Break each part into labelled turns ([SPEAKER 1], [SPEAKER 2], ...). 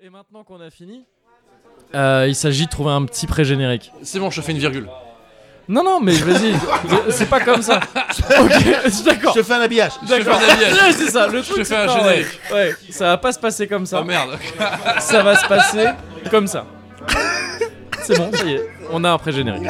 [SPEAKER 1] Et maintenant qu'on a fini, euh, il s'agit de trouver un petit pré-générique.
[SPEAKER 2] C'est bon, je fais une virgule.
[SPEAKER 1] Non, non, mais vas-y, c'est- c'est pas comme ça. Ok, d'accord.
[SPEAKER 3] Je fais un habillage.
[SPEAKER 1] D'accord.
[SPEAKER 2] Je fais un habillage.
[SPEAKER 1] Ouais, c'est ça, le
[SPEAKER 2] Je
[SPEAKER 1] truc,
[SPEAKER 2] fais
[SPEAKER 1] c'est
[SPEAKER 2] un
[SPEAKER 1] pas-
[SPEAKER 2] générique.
[SPEAKER 1] Ouais, ça va pas se passer comme ça.
[SPEAKER 2] Oh merde.
[SPEAKER 1] ça va se passer comme ça. C'est bon, ça y est, on a un pré-générique.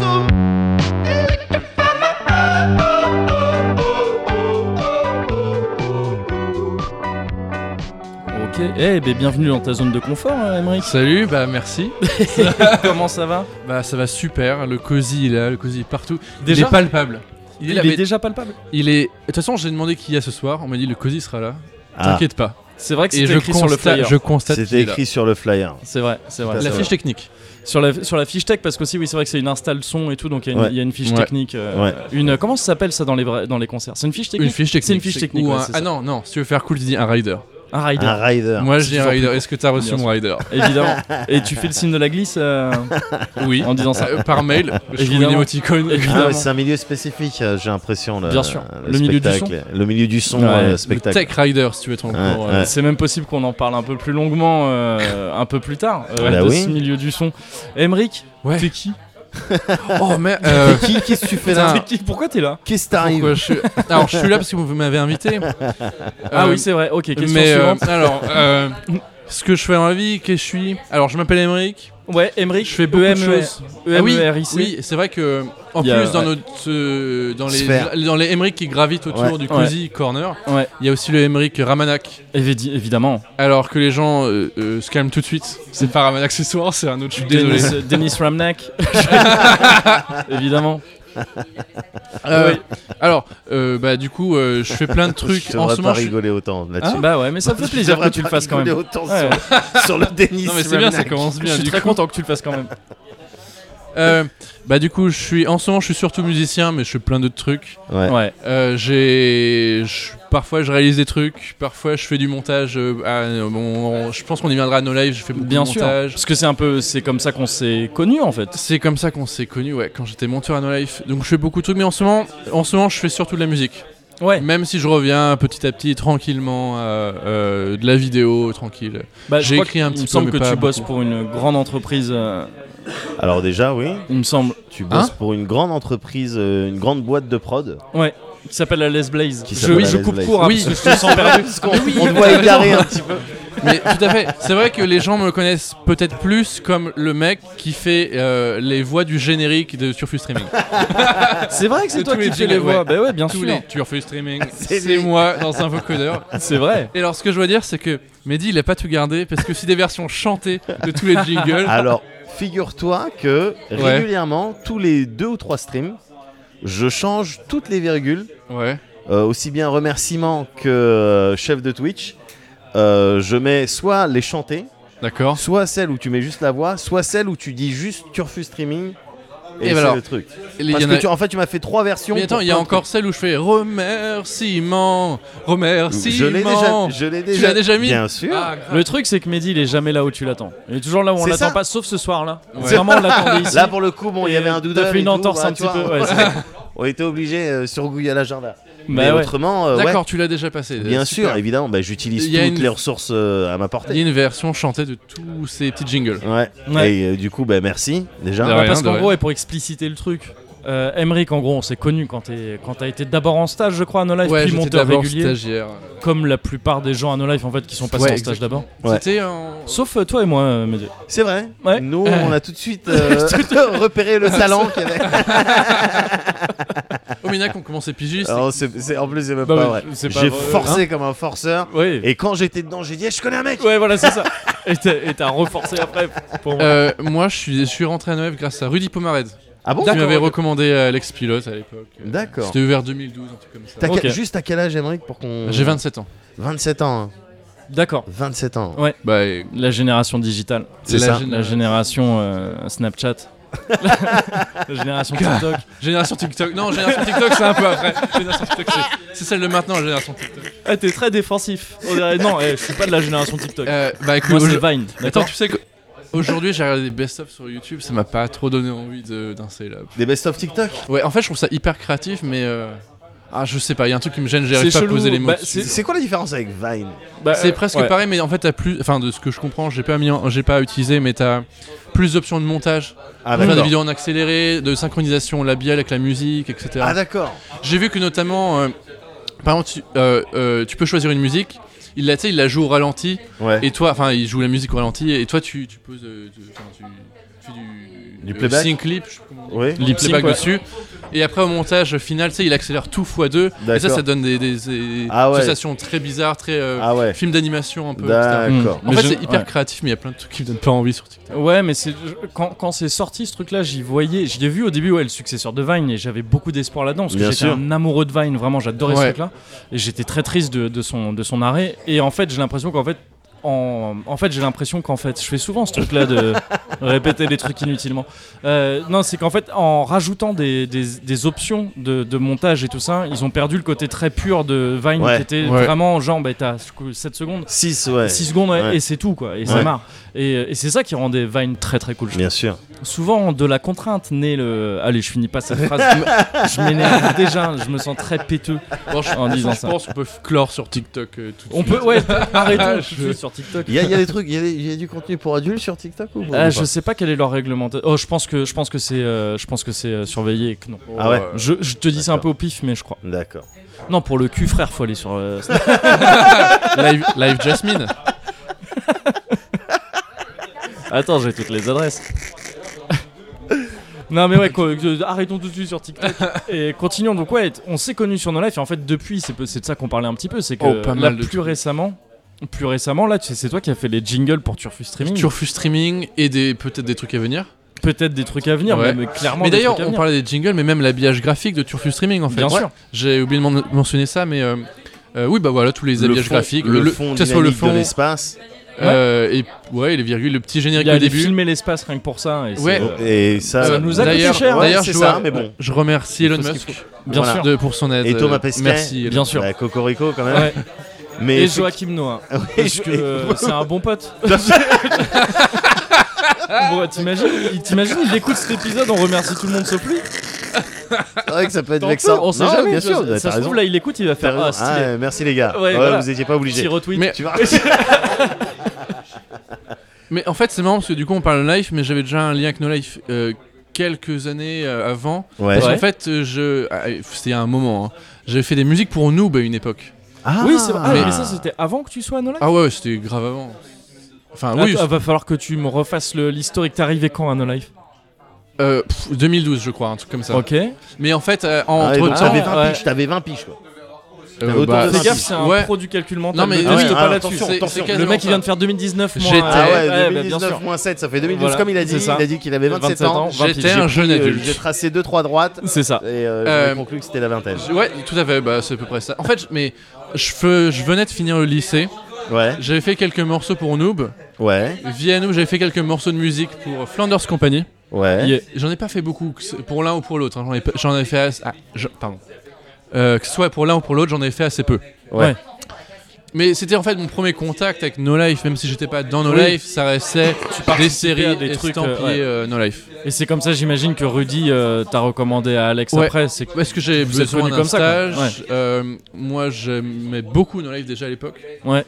[SPEAKER 4] So electrify my
[SPEAKER 1] Ok, eh ben, bienvenue dans ta zone de confort, euh, Aymeric.
[SPEAKER 2] Salut, bah merci.
[SPEAKER 1] Comment ça va
[SPEAKER 2] Bah ça va super. Le cosy il est là, le cosy est partout. il
[SPEAKER 1] Déjà
[SPEAKER 2] est palpable. Il est
[SPEAKER 1] Il
[SPEAKER 2] là,
[SPEAKER 1] est
[SPEAKER 2] mais
[SPEAKER 1] déjà palpable.
[SPEAKER 2] il est. De toute façon, j'ai demandé qui il y a ce soir. On m'a dit le cosy sera là.
[SPEAKER 1] Ah.
[SPEAKER 2] T'inquiète pas.
[SPEAKER 1] C'est vrai que
[SPEAKER 2] Et
[SPEAKER 1] c'était
[SPEAKER 2] je
[SPEAKER 1] écrit sur le
[SPEAKER 2] constate,
[SPEAKER 1] flyer.
[SPEAKER 2] je constate. qu'il
[SPEAKER 3] C'était
[SPEAKER 2] est là.
[SPEAKER 3] écrit sur le flyer.
[SPEAKER 1] C'est vrai, c'est vrai.
[SPEAKER 3] Tout à
[SPEAKER 2] La
[SPEAKER 3] fait.
[SPEAKER 2] fiche technique.
[SPEAKER 1] Sur la, sur la fiche tech, parce que oui, c'est vrai que c'est une install son et tout, donc il y, a une-
[SPEAKER 3] Ouais.
[SPEAKER 1] il y a une fiche
[SPEAKER 2] Ouais.
[SPEAKER 1] technique. euh,
[SPEAKER 3] Ouais.
[SPEAKER 1] Une, comment ça s'appelle ça dans les, vra- dans les concerts C'est une fiche technique
[SPEAKER 2] Une fiche technique.
[SPEAKER 1] C'est une fiche technique,
[SPEAKER 2] ou
[SPEAKER 1] ouais,
[SPEAKER 2] un-
[SPEAKER 1] c'est
[SPEAKER 2] Ah
[SPEAKER 1] ça.
[SPEAKER 2] non, non. Si tu veux faire cool, tu dis un rider.
[SPEAKER 1] Un rider,
[SPEAKER 3] Un rider.
[SPEAKER 2] Moi, je dis un
[SPEAKER 1] toujours plus
[SPEAKER 2] rider. Est-ce que t'as reçu
[SPEAKER 1] Bien
[SPEAKER 2] mon rider
[SPEAKER 1] évidemment. Et tu fais le signe de la glisse euh,
[SPEAKER 2] Oui.
[SPEAKER 1] en disant ça.
[SPEAKER 2] Euh, Par mail. Je trouve une
[SPEAKER 1] Évidemment.
[SPEAKER 2] émoticône.
[SPEAKER 3] Ah,
[SPEAKER 1] évidemment.
[SPEAKER 3] mais c'est un milieu spécifique, euh, j'ai l'impression. Le,
[SPEAKER 1] Bien sûr.
[SPEAKER 3] le
[SPEAKER 1] Le milieu du
[SPEAKER 3] spectacle. Le milieu du son,
[SPEAKER 1] Ouais.
[SPEAKER 3] euh, le
[SPEAKER 1] Le
[SPEAKER 2] Le
[SPEAKER 3] spectacle.
[SPEAKER 2] tech rider, si tu veux être
[SPEAKER 1] Hein.
[SPEAKER 2] en
[SPEAKER 3] Ouais,
[SPEAKER 2] cours.
[SPEAKER 3] ouais.
[SPEAKER 2] euh,
[SPEAKER 1] C'est même possible qu'on en parle un peu plus longuement euh, un peu plus tard euh,
[SPEAKER 3] Bah
[SPEAKER 1] de
[SPEAKER 3] oui.
[SPEAKER 1] ce milieu du son. Emric,
[SPEAKER 2] Ouais.
[SPEAKER 1] t'es qui
[SPEAKER 2] Oh mais euh,
[SPEAKER 3] Qui- Qu'est-ce que tu fais
[SPEAKER 2] Putain.
[SPEAKER 3] là
[SPEAKER 1] T'es qui Pourquoi t'es là
[SPEAKER 3] Qu'est-ce qui
[SPEAKER 2] pourquoi
[SPEAKER 3] t'arrive
[SPEAKER 2] je suis... Alors je suis là parce que vous m'avez invité.
[SPEAKER 1] Ah
[SPEAKER 2] Euh,
[SPEAKER 1] oui, c'est vrai. Ok, question
[SPEAKER 2] mais euh,
[SPEAKER 1] suivante.
[SPEAKER 2] alors euh, ce que je fais dans la vie, qu'est-ce que je suis Alors je m'appelle Émeric.
[SPEAKER 1] Ouais, E Emric,
[SPEAKER 2] Je fais beaucoup de
[SPEAKER 1] EMER,
[SPEAKER 2] choses. Ah oui,
[SPEAKER 1] EMERIC.
[SPEAKER 2] oui, c'est vrai que en
[SPEAKER 1] Il y a-
[SPEAKER 2] plus dans
[SPEAKER 1] ouais.
[SPEAKER 2] notre euh, dans
[SPEAKER 3] Sphère.
[SPEAKER 2] les dans les Émeric qui gravitent autour
[SPEAKER 3] Ouais.
[SPEAKER 2] du cozy corner,
[SPEAKER 1] Ouais.
[SPEAKER 2] il y a aussi le Émeric Ramanak.
[SPEAKER 1] Évi- évidemment.
[SPEAKER 2] Alors que les gens euh, euh, se calment tout de suite. C'est pas Ramanak ce soir, c'est un autre. Je suis désolé.
[SPEAKER 1] Denis, euh, Denis Ramnak. évidemment. Ah
[SPEAKER 2] Euh, Alors euh, bah du coup euh, je fais plein de trucs
[SPEAKER 3] Je
[SPEAKER 2] en
[SPEAKER 3] devrais
[SPEAKER 2] ce
[SPEAKER 3] pas
[SPEAKER 2] moment. je suis-
[SPEAKER 3] rigoler autant là-dessus.
[SPEAKER 1] bah ouais, mais ça me fait
[SPEAKER 3] Je
[SPEAKER 1] plaisir que
[SPEAKER 3] devrais
[SPEAKER 1] tu le
[SPEAKER 3] pas
[SPEAKER 1] fasses quand même.
[SPEAKER 3] rigoler autant
[SPEAKER 1] Ouais, ouais.
[SPEAKER 3] sur, sur le Denis.
[SPEAKER 2] Non mais c'est bien, ça
[SPEAKER 3] Ramnack.
[SPEAKER 2] commence
[SPEAKER 1] Je
[SPEAKER 2] bien.
[SPEAKER 1] suis
[SPEAKER 2] du
[SPEAKER 1] très
[SPEAKER 2] coup.
[SPEAKER 1] content que tu le fasses quand même.
[SPEAKER 2] Euh, bah du coup, je suis en ce moment, je suis surtout musicien, mais je fais plein d'autres trucs.
[SPEAKER 3] Ouais.
[SPEAKER 1] Ouais.
[SPEAKER 2] Euh, j'ai, je- parfois je réalise des trucs, parfois je fais du montage. euh, à- bon, on- je pense qu'on y viendra à nos lives. Je fais beaucoup
[SPEAKER 1] Bien
[SPEAKER 2] de
[SPEAKER 1] sûr.
[SPEAKER 2] montage.
[SPEAKER 1] Parce que c'est un peu, c'est comme ça qu'on s'est connus en fait.
[SPEAKER 2] C'est comme ça qu'on s'est connus, ouais, quand j'étais monteur à No Life. Donc je fais beaucoup de trucs, mais en ce moment, en ce moment, je fais surtout de la musique.
[SPEAKER 1] Ouais.
[SPEAKER 2] Même si je reviens petit à petit, tranquillement, à, euh, de la vidéo, tranquille.
[SPEAKER 1] Bah, je
[SPEAKER 2] J'ai
[SPEAKER 1] crois
[SPEAKER 2] écrit un
[SPEAKER 1] qu'il
[SPEAKER 2] petit
[SPEAKER 1] me
[SPEAKER 2] peu,
[SPEAKER 1] semble
[SPEAKER 2] mais
[SPEAKER 1] que
[SPEAKER 2] pas
[SPEAKER 1] tu bosses
[SPEAKER 2] beaucoup.
[SPEAKER 1] pour une grande entreprise. euh,
[SPEAKER 3] Alors déjà, oui,
[SPEAKER 1] il me semble.
[SPEAKER 3] tu bosses
[SPEAKER 2] Hein
[SPEAKER 3] pour une grande entreprise, euh, une grande boîte de prod.
[SPEAKER 1] Ouais, qui s'appelle la Les Blaze.
[SPEAKER 3] Qui
[SPEAKER 1] je,
[SPEAKER 3] s'appelle
[SPEAKER 1] oui,
[SPEAKER 3] la
[SPEAKER 1] je
[SPEAKER 3] Les
[SPEAKER 1] coupe
[SPEAKER 3] Blaze.
[SPEAKER 1] court, hein,
[SPEAKER 2] Oui.
[SPEAKER 1] parce que je te sens perdu.
[SPEAKER 2] oui,
[SPEAKER 3] On te
[SPEAKER 2] mais
[SPEAKER 3] voit
[SPEAKER 2] t'as
[SPEAKER 3] égaré hein.
[SPEAKER 2] raison.
[SPEAKER 3] un petit peu.
[SPEAKER 2] Mais tout à fait. C'est vrai que les gens me connaissent peut-être plus comme le mec qui fait euh, les voix du générique de Turfu Streaming.
[SPEAKER 1] C'est vrai que c'est
[SPEAKER 2] De
[SPEAKER 1] toi
[SPEAKER 2] tous
[SPEAKER 1] qui
[SPEAKER 2] les
[SPEAKER 1] fais les voix.
[SPEAKER 2] jingles,
[SPEAKER 1] Bah ouais, bien
[SPEAKER 2] Tous
[SPEAKER 1] sûr.
[SPEAKER 2] les Turfu Streaming,
[SPEAKER 3] C'est
[SPEAKER 2] c'est
[SPEAKER 3] lui.
[SPEAKER 2] moi dans un vocodeur.
[SPEAKER 1] C'est vrai.
[SPEAKER 2] Et alors ce que je dois dire, c'est que Mehdi, il a pas tout gardé parce que c'est des versions chantées de tous les jingles.
[SPEAKER 3] Alors, figure-toi que
[SPEAKER 2] Ouais.
[SPEAKER 3] régulièrement, tous les deux ou trois streams, je change toutes les virgules,
[SPEAKER 2] Ouais.
[SPEAKER 3] euh, aussi bien remerciement que euh, chef de Twitch. Euh, je mets soit les chanter,
[SPEAKER 2] D'accord.
[SPEAKER 3] soit celle où tu mets juste la voix, soit celle où tu dis juste Turfu Streaming.
[SPEAKER 2] Et
[SPEAKER 3] Et, c'est
[SPEAKER 2] voilà.
[SPEAKER 3] le truc.
[SPEAKER 2] Et il y
[SPEAKER 3] Parce
[SPEAKER 2] en
[SPEAKER 3] que
[SPEAKER 2] a-
[SPEAKER 3] tu, en fait, tu m'as fait trois versions.
[SPEAKER 2] Mais attends,
[SPEAKER 3] pour
[SPEAKER 2] il y a
[SPEAKER 3] plein de
[SPEAKER 2] encore celle où je fais remerciement, remerciement.
[SPEAKER 3] trucs. Je l'ai déjà, je l'ai déjà.
[SPEAKER 2] l'as déjà mis
[SPEAKER 3] Bien sûr.
[SPEAKER 2] Ah, grave.
[SPEAKER 1] Le truc, c'est que Mehdi, il est jamais là où tu l'attends. Il est toujours là où on
[SPEAKER 3] C'est
[SPEAKER 1] l'attend
[SPEAKER 3] ça.
[SPEAKER 1] pas, sauf ce soir-là.
[SPEAKER 2] Ouais.
[SPEAKER 1] Vraiment, on l'attendait ici.
[SPEAKER 3] Là pour le coup, bon, il y
[SPEAKER 1] Et
[SPEAKER 3] avait un
[SPEAKER 1] t'as
[SPEAKER 3] doodle.
[SPEAKER 1] fait une
[SPEAKER 3] et tout,
[SPEAKER 1] entorse
[SPEAKER 3] bah,
[SPEAKER 1] un
[SPEAKER 3] tu
[SPEAKER 1] petit
[SPEAKER 3] vois,
[SPEAKER 1] peu, ouais, c'est ça.
[SPEAKER 3] on était obligé euh, sur Google Agenda. Mais
[SPEAKER 1] Bah ouais.
[SPEAKER 3] autrement, euh, ouais,
[SPEAKER 2] D'accord, tu l'as déjà passé.
[SPEAKER 3] bien
[SPEAKER 2] Super.
[SPEAKER 3] sûr, évidemment, bah, j'utilise
[SPEAKER 2] Il
[SPEAKER 3] toutes
[SPEAKER 2] y a une-
[SPEAKER 3] les ressources euh, à ma
[SPEAKER 2] Il y
[SPEAKER 3] portée.
[SPEAKER 2] a une version chantée de tous ces petits jingles.
[SPEAKER 3] Ouais.
[SPEAKER 1] Ouais.
[SPEAKER 3] Et euh, du coup, bah, merci déjà.
[SPEAKER 2] De
[SPEAKER 1] Bah,
[SPEAKER 2] rien,
[SPEAKER 1] parce
[SPEAKER 2] de
[SPEAKER 1] qu'en
[SPEAKER 2] rien.
[SPEAKER 1] gros, et pour expliciter le truc, euh, Emric, en gros, on s'est connu quand t'es- quand t'as été d'abord en stage, je crois, à No Life,
[SPEAKER 2] ouais,
[SPEAKER 1] puis
[SPEAKER 2] j'étais
[SPEAKER 1] monteur
[SPEAKER 2] d'abord
[SPEAKER 1] régulier,
[SPEAKER 2] stagiaire.
[SPEAKER 1] comme la plupart des gens à No Life en fait qui sont passés
[SPEAKER 2] Ouais,
[SPEAKER 1] en stage d'abord.
[SPEAKER 3] Ouais.
[SPEAKER 2] C'était en...
[SPEAKER 1] Sauf euh, toi et moi, euh, Mehdi.
[SPEAKER 3] C'est vrai.
[SPEAKER 1] Ouais.
[SPEAKER 3] Nous, on a tout de suite euh, repéré le talent qu'il y avait.
[SPEAKER 2] Au Ménac, on commençait pigiste.
[SPEAKER 3] Alors, c'est- c'est- en plus, c'est même
[SPEAKER 1] Bah
[SPEAKER 3] pas
[SPEAKER 1] ouais,
[SPEAKER 3] vrai.
[SPEAKER 1] c'est pas
[SPEAKER 3] J'ai
[SPEAKER 1] vrai.
[SPEAKER 3] forcé comme un forceur.
[SPEAKER 1] Oui.
[SPEAKER 3] Et quand j'étais dedans, j'ai dit Eh, Je connais un mec
[SPEAKER 1] Ouais, voilà, c'est ça. Et t'as- Et t'as reforcé après pour moi.
[SPEAKER 2] Euh, moi, je suis, je suis rentré à Noël grâce à Rudy Pomared.
[SPEAKER 3] Ah bon
[SPEAKER 2] Tu m'avais
[SPEAKER 1] D'accord, ok.
[SPEAKER 2] recommandé Alex Pilote à l'époque. Euh,
[SPEAKER 3] D'accord.
[SPEAKER 2] C'était vers 2012, un truc comme ça.
[SPEAKER 3] T'as
[SPEAKER 1] Ok.
[SPEAKER 3] quel- Juste à quel âge, Emmerich, pour qu'on.
[SPEAKER 2] J'ai 27 ans.
[SPEAKER 3] 27 ans. hein.
[SPEAKER 2] Euh.
[SPEAKER 1] D'accord.
[SPEAKER 3] 27 ans.
[SPEAKER 1] Ouais.
[SPEAKER 2] Bah, et-
[SPEAKER 1] La génération digitale,
[SPEAKER 3] C'est
[SPEAKER 2] la
[SPEAKER 3] ça.
[SPEAKER 2] géné-
[SPEAKER 1] la génération euh, Snapchat, la génération TikTok.
[SPEAKER 2] génération TikTok. Non, génération TikTok, c'est un peu après. Génération TikTok, c'est- c'est celle de maintenant, la génération TikTok.
[SPEAKER 1] Ah, t'es très défensif. On dirait- Non, eh, je suis pas de la génération TikTok.
[SPEAKER 2] Euh, bah, écoute,
[SPEAKER 1] Moi, c'est
[SPEAKER 2] aujourd-
[SPEAKER 1] Vine.
[SPEAKER 2] attends,
[SPEAKER 1] D'accord.
[SPEAKER 2] tu sais que. Aujourd'hui, j'ai regardé des best-of sur YouTube, ça m'a pas trop donné envie de- d'un scale-up.
[SPEAKER 3] Des best-of TikTok
[SPEAKER 2] Ouais, en fait, je trouve ça hyper créatif, mais. euh, Ah, je sais pas, il y a un truc qui me gêne, j'arrive
[SPEAKER 1] C'est
[SPEAKER 2] pas à
[SPEAKER 1] chelou,
[SPEAKER 2] poser les mots.
[SPEAKER 1] bah,
[SPEAKER 2] dessus.
[SPEAKER 1] C'est-
[SPEAKER 3] C'est quoi la différence avec Vine
[SPEAKER 1] Bah,
[SPEAKER 2] C'est
[SPEAKER 1] euh,
[SPEAKER 2] presque
[SPEAKER 1] ouais.
[SPEAKER 2] pareil, mais en fait, t'as plus. Enfin, de ce que je comprends, j'ai pas, mis en- j'ai pas utilisé, mais t'as plus d'options de montage. Pour
[SPEAKER 3] Ah
[SPEAKER 2] faire des
[SPEAKER 3] d'accord.
[SPEAKER 2] vidéos en accéléré, de synchronisation labiale avec la musique, etc.
[SPEAKER 3] Ah d'accord.
[SPEAKER 2] J'ai vu que notamment. euh, par exemple, tu, euh, euh, tu peux choisir une musique, il la, tu sais, il la joue au ralenti,
[SPEAKER 3] Ouais.
[SPEAKER 2] et toi. Enfin, il joue la musique au ralenti, et toi, tu, tu poses. euh, tu, enfin, tu- tu fais du.
[SPEAKER 3] Du
[SPEAKER 2] euh,
[SPEAKER 3] playback
[SPEAKER 2] sync clip, je sais pas comment on dit.
[SPEAKER 3] Oui.
[SPEAKER 1] Lip sync,
[SPEAKER 2] Playback
[SPEAKER 1] ouais.
[SPEAKER 2] dessus. Et après, au montage final, tu sais, il accélère tout x2. Et ça,
[SPEAKER 3] D'accord.
[SPEAKER 2] ça donne des, des- des
[SPEAKER 3] Ah ouais.
[SPEAKER 2] sensations très bizarres, très. euh,
[SPEAKER 3] Ah ouais.
[SPEAKER 2] Film d'animation un peu. etc.
[SPEAKER 3] D'accord.
[SPEAKER 1] Mm.
[SPEAKER 2] En
[SPEAKER 1] Mais
[SPEAKER 2] fait,
[SPEAKER 1] je-
[SPEAKER 2] c'est hyper
[SPEAKER 1] ouais.
[SPEAKER 2] créatif, mais il y a plein de trucs qui me donnent pas envie sur TikTok.
[SPEAKER 1] Ouais, mais c'est je- quand, quand c'est sorti ce truc-là, j'y voyais, j'y ai vu au début ouais, le successeur de Vine et j'avais beaucoup d'espoir là-dedans parce que
[SPEAKER 3] Bien
[SPEAKER 1] j'étais
[SPEAKER 3] sûr.
[SPEAKER 1] un amoureux de Vine, vraiment, j'adorais ce
[SPEAKER 2] Ouais.
[SPEAKER 1] truc-là et j'étais très triste de, de son de son arrêt. Et en fait, j'ai l'impression qu'en fait, en, en fait, j'ai l'impression qu'en fait, je fais souvent ce truc-là de répéter des trucs inutilement. Euh, non, c'est qu'en fait, en rajoutant des, des- des options de, de montage et tout ça, ils ont perdu le côté très pur de Vine
[SPEAKER 3] Ouais.
[SPEAKER 1] qui était
[SPEAKER 2] Ouais.
[SPEAKER 1] vraiment genre, bah, t'as 7 secondes.
[SPEAKER 3] 6 ouais.
[SPEAKER 1] 6 secondes ouais,
[SPEAKER 3] Ouais.
[SPEAKER 1] et c'est tout quoi et ça
[SPEAKER 3] Ouais.
[SPEAKER 1] marre et, et c'est ça qui rendait Vine très très cool je
[SPEAKER 3] Bien sûr.
[SPEAKER 1] Souvent de la contrainte naît le. Allez, je finis pas cette phrase. je m'énerve déjà. Je me sens très péteux
[SPEAKER 2] Bon, je,
[SPEAKER 1] en disant
[SPEAKER 2] je
[SPEAKER 1] ça.
[SPEAKER 2] pense qu'on peut clore sur TikTok euh, tout de
[SPEAKER 1] On
[SPEAKER 2] suite.
[SPEAKER 1] peut. Ouais. Arrêtons.
[SPEAKER 2] Ah,
[SPEAKER 1] Je
[SPEAKER 2] je-
[SPEAKER 1] suis sur TikTok.
[SPEAKER 3] Il y, a- il y a des trucs, il y, a des- il y a du contenu pour adultes sur TikTok ou
[SPEAKER 1] Ah,
[SPEAKER 3] ou
[SPEAKER 1] je
[SPEAKER 3] pas
[SPEAKER 1] sais pas quel est leur réglementation. Oh, je pense que je pense que c'est euh, je pense que c'est euh, surveillé et que non.
[SPEAKER 3] Ah ouais.
[SPEAKER 2] Euh,
[SPEAKER 1] Je, je te dis c'est un peu au pif, mais je crois.
[SPEAKER 3] D'accord.
[SPEAKER 1] Non, pour le cul, frère, faut aller sur. euh, Snap.
[SPEAKER 2] live, live Jasmine.
[SPEAKER 1] Attends, j'ai toutes les adresses. Non mais ouais, quoi, euh, arrêtons tout de suite sur TikTok et continuons. Donc ouais, on s'est connus sur nos lives et en fait depuis, c'est peu- c'est de ça qu'on parlait un petit peu, c'est que
[SPEAKER 2] Oh, pas
[SPEAKER 1] là,
[SPEAKER 2] mal de
[SPEAKER 1] plus
[SPEAKER 2] trucs.
[SPEAKER 1] récemment, plus récemment là, tu sais, c'est toi qui as fait les jingles pour Turfu Streaming.
[SPEAKER 2] Turfu streaming et des peut-être des trucs à venir.
[SPEAKER 1] Peut-être des trucs à venir,
[SPEAKER 2] Ouais.
[SPEAKER 1] mais, mais clairement.
[SPEAKER 2] mais
[SPEAKER 1] des
[SPEAKER 2] d'ailleurs,
[SPEAKER 1] trucs à
[SPEAKER 2] on
[SPEAKER 1] venir.
[SPEAKER 2] parlait des jingles, mais même l'habillage graphique de Turfu streaming en fait.
[SPEAKER 1] Bien sûr.
[SPEAKER 2] J'ai oublié de men- mentionner ça, mais. euh, euh, oui, bah voilà, tous les
[SPEAKER 3] Le
[SPEAKER 2] habillages
[SPEAKER 3] fond-
[SPEAKER 2] graphiques,
[SPEAKER 3] le,
[SPEAKER 2] le-
[SPEAKER 3] fond
[SPEAKER 2] que ce soit le
[SPEAKER 3] dynamique
[SPEAKER 2] fond,
[SPEAKER 3] de l'espace
[SPEAKER 2] euh, et ouais, et les virgules, le petit générique
[SPEAKER 1] Il y a
[SPEAKER 2] au
[SPEAKER 1] les
[SPEAKER 2] début.
[SPEAKER 1] filmer l'espace rien que pour ça. Et c'est,
[SPEAKER 2] Ouais.
[SPEAKER 1] euh,
[SPEAKER 3] et ça.
[SPEAKER 1] Ça nous a coûté
[SPEAKER 2] D'ailleurs,
[SPEAKER 1] cher,
[SPEAKER 3] ouais,
[SPEAKER 2] d'ailleurs,
[SPEAKER 3] c'est
[SPEAKER 2] je
[SPEAKER 3] ça,
[SPEAKER 2] dois-
[SPEAKER 3] mais bon.
[SPEAKER 2] Je remercie Elon Musk
[SPEAKER 1] bien
[SPEAKER 3] Voilà.
[SPEAKER 1] sûr,
[SPEAKER 2] de, pour son aide.
[SPEAKER 3] Et Thomas
[SPEAKER 2] euh,
[SPEAKER 3] Pesquet.
[SPEAKER 2] Merci. Elon.
[SPEAKER 1] bien sûr.
[SPEAKER 3] Bah, Cocorico quand même.
[SPEAKER 1] Ouais.
[SPEAKER 3] Mais
[SPEAKER 1] Et Joachim Noah, parce que euh, c'est un bon pote. Bon, t'imagines, il- t'imagines, il écoute cet épisode, on remercie tout le monde sauf lui.
[SPEAKER 3] c'est vrai que ça peut être
[SPEAKER 1] Tant
[SPEAKER 3] vexant.
[SPEAKER 1] pis, On sait
[SPEAKER 3] Non,
[SPEAKER 1] jamais.
[SPEAKER 3] Bien
[SPEAKER 1] tu
[SPEAKER 3] sûr,
[SPEAKER 1] vois,
[SPEAKER 3] t'as
[SPEAKER 1] ça se
[SPEAKER 3] raison.
[SPEAKER 1] trouve là, il écoute, il va
[SPEAKER 3] T'as
[SPEAKER 1] faire
[SPEAKER 3] raison.
[SPEAKER 1] ah,
[SPEAKER 3] Ah,
[SPEAKER 1] stylé.
[SPEAKER 3] euh, merci les gars.
[SPEAKER 1] Ouais,
[SPEAKER 3] Ouais,
[SPEAKER 1] voilà.
[SPEAKER 3] Vous étiez pas
[SPEAKER 1] Petit
[SPEAKER 3] obligés.
[SPEAKER 1] retweet.
[SPEAKER 2] Mais-
[SPEAKER 3] Tu vois
[SPEAKER 2] Mais en fait, c'est marrant parce que du coup, on parle de Life, mais j'avais déjà un lien avec No Life euh, quelques années euh, avant.
[SPEAKER 3] Ouais.
[SPEAKER 2] Parce
[SPEAKER 1] Ouais.
[SPEAKER 2] qu'en fait, euh, je. ah, euh, C'était il y a un moment. hein. J'avais fait des musiques pour Noob à une époque.
[SPEAKER 3] Ah,
[SPEAKER 1] Oui, c'est vrai. Ah,
[SPEAKER 2] mais-
[SPEAKER 1] mais ça, c'était avant que tu sois à Nola
[SPEAKER 2] Ah ouais, ouais, c'était grave avant. Enfin,
[SPEAKER 1] Là,
[SPEAKER 2] bah oui,
[SPEAKER 1] t- ah, va falloir que tu me refasses le- l'historique. T'es arrivé quand à No Life
[SPEAKER 2] euh, pff, 2012, je crois, un truc comme ça.
[SPEAKER 1] Ok.
[SPEAKER 2] Mais en fait, euh,
[SPEAKER 3] Ah,
[SPEAKER 2] en
[SPEAKER 3] ouais,
[SPEAKER 2] entre
[SPEAKER 3] donc
[SPEAKER 2] temps.
[SPEAKER 3] T'avais 20
[SPEAKER 1] ouais.
[SPEAKER 3] piges. T'avais 20 piges quoi.
[SPEAKER 2] euh,
[SPEAKER 3] autant
[SPEAKER 2] bah,
[SPEAKER 3] de
[SPEAKER 1] Fais
[SPEAKER 3] Ah,
[SPEAKER 1] gaffe,
[SPEAKER 3] si.
[SPEAKER 1] c'est un
[SPEAKER 2] Ouais.
[SPEAKER 1] pro du calcul mental.
[SPEAKER 2] Non, mais
[SPEAKER 1] Ne
[SPEAKER 2] oui,
[SPEAKER 1] teste
[SPEAKER 3] ah,
[SPEAKER 1] pas
[SPEAKER 3] attention,
[SPEAKER 1] là-dessus.
[SPEAKER 2] c'est-
[SPEAKER 3] attention.
[SPEAKER 2] c'est
[SPEAKER 1] Le mec, il vient de faire 2019 moins.
[SPEAKER 2] J'étais-
[SPEAKER 3] Ah ouais,
[SPEAKER 1] bah, bien
[SPEAKER 3] 2019
[SPEAKER 1] sûr.
[SPEAKER 3] moins 7, ça fait 2012.
[SPEAKER 1] Voilà.
[SPEAKER 3] Comme il a dit,
[SPEAKER 1] C'est ça.
[SPEAKER 3] il a dit qu'il avait 27,
[SPEAKER 1] 27 ans.
[SPEAKER 3] ans.
[SPEAKER 1] vingt piges.
[SPEAKER 2] J'étais un jeune
[SPEAKER 3] J'ai pris, euh,
[SPEAKER 2] adulte.
[SPEAKER 3] J'ai tracé 2-3 droites et
[SPEAKER 1] C'est ça.
[SPEAKER 3] euh,
[SPEAKER 2] Euh,
[SPEAKER 3] j'ai conclu que c'était la vingtaine.
[SPEAKER 2] Ouais, tout à fait, bah, c'est à peu près ça. En fait, je- mais je, fe- je venais de finir le lycée.
[SPEAKER 3] Ouais,
[SPEAKER 2] J'avais fait quelques morceaux pour Noob.
[SPEAKER 3] ouais,
[SPEAKER 2] Via Noob, j'avais fait quelques morceaux de musique pour Flanders Company.
[SPEAKER 3] ouais.
[SPEAKER 1] Yeah.
[SPEAKER 2] J'en ai pas fait beaucoup, que ce- pour l'un ou pour l'autre. hein. J'en ai, pas- j'en ai fait assez. ah, je- pardon. Euh, que ce soit pour l'un ou pour l'autre, j'en ai fait assez peu.
[SPEAKER 3] Ouais.
[SPEAKER 2] Mais c'était en fait mon premier contact avec No Life, même si j'étais pas dans No
[SPEAKER 1] Oui.
[SPEAKER 2] Life, ça restait des séries
[SPEAKER 1] à des
[SPEAKER 2] des
[SPEAKER 1] trucs,
[SPEAKER 2] trucs
[SPEAKER 1] euh, ouais.
[SPEAKER 2] No Life.
[SPEAKER 1] Et c'est comme ça, j'imagine que Rudy euh, t'a recommandé à Alex
[SPEAKER 2] Ouais.
[SPEAKER 1] après. C'est
[SPEAKER 2] Parce que j'ai
[SPEAKER 1] Vous êtes
[SPEAKER 2] besoin
[SPEAKER 1] connus
[SPEAKER 2] d'un
[SPEAKER 1] comme ça,
[SPEAKER 2] stage.
[SPEAKER 1] quoi. Ouais.
[SPEAKER 2] euh, moi, j'aimais beaucoup No Life déjà à l'époque.
[SPEAKER 1] Ouais.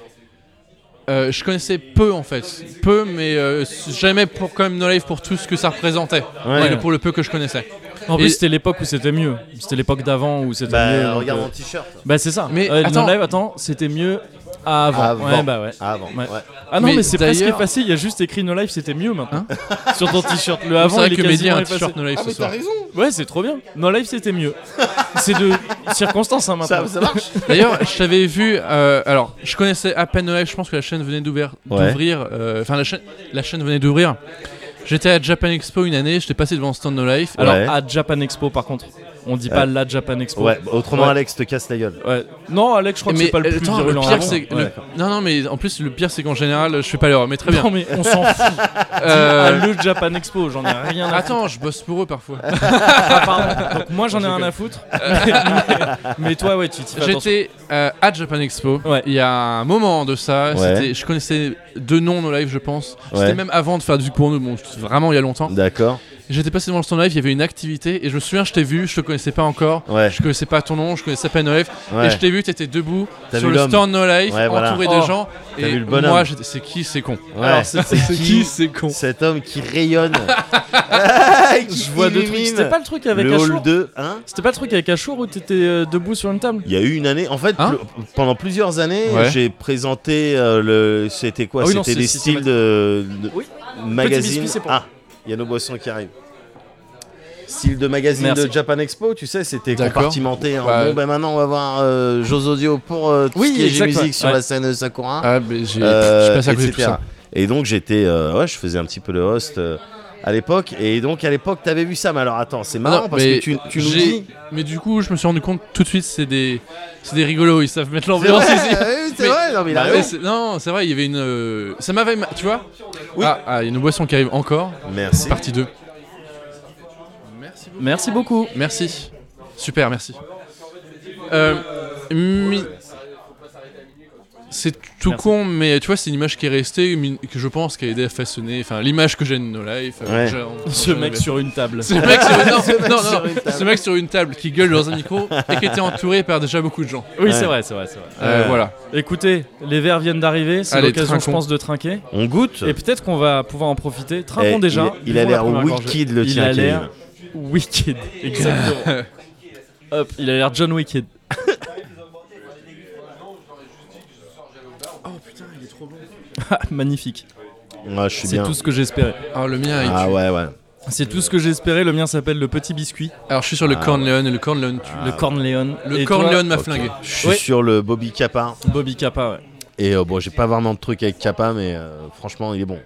[SPEAKER 2] Euh, je connaissais peu en fait, peu, mais euh, j'aimais pour quand même No Life pour tout ce que ça représentait,
[SPEAKER 3] Ouais.
[SPEAKER 2] Et le- pour le peu que je connaissais.
[SPEAKER 1] En
[SPEAKER 2] Et-
[SPEAKER 1] plus, c'était l'époque où c'était mieux. C'était l'époque d'avant où c'était
[SPEAKER 3] Bah,
[SPEAKER 1] mieux. donc,
[SPEAKER 3] regarde
[SPEAKER 1] euh,
[SPEAKER 3] mon t-shirt.
[SPEAKER 1] Bah, c'est ça.
[SPEAKER 2] Mais
[SPEAKER 1] Euh, No
[SPEAKER 2] attends.
[SPEAKER 1] Life, attends, c'était mieux avant.
[SPEAKER 3] Avant.
[SPEAKER 1] Ouais, bah ouais.
[SPEAKER 3] Ah bon,
[SPEAKER 1] Ouais.
[SPEAKER 3] ouais.
[SPEAKER 1] Ah non, mais,
[SPEAKER 2] Mais
[SPEAKER 1] c'est presque
[SPEAKER 2] d'ailleurs-
[SPEAKER 1] effacé. Il y a juste écrit No Life, c'était mieux maintenant. Sur ton t-shirt. Le avant,
[SPEAKER 2] c'est
[SPEAKER 1] il
[SPEAKER 2] vrai
[SPEAKER 1] est
[SPEAKER 2] que Mehdi a
[SPEAKER 1] quasiment
[SPEAKER 2] un
[SPEAKER 1] effacé.
[SPEAKER 2] t-shirt No Life ce soir.
[SPEAKER 1] Ouais, c'est trop bien. No Life, c'était mieux. c'est de circonstances hein, maintenant.
[SPEAKER 3] Ça, ça marche
[SPEAKER 2] D'ailleurs, je t'avais vu. euh, alors, je connaissais à peine Noël. Je pense que la chaîne venait d'ouvrir.
[SPEAKER 3] Ouais.
[SPEAKER 2] d'ouvrir, euh, Enfin, la chaîne, la chaîne venait d'ouvrir. J'étais à Japan Expo une année, j'étais passé devant Stand No Life.
[SPEAKER 1] Alors,
[SPEAKER 3] Ouais.
[SPEAKER 1] à Japan Expo, par contre, on dit pas la Japan Expo.
[SPEAKER 3] Ouais, bah, autrement,
[SPEAKER 1] Ouais.
[SPEAKER 3] Alex te casse la gueule.
[SPEAKER 1] Ouais. Non, Alex, je crois que
[SPEAKER 2] Mais,
[SPEAKER 1] c'est pas le
[SPEAKER 2] euh,
[SPEAKER 1] plus
[SPEAKER 2] attends, le
[SPEAKER 1] virulent
[SPEAKER 2] pire,
[SPEAKER 1] avant.
[SPEAKER 2] c'est-
[SPEAKER 3] Ouais,
[SPEAKER 2] le-
[SPEAKER 3] d'accord.
[SPEAKER 2] Non, non, mais en plus, le pire, c'est qu'en général, je fais pas l'heure, mais très bien.
[SPEAKER 1] Non, mais on s'en fout.
[SPEAKER 2] Euh,
[SPEAKER 1] À le Japan Expo, j'en ai rien à
[SPEAKER 2] Attends, je bosse pour eux parfois.
[SPEAKER 1] Ah, pardon. Donc, moi, j'en ai rien à foutre. mais, mais toi, ouais, tu t'y fais attention.
[SPEAKER 2] J'étais euh, à Japan Expo.
[SPEAKER 1] Ouais.
[SPEAKER 2] Il y a un moment de ça.
[SPEAKER 3] Ouais.
[SPEAKER 2] c'était- Je connaissais deux noms No Life, je pense.
[SPEAKER 3] Ouais.
[SPEAKER 2] C'était même avant de faire du pour nous. Bon, c'était vraiment il y a longtemps.
[SPEAKER 3] D'accord.
[SPEAKER 2] J'étais passé devant le stand live, il y avait une activité et je me souviens, je t'ai vu, je te connaissais pas encore.
[SPEAKER 3] Ouais.
[SPEAKER 2] Je connaissais pas ton nom, je connaissais pas No Life.
[SPEAKER 3] Ouais.
[SPEAKER 2] Et je t'ai vu, t'étais debout
[SPEAKER 3] T'as
[SPEAKER 2] sur
[SPEAKER 3] vu
[SPEAKER 2] le
[SPEAKER 3] l'homme.
[SPEAKER 2] stand No Life,
[SPEAKER 3] Ouais, voilà.
[SPEAKER 2] entouré
[SPEAKER 1] Oh.
[SPEAKER 2] de gens.
[SPEAKER 3] T'as
[SPEAKER 2] et
[SPEAKER 3] vu le bonhomme.
[SPEAKER 2] moi, j'étais- c'est qui, c'est con.
[SPEAKER 3] Ouais.
[SPEAKER 1] Alors, c'est c'est qui C'est con.
[SPEAKER 3] Cet homme qui rayonne.
[SPEAKER 1] Je vois deux trucs. C'était pas le truc avec
[SPEAKER 3] le
[SPEAKER 1] Achour
[SPEAKER 3] hall 2, hein
[SPEAKER 1] C'était pas le truc avec Achour où t'étais euh, debout sur une table
[SPEAKER 3] il y a eu une année, en fait,
[SPEAKER 2] Hein
[SPEAKER 3] pl- pendant plusieurs années,
[SPEAKER 2] Ouais.
[SPEAKER 3] j'ai présenté euh, le. C'était quoi
[SPEAKER 1] Ah oui, non,
[SPEAKER 3] C'était
[SPEAKER 1] c'est-
[SPEAKER 3] des
[SPEAKER 1] c'est-
[SPEAKER 3] styles
[SPEAKER 1] c'est-
[SPEAKER 3] de, de
[SPEAKER 1] Oui.
[SPEAKER 3] magazine.
[SPEAKER 1] biscuit, c'est pour-
[SPEAKER 3] Ah, il y a nos boissons qui arrivent. Style de magazine
[SPEAKER 1] Merci.
[SPEAKER 3] de Japan Expo, tu sais, c'était
[SPEAKER 2] D'accord.
[SPEAKER 3] compartimenté. hein.
[SPEAKER 2] Ouais.
[SPEAKER 3] Bon, ben maintenant, on va voir euh, Jose Audio pour euh, tout
[SPEAKER 1] Oui,
[SPEAKER 3] ce qui est
[SPEAKER 1] exact,
[SPEAKER 3] G-Music
[SPEAKER 1] ouais.
[SPEAKER 3] sur
[SPEAKER 1] Ouais.
[SPEAKER 3] la scène de Sakura.
[SPEAKER 2] Ah, mais j'ai.
[SPEAKER 3] Euh,
[SPEAKER 2] je suis passé à côté de tout
[SPEAKER 3] etc..
[SPEAKER 2] ça.
[SPEAKER 3] Et donc j'étais, euh, ouais, je faisais un petit peu le host euh, à l'époque. Et donc à l'époque, t'avais vu ça. Mais alors attends, c'est marrant
[SPEAKER 2] Non,
[SPEAKER 3] parce
[SPEAKER 2] mais
[SPEAKER 3] que tu, tu nous
[SPEAKER 2] j'ai-
[SPEAKER 3] dis.
[SPEAKER 2] Mais du coup, je me suis rendu compte tout de suite, c'est des, c'est des rigolos, ils savent mettre
[SPEAKER 3] C'est
[SPEAKER 2] l'ambiance
[SPEAKER 3] vrai,
[SPEAKER 2] ici.
[SPEAKER 3] oui, c'est
[SPEAKER 2] Mais-
[SPEAKER 3] vrai, non mais il a
[SPEAKER 2] Bah,
[SPEAKER 3] raison.
[SPEAKER 2] c'est- non, c'est vrai, il y avait une. euh, Ça m'avait. ma- Tu vois
[SPEAKER 3] Oui.
[SPEAKER 2] Ah, ah, il y a une boisson qui arrive encore.
[SPEAKER 3] Merci.
[SPEAKER 2] Partie 2. Merci beaucoup.
[SPEAKER 1] Merci beaucoup.
[SPEAKER 2] Merci. Super, merci. Euh, mi- C'est tout
[SPEAKER 1] Merci.
[SPEAKER 2] con, mais tu vois, c'est une image qui est restée, mi- que je pense qui a aidé à façonner. Enfin, l'image que j'ai de No Life. euh,
[SPEAKER 3] Ouais.
[SPEAKER 2] j'ai- en-
[SPEAKER 1] Ce
[SPEAKER 2] en-
[SPEAKER 1] mec sur une table.
[SPEAKER 2] Ce mec, sur... non, non, non,
[SPEAKER 3] sur une table.
[SPEAKER 2] ce mec sur une table qui gueule dans un micro et qui était entouré par déjà beaucoup de gens.
[SPEAKER 1] Oui, c'est vrai, c'est vrai, c'est vrai.
[SPEAKER 2] Euh,
[SPEAKER 3] Ouais.
[SPEAKER 2] Voilà.
[SPEAKER 1] Écoutez, les verres viennent d'arriver, c'est
[SPEAKER 2] Allez,
[SPEAKER 1] l'occasion, je
[SPEAKER 2] trinquons.
[SPEAKER 1] pense, de trinquer.
[SPEAKER 3] On goûte.
[SPEAKER 1] Et peut-être qu'on va pouvoir en profiter.
[SPEAKER 3] Eh,
[SPEAKER 1] Trinquons
[SPEAKER 3] il-
[SPEAKER 1] déjà.
[SPEAKER 3] il
[SPEAKER 1] buvons la
[SPEAKER 3] a l'air
[SPEAKER 1] première gorgée.
[SPEAKER 3] wicked, le
[SPEAKER 1] Il
[SPEAKER 3] tien,
[SPEAKER 1] a
[SPEAKER 3] Kevin.
[SPEAKER 1] l'air wicked, exactement. Hop, il a l'air John Wicked. oh putain, il est trop bon. Magnifique.
[SPEAKER 3] Ouais, Ah, je suis
[SPEAKER 1] C'est
[SPEAKER 3] bien.
[SPEAKER 1] tout ce que j'espérais.
[SPEAKER 2] Alors, le mien, il
[SPEAKER 3] Ah ouais, ouais.
[SPEAKER 1] C'est tout ce que j'espérais. Le mien s'appelle le petit biscuit,
[SPEAKER 2] Alors je suis sur le Corn Leon et le Corn Leon tue.
[SPEAKER 1] le Corn Leon.
[SPEAKER 2] Le,
[SPEAKER 1] Et
[SPEAKER 2] Corn
[SPEAKER 1] toi,
[SPEAKER 2] Leon m'a
[SPEAKER 3] Ah, Ok.
[SPEAKER 2] flingué.
[SPEAKER 3] Je suis
[SPEAKER 1] Oui.
[SPEAKER 3] sur le Bobby Kappa.
[SPEAKER 1] Bobby Kappa, ouais.
[SPEAKER 3] Et euh, bon, j'ai pas vraiment de truc avec Kappa, mais euh, franchement, il est bon.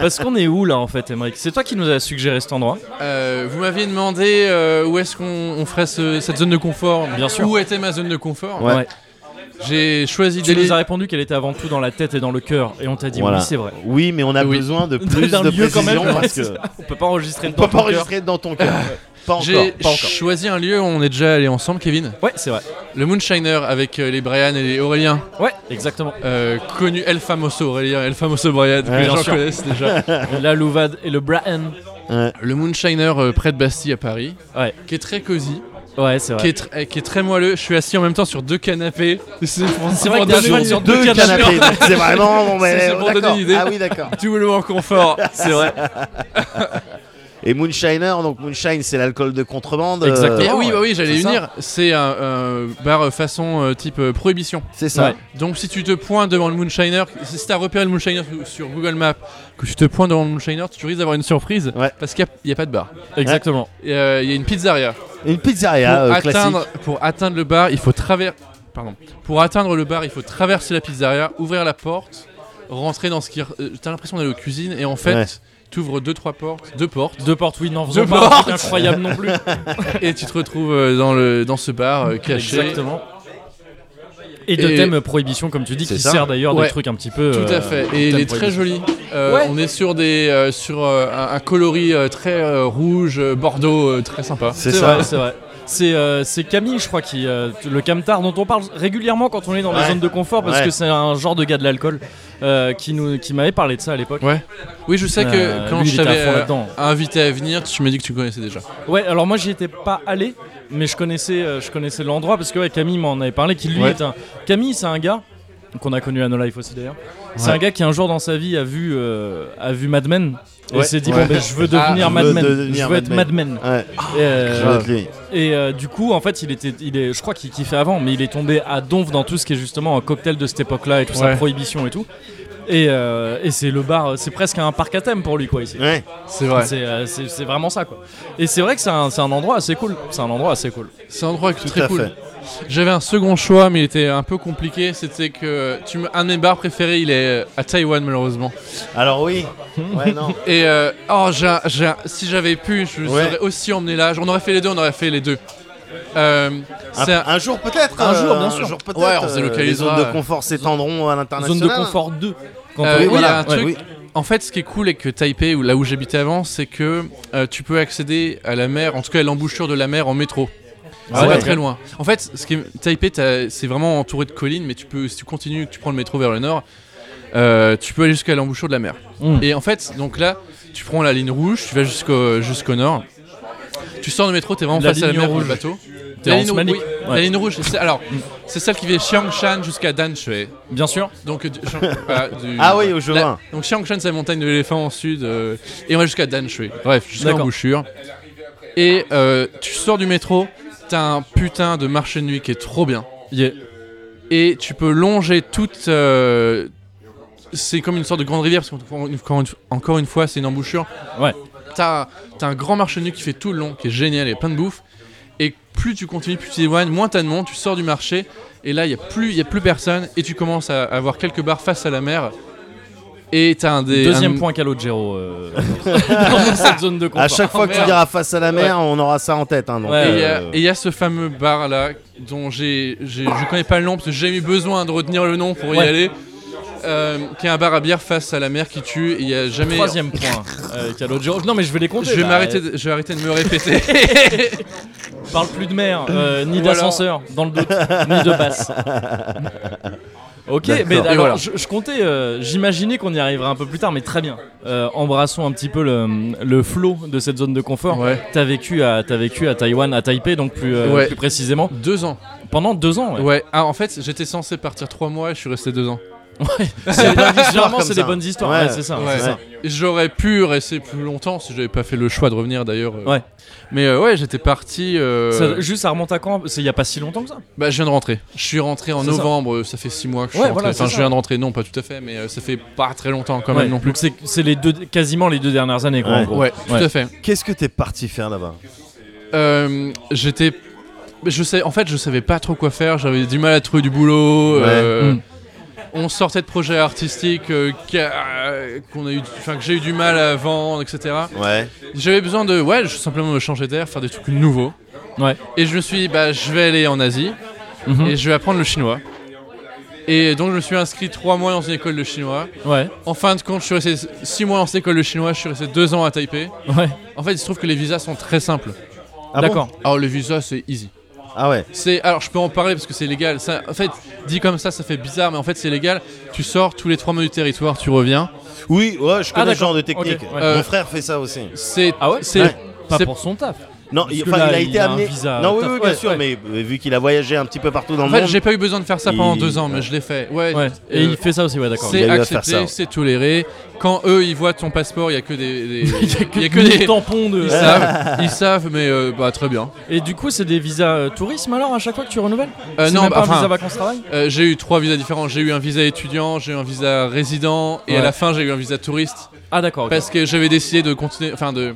[SPEAKER 1] Parce qu'on est où là en fait, Emmerich C'est toi qui nous as suggéré cet endroit.
[SPEAKER 2] Euh, vous m'aviez demandé euh, où est-ce qu'on on ferait ce- cette zone de confort.
[SPEAKER 1] Bien sûr.
[SPEAKER 2] Où était ma zone de confort
[SPEAKER 3] Ouais.
[SPEAKER 2] J'ai choisi
[SPEAKER 1] Tu
[SPEAKER 2] d'aller.
[SPEAKER 1] nous as répondu qu'elle était avant tout dans la tête et dans le cœur, et on t'a dit
[SPEAKER 3] Voilà.
[SPEAKER 1] oui, c'est vrai.
[SPEAKER 3] Oui, mais on a
[SPEAKER 2] Oui.
[SPEAKER 3] besoin de plus
[SPEAKER 1] D'un
[SPEAKER 3] de
[SPEAKER 1] lieu
[SPEAKER 3] précision
[SPEAKER 1] quand même, ouais,
[SPEAKER 3] parce
[SPEAKER 1] c'est
[SPEAKER 3] que
[SPEAKER 1] ça. on peut pas enregistrer
[SPEAKER 3] on
[SPEAKER 1] dedans
[SPEAKER 3] peut
[SPEAKER 1] ton
[SPEAKER 3] pas
[SPEAKER 1] cœur.
[SPEAKER 3] enregistrer dans ton cœur. pas encore.
[SPEAKER 2] J'ai
[SPEAKER 3] pas encore.
[SPEAKER 2] choisi un lieu où on est déjà allé ensemble, Kevin.
[SPEAKER 1] Ouais, c'est vrai.
[SPEAKER 2] Le Moonshiner avec euh, les Brian et les Aurélien.
[SPEAKER 1] Ouais, exactement.
[SPEAKER 2] Euh, connu El Famoso Aurélien, El Famoso Brian, que les
[SPEAKER 1] bien
[SPEAKER 2] gens
[SPEAKER 1] sûr.
[SPEAKER 2] connaissent déjà.
[SPEAKER 1] La Louvade et le Brian.
[SPEAKER 3] Ouais.
[SPEAKER 2] le Moonshiner euh, près de Bastille à Paris,
[SPEAKER 1] Ouais,
[SPEAKER 2] qui est très cosy,
[SPEAKER 1] ouais, c'est vrai.
[SPEAKER 2] qui, est tr- euh, qui est très moelleux. Je suis assis en même temps sur deux canapés. C'est
[SPEAKER 1] C'est vrai que t'as
[SPEAKER 2] sur
[SPEAKER 1] joué sur
[SPEAKER 3] deux
[SPEAKER 1] deux canapés.
[SPEAKER 3] canapés. donc C'est vraiment bon,
[SPEAKER 2] C'est-
[SPEAKER 3] ben,
[SPEAKER 2] c'est pour donner
[SPEAKER 3] d'accord.
[SPEAKER 2] une idée.
[SPEAKER 3] Ah oui, d'accord.
[SPEAKER 2] doublement confort.
[SPEAKER 1] C'est vrai.
[SPEAKER 3] Et Moonshiner, donc Moonshine, c'est l'alcool de contrebande. euh,
[SPEAKER 2] Et
[SPEAKER 1] Exactement.
[SPEAKER 2] oui,
[SPEAKER 1] ouais.
[SPEAKER 2] bah oui, j'allais
[SPEAKER 1] C'est
[SPEAKER 2] y
[SPEAKER 1] ça.
[SPEAKER 2] venir. C'est un euh, bar euh, façon euh, type euh, prohibition.
[SPEAKER 3] c'est ça.
[SPEAKER 1] Ouais.
[SPEAKER 2] Donc si tu te pointes devant le Moonshiner, si t'as repéré le Moonshiner sur- sur Google Maps, que tu te pointes devant le Moonshiner, tu risques d'avoir une surprise
[SPEAKER 3] Ouais.
[SPEAKER 2] parce qu'il n'y a, pas de bar.
[SPEAKER 1] Exactement.
[SPEAKER 2] Et, euh, Il y a une pizzeria.
[SPEAKER 3] Une
[SPEAKER 2] Pour,
[SPEAKER 3] pizzeria euh, classique.
[SPEAKER 2] atteindre, pour atteindre le bar, il faut traverser. Pardon. Pour atteindre le bar, il faut traverser la pizzeria, ouvrir la porte, rentrer dans ce qui. euh, T'as l'impression d'aller aux cuisines et en fait,
[SPEAKER 3] Ouais.
[SPEAKER 2] t'ouvres deux trois portes, deux portes.
[SPEAKER 1] Deux portes, oui, n'en faisons
[SPEAKER 2] Deux
[SPEAKER 1] pas un truc
[SPEAKER 2] portes.
[SPEAKER 1] incroyable non plus.
[SPEAKER 2] et tu te retrouves euh, dans, le, dans ce bar euh, caché.
[SPEAKER 1] Exactement. Et de
[SPEAKER 2] Et-
[SPEAKER 1] thème prohibition, comme tu dis,
[SPEAKER 3] C'est
[SPEAKER 1] qui
[SPEAKER 3] ça.
[SPEAKER 1] sert d'ailleurs
[SPEAKER 2] Ouais.
[SPEAKER 1] des trucs un petit peu.
[SPEAKER 2] Tout à
[SPEAKER 1] euh,
[SPEAKER 2] fait. Et il
[SPEAKER 1] thème
[SPEAKER 2] est très
[SPEAKER 1] prohibition.
[SPEAKER 2] joli. Euh,
[SPEAKER 1] Ouais.
[SPEAKER 2] On est sur, des, euh, sur euh, un, un coloris euh, très euh, rouge, euh, bordeaux, euh, très sympa.
[SPEAKER 3] C'est
[SPEAKER 1] C'est
[SPEAKER 3] ça.
[SPEAKER 1] vrai, c'est vrai. C'est euh, c'est Camille, je crois, qui euh, le camtar dont on parle régulièrement quand on est dans
[SPEAKER 3] Ouais.
[SPEAKER 1] les zones de confort parce
[SPEAKER 3] Ouais.
[SPEAKER 1] que c'est un genre de gars de l'alcool euh, qui nous qui m'avait parlé de ça à l'époque.
[SPEAKER 2] Ouais. Oui, je sais que
[SPEAKER 1] Euh,
[SPEAKER 2] quand
[SPEAKER 1] lui,
[SPEAKER 2] je
[SPEAKER 1] il était à
[SPEAKER 2] t'avais
[SPEAKER 1] fond
[SPEAKER 2] euh,
[SPEAKER 1] là-dedans.
[SPEAKER 2] invité à venir, tu m'as dit que tu connaissais déjà.
[SPEAKER 1] Ouais, alors moi j'y étais pas allé, mais je connaissais, euh, je connaissais l'endroit parce que ouais, Camille m'en avait parlé. Qui lui
[SPEAKER 2] Ouais.
[SPEAKER 1] est un Camille, c'est un gars qu'on a connu à No Life aussi d'ailleurs. C'est un gars qui un jour dans sa vie a vu, euh, a vu Mad Men et
[SPEAKER 3] Ouais.
[SPEAKER 1] s'est dit
[SPEAKER 3] Ouais. Ah,
[SPEAKER 1] bon ben je veux devenir
[SPEAKER 3] Je veux
[SPEAKER 1] Mad Men,
[SPEAKER 3] devenir
[SPEAKER 1] je veux être
[SPEAKER 3] Mad
[SPEAKER 1] Mad Men.
[SPEAKER 3] Ouais,
[SPEAKER 1] Et, euh,
[SPEAKER 3] je vais être lui.
[SPEAKER 1] Et euh, du coup, en fait, il était, il est, je crois qu'il kiffait avant, mais il est tombé à donf dans tout ce qui est justement un cocktail de cette époque-là et tout ça,
[SPEAKER 2] Ouais.
[SPEAKER 1] prohibition et tout. Et, euh, et c'est le bar, c'est presque un parc à thème pour lui, quoi, ici.
[SPEAKER 3] Ouais.
[SPEAKER 2] C'est vrai.
[SPEAKER 1] C'est, euh, c'est- c'est vraiment ça, quoi. Et c'est vrai que c'est un, c'est un endroit assez cool. C'est un endroit assez cool.
[SPEAKER 2] C'est un endroit
[SPEAKER 3] Tout
[SPEAKER 2] très
[SPEAKER 3] à
[SPEAKER 2] cool.
[SPEAKER 3] fait.
[SPEAKER 2] J'avais un second choix, mais il était un peu compliqué. C'était que tu me- un de mes bars préférés, il est euh, à Taïwan, malheureusement.
[SPEAKER 3] Alors oui. Ouais, non.
[SPEAKER 2] Et euh, oh, j'ai un- j'ai un- si j'avais pu, je vous
[SPEAKER 3] Ouais.
[SPEAKER 2] aurais aussi emmené là. On aurait fait les deux, on aurait fait les deux. Euh, c'est un-
[SPEAKER 3] Un, un jour peut-être.
[SPEAKER 1] Un
[SPEAKER 3] euh,
[SPEAKER 1] jour, bien sûr.
[SPEAKER 3] peut-être.
[SPEAKER 2] Ouais, on se
[SPEAKER 3] euh, les
[SPEAKER 2] localisera,
[SPEAKER 3] zones de
[SPEAKER 2] euh,
[SPEAKER 3] confort s'étendront à
[SPEAKER 1] Zone
[SPEAKER 3] l'international.
[SPEAKER 1] de confort 2. Quand
[SPEAKER 2] Euh,
[SPEAKER 1] on-
[SPEAKER 2] oui,
[SPEAKER 1] voilà.
[SPEAKER 2] il y a un
[SPEAKER 3] ouais,
[SPEAKER 2] truc.
[SPEAKER 3] oui.
[SPEAKER 2] En fait, ce qui est cool avec Taipei, ou là où j'habitais avant, c'est que euh, tu peux accéder à la mer, en tout cas à l'embouchure de la mer en métro.
[SPEAKER 3] Ah
[SPEAKER 2] c'est
[SPEAKER 3] ouais.
[SPEAKER 2] pas très loin. En fait, ce qui est- Taipei, t'as- c'est vraiment entouré de collines, mais tu peux, si tu continues, que tu prends le métro vers le nord, euh, tu peux aller jusqu'à l'embouchure de la mer.
[SPEAKER 1] Mm.
[SPEAKER 2] Et en fait, donc là, tu prends la ligne rouge, tu vas jusqu'au jusqu'au nord. Tu sors du métro, t'es vraiment
[SPEAKER 1] La
[SPEAKER 2] face à la
[SPEAKER 1] ligne
[SPEAKER 2] mer rouge
[SPEAKER 1] rouge.
[SPEAKER 2] bateau.
[SPEAKER 1] T'es
[SPEAKER 2] la,
[SPEAKER 1] en
[SPEAKER 2] ligne,
[SPEAKER 1] Osmanie.
[SPEAKER 2] oui,
[SPEAKER 1] Ouais.
[SPEAKER 2] la ligne rouge, c'est- alors c'est celle qui vient de Xiangshan jusqu'à Danshui.
[SPEAKER 1] Bien sûr.
[SPEAKER 2] Donc, euh, du- Shang- euh, du-
[SPEAKER 3] Ah oui, au Jura.
[SPEAKER 2] la- Donc Xiangshan, c'est la montagne de l'éléphant au sud, euh, et on va jusqu'à Danshui. Bref, jusqu'à
[SPEAKER 1] D'accord.
[SPEAKER 2] l'embouchure. Et euh, tu sors du métro, t'as un putain de marché de nuit qui est trop bien.
[SPEAKER 1] Yeah.
[SPEAKER 2] Et tu peux longer toute... euh, c'est comme une sorte de grande rivière, parce qu'encore une- encore une, encore une fois, c'est une embouchure.
[SPEAKER 1] Ouais.
[SPEAKER 2] T'as t'as un grand marché de nuit qui fait tout le long, qui est génial, il y a plein de bouffe. Et plus tu continues, plus tu t'éloignes, moins t'as de monde, tu sors du marché, et là, il n'y a, plus- il y a plus personne, et tu commences à avoir quelques bars face à la mer. Et t'as un des.
[SPEAKER 1] Deuxième
[SPEAKER 2] un-
[SPEAKER 1] point Calogero euh, dans cette zone de confort.
[SPEAKER 3] À chaque fois que tu
[SPEAKER 2] merde.
[SPEAKER 3] diras face à la mer, on aura ça en tête. hein, donc,
[SPEAKER 1] Ouais.
[SPEAKER 2] Et
[SPEAKER 1] Euh,
[SPEAKER 2] il y a- et il y, a ce fameux bar là, dont j'ai, j'ai- je connais pas le nom, parce que j'ai eu besoin de retenir le nom pour y
[SPEAKER 1] Ouais.
[SPEAKER 2] aller. euh, qui est un bar à bière face à la mer qui tue, et il y a jamais.
[SPEAKER 1] Troisième point euh, Calogero. Non mais je vais les compter.
[SPEAKER 2] Je vais
[SPEAKER 1] là.
[SPEAKER 2] m'arrêter, de- je vais arrêter de me répéter.
[SPEAKER 1] Parle plus de mer, euh, ni
[SPEAKER 2] Ou alors-
[SPEAKER 1] d'ascenseur, dans le doute, ni de basse. Ok,
[SPEAKER 3] D'accord.
[SPEAKER 1] mais
[SPEAKER 3] Et
[SPEAKER 1] alors
[SPEAKER 2] voilà.
[SPEAKER 1] je, je comptais, euh, j'imaginais qu'on y arriverait un peu plus tard, mais très bien. Euh, embrassons un petit peu le, le flow de cette zone de confort.
[SPEAKER 2] Ouais.
[SPEAKER 1] T'as vécu à, t'as vécu à Taïwan, à Taipei, donc plus, euh,
[SPEAKER 2] Ouais.
[SPEAKER 1] plus précisément,
[SPEAKER 2] deux ans.
[SPEAKER 1] pendant deux ans.
[SPEAKER 2] Ouais.
[SPEAKER 1] ouais.
[SPEAKER 2] Ah, en fait, j'étais censé partir trois mois, et je suis resté deux ans.
[SPEAKER 1] C'est pas- Généralement,
[SPEAKER 3] comme
[SPEAKER 1] c'est des
[SPEAKER 3] ça.
[SPEAKER 1] bonnes histoires.
[SPEAKER 3] Ouais.
[SPEAKER 1] Ouais, c'est ça.
[SPEAKER 2] Ouais.
[SPEAKER 1] Ah, c'est ça.
[SPEAKER 2] J'aurais pu rester plus longtemps si j'avais pas fait le choix de revenir d'ailleurs. euh.
[SPEAKER 1] Ouais.
[SPEAKER 2] Mais euh, ouais, j'étais parti. euh,
[SPEAKER 1] Ça- Juste, ça remonte à quand C'est il y a pas si longtemps que ça.
[SPEAKER 2] Bah, je viens de rentrer. Je suis rentré en
[SPEAKER 1] C'est ça.
[SPEAKER 2] novembre, euh, ça. fait six mois que je suis
[SPEAKER 1] Ouais,
[SPEAKER 2] rentré.
[SPEAKER 1] voilà, c'est
[SPEAKER 2] enfin, je
[SPEAKER 1] ça.
[SPEAKER 2] viens de rentrer, non, pas tout à fait, mais euh, ça fait pas très longtemps quand
[SPEAKER 1] Ouais,
[SPEAKER 2] même non plus.
[SPEAKER 1] donc c'est- C'est les deux, quasiment les deux dernières années, quoi.
[SPEAKER 3] Ouais.
[SPEAKER 1] en gros.
[SPEAKER 2] Ouais, tout
[SPEAKER 1] Ouais.
[SPEAKER 2] à fait.
[SPEAKER 3] Qu'est-ce que t'es parti faire là-bas
[SPEAKER 2] Euh, J'étais. Je sais, en fait, je savais pas trop quoi faire. J'avais du mal à trouver du boulot.
[SPEAKER 3] Ouais.
[SPEAKER 2] euh,
[SPEAKER 1] Mm.
[SPEAKER 2] On sortait de projets artistiques euh, qu'a- qu'on a eu, enfin que j'ai eu du mal à vendre, etc.
[SPEAKER 3] Ouais.
[SPEAKER 2] J'avais besoin de, ouais, je- simplement me changer d'air, faire des trucs nouveaux.
[SPEAKER 1] Ouais.
[SPEAKER 2] Et je me suis dit, bah, je vais aller en Asie
[SPEAKER 1] Mhm.
[SPEAKER 2] et je vais apprendre le chinois. Et donc, je me suis inscrit trois mois dans une école de chinois.
[SPEAKER 1] Ouais.
[SPEAKER 2] En fin de compte, je suis resté six mois dans cette école de chinois. Je suis resté deux ans à Taipei.
[SPEAKER 1] Ouais.
[SPEAKER 2] En fait, il se trouve que les visas sont très simples.
[SPEAKER 3] Ah bon
[SPEAKER 1] D'accord.
[SPEAKER 2] Alors, le visa, c'est easy.
[SPEAKER 3] ah ouais.
[SPEAKER 2] C'est, alors, je peux en parler parce que c'est légal. Ça, en fait, dit comme ça, ça fait bizarre, mais en fait, c'est légal. Tu sors tous les trois mois du territoire, tu reviens.
[SPEAKER 3] Oui, ouais, je
[SPEAKER 1] Ah,
[SPEAKER 3] connais
[SPEAKER 1] d'accord.
[SPEAKER 3] ce genre de technique.
[SPEAKER 1] Ok, ouais.
[SPEAKER 2] Euh,
[SPEAKER 3] Mon frère fait ça aussi.
[SPEAKER 2] C'est,
[SPEAKER 1] Ah ouais
[SPEAKER 2] c'est,
[SPEAKER 3] Ouais.
[SPEAKER 1] Pas
[SPEAKER 2] c'est-
[SPEAKER 1] pour son taf.
[SPEAKER 3] Non,
[SPEAKER 1] Parce
[SPEAKER 3] il,
[SPEAKER 1] que
[SPEAKER 3] enfin,
[SPEAKER 1] là,
[SPEAKER 3] il a
[SPEAKER 1] il
[SPEAKER 3] été
[SPEAKER 1] a un
[SPEAKER 3] amené.
[SPEAKER 1] visa
[SPEAKER 3] non, oui,
[SPEAKER 1] taf.
[SPEAKER 3] oui, bien
[SPEAKER 1] Ouais,
[SPEAKER 3] sûr,
[SPEAKER 1] ouais.
[SPEAKER 3] mais euh, vu qu'il a voyagé un petit peu partout dans
[SPEAKER 2] en
[SPEAKER 3] le
[SPEAKER 2] fait,
[SPEAKER 3] monde.
[SPEAKER 2] j'ai pas eu besoin de faire ça pendant
[SPEAKER 3] Il-
[SPEAKER 2] deux ans, mais
[SPEAKER 3] ouais.
[SPEAKER 2] je l'ai fait. Ouais.
[SPEAKER 1] Ouais. Et
[SPEAKER 2] euh,
[SPEAKER 1] il fait ça aussi, ouais, d'accord.
[SPEAKER 3] Il y a
[SPEAKER 2] C'est
[SPEAKER 3] eu à faire ça,
[SPEAKER 2] accepté,
[SPEAKER 3] ouais.
[SPEAKER 2] c'est toléré. Quand eux, ils voient ton passeport, il y a que des, des- il y a que
[SPEAKER 1] des
[SPEAKER 2] des-
[SPEAKER 1] tampons de.
[SPEAKER 2] Ils savent, ils savent, mais euh, bah très bien.
[SPEAKER 1] Et du coup, c'est des visas euh, tourisme alors à chaque fois que tu renouvelles
[SPEAKER 2] Euh,
[SPEAKER 1] C'est
[SPEAKER 2] non,
[SPEAKER 1] même
[SPEAKER 2] bah,
[SPEAKER 1] pas
[SPEAKER 2] enfin-
[SPEAKER 1] un visa vacances travail
[SPEAKER 2] Euh, j'ai eu trois visas différents. J'ai eu un visa étudiant, j'ai eu un visa résident, et à
[SPEAKER 1] Ouais.
[SPEAKER 2] la fin, j'ai eu un visa touriste
[SPEAKER 1] Ah d'accord. ok.
[SPEAKER 2] parce que j'avais décidé de continuer, enfin de.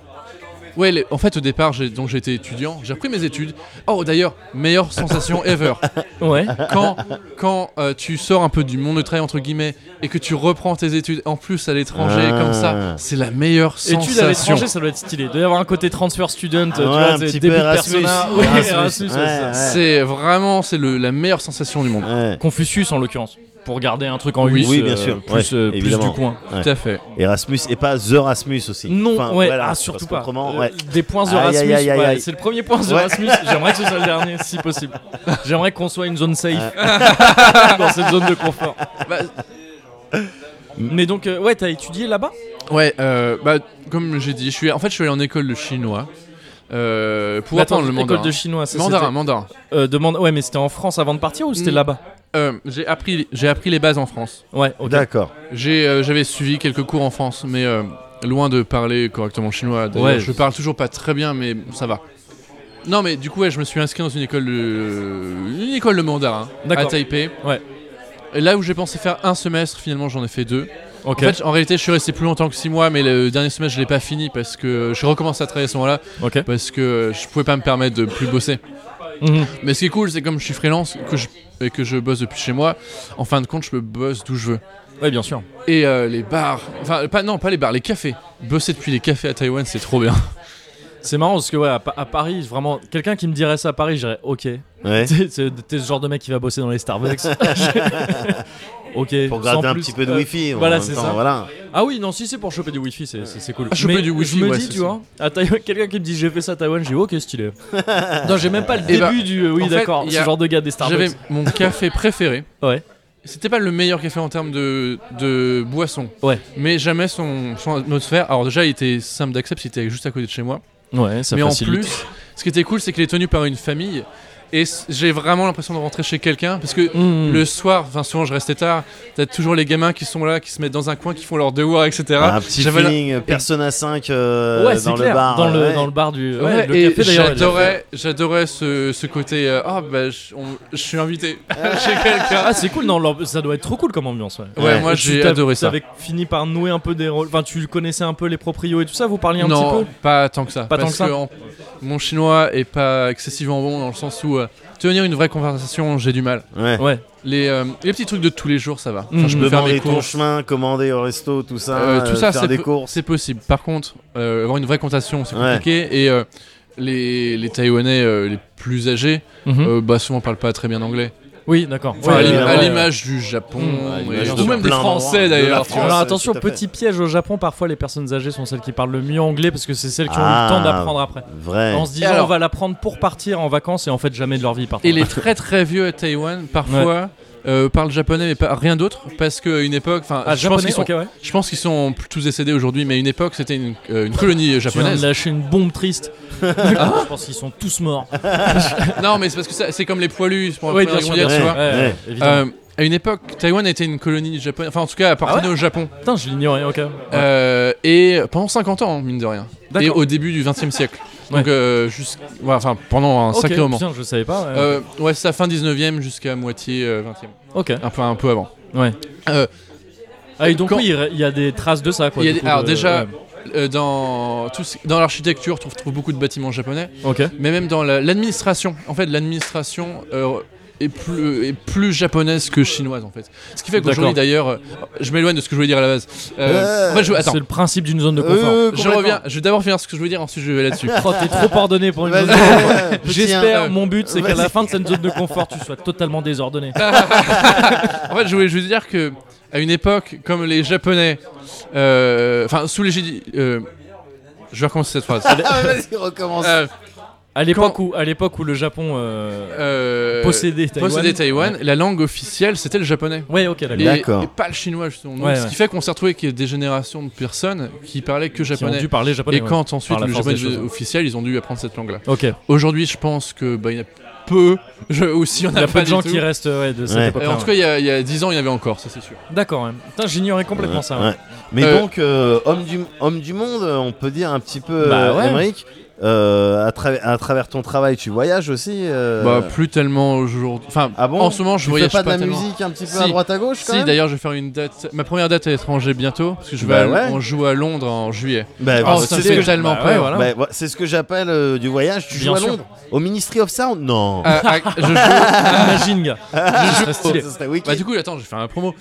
[SPEAKER 2] Ouais, les- en fait, au départ, j'ai donc j'étais étudiant, j'ai repris mes études. Oh, d'ailleurs, meilleure sensation ever.
[SPEAKER 1] Ouais.
[SPEAKER 2] Quand, quand euh, tu sors un peu du monde de travail, entre guillemets, et que tu reprends tes études en plus à l'étranger,
[SPEAKER 3] Ah.
[SPEAKER 2] comme ça, c'est la meilleure sensation.
[SPEAKER 1] Études à l'étranger, ça doit être stylé. Il doit y avoir un côté transfer student, tu
[SPEAKER 3] Ouais,
[SPEAKER 1] vois,
[SPEAKER 3] un
[SPEAKER 1] c'est
[SPEAKER 3] petit peu
[SPEAKER 1] début de
[SPEAKER 3] Erasmus.
[SPEAKER 1] persona.
[SPEAKER 3] Ouais,
[SPEAKER 1] Ouais,
[SPEAKER 3] Erasmus,
[SPEAKER 1] Erasmus, ouais,
[SPEAKER 3] ouais,
[SPEAKER 1] ça.
[SPEAKER 3] ouais.
[SPEAKER 2] C'est vraiment c'est le- la meilleure sensation du monde.
[SPEAKER 3] Ouais.
[SPEAKER 1] Confucius en l'occurrence, pour garder un truc en
[SPEAKER 2] Oui.
[SPEAKER 1] huit,
[SPEAKER 3] Oui,
[SPEAKER 1] euh,
[SPEAKER 3] bien sûr.
[SPEAKER 1] plus,
[SPEAKER 3] Ouais,
[SPEAKER 1] euh, plus
[SPEAKER 3] évidemment.
[SPEAKER 1] du coin.
[SPEAKER 2] Tout à fait.
[SPEAKER 3] Erasmus et pas The Rasmus aussi.
[SPEAKER 1] Non,
[SPEAKER 3] Enfin,
[SPEAKER 1] ouais,
[SPEAKER 3] voilà,
[SPEAKER 1] ah,
[SPEAKER 3] parce
[SPEAKER 1] surtout pas.
[SPEAKER 3] qu'autrement,
[SPEAKER 1] Euh,
[SPEAKER 3] ouais.
[SPEAKER 1] Des points
[SPEAKER 3] Aïe, aïe,
[SPEAKER 1] Erasmus,
[SPEAKER 3] aïe, aïe,
[SPEAKER 1] ouais,
[SPEAKER 3] aïe.
[SPEAKER 1] c'est le premier point Erasmus. J'aimerais que ce soit le dernier, si possible. J'aimerais qu'on soit une zone safe dans cette zone de confort.
[SPEAKER 2] Bah,
[SPEAKER 1] Mais donc, euh, ouais, t'as étudié là-bas
[SPEAKER 2] ouais, euh, bah, comme j'ai dit, je suis en fait je suis allé en école de chinois euh, pour
[SPEAKER 1] Attends,
[SPEAKER 2] apprendre le mandarin.
[SPEAKER 1] École de chinois, ça,
[SPEAKER 2] mandarin,
[SPEAKER 1] c'était-
[SPEAKER 2] mandarin.
[SPEAKER 1] Euh, de mand- Ouais, mais c'était en France avant de partir ou c'était
[SPEAKER 2] Mm.
[SPEAKER 1] là-bas
[SPEAKER 2] Euh, j'ai appris j'ai appris les bases en France.
[SPEAKER 1] Ouais, ok.
[SPEAKER 3] D'accord.
[SPEAKER 2] J'ai euh, j'avais suivi quelques cours en France, mais euh, loin de parler correctement chinois. D'ailleurs,
[SPEAKER 1] Ouais.
[SPEAKER 2] je parle toujours pas très bien, mais ça va. Non, mais du coup, ouais, je me suis inscrit dans une école de une école de mandarin hein, à
[SPEAKER 1] D'accord.
[SPEAKER 2] Taipei.
[SPEAKER 1] Ouais.
[SPEAKER 2] Et là où j'ai pensé faire un semestre, finalement, j'en ai fait deux.
[SPEAKER 1] Ok.
[SPEAKER 2] En fait, en réalité, je suis resté plus longtemps que 6 mois, mais le dernier semestre, je l'ai pas fini parce que je recommence à travailler à ce moment-là
[SPEAKER 1] ok.
[SPEAKER 2] parce que je pouvais pas me permettre de plus bosser.
[SPEAKER 1] Mhm.
[SPEAKER 2] Mais ce qui est cool, c'est comme je suis freelance que je, et que je bosse depuis chez moi, en fin de compte, je peux bosse d'où je veux.
[SPEAKER 1] Ouais, bien sûr.
[SPEAKER 2] Et euh, les bars, enfin, pas, non, pas les bars, les cafés. Bosser depuis les cafés à Taïwan, c'est trop bien.
[SPEAKER 1] C'est marrant parce que ouais, à, Pa- à Paris, vraiment, quelqu'un qui me dirait ça à Paris, je dirais ok.
[SPEAKER 3] Ouais.
[SPEAKER 1] T'es t'es- t'es ce genre de mec qui va bosser dans les Starbucks. ok.
[SPEAKER 3] Pour
[SPEAKER 1] sans
[SPEAKER 3] gratter un
[SPEAKER 1] plus.
[SPEAKER 3] petit peu de
[SPEAKER 1] Euh,
[SPEAKER 3] wifi. en
[SPEAKER 1] voilà,
[SPEAKER 3] même
[SPEAKER 1] c'est
[SPEAKER 3] temps,
[SPEAKER 1] ça.
[SPEAKER 3] Voilà.
[SPEAKER 1] Ah oui, non, si c'est pour choper du wifi, c'est c'est- c'est cool.
[SPEAKER 2] Ah, choper
[SPEAKER 1] Mais
[SPEAKER 2] du wifi,
[SPEAKER 1] je me
[SPEAKER 2] ouais,
[SPEAKER 1] dis,
[SPEAKER 2] c'est
[SPEAKER 1] tu
[SPEAKER 2] ça.
[SPEAKER 1] vois, à Taïwan, quelqu'un qui me dit j'ai fait ça à Taïwan, je dis ok, stylé. non, j'ai même pas le
[SPEAKER 2] Eh
[SPEAKER 1] début
[SPEAKER 2] ben,
[SPEAKER 1] du. euh,
[SPEAKER 2] en
[SPEAKER 1] oui,
[SPEAKER 2] fait,
[SPEAKER 1] d'accord,
[SPEAKER 2] il y
[SPEAKER 1] ce
[SPEAKER 2] a-
[SPEAKER 1] genre de gars des
[SPEAKER 2] J'avais
[SPEAKER 1] Starbucks.
[SPEAKER 2] mon café préféré.
[SPEAKER 1] Ouais.
[SPEAKER 2] C'était pas le meilleur café en termes de, de boisson.
[SPEAKER 1] Ouais.
[SPEAKER 2] Mais jamais son, son atmosphère. Alors, déjà, il était simple d'accepter, c'était juste à côté de chez moi.
[SPEAKER 1] Ouais, ça
[SPEAKER 2] mais
[SPEAKER 1] facilite.
[SPEAKER 2] en plus, ce qui était cool, c'est qu'il est tenu par une famille. Et c- j'ai vraiment l'impression de rentrer chez quelqu'un. Parce que
[SPEAKER 1] Mhm.
[SPEAKER 2] le soir, enfin, souvent, je restais tard. T'as toujours les gamins qui sont là, qui se mettent dans un coin, qui font leurs devoirs, etc.
[SPEAKER 3] Un petit
[SPEAKER 2] Ah, J'avais la-
[SPEAKER 3] feeling euh, Persona 5 euh,
[SPEAKER 1] ouais, c'est
[SPEAKER 3] dans le
[SPEAKER 1] clair,
[SPEAKER 3] bar.
[SPEAKER 1] Dans, le,
[SPEAKER 3] ouais.
[SPEAKER 1] dans le bar du. Ouais,
[SPEAKER 2] Ouais,
[SPEAKER 1] le
[SPEAKER 2] et
[SPEAKER 1] café d'ailleurs. il l'a fait.
[SPEAKER 2] j'adorais, j'adorais ce, ce côté. euh, Ah, bah, je on- je suis invité chez quelqu'un.
[SPEAKER 1] Ah, c'est cool, non, l'amb- ça doit être trop cool comme ambiance, ouais.
[SPEAKER 2] Ouais,
[SPEAKER 3] Ouais.
[SPEAKER 2] moi
[SPEAKER 1] Et tu
[SPEAKER 2] j'ai
[SPEAKER 1] t'as-
[SPEAKER 2] adoré ça.
[SPEAKER 1] T'avais fini par nouer un peu des rôles. Enfin, tu connaissais un peu les proprios et tout ça, vous parliez un petit
[SPEAKER 2] non,
[SPEAKER 1] peu
[SPEAKER 2] pas tant que ça.
[SPEAKER 1] Pas tant
[SPEAKER 2] parce
[SPEAKER 1] que ça.
[SPEAKER 2] en- mon chinois est pas excessivement bon dans le sens où euh, tenir une vraie conversation, j'ai du mal.
[SPEAKER 3] Ouais.
[SPEAKER 1] Ouais,
[SPEAKER 2] Les, euh, les petits trucs de tous les jours, ça va.
[SPEAKER 1] Mhm.
[SPEAKER 2] je peux faire mes
[SPEAKER 3] Demander ton
[SPEAKER 2] courses.
[SPEAKER 3] chemin, commander au resto, tout ça.
[SPEAKER 2] Euh, tout
[SPEAKER 3] euh,
[SPEAKER 2] ça,
[SPEAKER 3] faire
[SPEAKER 2] c'est
[SPEAKER 3] des
[SPEAKER 2] peu-
[SPEAKER 3] courses.
[SPEAKER 2] c'est possible. Par contre, euh, avoir une vraie conversation, c'est
[SPEAKER 3] Ouais.
[SPEAKER 2] compliqué. Et euh, les, les Taïwanais euh, les plus âgés,
[SPEAKER 1] Mhm.
[SPEAKER 2] euh, bah, souvent parlent pas très bien anglais.
[SPEAKER 1] oui, d'accord.
[SPEAKER 2] Enfin,
[SPEAKER 1] Ouais,
[SPEAKER 2] à l'im-
[SPEAKER 1] évidemment,
[SPEAKER 2] à
[SPEAKER 1] ouais.
[SPEAKER 2] l'image du Japon,
[SPEAKER 1] Mmh.
[SPEAKER 2] et-
[SPEAKER 1] À
[SPEAKER 2] ou
[SPEAKER 1] l'image
[SPEAKER 2] même
[SPEAKER 1] de
[SPEAKER 2] des
[SPEAKER 3] plein
[SPEAKER 2] Français
[SPEAKER 3] d'endroits, de la
[SPEAKER 2] d'ailleurs.
[SPEAKER 3] France.
[SPEAKER 1] Alors
[SPEAKER 3] Ouais,
[SPEAKER 1] attention,
[SPEAKER 3] tout à fait.
[SPEAKER 1] petit piège au Japon, parfois les personnes âgées sont celles qui parlent le mieux anglais parce que c'est celles qui ont eu
[SPEAKER 3] Ah.
[SPEAKER 1] le temps d'apprendre après.
[SPEAKER 3] Vrai.
[SPEAKER 1] En se disant,
[SPEAKER 2] alors-
[SPEAKER 1] on va l'apprendre pour partir en vacances et en fait jamais de leur vie partent.
[SPEAKER 2] Et les très très vieux à Taïwan, parfois, euh, parlent japonais mais pas, rien d'autre, parce qu'à une époque, enfin,
[SPEAKER 1] Ah,
[SPEAKER 2] je pense
[SPEAKER 1] japonais,
[SPEAKER 2] qu'ils sont,
[SPEAKER 1] ok, ouais.
[SPEAKER 2] je pense qu'ils sont tous décédés aujourd'hui, mais à une époque, c'était une, euh, une colonie
[SPEAKER 1] Tu viens de
[SPEAKER 2] japonaise.
[SPEAKER 1] lâcher une bombe triste.
[SPEAKER 2] Ah.
[SPEAKER 1] Je pense qu'ils sont tous morts.
[SPEAKER 2] Non, mais c'est parce que ça- c'est comme les poilus pour la
[SPEAKER 1] Ouais,
[SPEAKER 2] Première
[SPEAKER 1] bien
[SPEAKER 2] Guerre
[SPEAKER 1] sûr,
[SPEAKER 2] mondiale, tu
[SPEAKER 3] bien
[SPEAKER 2] vois.
[SPEAKER 3] sûr. Ouais.
[SPEAKER 1] évidemment.
[SPEAKER 2] Euh, à une époque, Taïwan était une colonie japonaise, enfin en tout cas appartenait au Japon,
[SPEAKER 1] Putain, je l'ignorais, ok. Ouais.
[SPEAKER 2] Euh, et pendant 50 ans, mine de rien,
[SPEAKER 1] D'accord.
[SPEAKER 2] et au début du 20 e siècle. Donc, euh, jusqu'- ouais, enfin, pendant un
[SPEAKER 1] Ok,
[SPEAKER 2] sacré moment.
[SPEAKER 1] Putain, je savais pas. ouais.
[SPEAKER 2] Euh, ouais, c'est à fin 19e jusqu'à moitié euh, 20e.
[SPEAKER 1] ok.
[SPEAKER 2] Un peu, un peu avant.
[SPEAKER 1] Ouais.
[SPEAKER 2] Euh,
[SPEAKER 1] Ah, et donc,
[SPEAKER 2] quand-
[SPEAKER 1] oui, il re- il y a des traces de ça, quoi.
[SPEAKER 2] Il y a
[SPEAKER 1] du
[SPEAKER 2] des-
[SPEAKER 1] coup,
[SPEAKER 2] alors
[SPEAKER 1] de-
[SPEAKER 2] déjà-
[SPEAKER 1] ouais.
[SPEAKER 2] euh, dans tout ce- dans l'architecture, on retrouve beaucoup de bâtiments japonais,
[SPEAKER 1] Ok.
[SPEAKER 2] mais même dans la- l'administration. en fait, l'administration euh, est, plus, est plus japonaise que chinoise, en fait. Ce qui fait
[SPEAKER 1] D'accord.
[SPEAKER 2] qu'aujourd'hui, d'ailleurs, euh, je m'éloigne de ce que je voulais dire à la base. Euh,
[SPEAKER 3] Euh,
[SPEAKER 2] en fait, je, attends,
[SPEAKER 1] C'est le principe d'une zone de confort.
[SPEAKER 3] Euh,
[SPEAKER 2] je
[SPEAKER 3] complètement.
[SPEAKER 2] reviens. Je vais d'abord finir ce que je voulais dire, ensuite je vais là-dessus.
[SPEAKER 1] Oh, t'es trop ordonné pour une
[SPEAKER 3] Vas-y,
[SPEAKER 1] zone de confort.
[SPEAKER 3] ouais, petit,
[SPEAKER 1] J'espère,
[SPEAKER 2] euh,
[SPEAKER 1] mon but, c'est qu'à
[SPEAKER 3] vas-y.
[SPEAKER 1] la fin de cette zone de confort, tu sois totalement désordonné.
[SPEAKER 2] Euh, En fait, je voulais juste dire que à une époque, comme les Japonais, euh, enfin sous l'égide, euh, je vais recommencer cette phrase.
[SPEAKER 3] hein. Ah, Vas-y, recommence.
[SPEAKER 2] Euh,
[SPEAKER 1] À l'époque où, à l'époque où le Japon euh,
[SPEAKER 2] euh,
[SPEAKER 1] possédait Taïwan.
[SPEAKER 2] possédait Taïwan, la langue officielle c'était le japonais.
[SPEAKER 1] Ouais, ok, d'accord.
[SPEAKER 2] Et,
[SPEAKER 3] D'accord.
[SPEAKER 2] et pas le chinois justement. Donc,
[SPEAKER 1] Ouais,
[SPEAKER 2] ce
[SPEAKER 1] ouais.
[SPEAKER 2] qui fait qu'on s'est retrouvé qu'il y a des générations de personnes qui parlaient que
[SPEAKER 1] Qui ont
[SPEAKER 2] japonais.
[SPEAKER 1] dû parler japonais.
[SPEAKER 2] Et quand ensuite
[SPEAKER 1] Par la
[SPEAKER 2] le
[SPEAKER 1] force
[SPEAKER 2] japonais
[SPEAKER 1] des choses.
[SPEAKER 2] officiel, ils ont dû apprendre cette langue-là.
[SPEAKER 1] ouais. Ok.
[SPEAKER 2] Aujourd'hui, je pense que bah, il y en a peu, je, aussi il y en
[SPEAKER 1] Il y
[SPEAKER 2] a,
[SPEAKER 1] a
[SPEAKER 2] pas
[SPEAKER 1] peu de
[SPEAKER 2] du
[SPEAKER 1] gens
[SPEAKER 2] tout.
[SPEAKER 1] qui restent ouais, de cette
[SPEAKER 3] Ouais.
[SPEAKER 2] Euh,
[SPEAKER 1] époque-là.
[SPEAKER 2] en tout cas, il y, a, il y a 10 ans, il y en avait encore, ça c'est sûr.
[SPEAKER 1] ouais. D'accord, ouais. Putain, j'ignorais complètement ça. hein. ouais.
[SPEAKER 3] Ouais. Mais
[SPEAKER 2] Euh,
[SPEAKER 3] donc, euh, homme, du, homme du monde, euh, on peut dire un petit peu,
[SPEAKER 1] Bah
[SPEAKER 3] euh,
[SPEAKER 1] ouais.
[SPEAKER 3] Émeric, euh, à, tra- à travers ton travail, tu voyages aussi euh,
[SPEAKER 2] Bah, plus tellement aujourd'hui. Enfin,
[SPEAKER 3] Ah bon
[SPEAKER 2] en ce moment, je
[SPEAKER 3] Tu fais
[SPEAKER 2] voyage
[SPEAKER 3] pas de la
[SPEAKER 2] tellement.
[SPEAKER 3] musique un petit peu
[SPEAKER 2] Si.
[SPEAKER 3] à droite à gauche quand
[SPEAKER 2] Si,
[SPEAKER 3] même
[SPEAKER 2] d'ailleurs, je vais faire une date. Ma première date à l'étranger bientôt, parce que je vais
[SPEAKER 3] Bah
[SPEAKER 2] à-
[SPEAKER 3] ouais.
[SPEAKER 2] on joue à Londres en juillet.
[SPEAKER 3] Bah,
[SPEAKER 2] Oh,
[SPEAKER 3] bah,
[SPEAKER 2] ça
[SPEAKER 3] c'est
[SPEAKER 2] me
[SPEAKER 3] ce
[SPEAKER 2] fait
[SPEAKER 3] que j-
[SPEAKER 2] tellement
[SPEAKER 1] bah
[SPEAKER 2] peur.
[SPEAKER 1] ouais, voilà.
[SPEAKER 3] bah, voilà, c'est ce que j'appelle euh, du voyage. Tu
[SPEAKER 1] Bien
[SPEAKER 3] joues à
[SPEAKER 1] sûr.
[SPEAKER 3] Londres Au Ministry of Sound Non
[SPEAKER 2] Ah, ah, je joue-
[SPEAKER 1] Ah, Imagine, gars. Ce serait
[SPEAKER 3] Oh,
[SPEAKER 1] stylé.
[SPEAKER 3] ça serait wicked.
[SPEAKER 2] Bah du coup, attends, je vais faire un promo.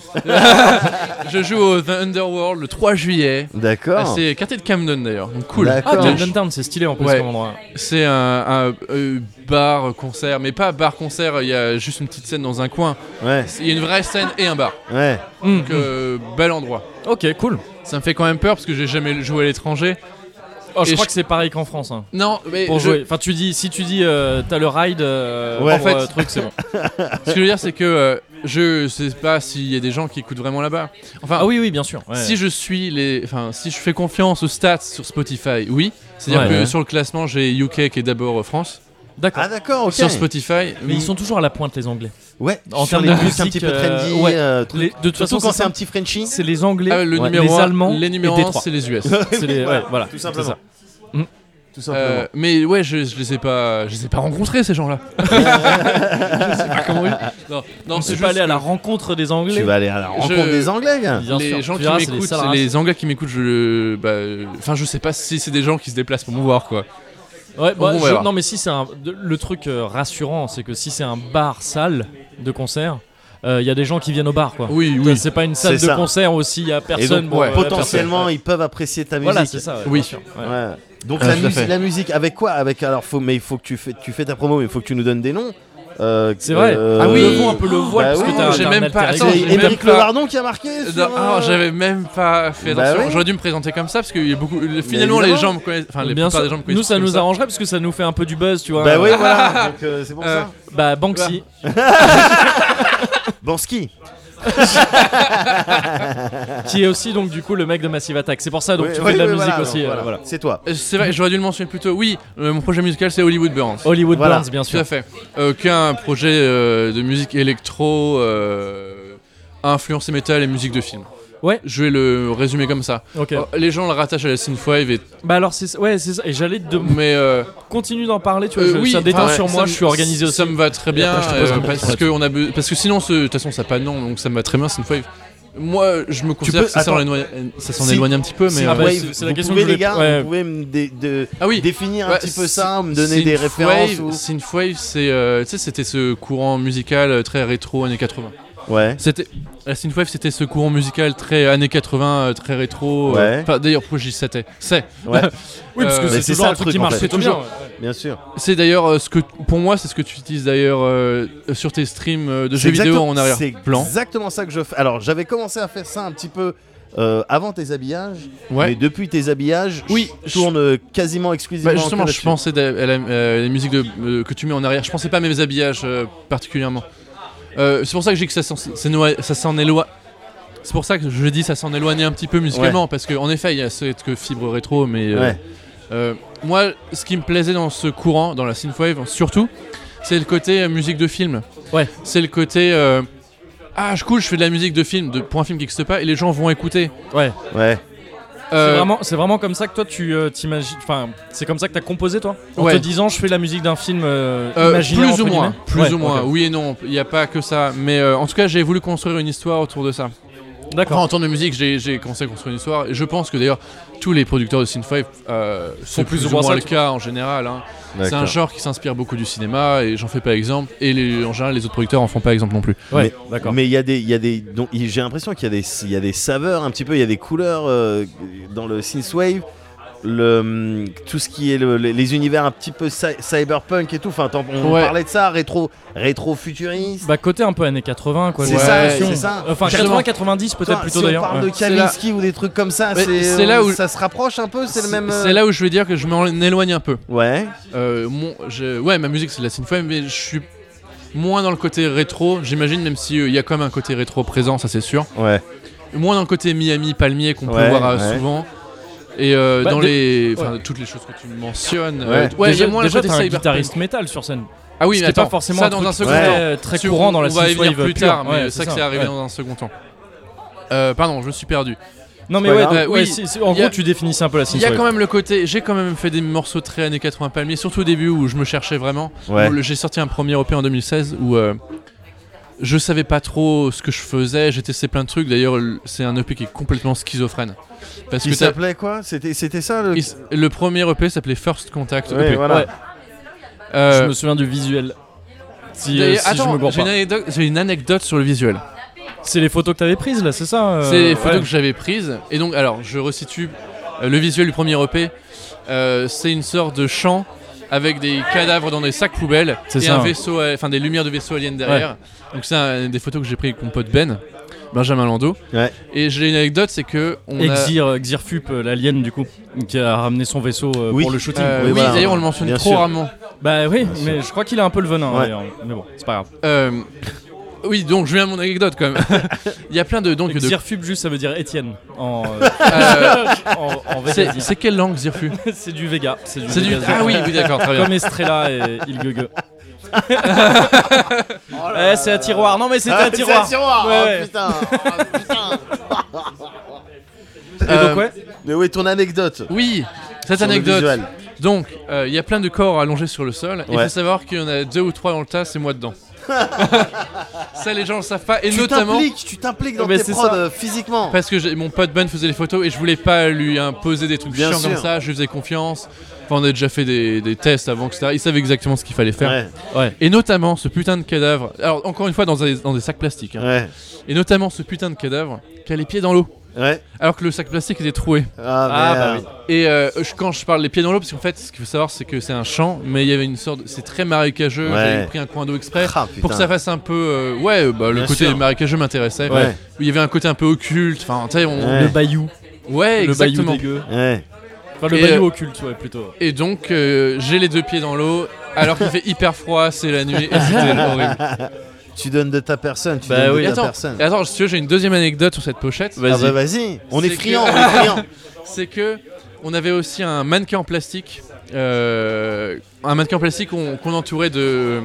[SPEAKER 2] je joue au The Underworld le 3 juillet. Ah,
[SPEAKER 3] D'accord.
[SPEAKER 2] c'est quartier de Camden d'ailleurs, donc cool.
[SPEAKER 1] Ah,
[SPEAKER 3] D'accord.
[SPEAKER 1] Camden Town, c'est stylé en plus
[SPEAKER 2] Ouais.
[SPEAKER 1] comme endroit.
[SPEAKER 2] C'est un, euh, bar concert, mais pas bar concert. Il y a juste une petite scène dans un coin.
[SPEAKER 3] Ouais,
[SPEAKER 2] Il y a une vraie scène et un bar.
[SPEAKER 3] ouais.
[SPEAKER 1] Hum,
[SPEAKER 2] Donc euh, bel endroit.
[SPEAKER 1] Ok, cool.
[SPEAKER 2] Ça me fait quand même peur parce que j'ai jamais joué à l'étranger.
[SPEAKER 1] Oh, je
[SPEAKER 2] Et
[SPEAKER 1] crois
[SPEAKER 2] je-
[SPEAKER 1] que c'est pareil qu'en France. hein.
[SPEAKER 2] Non, mais
[SPEAKER 1] Pour
[SPEAKER 2] je-
[SPEAKER 1] jouer. Enfin, tu dis, si tu dis, euh, t'as le ride, euh,
[SPEAKER 3] Ouais.
[SPEAKER 1] pour,
[SPEAKER 2] En fait-
[SPEAKER 1] euh, truc, c'est bon.
[SPEAKER 2] ce que je veux dire, c'est que euh, je sais pas s'il y a des gens qui écoutent vraiment là-bas. Enfin,
[SPEAKER 1] Ah oui, oui, bien sûr. ouais.
[SPEAKER 2] Si je suis les, enfin, si je fais confiance aux stats sur Spotify, oui. C'est-à-dire
[SPEAKER 1] Ouais.
[SPEAKER 2] que sur le classement, j'ai UK qui est d'abord euh, France.
[SPEAKER 1] D'accord.
[SPEAKER 3] Ah d'accord, ok.
[SPEAKER 2] Sur Spotify,
[SPEAKER 1] Mais
[SPEAKER 2] mm,
[SPEAKER 1] ils sont toujours à la pointe, les Anglais.
[SPEAKER 3] Ouais,
[SPEAKER 1] En
[SPEAKER 3] sur
[SPEAKER 1] termes
[SPEAKER 3] les
[SPEAKER 1] de
[SPEAKER 3] trucs un
[SPEAKER 1] musique,
[SPEAKER 3] petit peu
[SPEAKER 1] euh,
[SPEAKER 3] trendy.
[SPEAKER 1] ouais.
[SPEAKER 3] euh, tout-
[SPEAKER 1] Les- de toute façon,
[SPEAKER 3] Surtout quand
[SPEAKER 1] c'est
[SPEAKER 3] c'est
[SPEAKER 1] ça.
[SPEAKER 3] un petit Frenchie.
[SPEAKER 1] C'est les Anglais,
[SPEAKER 2] ah, le
[SPEAKER 1] ouais,
[SPEAKER 2] numéro
[SPEAKER 1] les
[SPEAKER 2] un-
[SPEAKER 1] Allemands,
[SPEAKER 2] les numéros
[SPEAKER 1] et
[SPEAKER 2] 1,
[SPEAKER 1] Détroit.
[SPEAKER 2] c'est les US.
[SPEAKER 1] C'est les- ouais, voilà,
[SPEAKER 3] tout
[SPEAKER 1] c'est
[SPEAKER 3] simplement.
[SPEAKER 1] ça. Mm.
[SPEAKER 3] Tout simplement.
[SPEAKER 2] Euh, mais ouais, je, je les ai pas, je les ai pas rencontrés ces gens-là. je sais pas comment. ils- Non, non,
[SPEAKER 1] On
[SPEAKER 2] c'est
[SPEAKER 1] s'est
[SPEAKER 2] juste
[SPEAKER 1] pas allé à la
[SPEAKER 2] que
[SPEAKER 1] rencontre des
[SPEAKER 3] Tu
[SPEAKER 1] Anglais.
[SPEAKER 3] vas aller à la rencontre
[SPEAKER 2] Je-
[SPEAKER 3] des Anglais, gars.
[SPEAKER 1] Bien
[SPEAKER 2] les
[SPEAKER 1] sûr,
[SPEAKER 2] gens
[SPEAKER 1] tu
[SPEAKER 2] qui
[SPEAKER 1] verras, c'est les
[SPEAKER 2] m'écoutent, c'est
[SPEAKER 1] Sarrasins.
[SPEAKER 2] les Anglais qui m'écoutent. Je, bah, euh, enfin, je sais pas si c'est des gens qui se déplacent pour me voir quoi.
[SPEAKER 1] Ouais, bah,
[SPEAKER 2] on va
[SPEAKER 1] je-
[SPEAKER 2] voir.
[SPEAKER 1] non, mais si c'est un. de- Le truc euh, rassurant, c'est que si c'est un bar salle de concert, euh, il y a des gens qui viennent au bar, quoi.
[SPEAKER 2] Oui,
[SPEAKER 1] Ça,
[SPEAKER 2] oui.
[SPEAKER 1] C'est pas une salle de
[SPEAKER 3] C'est ça.
[SPEAKER 1] concert aussi, il y a
[SPEAKER 3] Et
[SPEAKER 1] personne.
[SPEAKER 3] donc,
[SPEAKER 1] pour,
[SPEAKER 2] ouais,
[SPEAKER 1] euh,
[SPEAKER 3] potentiellement,
[SPEAKER 1] personne.
[SPEAKER 3] ils peuvent apprécier ta musique.
[SPEAKER 1] Voilà, c'est ça. ouais,
[SPEAKER 2] Oui.
[SPEAKER 1] bien sûr, ouais.
[SPEAKER 3] Ouais. Donc
[SPEAKER 2] Ouais,
[SPEAKER 3] la,
[SPEAKER 2] tout à
[SPEAKER 3] musi-
[SPEAKER 2] fait.
[SPEAKER 3] la musique, avec quoi Avec alors, faut, mais il faut que tu fais, tu fais ta promo, mais il faut que tu nous donnes des noms. Euh,
[SPEAKER 1] C'est vrai.
[SPEAKER 3] euh,
[SPEAKER 2] Ah oui.
[SPEAKER 1] Levons un peu le voile,
[SPEAKER 3] bah
[SPEAKER 1] parce
[SPEAKER 3] oui,
[SPEAKER 1] que t'as-
[SPEAKER 2] j'ai
[SPEAKER 1] t'as un
[SPEAKER 2] même
[SPEAKER 1] alter
[SPEAKER 2] pas-
[SPEAKER 1] ego.
[SPEAKER 2] attends,
[SPEAKER 3] C'est
[SPEAKER 2] j'ai même
[SPEAKER 3] Émeric
[SPEAKER 2] pas-
[SPEAKER 3] Lardon qui a marqué. sur,
[SPEAKER 2] Non, ah,
[SPEAKER 3] euh,
[SPEAKER 2] j'avais même pas fait
[SPEAKER 3] Bah
[SPEAKER 2] attention.
[SPEAKER 3] oui.
[SPEAKER 2] J'aurais dû me présenter comme ça parce que il y a beaucoup. Finalement, les
[SPEAKER 3] évidemment.
[SPEAKER 2] gens me connaissent. Enfin, les
[SPEAKER 1] Bien
[SPEAKER 2] plupart
[SPEAKER 1] sûr.
[SPEAKER 2] des gens me connaissent.
[SPEAKER 1] Nous, ça
[SPEAKER 2] comme
[SPEAKER 1] nous arrangerait parce que ça nous fait un peu du buzz, tu vois.
[SPEAKER 3] Bah oui, voilà. Donc euh, c'est pour
[SPEAKER 2] Euh,
[SPEAKER 3] ça.
[SPEAKER 1] Bah, Banksy.
[SPEAKER 3] Bansky.
[SPEAKER 1] qui est aussi donc du coup le mec de Massive Attack. C'est pour ça Ah, donc
[SPEAKER 3] Oui,
[SPEAKER 1] tu fais
[SPEAKER 3] oui,
[SPEAKER 1] de la
[SPEAKER 3] oui,
[SPEAKER 1] musique
[SPEAKER 3] voilà,
[SPEAKER 1] aussi.
[SPEAKER 3] donc,
[SPEAKER 1] euh,
[SPEAKER 3] voilà.
[SPEAKER 1] voilà.
[SPEAKER 3] C'est toi.
[SPEAKER 2] Euh, C'est vrai, j'aurais dû le mentionner plus tôt. Oui, euh, mon projet musical, c'est Hollywood Burns.
[SPEAKER 1] Hollywood
[SPEAKER 3] Voilà.
[SPEAKER 1] Burns bien
[SPEAKER 2] Tout
[SPEAKER 1] sûr.
[SPEAKER 2] à fait. Euh, qui est un projet euh, de musique électro, euh, influencé métal et musique de film.
[SPEAKER 1] Ouais.
[SPEAKER 2] Je vais le résumer comme ça.
[SPEAKER 1] Ok.
[SPEAKER 2] Euh, Les gens le rattachent à la synthwave, et...
[SPEAKER 1] Bah alors c'est ça- ouais c'est ça. Et j'allais te demander-
[SPEAKER 2] mais euh,
[SPEAKER 1] continue d'en parler. Tu vois,
[SPEAKER 2] euh,
[SPEAKER 1] je-
[SPEAKER 2] oui,
[SPEAKER 1] ça détend
[SPEAKER 2] enfin,
[SPEAKER 1] sur
[SPEAKER 2] ça
[SPEAKER 1] moi.
[SPEAKER 2] me-
[SPEAKER 1] Je suis organisé aussi.
[SPEAKER 2] Ça me va très bien
[SPEAKER 1] après, je te pose
[SPEAKER 2] euh,
[SPEAKER 1] une
[SPEAKER 2] parce
[SPEAKER 1] question
[SPEAKER 2] que on a be- parce que sinon, ce- de toute façon, ça n'a pas de nom, donc ça me va très bien synthwave. Moi, je me considère
[SPEAKER 3] peux-
[SPEAKER 2] que ça s'en
[SPEAKER 3] attends.
[SPEAKER 2] éloigne, ça s'en
[SPEAKER 3] Si-
[SPEAKER 2] éloigne un petit peu, mais
[SPEAKER 1] si-
[SPEAKER 2] euh,
[SPEAKER 1] ah bah,
[SPEAKER 3] Wave,
[SPEAKER 1] c'est- c'est la
[SPEAKER 3] vous
[SPEAKER 1] question
[SPEAKER 3] pouvez
[SPEAKER 1] que je
[SPEAKER 3] les gars,
[SPEAKER 1] voulais- ouais.
[SPEAKER 3] vous pouvez me dé- de-
[SPEAKER 2] ah oui.
[SPEAKER 3] définir un
[SPEAKER 2] Ouais,
[SPEAKER 3] petit peu
[SPEAKER 2] c'est-
[SPEAKER 3] ça, me donner des références.
[SPEAKER 2] Synthwave, synthwave, c'est euh, tu sais, c'était ce courant musical euh, très rétro années 80.
[SPEAKER 3] ou- Ouais.
[SPEAKER 2] C'était euh, la synthwave, c'était ce courant musical très années 80, euh, très rétro. euh,
[SPEAKER 3] Ouais.
[SPEAKER 2] Enfin d'ailleurs, pourquoi je dis c'était C'est.
[SPEAKER 3] Ouais.
[SPEAKER 1] Oui parce que
[SPEAKER 2] Euh,
[SPEAKER 3] mais
[SPEAKER 1] c'est toujours un truc qui
[SPEAKER 3] en
[SPEAKER 1] marche.
[SPEAKER 3] fait.
[SPEAKER 1] C'est toujours.
[SPEAKER 3] Bien sûr.
[SPEAKER 2] C'est d'ailleurs euh, ce que pour moi, c'est ce que tu utilises d'ailleurs euh, sur tes streams euh, de
[SPEAKER 3] C'est
[SPEAKER 2] jeux vidéo
[SPEAKER 3] exactement-
[SPEAKER 2] en
[SPEAKER 3] C'est
[SPEAKER 2] arrière-plan.
[SPEAKER 3] exactement ça que je fais. Alors, j'avais commencé à faire ça un petit peu euh, avant tes habillages, mais
[SPEAKER 2] Ouais.
[SPEAKER 3] depuis tes habillages,
[SPEAKER 2] Oui,
[SPEAKER 3] je
[SPEAKER 2] je-
[SPEAKER 3] tourne euh, quasiment
[SPEAKER 2] Bah,
[SPEAKER 3] exclusivement.
[SPEAKER 2] justement,
[SPEAKER 3] que
[SPEAKER 2] je
[SPEAKER 3] là-dessus.
[SPEAKER 2] pensais d'a- à la, euh, la musique de- euh, que tu mets en arrière. Je pensais pas à mes habillages euh, particulièrement. Euh, c'est pour ça que j'ai dit que ça s'en- c'est noa- ça s'en éloigne. C'est pour ça que je dis ça s'en éloignait un petit peu musicalement parce qu'en effet, il y a cette que fibre rétro, mais euh,
[SPEAKER 3] Ouais.
[SPEAKER 2] Euh, moi, ce qui me plaisait dans ce courant, dans la synthwave surtout, c'est le côté euh, musique de film.
[SPEAKER 1] Ouais.
[SPEAKER 2] C'est le côté euh, ah, je cool, je fais de la musique de film, de, pour un film qui n'existe pas, et les gens vont écouter.
[SPEAKER 1] Ouais.
[SPEAKER 3] Ouais.
[SPEAKER 1] C'est
[SPEAKER 2] Euh,
[SPEAKER 1] vraiment c'est vraiment comme ça que toi tu euh, t'imagines. Enfin c'est comme ça que t'as composé toi. En
[SPEAKER 2] Ouais.
[SPEAKER 1] te disant je fais la musique d'un film euh,
[SPEAKER 2] euh,
[SPEAKER 1] imaginaire,
[SPEAKER 2] plus
[SPEAKER 1] entre
[SPEAKER 2] ou moins,
[SPEAKER 1] guillemets.
[SPEAKER 2] plus
[SPEAKER 1] Ouais,
[SPEAKER 2] ou moins.
[SPEAKER 1] ok.
[SPEAKER 2] Oui et non, il n'y a pas que ça. Mais euh, en tout cas, j'ai voulu construire une histoire autour de ça. Enfin,
[SPEAKER 1] D'accord.
[SPEAKER 2] en temps de musique, j'ai j'ai commencé à construire une histoire. Et je pense que d'ailleurs, tous les producteurs de synthwave euh, sont plus, ou moins,
[SPEAKER 1] ça,
[SPEAKER 2] le
[SPEAKER 1] tu-
[SPEAKER 2] cas en général. hein. C'est un
[SPEAKER 3] D'accord.
[SPEAKER 2] genre qui s'inspire beaucoup du cinéma, et j'en fais pas exemple. Et les- en général, les autres producteurs en font pas exemple non plus.
[SPEAKER 1] Ouais. D'accord.
[SPEAKER 3] Mais il y a des, il y a des, donc il- j'ai l'impression qu'il y a des, il y a des saveurs un petit peu, il y a des couleurs euh, dans le synthwave, le hum, tout ce qui est le- les, les univers un petit peu cy- cyberpunk et tout. Enfin, t'en- on
[SPEAKER 2] Ouais.
[SPEAKER 3] parlait de ça, rétro, rétro futuriste.
[SPEAKER 1] Bah côté un peu années 80 quoi.
[SPEAKER 3] C'est
[SPEAKER 1] j'ai
[SPEAKER 2] ça,
[SPEAKER 1] l'impression.
[SPEAKER 3] c'est ça.
[SPEAKER 1] Enfin
[SPEAKER 3] Justement.
[SPEAKER 1] 80 90 peut-être
[SPEAKER 3] Enfin,
[SPEAKER 1] plutôt
[SPEAKER 3] si on
[SPEAKER 1] d'ailleurs.
[SPEAKER 3] parle
[SPEAKER 1] ouais.
[SPEAKER 3] de
[SPEAKER 2] C'est là-
[SPEAKER 3] Kavinsky ou des trucs comme ça,
[SPEAKER 2] Mais
[SPEAKER 3] c'est, euh,
[SPEAKER 2] c'est là où-
[SPEAKER 3] ça se rapproche un peu, c'est le même. euh,
[SPEAKER 2] C'est là où je veux dire que je m'en éloigne un peu.
[SPEAKER 3] Ouais.
[SPEAKER 2] Euh, mon, je- ouais, ma musique c'est de la synthwave, mais je suis moins dans le côté rétro, j'imagine, même s'il y a quand même un côté rétro présent, ça c'est sûr.
[SPEAKER 3] Ouais.
[SPEAKER 2] Moins dans le côté Miami, palmier qu'on
[SPEAKER 3] Ouais,
[SPEAKER 2] peut voir euh,
[SPEAKER 3] ouais.
[SPEAKER 2] souvent. Et euh,
[SPEAKER 1] Bah,
[SPEAKER 2] dans
[SPEAKER 1] dé-
[SPEAKER 2] les. Enfin,
[SPEAKER 1] ouais.
[SPEAKER 2] toutes les choses que tu mentionnes.
[SPEAKER 3] Ouais.
[SPEAKER 2] euh, ouais, il y
[SPEAKER 1] déjà,
[SPEAKER 2] a moins
[SPEAKER 1] déjà
[SPEAKER 2] le
[SPEAKER 1] t'as
[SPEAKER 2] côté
[SPEAKER 1] un
[SPEAKER 2] cyberpunk.
[SPEAKER 1] guitariste métal sur scène.
[SPEAKER 2] Ah oui,
[SPEAKER 1] Ce
[SPEAKER 2] mais
[SPEAKER 1] qui est
[SPEAKER 2] attends,
[SPEAKER 1] pas forcément
[SPEAKER 2] ça
[SPEAKER 1] un
[SPEAKER 2] dans
[SPEAKER 1] truc
[SPEAKER 2] un second
[SPEAKER 3] très-
[SPEAKER 2] temps.
[SPEAKER 1] très, euh, très
[SPEAKER 2] Sur-
[SPEAKER 1] courant dans la
[SPEAKER 2] On va y venir
[SPEAKER 1] synthwave
[SPEAKER 2] plus
[SPEAKER 1] pure.
[SPEAKER 2] tard, mais
[SPEAKER 1] Ouais,
[SPEAKER 2] c'est ça
[SPEAKER 1] c'est
[SPEAKER 2] qui
[SPEAKER 1] ça,
[SPEAKER 2] arrivé hein.
[SPEAKER 1] ouais.
[SPEAKER 2] dans un second temps. Euh, pardon, je me suis perdu.
[SPEAKER 1] Non mais
[SPEAKER 3] pas
[SPEAKER 1] ouais,
[SPEAKER 3] grave.
[SPEAKER 1] ouais,
[SPEAKER 2] Ouais,
[SPEAKER 1] ouais,
[SPEAKER 2] oui.
[SPEAKER 1] c'est- c'est- en
[SPEAKER 2] Il y a-
[SPEAKER 1] gros tu définissais un peu la
[SPEAKER 2] Il y a
[SPEAKER 1] synthwave.
[SPEAKER 2] quand même le côté, j'ai quand même fait des morceaux très années 80 palmiers, surtout au début où je me cherchais vraiment.
[SPEAKER 3] Ouais.
[SPEAKER 2] Où le- J'ai sorti un premier EP en 2016 où euh, je savais pas trop ce que je faisais, j'ai testé plein de trucs. D'ailleurs, le- c'est un EP qui est complètement schizophrène. Parce
[SPEAKER 3] Qui
[SPEAKER 2] que t'as-
[SPEAKER 3] s'appelait quoi C'était, c'était ça le.
[SPEAKER 2] il s- le premier EP s'appelait First Contact
[SPEAKER 3] Ouais,
[SPEAKER 2] EP.
[SPEAKER 3] voilà.
[SPEAKER 1] Ouais.
[SPEAKER 2] Euh,
[SPEAKER 1] Je me souviens du visuel. Si, euh,
[SPEAKER 2] d'ailleurs,
[SPEAKER 1] si je me
[SPEAKER 2] attends,
[SPEAKER 1] gourre
[SPEAKER 2] j'ai une,
[SPEAKER 1] pas.
[SPEAKER 2] anecdote- j'ai une anecdote sur le visuel.
[SPEAKER 1] C'est les photos que t'avais prises là, c'est ça euh,
[SPEAKER 2] C'est les photos
[SPEAKER 1] ouais.
[SPEAKER 2] que j'avais prises. Et donc, alors, je resitue euh, le visuel du premier EP. Euh, c'est une sorte de champ avec des cadavres dans des sacs poubelles
[SPEAKER 1] C'est
[SPEAKER 2] et
[SPEAKER 1] ça, hein.
[SPEAKER 2] un
[SPEAKER 1] ouais.
[SPEAKER 2] vaisseau, euh, enfin des lumières de vaisseau alien derrière. Donc c'est un- des photos que j'ai prises avec mon pote Ben, Benjamin Lando.
[SPEAKER 3] Ouais.
[SPEAKER 2] Et j'ai une anecdote, c'est que on a-
[SPEAKER 1] Exir, euh, Exirfup, euh, l'alien du coup, qui a ramené son vaisseau euh,
[SPEAKER 3] Oui.
[SPEAKER 1] pour le shooting.
[SPEAKER 2] Euh,
[SPEAKER 3] Oui,
[SPEAKER 2] oui,
[SPEAKER 3] voilà.
[SPEAKER 2] d'ailleurs on le mentionne
[SPEAKER 3] Bien
[SPEAKER 2] trop
[SPEAKER 3] sûr.
[SPEAKER 2] rarement.
[SPEAKER 1] Bah oui, mais je crois qu'il a un peu le venin. hein,
[SPEAKER 3] Ouais.
[SPEAKER 1] d'ailleurs. Mais bon, c'est pas grave.
[SPEAKER 2] Euh, oui, donc je viens à mon anecdote quand même. Il y a plein de donc de.
[SPEAKER 1] Exirfup juste ça veut dire Étienne en euh,
[SPEAKER 2] euh,
[SPEAKER 1] en, en
[SPEAKER 2] c'est
[SPEAKER 1] Végasie.
[SPEAKER 2] c'est quelle langue Zirfu
[SPEAKER 1] C'est du Vega. C'est du.
[SPEAKER 2] C'est du.
[SPEAKER 1] Vegasien.
[SPEAKER 2] Ah oui, oui d'accord, très bien.
[SPEAKER 1] Comme Estrella et Il Gugue. Eh, c'est un tiroir. Non mais c'était un Ah, tiroir. Ouais, ouais.
[SPEAKER 3] Oh, putain.
[SPEAKER 1] Et
[SPEAKER 2] Euh,
[SPEAKER 1] donc ouais.
[SPEAKER 3] Mais oui, ton anecdote.
[SPEAKER 2] Oui, cette
[SPEAKER 3] Sur le
[SPEAKER 2] anecdote.
[SPEAKER 3] visuel.
[SPEAKER 2] Donc, euh, il y a plein de corps allongés sur le sol. Et il
[SPEAKER 3] Ouais.
[SPEAKER 2] faut savoir qu'il y en a deux ou trois dans le tas, c'est moi dedans. Ça, les gens le savent pas. Et
[SPEAKER 3] tu
[SPEAKER 2] notamment.
[SPEAKER 3] t'impliques, tu t'impliques dans
[SPEAKER 1] Mais
[SPEAKER 3] tes
[SPEAKER 1] c'est
[SPEAKER 3] prods
[SPEAKER 1] ça.
[SPEAKER 3] euh, physiquement.
[SPEAKER 2] Parce que j'ai- mon pote Ben faisait les photos et je voulais pas lui imposer des trucs
[SPEAKER 3] Bien
[SPEAKER 2] chiants comme
[SPEAKER 3] sûr.
[SPEAKER 2] ça, je lui faisais confiance. Enfin, on a déjà fait des, des tests avant, etc. Il savait exactement ce qu'il fallait faire.
[SPEAKER 3] Ouais,
[SPEAKER 1] Ouais.
[SPEAKER 2] Et notamment ce putain de cadavre. Alors, encore une fois, dans des, dans des sacs plastiques. hein.
[SPEAKER 3] ouais,
[SPEAKER 2] Et notamment ce putain de cadavre qui a les pieds dans l'eau.
[SPEAKER 3] ouais.
[SPEAKER 2] Alors que le sac plastique était troué.
[SPEAKER 1] Ah,
[SPEAKER 3] Ah,
[SPEAKER 1] bah
[SPEAKER 3] merde.
[SPEAKER 1] oui.
[SPEAKER 2] Et euh, je- quand je parle les pieds dans l'eau, parce qu'en fait, ce qu'il faut savoir, c'est que c'est un champ, mais il y avait une sorte. de- C'est très marécageux.
[SPEAKER 3] Ouais.
[SPEAKER 2] J'avais pris un coin d'eau exprès.
[SPEAKER 3] Ah,
[SPEAKER 2] Pour que ça fasse un peu. euh, ouais, bah, le
[SPEAKER 3] Bien
[SPEAKER 2] côté
[SPEAKER 3] sûr.
[SPEAKER 2] marécageux m'intéressait.
[SPEAKER 3] Ouais.
[SPEAKER 2] Il y avait un côté un peu occulte. Enfin, tu sais, on.
[SPEAKER 3] Ouais.
[SPEAKER 1] Le bayou.
[SPEAKER 2] Ouais,
[SPEAKER 1] Le bayou
[SPEAKER 2] Euh, exactement.
[SPEAKER 1] dégueu.
[SPEAKER 3] Ouais.
[SPEAKER 1] Enfin, le
[SPEAKER 2] Et,
[SPEAKER 1] bayou
[SPEAKER 2] euh,
[SPEAKER 1] occulte, ouais, plutôt.
[SPEAKER 2] Et donc, euh, j'ai les deux pieds dans l'eau, alors qu'il fait hyper froid, c'est la nuit, et c'était horrible.
[SPEAKER 3] Tu donnes de ta personne, tu
[SPEAKER 1] Bah
[SPEAKER 3] donnes
[SPEAKER 1] oui.
[SPEAKER 3] de ta
[SPEAKER 2] Attends, Ah,
[SPEAKER 3] personne.
[SPEAKER 2] et attends, si tu veux, j'ai une deuxième anecdote sur cette pochette.
[SPEAKER 3] Ah
[SPEAKER 1] Vas-y.
[SPEAKER 3] bah vas-y, on est
[SPEAKER 2] C'est que-
[SPEAKER 3] friand, on est friand.
[SPEAKER 2] C'est que on avait aussi un mannequin en plastique, euh, un mannequin en plastique qu'on qu'on entourait de,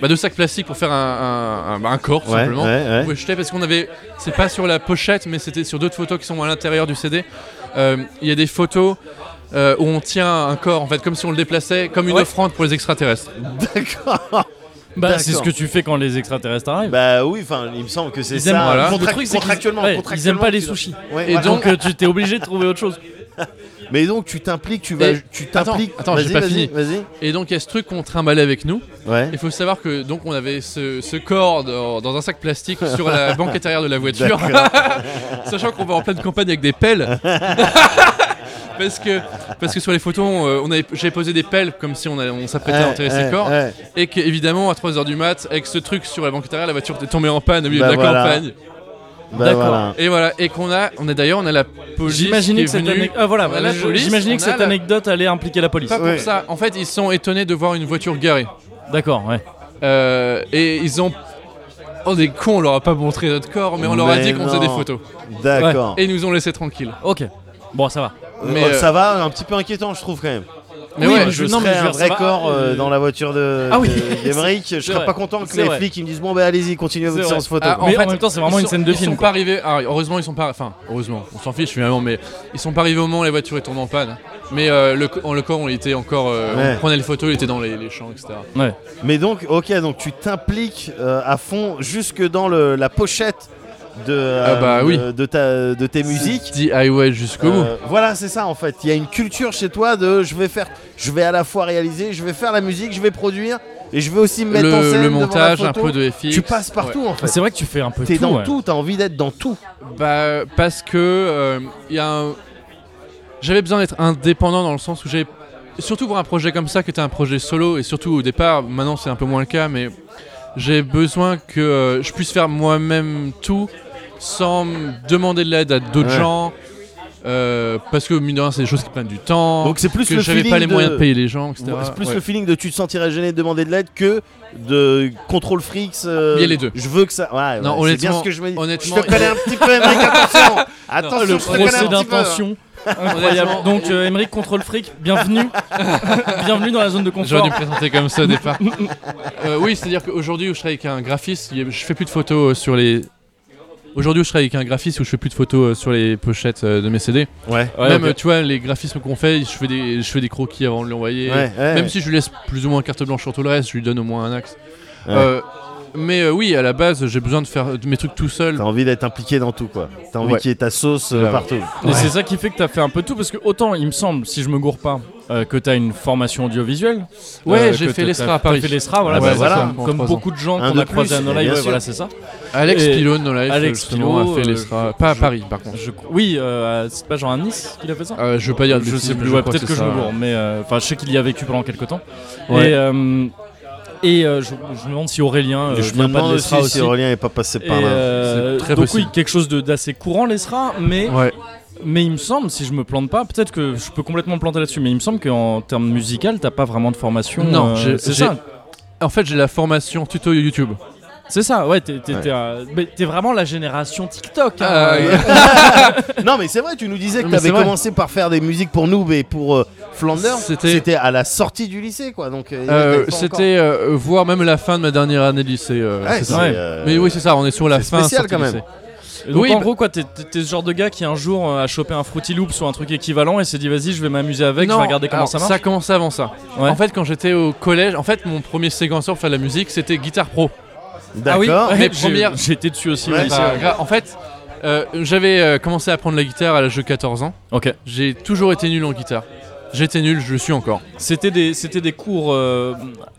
[SPEAKER 2] bah, de sacs plastiques pour faire un, un- un- bah, un corps, tout
[SPEAKER 3] Ouais,
[SPEAKER 2] simplement.
[SPEAKER 3] ouais,
[SPEAKER 2] On
[SPEAKER 3] ouais.
[SPEAKER 2] pouvait jeter parce qu'on avait, c'est pas sur la pochette, mais c'était sur d'autres photos qui sont à l'intérieur du CD. Euh, Il y a des photos euh, où on tient un corps, en fait, comme si on le déplaçait, comme une
[SPEAKER 1] Ouais.
[SPEAKER 2] offrande pour les extraterrestres.
[SPEAKER 3] D'accord.
[SPEAKER 1] Bah, c'est ce
[SPEAKER 3] d'accord.
[SPEAKER 1] que tu fais quand les extraterrestres arrivent.
[SPEAKER 3] Bah oui, enfin, il me semble que c'est
[SPEAKER 1] Ils aiment,
[SPEAKER 3] ça.
[SPEAKER 2] voilà.
[SPEAKER 1] Le
[SPEAKER 3] Contract-
[SPEAKER 1] truc, c'est qu'ils-
[SPEAKER 3] contractuellement,
[SPEAKER 1] ouais, ils aiment
[SPEAKER 3] contractuellement,
[SPEAKER 1] pas les
[SPEAKER 3] tu dois-
[SPEAKER 1] sushis.
[SPEAKER 3] Ouais,
[SPEAKER 2] Et
[SPEAKER 3] voilà.
[SPEAKER 1] Donc, euh, tu t'es obligé de trouver autre chose.
[SPEAKER 3] Mais donc tu t'impliques, tu vas,
[SPEAKER 2] Et-
[SPEAKER 3] tu t'impliques.
[SPEAKER 2] attends, j'ai
[SPEAKER 3] vas-y,
[SPEAKER 2] pas
[SPEAKER 3] vas-y,
[SPEAKER 2] fini.
[SPEAKER 3] Vas-y.
[SPEAKER 2] Et donc il y a ce truc qu'on trimballait avec nous.
[SPEAKER 3] Ouais.
[SPEAKER 2] Il faut savoir que donc on avait ce, ce corps dans, dans un sac plastique sur la banquette arrière de la voiture, sachant qu'on va en pleine campagne avec des pelles. parce que parce que sur les photos, euh, on avait, j'ai posé des pelles comme si on, a- on s'apprêtait à
[SPEAKER 3] Ouais,
[SPEAKER 2] enterrer ces
[SPEAKER 3] ouais,
[SPEAKER 2] corps,
[SPEAKER 3] ouais.
[SPEAKER 2] et qu'évidemment à 3h du mat, avec ce truc sur la banquette arrière, la voiture était tombée en panne au milieu
[SPEAKER 3] Bah
[SPEAKER 2] de la
[SPEAKER 3] voilà.
[SPEAKER 2] campagne.
[SPEAKER 3] Bah
[SPEAKER 1] D'accord.
[SPEAKER 3] voilà.
[SPEAKER 2] Et voilà, et qu'on a, on a d'ailleurs, on a la police. qui
[SPEAKER 1] J'imaginais
[SPEAKER 2] est
[SPEAKER 1] que cette
[SPEAKER 2] venue.
[SPEAKER 1] anecdote. Ah, voilà,
[SPEAKER 2] On a la
[SPEAKER 1] je-
[SPEAKER 2] police,
[SPEAKER 1] j'imaginais que
[SPEAKER 2] on a
[SPEAKER 1] cette
[SPEAKER 2] la- Ah.
[SPEAKER 1] anecdote allait impliquer la police.
[SPEAKER 2] Pas pour
[SPEAKER 3] Ouais.
[SPEAKER 2] ça. En fait, ils sont étonnés de voir une voiture garée.
[SPEAKER 1] D'accord, ouais.
[SPEAKER 2] Euh, et ils ont. Oh, des cons, on leur a pas montré notre corps, mais on leur a
[SPEAKER 3] Mais
[SPEAKER 2] dit qu'on faisait
[SPEAKER 3] non.
[SPEAKER 2] des photos.
[SPEAKER 3] D'accord.
[SPEAKER 2] Et ils nous ont laissé tranquilles.
[SPEAKER 1] Ok. Bon, ça va.
[SPEAKER 2] mais,
[SPEAKER 3] Oh,
[SPEAKER 2] euh,
[SPEAKER 3] ça va, un petit peu inquiétant, je trouve quand même.
[SPEAKER 2] Mais
[SPEAKER 1] Oui,
[SPEAKER 2] ouais,
[SPEAKER 1] mais
[SPEAKER 3] je
[SPEAKER 1] je- non,
[SPEAKER 3] serais
[SPEAKER 1] mais je
[SPEAKER 3] un
[SPEAKER 1] veux
[SPEAKER 3] vrai
[SPEAKER 1] dire, ça va,
[SPEAKER 3] corps euh,
[SPEAKER 1] euh,
[SPEAKER 3] dans la voiture de
[SPEAKER 1] Ah oui,
[SPEAKER 3] de- d'Emeric. Je
[SPEAKER 1] c'est
[SPEAKER 3] serais
[SPEAKER 1] vrai.
[SPEAKER 3] pas content que
[SPEAKER 1] C'est
[SPEAKER 3] les
[SPEAKER 1] vrai.
[SPEAKER 3] flics ils me disent bon bah allez-y, continuez votre
[SPEAKER 1] C'est
[SPEAKER 3] séance photo.
[SPEAKER 2] Ah,
[SPEAKER 3] quoi.
[SPEAKER 1] mais
[SPEAKER 2] fait,
[SPEAKER 1] en même temps, c'est vraiment
[SPEAKER 2] ils
[SPEAKER 1] une
[SPEAKER 2] sont-
[SPEAKER 1] scène de
[SPEAKER 2] Ils
[SPEAKER 1] film.
[SPEAKER 2] sont pas arrivés. ah, heureusement, ils sont pas. Enfin, heureusement, on s'en fiche finalement, mais ils sont pas arrivés au moment où la voiture est tombée en panne. Mais euh, le, co- le corps, on était encore. euh,
[SPEAKER 3] Ouais.
[SPEAKER 2] On prenait les photos, il était dans les, les champs, etc.
[SPEAKER 1] Ouais.
[SPEAKER 3] Mais donc, ok, donc tu t'impliques euh, à fond jusque dans le- la pochette de, euh,
[SPEAKER 2] bah oui.
[SPEAKER 3] de, ta, de tes musiques.
[SPEAKER 2] DIY jusqu'au bout.
[SPEAKER 3] Euh, voilà, c'est ça en fait. Il y a une culture chez toi de je vais faire, je vais à la fois réaliser, je vais faire la musique, je vais produire et je vais aussi me mettre en
[SPEAKER 2] Le,
[SPEAKER 3] scène.
[SPEAKER 2] le
[SPEAKER 3] devant la
[SPEAKER 2] montage, un
[SPEAKER 3] photo.
[SPEAKER 2] peu de FX.
[SPEAKER 3] Tu passes partout en fait.
[SPEAKER 1] C'est vrai que tu fais un peu
[SPEAKER 3] T'es
[SPEAKER 1] tout.
[SPEAKER 3] dans
[SPEAKER 1] ouais.
[SPEAKER 3] tout, t'as envie d'être dans tout.
[SPEAKER 2] Bah parce que euh, y a un- j'avais besoin d'être indépendant dans le sens où j'avais surtout pour un projet comme ça qui était un projet solo et surtout au départ, maintenant c'est un peu moins le cas mais j'ai besoin que euh, je puisse faire moi-même tout sans me demander de l'aide à d'autres
[SPEAKER 3] Ouais.
[SPEAKER 2] gens euh, parce que mine de rien c'est des choses qui prennent du temps
[SPEAKER 3] Donc c'est plus
[SPEAKER 2] que
[SPEAKER 3] le
[SPEAKER 2] j'avais
[SPEAKER 3] feeling
[SPEAKER 2] pas les
[SPEAKER 3] de-
[SPEAKER 2] moyens de payer les gens etc.
[SPEAKER 3] C'est plus
[SPEAKER 2] Ouais.
[SPEAKER 3] le feeling de tu te sentirais gêné de demander de l'aide que de contrôle freaks. euh,
[SPEAKER 2] Il y a Ah, les deux.
[SPEAKER 3] Je veux que ça. Ouais,
[SPEAKER 2] Non,
[SPEAKER 3] ouais, c'est
[SPEAKER 2] honnêtement-
[SPEAKER 3] bien ce que je me dis.
[SPEAKER 2] honnêtement,
[SPEAKER 3] je te connais un petit peu, Emmerich, attention. Attention,
[SPEAKER 1] Le
[SPEAKER 3] je te connais
[SPEAKER 1] procès
[SPEAKER 3] un petit peu.
[SPEAKER 1] d'intention. Incroyable.
[SPEAKER 2] hein. Honnêtement.
[SPEAKER 1] Donc, euh, Emmerich contre le fric, bienvenue. bienvenue dans la zone de
[SPEAKER 2] J'aurais
[SPEAKER 1] confort.
[SPEAKER 2] dû me présenter comme ça au départ. Euh, oui, c'est-à-dire qu'aujourd'hui où je travaille avec un graphiste, il y a- je fais plus de photos euh, sur les. Aujourd'hui où je travaille avec un graphiste où je fais plus de photos euh, sur les pochettes euh, de mes CD.
[SPEAKER 3] Ouais,
[SPEAKER 1] Ouais,
[SPEAKER 2] Même
[SPEAKER 1] ok.
[SPEAKER 2] euh, tu vois les graphismes qu'on fait, je fais des je fais des croquis avant de l'envoyer.
[SPEAKER 3] ouais, ouais.
[SPEAKER 2] Même si je lui laisse plus ou moins carte blanche sur tout le reste, je lui donne au moins un axe.
[SPEAKER 3] Ouais.
[SPEAKER 2] Euh, mais euh, oui, à la base, j'ai besoin de faire de mes trucs tout seul.
[SPEAKER 3] T'as envie d'être impliqué dans tout, quoi. T'as envie
[SPEAKER 2] Ouais.
[SPEAKER 3] qu'il y ait ta sauce euh,
[SPEAKER 2] Grave.
[SPEAKER 3] partout.
[SPEAKER 1] Et c'est ça qui fait que t'as fait un peu tout, parce que autant, il me semble, si je me gourre pas, euh, que t'as une formation audiovisuelle.
[SPEAKER 2] Ouais,
[SPEAKER 1] Euh,
[SPEAKER 2] j'ai
[SPEAKER 1] que
[SPEAKER 2] fait
[SPEAKER 1] t'as-
[SPEAKER 2] l'ESRA
[SPEAKER 1] t'as-
[SPEAKER 2] à Paris.
[SPEAKER 1] T'as fait l'ESRA, voilà,
[SPEAKER 3] Ah bah
[SPEAKER 1] bah,
[SPEAKER 3] voilà,
[SPEAKER 1] comme-
[SPEAKER 2] en
[SPEAKER 1] comme
[SPEAKER 2] trois ans.
[SPEAKER 1] beaucoup de gens
[SPEAKER 3] Un
[SPEAKER 1] qu'on
[SPEAKER 3] de
[SPEAKER 1] a croisés à
[SPEAKER 3] plus,
[SPEAKER 1] No
[SPEAKER 3] bien
[SPEAKER 1] Life, ouais,
[SPEAKER 3] sûr.
[SPEAKER 1] voilà, c'est ça.
[SPEAKER 2] Alex
[SPEAKER 1] Et-
[SPEAKER 2] Pilon, dans la life,
[SPEAKER 1] Alex
[SPEAKER 2] justement,
[SPEAKER 1] Pilon,
[SPEAKER 2] a fait
[SPEAKER 1] euh,
[SPEAKER 2] l'ESRA.
[SPEAKER 1] je-
[SPEAKER 2] Pas à
[SPEAKER 1] je-
[SPEAKER 2] Paris, par contre.
[SPEAKER 1] Je- oui, euh, c'est pas genre à Nice qu'il a fait ça
[SPEAKER 2] Euh, je veux pas dire de
[SPEAKER 1] Je
[SPEAKER 2] bêtises,
[SPEAKER 1] sais
[SPEAKER 2] mais
[SPEAKER 1] plus, ouais,
[SPEAKER 2] crois
[SPEAKER 1] peut-être que, je
[SPEAKER 2] c'est
[SPEAKER 1] me
[SPEAKER 2] ça.
[SPEAKER 1] gourre, mais euh, enfin, je sais qu'il y a vécu pendant quelques temps.
[SPEAKER 2] Ouais.
[SPEAKER 1] Et, euh, et euh, je, je me demande si Aurélien euh,
[SPEAKER 3] Et je me
[SPEAKER 1] vient pas de
[SPEAKER 3] demande aussi
[SPEAKER 1] l'ESRA
[SPEAKER 3] si
[SPEAKER 1] aussi.
[SPEAKER 3] Aurélien est pas passé
[SPEAKER 1] Et,
[SPEAKER 3] par là.
[SPEAKER 1] euh,
[SPEAKER 2] C'est très
[SPEAKER 1] donc oui,
[SPEAKER 2] possible.
[SPEAKER 1] quelque chose de- d'assez courant l'ESRA, mais
[SPEAKER 2] Ouais.
[SPEAKER 1] mais il me semble, si je me plante pas, peut-être que je peux complètement me planter là-dessus, mais il me semble qu'en termes musical, t'as pas vraiment de formation.
[SPEAKER 2] Non,
[SPEAKER 1] euh,
[SPEAKER 2] j'ai-
[SPEAKER 1] c'est
[SPEAKER 2] j'ai-
[SPEAKER 1] ça.
[SPEAKER 2] En fait, j'ai la formation tuto YouTube.
[SPEAKER 1] C'est ça, ouais, t'es t'es-
[SPEAKER 3] Ouais.
[SPEAKER 1] t'es, euh, mais t'es vraiment la génération TikTok. hein.
[SPEAKER 2] Ah,
[SPEAKER 1] Euh,
[SPEAKER 3] Non, mais c'est vrai, tu nous disais que
[SPEAKER 2] Mais
[SPEAKER 3] t'avais
[SPEAKER 2] c'est vrai.
[SPEAKER 3] commencé par faire des musiques pour Noob et pour euh, Flanders.
[SPEAKER 2] C'était-
[SPEAKER 3] C'était à la sortie du lycée, quoi. Donc, euh,
[SPEAKER 2] Euh,
[SPEAKER 3] t'avais pas encore-
[SPEAKER 2] C'était euh, voire même la fin de ma dernière année de lycée. euh,
[SPEAKER 3] Ouais,
[SPEAKER 2] c'est
[SPEAKER 3] c'est,
[SPEAKER 2] ça.
[SPEAKER 1] ouais.
[SPEAKER 3] euh,
[SPEAKER 2] Mais oui, c'est ça. On est sur la
[SPEAKER 3] c'est
[SPEAKER 2] fin.
[SPEAKER 3] spécial,
[SPEAKER 2] sortie
[SPEAKER 3] quand même.
[SPEAKER 2] lycée.
[SPEAKER 1] Et donc,
[SPEAKER 2] Oui,
[SPEAKER 1] en
[SPEAKER 2] bah-
[SPEAKER 1] gros, quoi, t'es t'es- t'es ce genre de gars qui un jour euh, a chopé un Fruity Loops ou un truc équivalent et s'est dit, vas-y, je vais m'amuser avec, je
[SPEAKER 2] Non,
[SPEAKER 1] vais regarder comment
[SPEAKER 2] alors,
[SPEAKER 1] ça marche.
[SPEAKER 2] Ça commençait avant ça.
[SPEAKER 1] Ouais.
[SPEAKER 2] En fait, quand j'étais au collège, en fait, mon premier séquenceur pour faire de la musique, c'était Guitar Pro.
[SPEAKER 1] Ah oui,
[SPEAKER 3] D'accord.
[SPEAKER 1] ouais,
[SPEAKER 2] Mais
[SPEAKER 1] j'ai-
[SPEAKER 2] première-
[SPEAKER 1] J'étais dessus aussi.
[SPEAKER 3] Ouais,
[SPEAKER 1] oui.
[SPEAKER 2] Bah, gra- en fait, euh, j'avais euh, commencé à apprendre la guitare à l'âge de 14 ans.
[SPEAKER 1] Ok.
[SPEAKER 2] J'ai toujours été nul en guitare. J'étais nul, je le suis encore.
[SPEAKER 1] C'était des, c'était des cours euh,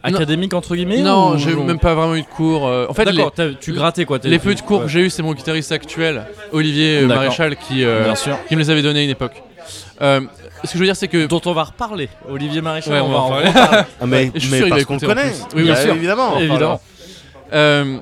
[SPEAKER 1] académiques entre guillemets
[SPEAKER 2] non,
[SPEAKER 1] ou-
[SPEAKER 2] j'ai
[SPEAKER 1] ou-
[SPEAKER 2] même pas vraiment eu de cours. euh, en fait, les,
[SPEAKER 1] D'accord, t'as- tu grattais quoi. t'as-
[SPEAKER 2] les peu de cours que
[SPEAKER 1] ouais.
[SPEAKER 2] j'ai eu, c'est mon guitariste actuel, Olivier euh,
[SPEAKER 1] D'accord.
[SPEAKER 2] Maréchal, qui, euh,
[SPEAKER 1] Bien sûr.
[SPEAKER 2] qui me les avait donnés à une époque. Euh, ce que je veux dire, c'est que.
[SPEAKER 1] Dont on va reparler. Olivier Maréchal,
[SPEAKER 2] Ouais,
[SPEAKER 1] on,
[SPEAKER 2] on
[SPEAKER 1] va
[SPEAKER 2] va
[SPEAKER 1] en
[SPEAKER 2] en parler.
[SPEAKER 1] reparler.
[SPEAKER 3] Ah, mais
[SPEAKER 2] je suis
[SPEAKER 3] mais
[SPEAKER 2] sûr, il
[SPEAKER 3] parce
[SPEAKER 2] va
[SPEAKER 3] qu'on le
[SPEAKER 2] écouter en
[SPEAKER 3] connaît.
[SPEAKER 2] plus. Oui, bien
[SPEAKER 3] Bah,
[SPEAKER 2] sûr.
[SPEAKER 3] Évidemment.
[SPEAKER 1] Évidemment.
[SPEAKER 2] Euh,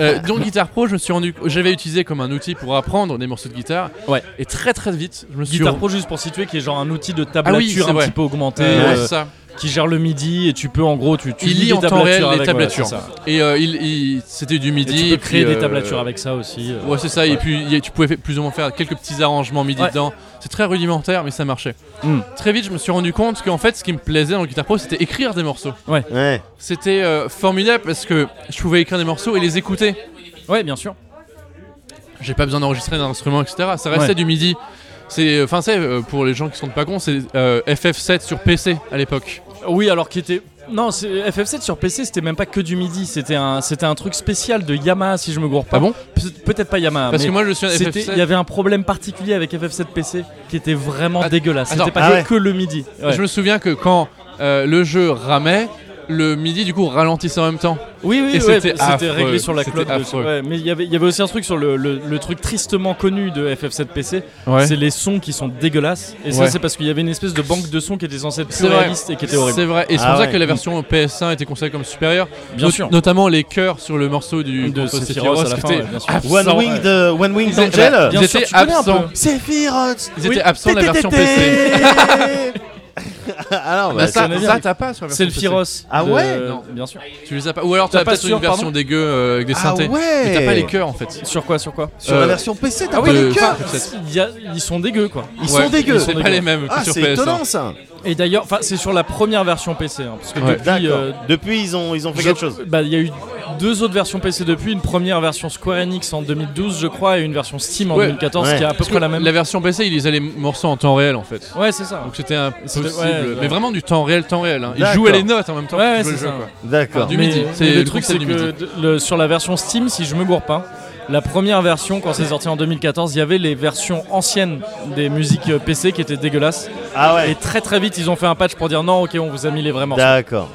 [SPEAKER 2] euh, donc guitare pro, je me suis rendu, j'avais utilisé comme un outil pour apprendre des morceaux de guitare.
[SPEAKER 1] Ouais.
[SPEAKER 2] Et très très vite, je me suis
[SPEAKER 1] Guitar Pro, juste pour situer, qui est genre un outil de tablature
[SPEAKER 2] c'est
[SPEAKER 1] un
[SPEAKER 2] vrai.
[SPEAKER 1] petit peu augmenté,
[SPEAKER 2] Euh,
[SPEAKER 1] euh,
[SPEAKER 2] ouais, c'est ça.
[SPEAKER 1] qui gère le midi et tu peux en gros, tu, tu lis
[SPEAKER 2] Il lit
[SPEAKER 1] des
[SPEAKER 2] en temps
[SPEAKER 1] tablatures
[SPEAKER 2] réel les
[SPEAKER 1] avec, voilà,
[SPEAKER 2] tablatures.
[SPEAKER 1] c'est ça.
[SPEAKER 2] Et euh, il, il- c'était du
[SPEAKER 1] Et
[SPEAKER 2] midi.
[SPEAKER 1] tu
[SPEAKER 2] et
[SPEAKER 1] peux
[SPEAKER 2] puis,
[SPEAKER 1] créer des
[SPEAKER 2] euh,
[SPEAKER 1] tablatures avec ça aussi. euh.
[SPEAKER 2] Ouais, c'est ça. Et puis il y a- tu pouvais fa- plus ou moins faire quelques petits arrangements midi
[SPEAKER 1] Ouais.
[SPEAKER 2] dedans. C'est très rudimentaire, mais ça marchait.
[SPEAKER 1] Mm.
[SPEAKER 2] Très vite, je me suis rendu compte qu'en fait, ce qui me plaisait dans le guitare pro, c'était écrire des morceaux.
[SPEAKER 3] Ouais.
[SPEAKER 2] C'était euh, formidable parce que je pouvais écrire des morceaux et les écouter.
[SPEAKER 1] Ouais, bien sûr.
[SPEAKER 2] J'ai pas besoin d'enregistrer d'un instrument, etc. Ça restait
[SPEAKER 1] Ouais.
[SPEAKER 2] du midi. C'est, enfin, c'est euh, pour les gens qui sont pas cons, c'est euh, FF7 sur PC à l'époque.
[SPEAKER 1] Oui, alors qui était. Non, c'est- FF7 sur PC, c'était même pas que du midi, c'était un, c'était un truc spécial de Yamaha, si je me gourre pas.
[SPEAKER 2] Ah bon
[SPEAKER 1] Pe- Peut-être pas Yamaha,
[SPEAKER 2] Parce
[SPEAKER 1] mais
[SPEAKER 2] que moi, je suis un
[SPEAKER 1] c'était- il y
[SPEAKER 2] FF7.
[SPEAKER 1] avait un problème particulier avec FF7 PC qui était vraiment
[SPEAKER 2] Ah,
[SPEAKER 1] dégueulasse. C'était
[SPEAKER 2] attends,
[SPEAKER 1] pas
[SPEAKER 3] ah ouais.
[SPEAKER 1] que le midi. Ouais.
[SPEAKER 2] Je me souviens que quand euh, le jeu ramait, le midi du coup ralentissait en même temps.
[SPEAKER 1] Oui, oui,
[SPEAKER 2] Et
[SPEAKER 1] ouais,
[SPEAKER 2] c'était
[SPEAKER 1] c'était
[SPEAKER 2] affreux.
[SPEAKER 1] réglé sur la
[SPEAKER 2] C'était
[SPEAKER 1] clope. de-
[SPEAKER 2] affreux.
[SPEAKER 1] ouais, mais il y avait- il y avait aussi un truc sur le, le- le truc tristement connu de FF7 PC, c'est les sons qui sont dégueulasses. Et ça,
[SPEAKER 2] Ouais.
[SPEAKER 1] c'est parce qu'il y avait une espèce de banque de sons qui était censée être plus
[SPEAKER 2] C'est vrai.
[SPEAKER 1] réaliste et qui était horrible.
[SPEAKER 2] C'est vrai, et c'est
[SPEAKER 3] Ah
[SPEAKER 2] pour
[SPEAKER 3] ouais.
[SPEAKER 2] ça que la version PS1 était considérée comme supérieure.
[SPEAKER 1] Bien
[SPEAKER 2] Not-
[SPEAKER 1] sûr.
[SPEAKER 2] Notamment les chœurs sur le morceau du
[SPEAKER 1] De
[SPEAKER 2] contre
[SPEAKER 1] Sephiroth à la
[SPEAKER 2] qui
[SPEAKER 1] fin,
[SPEAKER 2] était
[SPEAKER 1] ouais, bien sûr.
[SPEAKER 2] absent.
[SPEAKER 3] One Winged, euh, One Winged
[SPEAKER 2] Ils étaient-
[SPEAKER 3] Angel.
[SPEAKER 1] Bien
[SPEAKER 2] Ils
[SPEAKER 1] sûr,
[SPEAKER 2] étaient
[SPEAKER 1] tu connais un peu.
[SPEAKER 2] absents.
[SPEAKER 3] Sephiroth.
[SPEAKER 2] Ils étaient absents de la version PC.
[SPEAKER 3] PC. Alors,
[SPEAKER 2] Bah, ça,
[SPEAKER 1] c'est bien.
[SPEAKER 2] ça, t'as pas sur la version
[SPEAKER 1] C'est le Firos.
[SPEAKER 3] Ah ouais
[SPEAKER 1] de-
[SPEAKER 2] Non.
[SPEAKER 1] Bien sûr.
[SPEAKER 2] Tu les as pas. Ou alors
[SPEAKER 1] T'as
[SPEAKER 2] t'as
[SPEAKER 1] pas
[SPEAKER 2] peut-être
[SPEAKER 1] sûr,
[SPEAKER 2] une version
[SPEAKER 1] pardon
[SPEAKER 2] dégueu euh, avec des
[SPEAKER 3] Ah
[SPEAKER 2] synthés.
[SPEAKER 3] ouais.
[SPEAKER 2] Mais t'as pas les chœurs en fait.
[SPEAKER 1] Sur quoi Sur quoi
[SPEAKER 3] Sur
[SPEAKER 2] Euh,
[SPEAKER 3] la version PC, t'as
[SPEAKER 2] ah
[SPEAKER 3] pas
[SPEAKER 2] oui,
[SPEAKER 3] les
[SPEAKER 2] le-
[SPEAKER 3] cœurs.
[SPEAKER 1] Il y a- Ils sont dégueux quoi.
[SPEAKER 3] Ils
[SPEAKER 2] Ouais,
[SPEAKER 3] sont dégueux.
[SPEAKER 2] C'est pas
[SPEAKER 1] dégueux.
[SPEAKER 2] les mêmes
[SPEAKER 3] Ah,
[SPEAKER 2] que sur
[SPEAKER 3] c'est
[SPEAKER 2] PS1.
[SPEAKER 3] étonnant ça.
[SPEAKER 1] Et d'ailleurs, enfin, c'est sur la première version PC, hein, parce que
[SPEAKER 2] Ouais.
[SPEAKER 1] depuis, euh,
[SPEAKER 3] D'accord. Depuis, ils ont, ils ont fait
[SPEAKER 1] je-
[SPEAKER 3] quelque chose.
[SPEAKER 1] bah, il y a eu deux autres versions PC depuis, une première version Square Enix en 2012, je crois, et une version Steam en
[SPEAKER 2] Ouais.
[SPEAKER 1] 2014,
[SPEAKER 3] Ouais.
[SPEAKER 1] qui est à peu près la même.
[SPEAKER 2] La version PC, ils lisaient les morceaux en temps réel en fait.
[SPEAKER 1] Ouais, c'est ça.
[SPEAKER 2] Donc c'était impossible.
[SPEAKER 1] C'était- ouais, ouais.
[SPEAKER 2] Mais vraiment du temps réel, temps réel. hein. Ils
[SPEAKER 3] D'accord.
[SPEAKER 2] jouaient les notes en même temps.
[SPEAKER 1] Ouais,
[SPEAKER 2] que
[SPEAKER 1] ouais,
[SPEAKER 2] tu jouais le
[SPEAKER 1] c'est
[SPEAKER 2] jeu,
[SPEAKER 1] ça.
[SPEAKER 2] quoi.
[SPEAKER 3] D'accord.
[SPEAKER 2] Du midi.
[SPEAKER 1] Mais-
[SPEAKER 2] C'est-
[SPEAKER 1] mais le
[SPEAKER 2] le
[SPEAKER 1] truc, c'est
[SPEAKER 2] concept du
[SPEAKER 1] que
[SPEAKER 2] midi.
[SPEAKER 1] de- le- sur la version Steam, si je me gourre pas, la première version, quand c'est sorti en 2014, il y avait les versions anciennes des musiques euh, PC qui étaient dégueulasses.
[SPEAKER 3] Ah
[SPEAKER 1] Et
[SPEAKER 3] ouais.
[SPEAKER 1] très très vite, ils ont fait un patch pour dire non, ok, on vous a mis les vrais morceaux.
[SPEAKER 3] D'accord.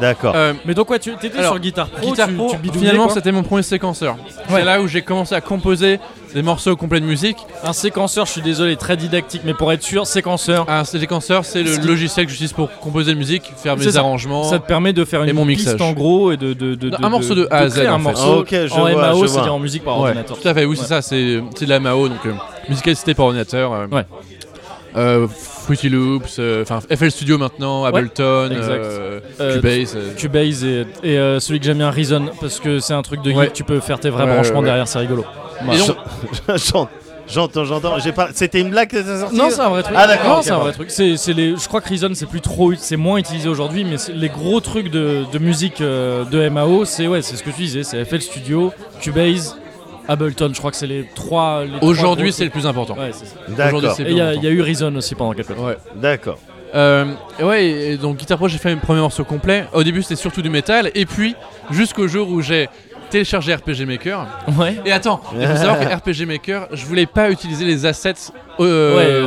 [SPEAKER 3] D'accord.
[SPEAKER 2] Euh,
[SPEAKER 1] Mais donc, ouais, tu étais
[SPEAKER 2] Alors,
[SPEAKER 1] sur Guitar Pro,
[SPEAKER 2] Guitar
[SPEAKER 1] tu,
[SPEAKER 2] Pro,
[SPEAKER 1] tu bidouillais,
[SPEAKER 2] finalement,
[SPEAKER 1] quoi.
[SPEAKER 2] c'était mon premier séquenceur. C'est là où j'ai commencé à composer des morceaux complets de musique.
[SPEAKER 1] Un séquenceur, je suis désolé, très didactique, mais pour être sûr, séquenceur,
[SPEAKER 2] Un séquenceur, c'est le
[SPEAKER 1] Ce qui-
[SPEAKER 2] logiciel que j'utilise pour composer de musique, faire
[SPEAKER 1] C'est
[SPEAKER 2] mes
[SPEAKER 1] ça.
[SPEAKER 2] arrangements.
[SPEAKER 1] ça te permet de faire
[SPEAKER 2] Et
[SPEAKER 1] une
[SPEAKER 2] mon
[SPEAKER 1] piste
[SPEAKER 2] mixage.
[SPEAKER 1] en gros et de. de, de-
[SPEAKER 2] Un morceau de A à Z,
[SPEAKER 1] créer un
[SPEAKER 2] en fait.
[SPEAKER 1] morceau
[SPEAKER 3] Ah, Ok, je
[SPEAKER 1] en
[SPEAKER 3] vois,
[SPEAKER 1] MAO,
[SPEAKER 3] je
[SPEAKER 1] c'est-à-dire
[SPEAKER 3] vois.
[SPEAKER 1] en musique par
[SPEAKER 2] Ouais,
[SPEAKER 1] ordinateur.
[SPEAKER 2] Tout à fait, oui,
[SPEAKER 1] Ouais.
[SPEAKER 2] c'est ça, c'est c'est de la MAO, donc euh, musicalité par ordinateur. euh,
[SPEAKER 1] Ouais.
[SPEAKER 2] euh, Fruity Loops, euh, enfin FL Studio maintenant, Ableton,
[SPEAKER 1] exact.
[SPEAKER 2] euh,
[SPEAKER 1] Euh,
[SPEAKER 2] Cubase. euh,
[SPEAKER 1] Cubase et, et, euh, celui que j'aime bien, Reason, parce que c'est un truc de geek,
[SPEAKER 2] Ouais.
[SPEAKER 1] tu peux faire tes vrais
[SPEAKER 2] Ouais,
[SPEAKER 1] branchements
[SPEAKER 2] ouais, ouais.
[SPEAKER 1] derrière, c'est rigolo.
[SPEAKER 2] Et
[SPEAKER 1] Voilà.
[SPEAKER 2] donc,
[SPEAKER 3] J'entends, j'entends, j'entends. J'ai pas- C'était une blague que t'as sortie
[SPEAKER 1] Non, c'est un vrai truc.
[SPEAKER 3] Ah, d'accord,
[SPEAKER 1] Non,
[SPEAKER 3] ok,
[SPEAKER 1] c'est un vrai
[SPEAKER 3] pardon.
[SPEAKER 1] truc. C'est, c'est les, je crois que Reason, c'est plus trop, c'est moins utilisé aujourd'hui, mais c'est- les gros trucs de, de musique euh, de MAO, c'est ouais, c'est ce que tu disais, c'est FL Studio, Cubase, Ableton. Je crois que c'est les trois. les trois
[SPEAKER 2] Aujourd'hui,
[SPEAKER 1] gros
[SPEAKER 2] c'est le plus important.
[SPEAKER 1] trucs. Ouais, c'est ça.
[SPEAKER 2] Aujourd'hui,
[SPEAKER 3] D'accord.
[SPEAKER 2] c'est-
[SPEAKER 1] Et il y, a-
[SPEAKER 2] important.
[SPEAKER 1] il y a eu Reason aussi pendant quelques temps.
[SPEAKER 2] Ouais.
[SPEAKER 3] D'accord.
[SPEAKER 2] Euh, et ouais, et donc Guitar Pro, j'ai fait mes premiers morceaux complets. Au début, c'était surtout du métal, et puis jusqu'au jour où j'ai téléchargé RPG Maker.
[SPEAKER 1] Ouais.
[SPEAKER 2] Et attends, il faut savoir que RPG Maker, je voulais pas utiliser les assets
[SPEAKER 1] Ouais,
[SPEAKER 2] euh,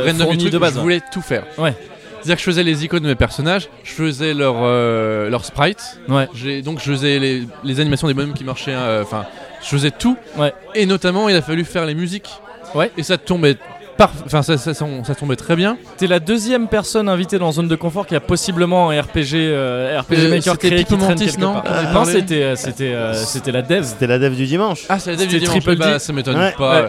[SPEAKER 1] euh,
[SPEAKER 2] random
[SPEAKER 1] fournis
[SPEAKER 2] du truc,
[SPEAKER 1] de base,
[SPEAKER 2] je voulais tout faire.
[SPEAKER 1] Ouais.
[SPEAKER 2] C'est-à-dire que je faisais les icônes de mes personnages, je faisais leur, euh, leur sprite,
[SPEAKER 1] Ouais.
[SPEAKER 2] j'ai- donc je faisais les, les animations des bonhommes qui marchaient, euh, enfin, je faisais tout.
[SPEAKER 1] Ouais.
[SPEAKER 2] Et notamment, il a fallu faire les musiques.
[SPEAKER 1] Ouais.
[SPEAKER 2] Et ça tombait, par... enfin, ça, ça, ça- ça tombait très bien.
[SPEAKER 1] T'es la deuxième personne invitée dans Zone de Confort qui a possiblement un RPG, euh, RPG
[SPEAKER 2] Euh,
[SPEAKER 1] Maker
[SPEAKER 2] c'était
[SPEAKER 1] créé qui
[SPEAKER 2] Pippo
[SPEAKER 1] traîne
[SPEAKER 2] Mantis,
[SPEAKER 1] quelque
[SPEAKER 2] non Ah,
[SPEAKER 1] part.
[SPEAKER 2] Qu'on avait
[SPEAKER 1] Non,
[SPEAKER 2] parlé
[SPEAKER 1] c'était euh, c'était euh, c'était la dev.
[SPEAKER 3] C'était la dev du dimanche.
[SPEAKER 2] Ah, c'est la dev
[SPEAKER 1] C'était
[SPEAKER 2] du dimanche.
[SPEAKER 1] Triple
[SPEAKER 2] eh bah,
[SPEAKER 1] D.
[SPEAKER 2] ça m'étonne
[SPEAKER 3] Ouais.
[SPEAKER 2] pas.
[SPEAKER 1] Ouais.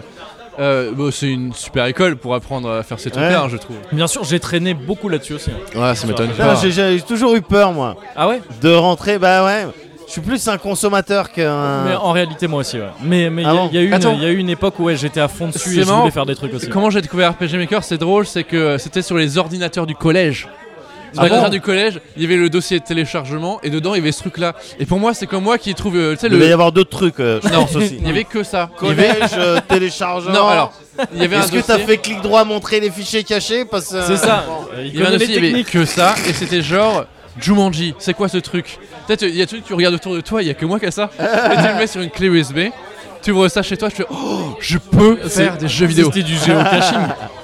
[SPEAKER 2] Euh, bon, c'est une super école pour apprendre à faire ces trucs-là,
[SPEAKER 3] Ouais.
[SPEAKER 2] hein, je trouve.
[SPEAKER 1] Bien sûr, j'ai traîné beaucoup là-dessus aussi.
[SPEAKER 2] Ouais, ça
[SPEAKER 1] m'étonne
[SPEAKER 3] Putain, j'ai- J'ai toujours eu peur, moi,
[SPEAKER 1] Ah ouais
[SPEAKER 3] de rentrer. Bah ouais. Je suis plus un consommateur qu'un.
[SPEAKER 1] Mais en réalité, moi aussi, ouais. Mais mais il
[SPEAKER 3] Ah
[SPEAKER 1] y a-
[SPEAKER 3] bon
[SPEAKER 1] il y, a eu une-
[SPEAKER 2] Attends.
[SPEAKER 1] il y a eu une époque où ouais, j'étais à fond dessus
[SPEAKER 2] C'est
[SPEAKER 1] et je voulais
[SPEAKER 2] marrant.
[SPEAKER 1] faire des trucs aussi.
[SPEAKER 2] Comment j'ai découvert RPG Maker, c'est drôle, c'est que euh, c'était sur les ordinateurs du collège. Sur
[SPEAKER 1] Ah
[SPEAKER 2] les
[SPEAKER 1] bon
[SPEAKER 2] ordinateurs du collège, il y avait le dossier de téléchargement et dedans il y avait ce truc là. Et pour moi, c'est comme moi qui trouve euh, tu sais
[SPEAKER 3] Il devait y
[SPEAKER 2] le
[SPEAKER 3] avoir d'autres trucs, euh, je
[SPEAKER 2] non,
[SPEAKER 3] pense aussi.
[SPEAKER 2] il y avait que ça. Il y avait-
[SPEAKER 3] Collège, euh, téléchargement.
[SPEAKER 2] Non, alors, il y avait un
[SPEAKER 3] Est-ce que
[SPEAKER 2] dossier.
[SPEAKER 3] t'as fait clic
[SPEAKER 2] euh,
[SPEAKER 3] droit montrer les fichiers cachés parce que euh,
[SPEAKER 1] C'est ça.
[SPEAKER 2] Il y avait un dossier, il y avait que ça et c'était genre Jumanji, c'est quoi ce truc Peut-être il y a des trucs, tu regardes autour de toi, il y a que moi qui a ça. et tu le mets sur une clé USB. Tu ouvres ça chez toi, je fais oh, je peux faire des jeux vidéo.
[SPEAKER 1] C'était du géocaching.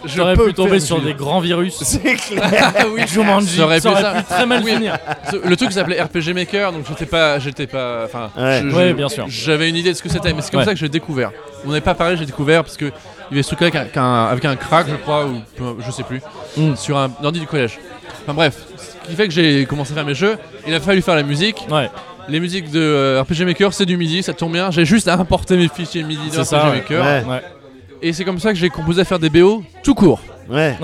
[SPEAKER 1] J'aurais
[SPEAKER 2] peux
[SPEAKER 1] pu tomber
[SPEAKER 2] faire
[SPEAKER 1] sur
[SPEAKER 2] du-
[SPEAKER 1] des grands virus.
[SPEAKER 3] C'est clair.
[SPEAKER 2] Ah oui,
[SPEAKER 1] Jumanji,
[SPEAKER 2] Ça aurait
[SPEAKER 1] ça
[SPEAKER 2] pu
[SPEAKER 1] aurait
[SPEAKER 2] ça.
[SPEAKER 1] pu très mal
[SPEAKER 2] Oui.
[SPEAKER 1] finir.
[SPEAKER 2] Ce- Le truc s'appelait RPG Maker, donc j'étais pas, j'étais pas, enfin,
[SPEAKER 3] Ouais.
[SPEAKER 2] je- je-
[SPEAKER 1] Ouais, bien sûr.
[SPEAKER 2] J'avais une idée de ce que c'était, mais c'est comme
[SPEAKER 1] Ouais.
[SPEAKER 2] ça que j'ai découvert. On n'avait pas parlé, j'ai découvert parce que il y avait ce truc-là avec un, avec un crack, je crois, ou peu- je sais plus,
[SPEAKER 1] Mm.
[SPEAKER 2] sur un ordi du collège. Enfin bref, ce qui fait que j'ai commencé à faire mes jeux. Il a fallu faire la musique.
[SPEAKER 1] Ouais,
[SPEAKER 2] Les musiques de euh, RPG Maker, c'est du MIDI, ça tombe bien. J'ai juste à importer mes fichiers MIDI de
[SPEAKER 1] C'est
[SPEAKER 2] RPG
[SPEAKER 1] ça, ouais.
[SPEAKER 2] Maker,
[SPEAKER 3] Ouais.
[SPEAKER 1] ouais.
[SPEAKER 2] et c'est comme ça que j'ai composé à faire des BO tout court.
[SPEAKER 3] Ouais.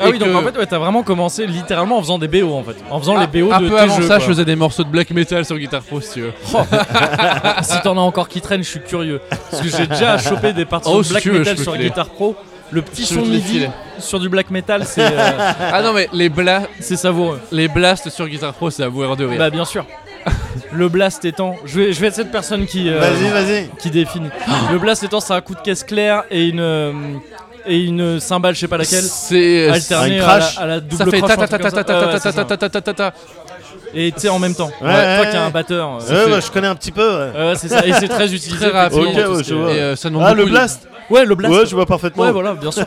[SPEAKER 1] Ah
[SPEAKER 2] Et
[SPEAKER 1] oui, donc
[SPEAKER 2] que- Ah,
[SPEAKER 1] en fait, ouais, t'as vraiment commencé littéralement en faisant des BO en fait. En faisant les BO
[SPEAKER 2] un
[SPEAKER 1] de
[SPEAKER 2] peu
[SPEAKER 1] tes
[SPEAKER 2] avant
[SPEAKER 1] jeux,
[SPEAKER 2] ça, je
[SPEAKER 1] quoi.
[SPEAKER 2] faisais des morceaux de black metal sur Guitar Pro, si tu veux.
[SPEAKER 1] si t'en as encore qui traînent, je suis curieux. Parce que j'ai déjà chopé des parties
[SPEAKER 2] Oh,
[SPEAKER 1] de
[SPEAKER 2] si
[SPEAKER 1] black
[SPEAKER 2] tu veux,
[SPEAKER 1] metal
[SPEAKER 2] je peux
[SPEAKER 1] sur
[SPEAKER 2] te les-
[SPEAKER 1] Guitar Pro. Le petit
[SPEAKER 2] Je
[SPEAKER 1] son
[SPEAKER 2] te les
[SPEAKER 1] midi
[SPEAKER 2] file.
[SPEAKER 1] sur du black metal, c'est euh,
[SPEAKER 2] Ah non, mais les, bla
[SPEAKER 1] c'est savoureux.
[SPEAKER 2] les blasts sur Guitar Pro, c'est à mourir de rire.
[SPEAKER 1] Bah, bien sûr. Le blast étant. Je vais, je vais être cette personne qui, euh,
[SPEAKER 3] Vas-y, vas-y.
[SPEAKER 1] qui définit. Le blast étant, c'est un coup de caisse clair et une, euh, et une cymbale, je sais pas laquelle.
[SPEAKER 2] C'est. euh,
[SPEAKER 1] Alternée
[SPEAKER 3] un
[SPEAKER 1] à la,
[SPEAKER 3] crash.
[SPEAKER 1] à la double
[SPEAKER 2] Ça fait
[SPEAKER 1] croche,
[SPEAKER 2] ta
[SPEAKER 1] un
[SPEAKER 2] ta ta
[SPEAKER 1] truc
[SPEAKER 2] ta
[SPEAKER 1] comme ça.
[SPEAKER 2] ta
[SPEAKER 1] Ouais,
[SPEAKER 2] ta ta
[SPEAKER 1] ouais, c'est
[SPEAKER 2] ta
[SPEAKER 1] ça.
[SPEAKER 2] ta ta ta ta ta.
[SPEAKER 1] Et tu sais, en même temps.
[SPEAKER 3] Ouais,
[SPEAKER 1] Ouais, Toi
[SPEAKER 3] ouais,
[SPEAKER 1] qui as un
[SPEAKER 3] ouais.
[SPEAKER 1] batteur. euh,
[SPEAKER 3] Ouais,
[SPEAKER 2] fait- Euh,
[SPEAKER 3] bah, je connais un petit peu. ouais.
[SPEAKER 1] Ouais, ouais, c'est ça, et c'est très utilisé.
[SPEAKER 2] Très rapide.
[SPEAKER 1] effectivement,
[SPEAKER 3] Ok,
[SPEAKER 1] tout
[SPEAKER 3] ouais,
[SPEAKER 1] ce
[SPEAKER 3] je
[SPEAKER 1] qui est-
[SPEAKER 3] vois.
[SPEAKER 2] Et euh, ça demande
[SPEAKER 3] Ah, le
[SPEAKER 2] beaucoup.
[SPEAKER 3] blast
[SPEAKER 1] Ouais, le blast.
[SPEAKER 3] Ouais, je vois parfaitement.
[SPEAKER 1] Ouais, voilà, bien sûr.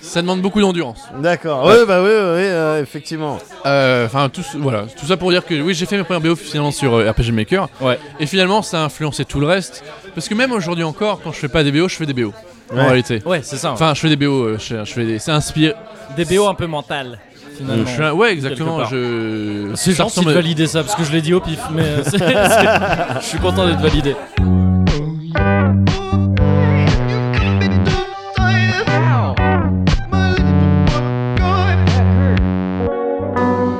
[SPEAKER 2] Ça demande beaucoup d'endurance.
[SPEAKER 3] D'accord. Ouais, bah oui, oui, oui, euh, effectivement.
[SPEAKER 2] Euh, Enfin, tout, ce- voilà, tout ça pour dire que oui, j'ai fait mes premières BO finalement sur euh, RPG Maker.
[SPEAKER 1] Ouais.
[SPEAKER 2] Et finalement, ça a influencé tout le reste. Parce que même aujourd'hui encore, quand je fais pas des BO, je fais des BO. En
[SPEAKER 3] Ouais.
[SPEAKER 2] réalité.
[SPEAKER 1] Ouais, c'est ça.
[SPEAKER 2] Enfin, je fais des BO. euh, Je, je fais des. C'est inspiré.
[SPEAKER 1] Des BO un peu mentales, finalement.
[SPEAKER 2] Je suis un- ouais, exactement.
[SPEAKER 1] part.
[SPEAKER 2] Je.
[SPEAKER 1] C'est
[SPEAKER 2] ça
[SPEAKER 1] gentil de
[SPEAKER 2] ressemble-
[SPEAKER 1] valider ça, parce que je l'ai dit au pif, mais euh, c'est- c'est- je suis content d'être validé.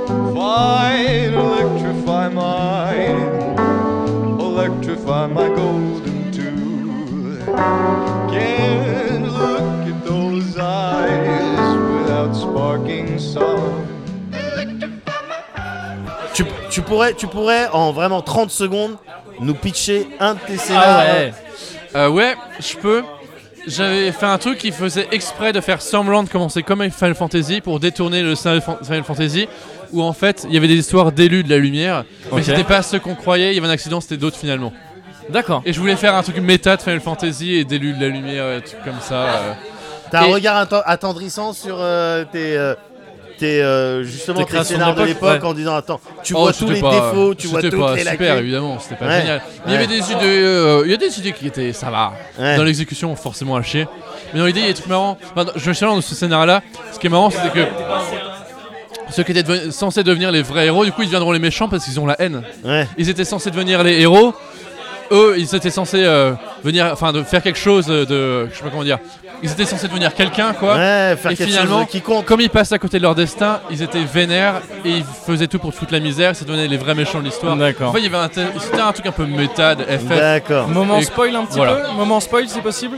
[SPEAKER 5] Fine, electrify my, electrify my golden tooth. Can't look at those eyes without sparking some.
[SPEAKER 3] Tu, tu pourrais, tu pourrais, en vraiment 30 secondes, nous pitcher un de tes
[SPEAKER 1] Ah
[SPEAKER 3] scénarios.
[SPEAKER 1] ouais,
[SPEAKER 2] Euh, ouais, je peux. J'avais fait un truc qui faisait exprès de faire semblant de commencer comme avec Final Fantasy pour détourner le Final Fan- Final Fantasy où en fait il y avait des histoires d'élus de la lumière mais
[SPEAKER 1] Ok.
[SPEAKER 2] c'était pas ceux qu'on croyait, il y avait un accident, c'était d'autres finalement.
[SPEAKER 1] d'accord.
[SPEAKER 2] Et je voulais faire un truc méta de Final Fantasy et d'élus de la lumière, un truc comme ça. euh.
[SPEAKER 3] T'as
[SPEAKER 2] Et-
[SPEAKER 3] un regard atten- attendrissant sur euh, tes. euh, tes, euh, justement,
[SPEAKER 1] Tes
[SPEAKER 3] tes
[SPEAKER 1] créations
[SPEAKER 3] scénarios de
[SPEAKER 1] d'époque,
[SPEAKER 3] l'époque
[SPEAKER 1] ouais.
[SPEAKER 3] en disant Attends, tu
[SPEAKER 2] Oh,
[SPEAKER 3] vois tous
[SPEAKER 2] c'était
[SPEAKER 3] les
[SPEAKER 2] pas-
[SPEAKER 3] défauts, tu vois
[SPEAKER 2] c'était
[SPEAKER 3] toutes
[SPEAKER 2] pas
[SPEAKER 3] les
[SPEAKER 2] super
[SPEAKER 3] lacunes.
[SPEAKER 2] évidemment, c'était pas
[SPEAKER 3] Ouais,
[SPEAKER 2] génial. Il y
[SPEAKER 3] ouais.
[SPEAKER 2] avait des idées, euh, il y a des idées qui étaient, ça va.
[SPEAKER 3] Ouais.
[SPEAKER 2] Dans l'exécution, forcément à chier. Mais dans l'idée, il y a des trucs marrants. Enfin, je me suis dans ce scénario-là. Ce qui est marrant, c'était que ceux qui étaient deven- censés devenir les vrais héros, du coup, ils deviendront les méchants parce qu'ils ont la haine.
[SPEAKER 3] Ouais,
[SPEAKER 2] Ils étaient censés devenir les héros. Eux, ils étaient censés euh, venir, enfin, de faire quelque chose euh, de, je sais pas comment dire. Ils étaient censés devenir quelqu'un, quoi.
[SPEAKER 3] ouais, faire
[SPEAKER 2] Et
[SPEAKER 3] quelque
[SPEAKER 2] finalement,
[SPEAKER 3] chose qui compte.
[SPEAKER 2] Comme ils passaient à côté de leur destin, ils étaient vénères et ils faisaient tout pour foutre la misère. Ça devenait les vrais méchants de l'histoire.
[SPEAKER 1] D'accord.
[SPEAKER 2] Enfin, il y avait un, tel- c'était un truc un peu méta de FF.
[SPEAKER 3] D'accord.
[SPEAKER 1] Moment
[SPEAKER 2] Et-
[SPEAKER 1] spoil un petit
[SPEAKER 2] voilà.
[SPEAKER 1] peu Moment spoil, si possible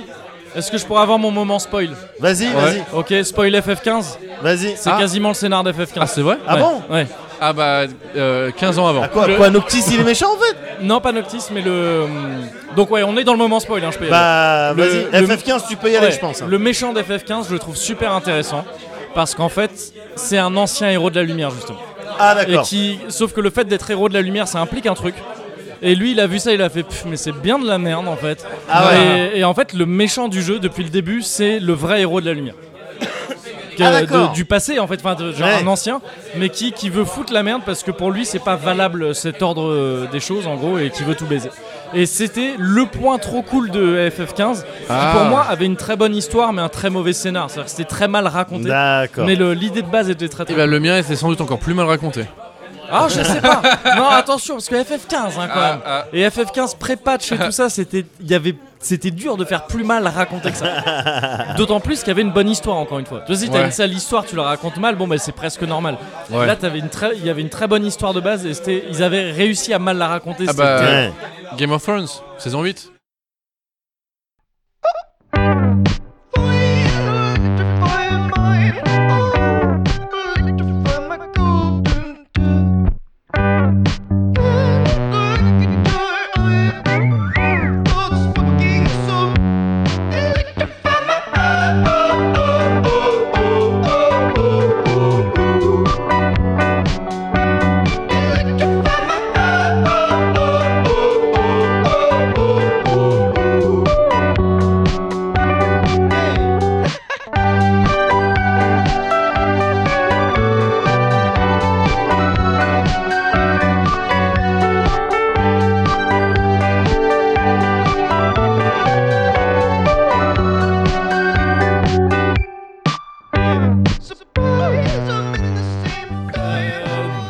[SPEAKER 1] Est-ce que je pourrais avoir mon moment spoil
[SPEAKER 3] Vas-y, vas-y,
[SPEAKER 1] Ok, spoil FF15
[SPEAKER 3] vas-y.
[SPEAKER 1] C'est
[SPEAKER 2] Ah.
[SPEAKER 1] quasiment le scénar
[SPEAKER 2] Ah,
[SPEAKER 1] d'FF15.
[SPEAKER 2] c'est vrai
[SPEAKER 3] Ah bon
[SPEAKER 1] Ouais.
[SPEAKER 2] Ah bah, euh, 15 ans avant.
[SPEAKER 3] À Ah, quoi, quoi Noctis, il est méchant en fait
[SPEAKER 1] Non, pas Noctis, mais le. hum, Donc, ouais, on est dans le moment spoil, hein, je peux y aller.
[SPEAKER 3] Bah, vas-y,
[SPEAKER 1] Le- le-
[SPEAKER 3] FF15, tu peux y aller,
[SPEAKER 1] Ouais,
[SPEAKER 3] je pense. hein.
[SPEAKER 1] Le méchant d'FF15, je le trouve super intéressant. Parce qu'en fait, c'est un ancien héros de la lumière, justement.
[SPEAKER 3] Ah,
[SPEAKER 1] Et
[SPEAKER 3] d'accord.
[SPEAKER 1] qui, sauf que le fait d'être héros de la lumière, ça implique un truc. Et lui, il a vu ça, il a fait Pff, mais c'est bien de la merde en fait.
[SPEAKER 3] Ah ouais.
[SPEAKER 1] et, et en fait, le méchant du jeu depuis le début, c'est le vrai héros de la lumière. Que-
[SPEAKER 3] Ah, d'accord.
[SPEAKER 1] de- du passé en fait, enfin de- genre
[SPEAKER 3] Ouais.
[SPEAKER 1] un ancien, mais qui, qui veut foutre la merde parce que pour lui c'est pas valable euh, cet ordre euh, des choses en gros et qui veut tout baiser. Et c'était le point trop cool de FF15
[SPEAKER 2] Ah.
[SPEAKER 1] qui pour moi avait une très bonne histoire mais un très mauvais scénar, c'est-à-dire que c'était très mal raconté.
[SPEAKER 3] D'accord.
[SPEAKER 1] Mais le- l'idée de base était très
[SPEAKER 2] Et
[SPEAKER 1] très
[SPEAKER 2] bah, le mien était sans doute encore plus mal raconté.
[SPEAKER 1] ah, je sais pas. Non, attention, parce que FF15, hein, quand
[SPEAKER 2] Ah,
[SPEAKER 1] même.
[SPEAKER 2] ah.
[SPEAKER 1] Et FF15 pré-patch et tout ça, c'était, il y avait, c'était dur de faire plus mal raconter que ça. D'autant plus qu'il y avait une bonne histoire, encore une fois. Tu vois, si t'as
[SPEAKER 2] Ouais.
[SPEAKER 1] une sale histoire, tu la racontes mal, bon, bah c'est presque normal.
[SPEAKER 2] Ouais.
[SPEAKER 1] Là, t'avais une très, il y avait une très bonne histoire de base et c'était, ils avaient réussi à mal la raconter.
[SPEAKER 2] Ah
[SPEAKER 1] c'était-
[SPEAKER 2] bah,
[SPEAKER 3] Ouais.
[SPEAKER 2] Game of Thrones, saison 8.
[SPEAKER 4] Oh, oh, oh, oh, oh, oh.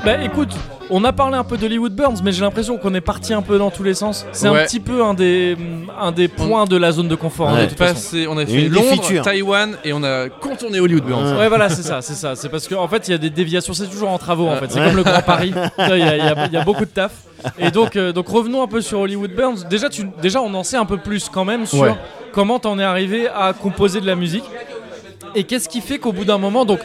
[SPEAKER 1] Bah écoute, on a parlé un peu d'Hollywood Burns, mais j'ai l'impression qu'on est parti un peu dans tous les sens. C'est
[SPEAKER 2] Ouais.
[SPEAKER 1] un petit peu un des, un des points de la zone de confort. hein,
[SPEAKER 3] Ouais.
[SPEAKER 1] de
[SPEAKER 2] On est
[SPEAKER 1] toute façon.
[SPEAKER 2] passé- on a
[SPEAKER 3] Il y a
[SPEAKER 2] fait
[SPEAKER 3] eu des
[SPEAKER 2] Londres,
[SPEAKER 3] features.
[SPEAKER 2] Taïwan et on a contourné Hollywood Burns.
[SPEAKER 1] Ouais, voilà, c'est ça, c'est ça. C'est parce qu'en en fait, il y a des déviations. C'est toujours en travaux, en fait. C'est
[SPEAKER 3] Ouais.
[SPEAKER 1] comme le Grand Paris. Il y, a- il y a- il y a beaucoup de taf. Et donc, euh, donc revenons un peu sur Hollywood Burns. Déjà, tu, déjà, on en sait un peu plus quand même sur
[SPEAKER 2] Ouais.
[SPEAKER 1] comment t'en es arrivé à composer de la musique. Et qu'est-ce qui fait qu'au bout d'un moment, donc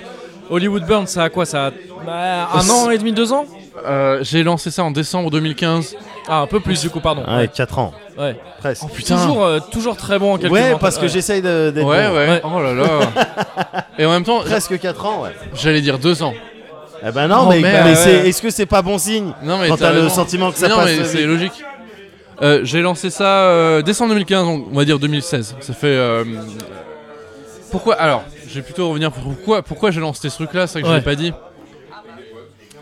[SPEAKER 1] Hollywood Burns, ça a quoi Ça a bah, un an et demi, deux ans
[SPEAKER 2] Euh, J'ai lancé ça en décembre 2015.
[SPEAKER 1] Ah, un peu plus du coup, pardon.
[SPEAKER 3] Ouais, 4 ans,
[SPEAKER 1] Ouais.
[SPEAKER 3] presque.
[SPEAKER 2] Putain.
[SPEAKER 1] Toujours, euh, toujours très bon en quelque
[SPEAKER 3] ouais,
[SPEAKER 1] sorte.
[SPEAKER 3] parce que j'essaye de- d'être.
[SPEAKER 2] Ouais, ouais.
[SPEAKER 3] bon.
[SPEAKER 1] Ouais.
[SPEAKER 2] Oh là là. et en même temps,
[SPEAKER 3] Presque 4 ans, ouais.
[SPEAKER 2] j'allais dire deux ans.
[SPEAKER 3] Eh ben non,
[SPEAKER 2] Oh,
[SPEAKER 3] mais,
[SPEAKER 2] merde.
[SPEAKER 3] mais
[SPEAKER 2] Ouais,
[SPEAKER 3] c'est-
[SPEAKER 2] ouais.
[SPEAKER 3] est-ce que c'est pas bon signe
[SPEAKER 2] Non, mais
[SPEAKER 3] Quand t'as le
[SPEAKER 2] raison.
[SPEAKER 3] sentiment que ça
[SPEAKER 2] Mais non,
[SPEAKER 3] passe
[SPEAKER 2] mais c'est
[SPEAKER 3] vite.
[SPEAKER 2] logique. Euh, J'ai lancé ça euh, décembre 2015, donc on va dire 2016. Ça fait. euh, pourquoi Alors, je vais plutôt revenir. pour- Pourquoi, pourquoi j'ai lancé ce truc-là C'est vrai que je
[SPEAKER 1] Ouais.
[SPEAKER 2] l'ai pas dit.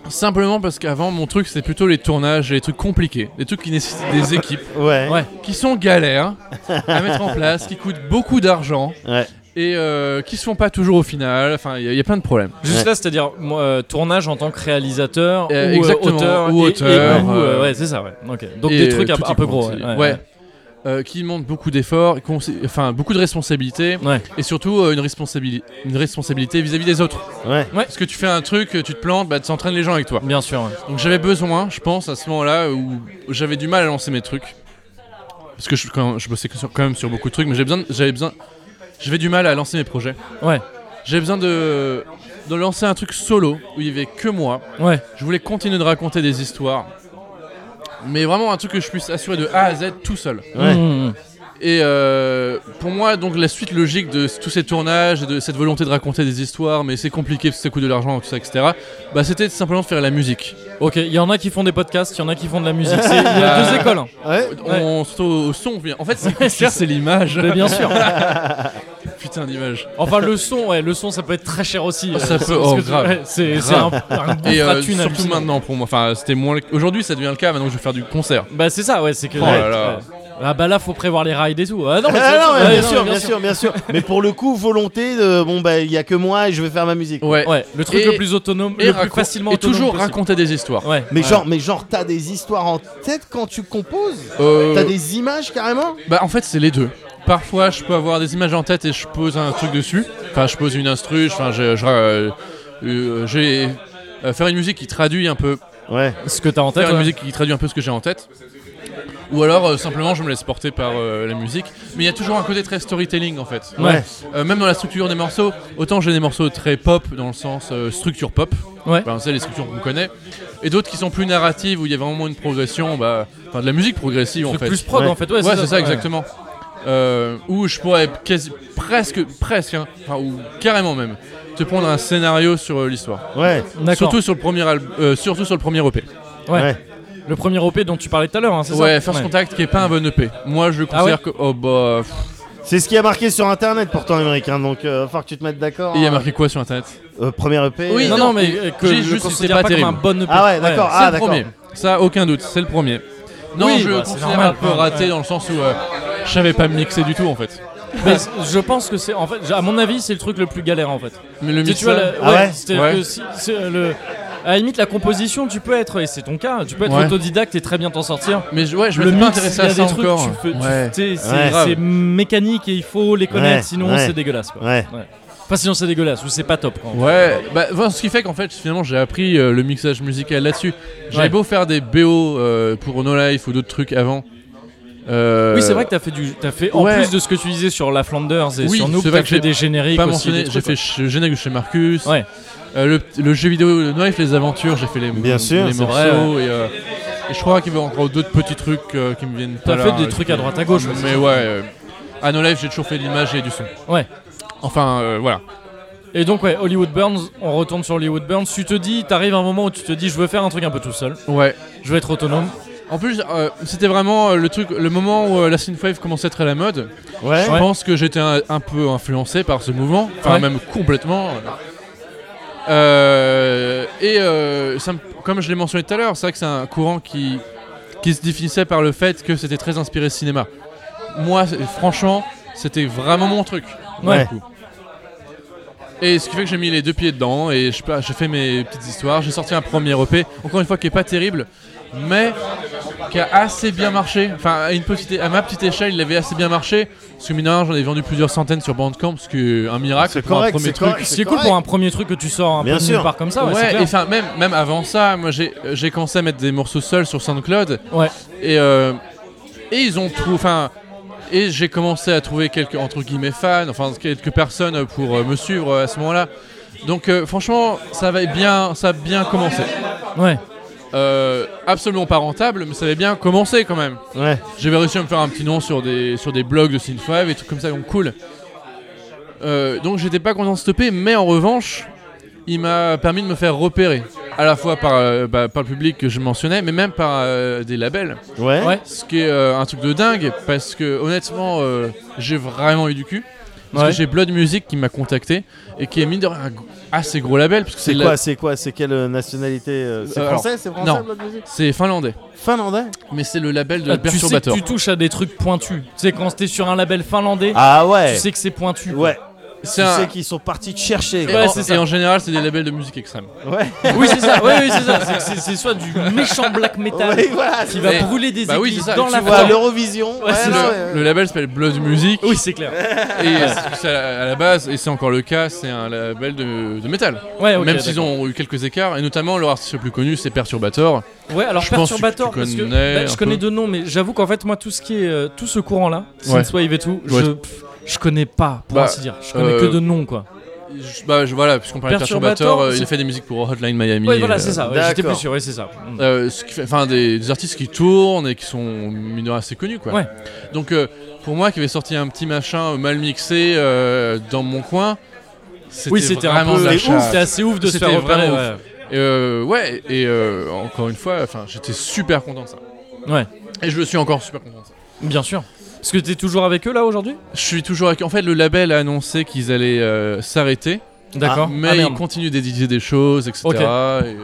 [SPEAKER 2] Simplement parce qu'avant, mon truc, c'était plutôt les tournages, les trucs compliqués, les trucs qui nécessitent des équipes,
[SPEAKER 3] Ouais.
[SPEAKER 1] Ouais.
[SPEAKER 2] qui sont galères à mettre en place, qui coûtent beaucoup d'argent
[SPEAKER 3] Ouais.
[SPEAKER 2] et euh, qui se font pas toujours au final. Enfin, il y, a- il y a plein de problèmes.
[SPEAKER 1] Juste
[SPEAKER 3] Ouais.
[SPEAKER 1] là, c'est-à-dire moi, euh, tournage en tant que réalisateur
[SPEAKER 2] Euh,
[SPEAKER 1] ou euh,
[SPEAKER 2] exactement,
[SPEAKER 1] auteur
[SPEAKER 2] ou
[SPEAKER 1] et- et-
[SPEAKER 2] auteur,
[SPEAKER 1] ou, euh,
[SPEAKER 2] euh,
[SPEAKER 1] ouais, c'est ça. Ouais. Ok. Donc
[SPEAKER 2] Et,
[SPEAKER 1] des trucs
[SPEAKER 2] euh,
[SPEAKER 1] un,
[SPEAKER 2] tout
[SPEAKER 1] un
[SPEAKER 2] y
[SPEAKER 1] peu
[SPEAKER 2] compte,
[SPEAKER 1] gros. Ouais.
[SPEAKER 2] c'est- Euh, qui demandent beaucoup d'efforts, qu'on sait- enfin beaucoup de responsabilités.
[SPEAKER 1] Ouais.
[SPEAKER 2] et surtout euh, une, responsabili- une responsabilité vis-à-vis des autres.
[SPEAKER 3] Ouais.
[SPEAKER 2] Parce que tu fais un truc, tu te plantes, bah tu entraînes les gens avec toi.
[SPEAKER 1] Bien sûr. ouais.
[SPEAKER 2] Donc j'avais besoin, je pense, à ce moment-là où j'avais du mal à lancer mes trucs. Parce que je, quand, je bossais que sur- quand même sur beaucoup de trucs, mais j'avais besoin, j'avais besoin, j'avais du mal à lancer mes projets.
[SPEAKER 1] Ouais.
[SPEAKER 2] J'avais besoin de, de lancer un truc solo où il y avait que moi.
[SPEAKER 1] Ouais.
[SPEAKER 2] Je voulais continuer de raconter des histoires, mais vraiment un truc que je puisse assurer de A à Z tout seul.
[SPEAKER 3] Ouais.
[SPEAKER 1] Mmh, mmh.
[SPEAKER 2] Et euh, pour moi, donc la suite logique de tous ces tournages et de cette volonté de raconter des histoires, mais c'est compliqué parce que ça coûte de l'argent, tout ça, etc. Bah, c'était simplement de faire la musique.
[SPEAKER 1] Ok. Il y en a qui font des podcasts, il y en a qui font de la musique. C'est- Il y a
[SPEAKER 2] Ah.
[SPEAKER 1] deux écoles. hein.
[SPEAKER 3] Ouais.
[SPEAKER 1] Ouais.
[SPEAKER 2] On se au son. En fait, c'est
[SPEAKER 1] Ouais,
[SPEAKER 2] cher,
[SPEAKER 1] c'est
[SPEAKER 2] c'est l'image.
[SPEAKER 1] Mais bien sûr.
[SPEAKER 2] Putain d'image.
[SPEAKER 1] Enfin, le son, ouais, le son, ça peut être très cher aussi. euh,
[SPEAKER 2] Ça peut-
[SPEAKER 1] parce
[SPEAKER 2] oh,
[SPEAKER 1] que-
[SPEAKER 2] grave.
[SPEAKER 1] ouais, C'est c'est un,
[SPEAKER 2] Grave.
[SPEAKER 1] un bon
[SPEAKER 2] Et euh,
[SPEAKER 1] fratune
[SPEAKER 2] surtout
[SPEAKER 1] hallucinant.
[SPEAKER 2] maintenant pour moi. Enfin, c'était moins. le- Aujourd'hui, ça devient le cas. Maintenant, que je vais faire du concert.
[SPEAKER 1] Bah c'est ça, ouais, c'est que.
[SPEAKER 2] Oh là là.
[SPEAKER 1] ouais. Ah bah là, faut prévoir les rides et tout. Ah non, mais
[SPEAKER 3] Ah
[SPEAKER 1] c'est-
[SPEAKER 3] non, mais
[SPEAKER 1] ouais,
[SPEAKER 3] bien, sûr, bien sûr, bien sûr. Mais pour le coup, volonté de bon bah il y a que moi et je vais faire ma musique.
[SPEAKER 2] Ouais.
[SPEAKER 1] Ouais. Le truc
[SPEAKER 2] Et-
[SPEAKER 1] le plus autonome,
[SPEAKER 2] Et
[SPEAKER 1] le plus
[SPEAKER 2] racon-
[SPEAKER 1] facilement
[SPEAKER 2] Et
[SPEAKER 1] autonome
[SPEAKER 2] toujours
[SPEAKER 1] possible.
[SPEAKER 2] raconter des histoires.
[SPEAKER 1] Ouais.
[SPEAKER 3] Mais
[SPEAKER 1] ouais.
[SPEAKER 3] genre, mais genre t'as des histoires en tête quand tu composes
[SPEAKER 2] Euh,
[SPEAKER 3] T'as des images carrément
[SPEAKER 2] Bah en fait c'est les deux. Parfois je peux avoir des images en tête et je pose un truc dessus. Enfin je pose une instru, je- enfin je, je, euh, euh, j'ai euh, faire une musique qui traduit un peu,
[SPEAKER 3] Ouais.
[SPEAKER 1] Ce que t'as en tête.
[SPEAKER 2] faire une
[SPEAKER 1] ouais.
[SPEAKER 2] musique qui traduit un peu ce que j'ai en tête. Ou alors euh, simplement je me laisse porter par euh, la musique. Mais il y a toujours un côté très storytelling en fait.
[SPEAKER 1] Ouais.
[SPEAKER 2] Euh, même dans la structure des morceaux, autant j'ai des morceaux très pop dans le sens euh, structure pop.
[SPEAKER 1] Ouais.
[SPEAKER 2] Enfin, c'est les structures qu'on connaît. Et d'autres qui sont plus narratives où il y a vraiment une progression, bah, enfin de la musique progressive en
[SPEAKER 1] Truc
[SPEAKER 2] fait.
[SPEAKER 1] plus prod
[SPEAKER 3] Ouais.
[SPEAKER 1] en fait. Ouais,
[SPEAKER 2] Ouais, c'est ça,
[SPEAKER 1] ouais.
[SPEAKER 2] exactement. Euh, où je pourrais quasi- presque, presque, hein, enfin, ou carrément même, te prendre un scénario sur euh, l'histoire.
[SPEAKER 3] Ouais.
[SPEAKER 1] D'accord.
[SPEAKER 2] Surtout sur le premier album, surtout sur le premier E EP.
[SPEAKER 1] Ouais.
[SPEAKER 3] Ouais.
[SPEAKER 1] Le premier OP dont tu parlais tout à l'heure, hein, c'est
[SPEAKER 2] Ouais,
[SPEAKER 1] ça
[SPEAKER 2] First Contact qui est pas un bon EP. Moi, je le
[SPEAKER 1] Ah ouais
[SPEAKER 2] considère que oh bah, pff,
[SPEAKER 3] C'est ce qui a marqué sur internet pourtant américain donc euh, faut que tu te mettes d'accord. hein.
[SPEAKER 2] il y a marqué quoi sur internet
[SPEAKER 3] Euh, premier EP.
[SPEAKER 2] Oui,
[SPEAKER 3] euh,
[SPEAKER 1] Non, non, mais euh, que
[SPEAKER 2] J'ai
[SPEAKER 1] je
[SPEAKER 2] juste
[SPEAKER 1] le
[SPEAKER 2] dit,
[SPEAKER 1] considère
[SPEAKER 2] c'est
[SPEAKER 1] pas,
[SPEAKER 2] pas
[SPEAKER 1] comme un
[SPEAKER 2] terrible.
[SPEAKER 1] bon E EP.
[SPEAKER 3] Ah ouais, d'accord. Ah
[SPEAKER 2] C'est le
[SPEAKER 3] d'accord.
[SPEAKER 2] premier. Ça, aucun doute, c'est le premier. Non,
[SPEAKER 1] Oui,
[SPEAKER 2] je
[SPEAKER 1] bah,
[SPEAKER 2] le
[SPEAKER 1] c'est
[SPEAKER 2] considère
[SPEAKER 1] normal.
[SPEAKER 2] un peu raté dans le sens où euh, je savais pas mixer du tout en fait.
[SPEAKER 1] Mais c- je pense que c'est, en fait, j- à mon avis, c'est le truc le plus galère en fait.
[SPEAKER 2] Mais le
[SPEAKER 1] Tu,
[SPEAKER 2] mix,
[SPEAKER 1] tu vois, la-
[SPEAKER 3] Ah ouais
[SPEAKER 1] c'est-à-dire
[SPEAKER 2] Ouais.
[SPEAKER 1] que si- c'est, euh, le, à la limite, la composition, tu peux être, et c'est ton cas, tu peux être
[SPEAKER 2] Ouais.
[SPEAKER 1] autodidacte et très bien t'en sortir.
[SPEAKER 2] mais je- ouais, je
[SPEAKER 1] Le
[SPEAKER 2] me suis pas
[SPEAKER 1] mix, il y
[SPEAKER 2] intéressé
[SPEAKER 1] a
[SPEAKER 2] à
[SPEAKER 1] des
[SPEAKER 2] ça
[SPEAKER 1] trucs,
[SPEAKER 2] encore.
[SPEAKER 1] tu peux- tu-
[SPEAKER 2] Ouais.
[SPEAKER 1] t'sais, c'est,
[SPEAKER 3] Ouais.
[SPEAKER 1] c'est mécanique et il faut les connaître,
[SPEAKER 3] Ouais,
[SPEAKER 1] sinon
[SPEAKER 3] ouais.
[SPEAKER 1] c'est dégueulasse. Quoi.
[SPEAKER 3] Ouais.
[SPEAKER 1] Enfin, sinon c'est dégueulasse ou c'est pas top. Quand
[SPEAKER 2] Ouais, bah, enfin, ce qui fait qu'en fait, finalement, j'ai appris euh, le mixage musical là-dessus. J'avais
[SPEAKER 1] Ouais.
[SPEAKER 2] beau faire des BO euh, pour No Life ou d'autres trucs avant. Euh,
[SPEAKER 1] Oui, c'est vrai que t'as fait du, t'as fait en
[SPEAKER 2] ouais.
[SPEAKER 1] plus de ce que tu disais sur la Flanders et
[SPEAKER 2] Oui,
[SPEAKER 1] sur nous,
[SPEAKER 2] c'est vrai
[SPEAKER 1] t'as
[SPEAKER 2] que
[SPEAKER 1] fait
[SPEAKER 2] j'ai
[SPEAKER 1] des génériques
[SPEAKER 2] pas
[SPEAKER 1] aussi.
[SPEAKER 2] mentionné,
[SPEAKER 1] des
[SPEAKER 2] j'ai
[SPEAKER 1] trucs,
[SPEAKER 2] fait ch- le générique chez Marcus.
[SPEAKER 1] Ouais.
[SPEAKER 2] Euh, le, le jeu vidéo de No Life, les aventures, j'ai fait les,
[SPEAKER 3] Bien sûr,
[SPEAKER 2] les
[SPEAKER 3] c'est
[SPEAKER 2] morceaux.
[SPEAKER 1] vrai,
[SPEAKER 2] et, euh, et je crois qu'il y avait encore d'autres petits trucs euh, qui me viennent pas
[SPEAKER 1] T'as
[SPEAKER 2] là,
[SPEAKER 1] fait des
[SPEAKER 2] euh,
[SPEAKER 1] trucs
[SPEAKER 2] qui-
[SPEAKER 1] à droite à gauche, ouais, c'est
[SPEAKER 2] Mais ouais, euh, à No Life, j'ai toujours fait de l'image et du son.
[SPEAKER 1] quoi. Ouais.
[SPEAKER 2] Enfin, euh, voilà.
[SPEAKER 1] Et donc ouais, Hollywood Burns, on retourne sur Hollywood Burns. Tu te dis, t'arrives à un moment où tu te dis, je veux faire un truc un peu tout seul,
[SPEAKER 2] Ouais.
[SPEAKER 1] je veux être autonome.
[SPEAKER 2] En plus, euh, c'était vraiment euh, le truc, le moment où euh, la synthwave commençait à être à la mode.
[SPEAKER 3] Ouais.
[SPEAKER 2] Je
[SPEAKER 1] Ouais.
[SPEAKER 2] pense que j'étais un, un peu influencé par ce mouvement, enfin
[SPEAKER 1] Ouais.
[SPEAKER 2] même complètement. Euh, et euh, ça me- comme je l'ai mentionné tout à l'heure, c'est vrai que c'est un courant qui, qui se définissait par le fait que c'était très inspiré cinéma. Moi, c'est- franchement, c'était vraiment mon truc. pour le
[SPEAKER 1] Ouais.
[SPEAKER 2] coup. Et ce qui fait que j'ai mis les deux pieds dedans et je, je fais mes petites histoires. J'ai sorti un premier EP, encore une fois qui est pas terrible, mais qui a assez bien marché. Enfin, à, une petite, à ma petite échelle, il avait assez bien marché. Parce que mine de rien, j'en ai vendu plusieurs centaines sur Bandcamp, ce qui est un miracle
[SPEAKER 3] C'est
[SPEAKER 2] pour
[SPEAKER 3] correct,
[SPEAKER 2] un premier
[SPEAKER 3] c'est
[SPEAKER 2] truc.
[SPEAKER 3] correct.
[SPEAKER 1] Ce qui est cool
[SPEAKER 3] correct.
[SPEAKER 1] pour un premier truc que tu sors un
[SPEAKER 3] Bien
[SPEAKER 1] peu de
[SPEAKER 3] sûr.
[SPEAKER 1] nulle part comme ça, ouais, c'est
[SPEAKER 2] ouais, et
[SPEAKER 1] clair.
[SPEAKER 2] enfin même, même avant ça, moi j'ai euh, j'ai commencé à mettre des morceaux seuls sur SoundCloud
[SPEAKER 1] Ouais.
[SPEAKER 2] et euh, et ils ont trouvé, enfin et j'ai commencé à trouver quelques entre guillemets fans, enfin quelques personnes pour euh, me suivre euh, à ce moment-là. Donc euh, franchement, ça va bien, ça a bien commencé.
[SPEAKER 1] Ouais.
[SPEAKER 2] Euh, absolument pas rentable, mais ça avait bien commencé quand même.
[SPEAKER 3] Ouais.
[SPEAKER 2] J'avais réussi à me faire un petit nom sur des, sur des blogs de Synthwave et trucs comme ça, donc cool. Euh, donc j'étais pas content de stopper, mais en revanche, il m'a permis de me faire repérer. À la fois par, euh, bah, par le public que je mentionnais, mais même par euh, des labels.
[SPEAKER 3] Ouais.
[SPEAKER 1] Ouais.
[SPEAKER 2] Ce qui est euh, un truc de dingue, parce que honnêtement, euh, j'ai vraiment eu du cul. Parce
[SPEAKER 1] Ouais.
[SPEAKER 2] que j'ai Blood Music qui m'a contacté et qui est mine de rien un gros- assez gros label. parce que
[SPEAKER 3] C'est
[SPEAKER 2] la-
[SPEAKER 3] quoi, c'est quoi, c'est quelle euh, nationalité euh, C'est
[SPEAKER 2] Euh,
[SPEAKER 3] français, c'est français,
[SPEAKER 2] non.
[SPEAKER 3] Blood Music
[SPEAKER 2] C'est finlandais,
[SPEAKER 3] Finlandais
[SPEAKER 2] mais c'est le label de
[SPEAKER 1] Ah, tu sais que
[SPEAKER 2] Perturbator.
[SPEAKER 1] tu touches à des trucs pointus. Tu sais, quand t'es sur un label finlandais,
[SPEAKER 3] Ah ouais.
[SPEAKER 1] tu sais que c'est pointu. quoi.
[SPEAKER 3] Ouais. Tu
[SPEAKER 2] C'est un-
[SPEAKER 3] sais qu'ils sont partis te chercher.
[SPEAKER 2] Et,
[SPEAKER 1] Ouais,
[SPEAKER 2] en,
[SPEAKER 1] c'est ça.
[SPEAKER 2] et en général, c'est des labels de musique extrême.
[SPEAKER 3] Ouais.
[SPEAKER 1] Oui, c'est ça. Ouais, oui, c'est ça. C'est que c'est- C'est soit du méchant black metal
[SPEAKER 3] Ouais, voilà.
[SPEAKER 1] qui va
[SPEAKER 2] Mais-
[SPEAKER 1] brûler des
[SPEAKER 2] Bah oui,
[SPEAKER 1] églises
[SPEAKER 2] c'est ça,
[SPEAKER 1] dans
[SPEAKER 2] tu
[SPEAKER 1] la
[SPEAKER 3] Tu vois
[SPEAKER 1] forêt.
[SPEAKER 3] l'Eurovision. Ah, Ouais,
[SPEAKER 1] c'est
[SPEAKER 3] non, euh,
[SPEAKER 2] le,
[SPEAKER 3] ouais.
[SPEAKER 2] le label s'appelle Blood Music
[SPEAKER 1] Oui, c'est clair.
[SPEAKER 2] et c'est à, à la base, et c'est encore le cas, c'est un label de, de métal.
[SPEAKER 1] Ouais, Eh, ok,
[SPEAKER 2] Même s'ils
[SPEAKER 1] d'accord.
[SPEAKER 2] ont eu quelques écarts, et notamment leur artiste le plus connu, c'est Perturbator.
[SPEAKER 1] Ouais, alors
[SPEAKER 2] Je pense que tu
[SPEAKER 1] Perturbator, parce que
[SPEAKER 2] connais
[SPEAKER 1] bah,
[SPEAKER 2] un
[SPEAKER 1] je connais
[SPEAKER 2] peu.
[SPEAKER 1] deux noms, mais j'avoue qu'en fait, moi, tout ce qui est euh, tout ce courant-là,
[SPEAKER 2] Ouais.
[SPEAKER 1] Synthwave et tout,
[SPEAKER 2] Ouais.
[SPEAKER 1] je, pff, je connais pas, pour
[SPEAKER 2] Bah,
[SPEAKER 1] ainsi dire. Je connais
[SPEAKER 2] euh,
[SPEAKER 1] que de noms, quoi.
[SPEAKER 2] Je- bah, je- voilà, puisqu'on parlait de
[SPEAKER 1] Perturbator,
[SPEAKER 2] Perturbator, euh, il
[SPEAKER 1] c'est-
[SPEAKER 2] a fait des musiques pour Hotline Miami.
[SPEAKER 1] Ouais, voilà,
[SPEAKER 2] euh,
[SPEAKER 1] c'est ça. ouais, J'étais
[SPEAKER 3] d'accord.
[SPEAKER 1] plus sûr, ouais, c'est ça. Mm.
[SPEAKER 2] euh, ce qui fait- enfin des, des artistes qui tournent et qui sont mine de rien, assez connus quoi.
[SPEAKER 1] Ouais.
[SPEAKER 2] Donc euh, pour moi qui avait sorti un petit machin mal mixé euh, dans mon coin, c'était
[SPEAKER 1] Oui, c'était un
[SPEAKER 2] vraiment
[SPEAKER 1] peu
[SPEAKER 2] de la
[SPEAKER 1] ouf,
[SPEAKER 2] chasse.
[SPEAKER 1] c'était assez ouf de se
[SPEAKER 2] C'était
[SPEAKER 1] faire repérer.
[SPEAKER 2] vraiment
[SPEAKER 1] Ouais.
[SPEAKER 2] Et, euh, ouais, et euh, encore une fois, enfin j'étais super content de ça.
[SPEAKER 1] Ouais.
[SPEAKER 2] Et je le suis encore super content de ça.
[SPEAKER 1] bien sûr. Parce que t'es toujours avec eux là aujourd'hui
[SPEAKER 2] Je suis toujours avec. En fait, le label a annoncé qu'ils allaient euh, s'arrêter,
[SPEAKER 1] D'accord.
[SPEAKER 2] mais
[SPEAKER 1] Ah, merde.
[SPEAKER 2] ils continuent d'éditer des choses, etc.
[SPEAKER 1] Ok.
[SPEAKER 2] Et, euh,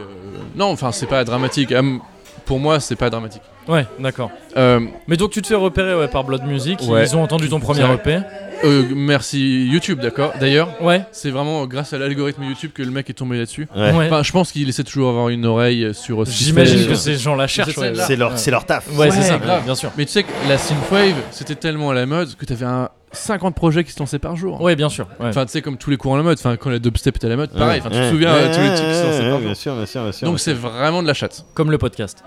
[SPEAKER 2] non, enfin c'est pas dramatique. Ah, m- Pour moi, c'est pas dramatique.
[SPEAKER 1] Ouais, d'accord.
[SPEAKER 2] Euh,
[SPEAKER 1] Mais donc tu te fais repérer ouais, par Blood Music,
[SPEAKER 2] Ouais.
[SPEAKER 1] ils ont entendu ton premier E
[SPEAKER 2] Direct.
[SPEAKER 1] EP.
[SPEAKER 2] euh, merci YouTube, d'accord. D'ailleurs,
[SPEAKER 1] Ouais.
[SPEAKER 2] C'est vraiment grâce à l'algorithme YouTube que le mec est tombé là-dessus.
[SPEAKER 3] Ouais.
[SPEAKER 1] ouais.
[SPEAKER 2] Enfin, je pense qu'il essaie toujours avoir une oreille sur. ce qu'il
[SPEAKER 1] J'imagine
[SPEAKER 2] fait.
[SPEAKER 1] que ces gens la cherchent.
[SPEAKER 2] C'est
[SPEAKER 1] Ouais,
[SPEAKER 2] celle-là.
[SPEAKER 3] C'est leur, c'est leur taf.
[SPEAKER 1] Ouais, c'est
[SPEAKER 2] Ouais,
[SPEAKER 1] ça,
[SPEAKER 2] grave.
[SPEAKER 1] bien sûr.
[SPEAKER 2] Mais tu sais que la synthwave, c'était tellement à la mode que t'avais un 50 projets qui se lançaient par jour.
[SPEAKER 1] Ouais, bien sûr. ouais.
[SPEAKER 2] Enfin, tu sais comme tous les courants à la mode. Enfin, quand la dubstep était à la mode, pareil. Enfin, tu
[SPEAKER 3] Ouais.
[SPEAKER 2] te souviens
[SPEAKER 3] Ouais,
[SPEAKER 2] euh, tous les trucs qui se
[SPEAKER 3] ouais,
[SPEAKER 2] lançaient
[SPEAKER 3] ouais,
[SPEAKER 2] par
[SPEAKER 3] Bien
[SPEAKER 2] jour.
[SPEAKER 3] sûr, bien sûr, bien sûr.
[SPEAKER 2] Donc c'est vraiment de la chatte.
[SPEAKER 1] Comme le podcast.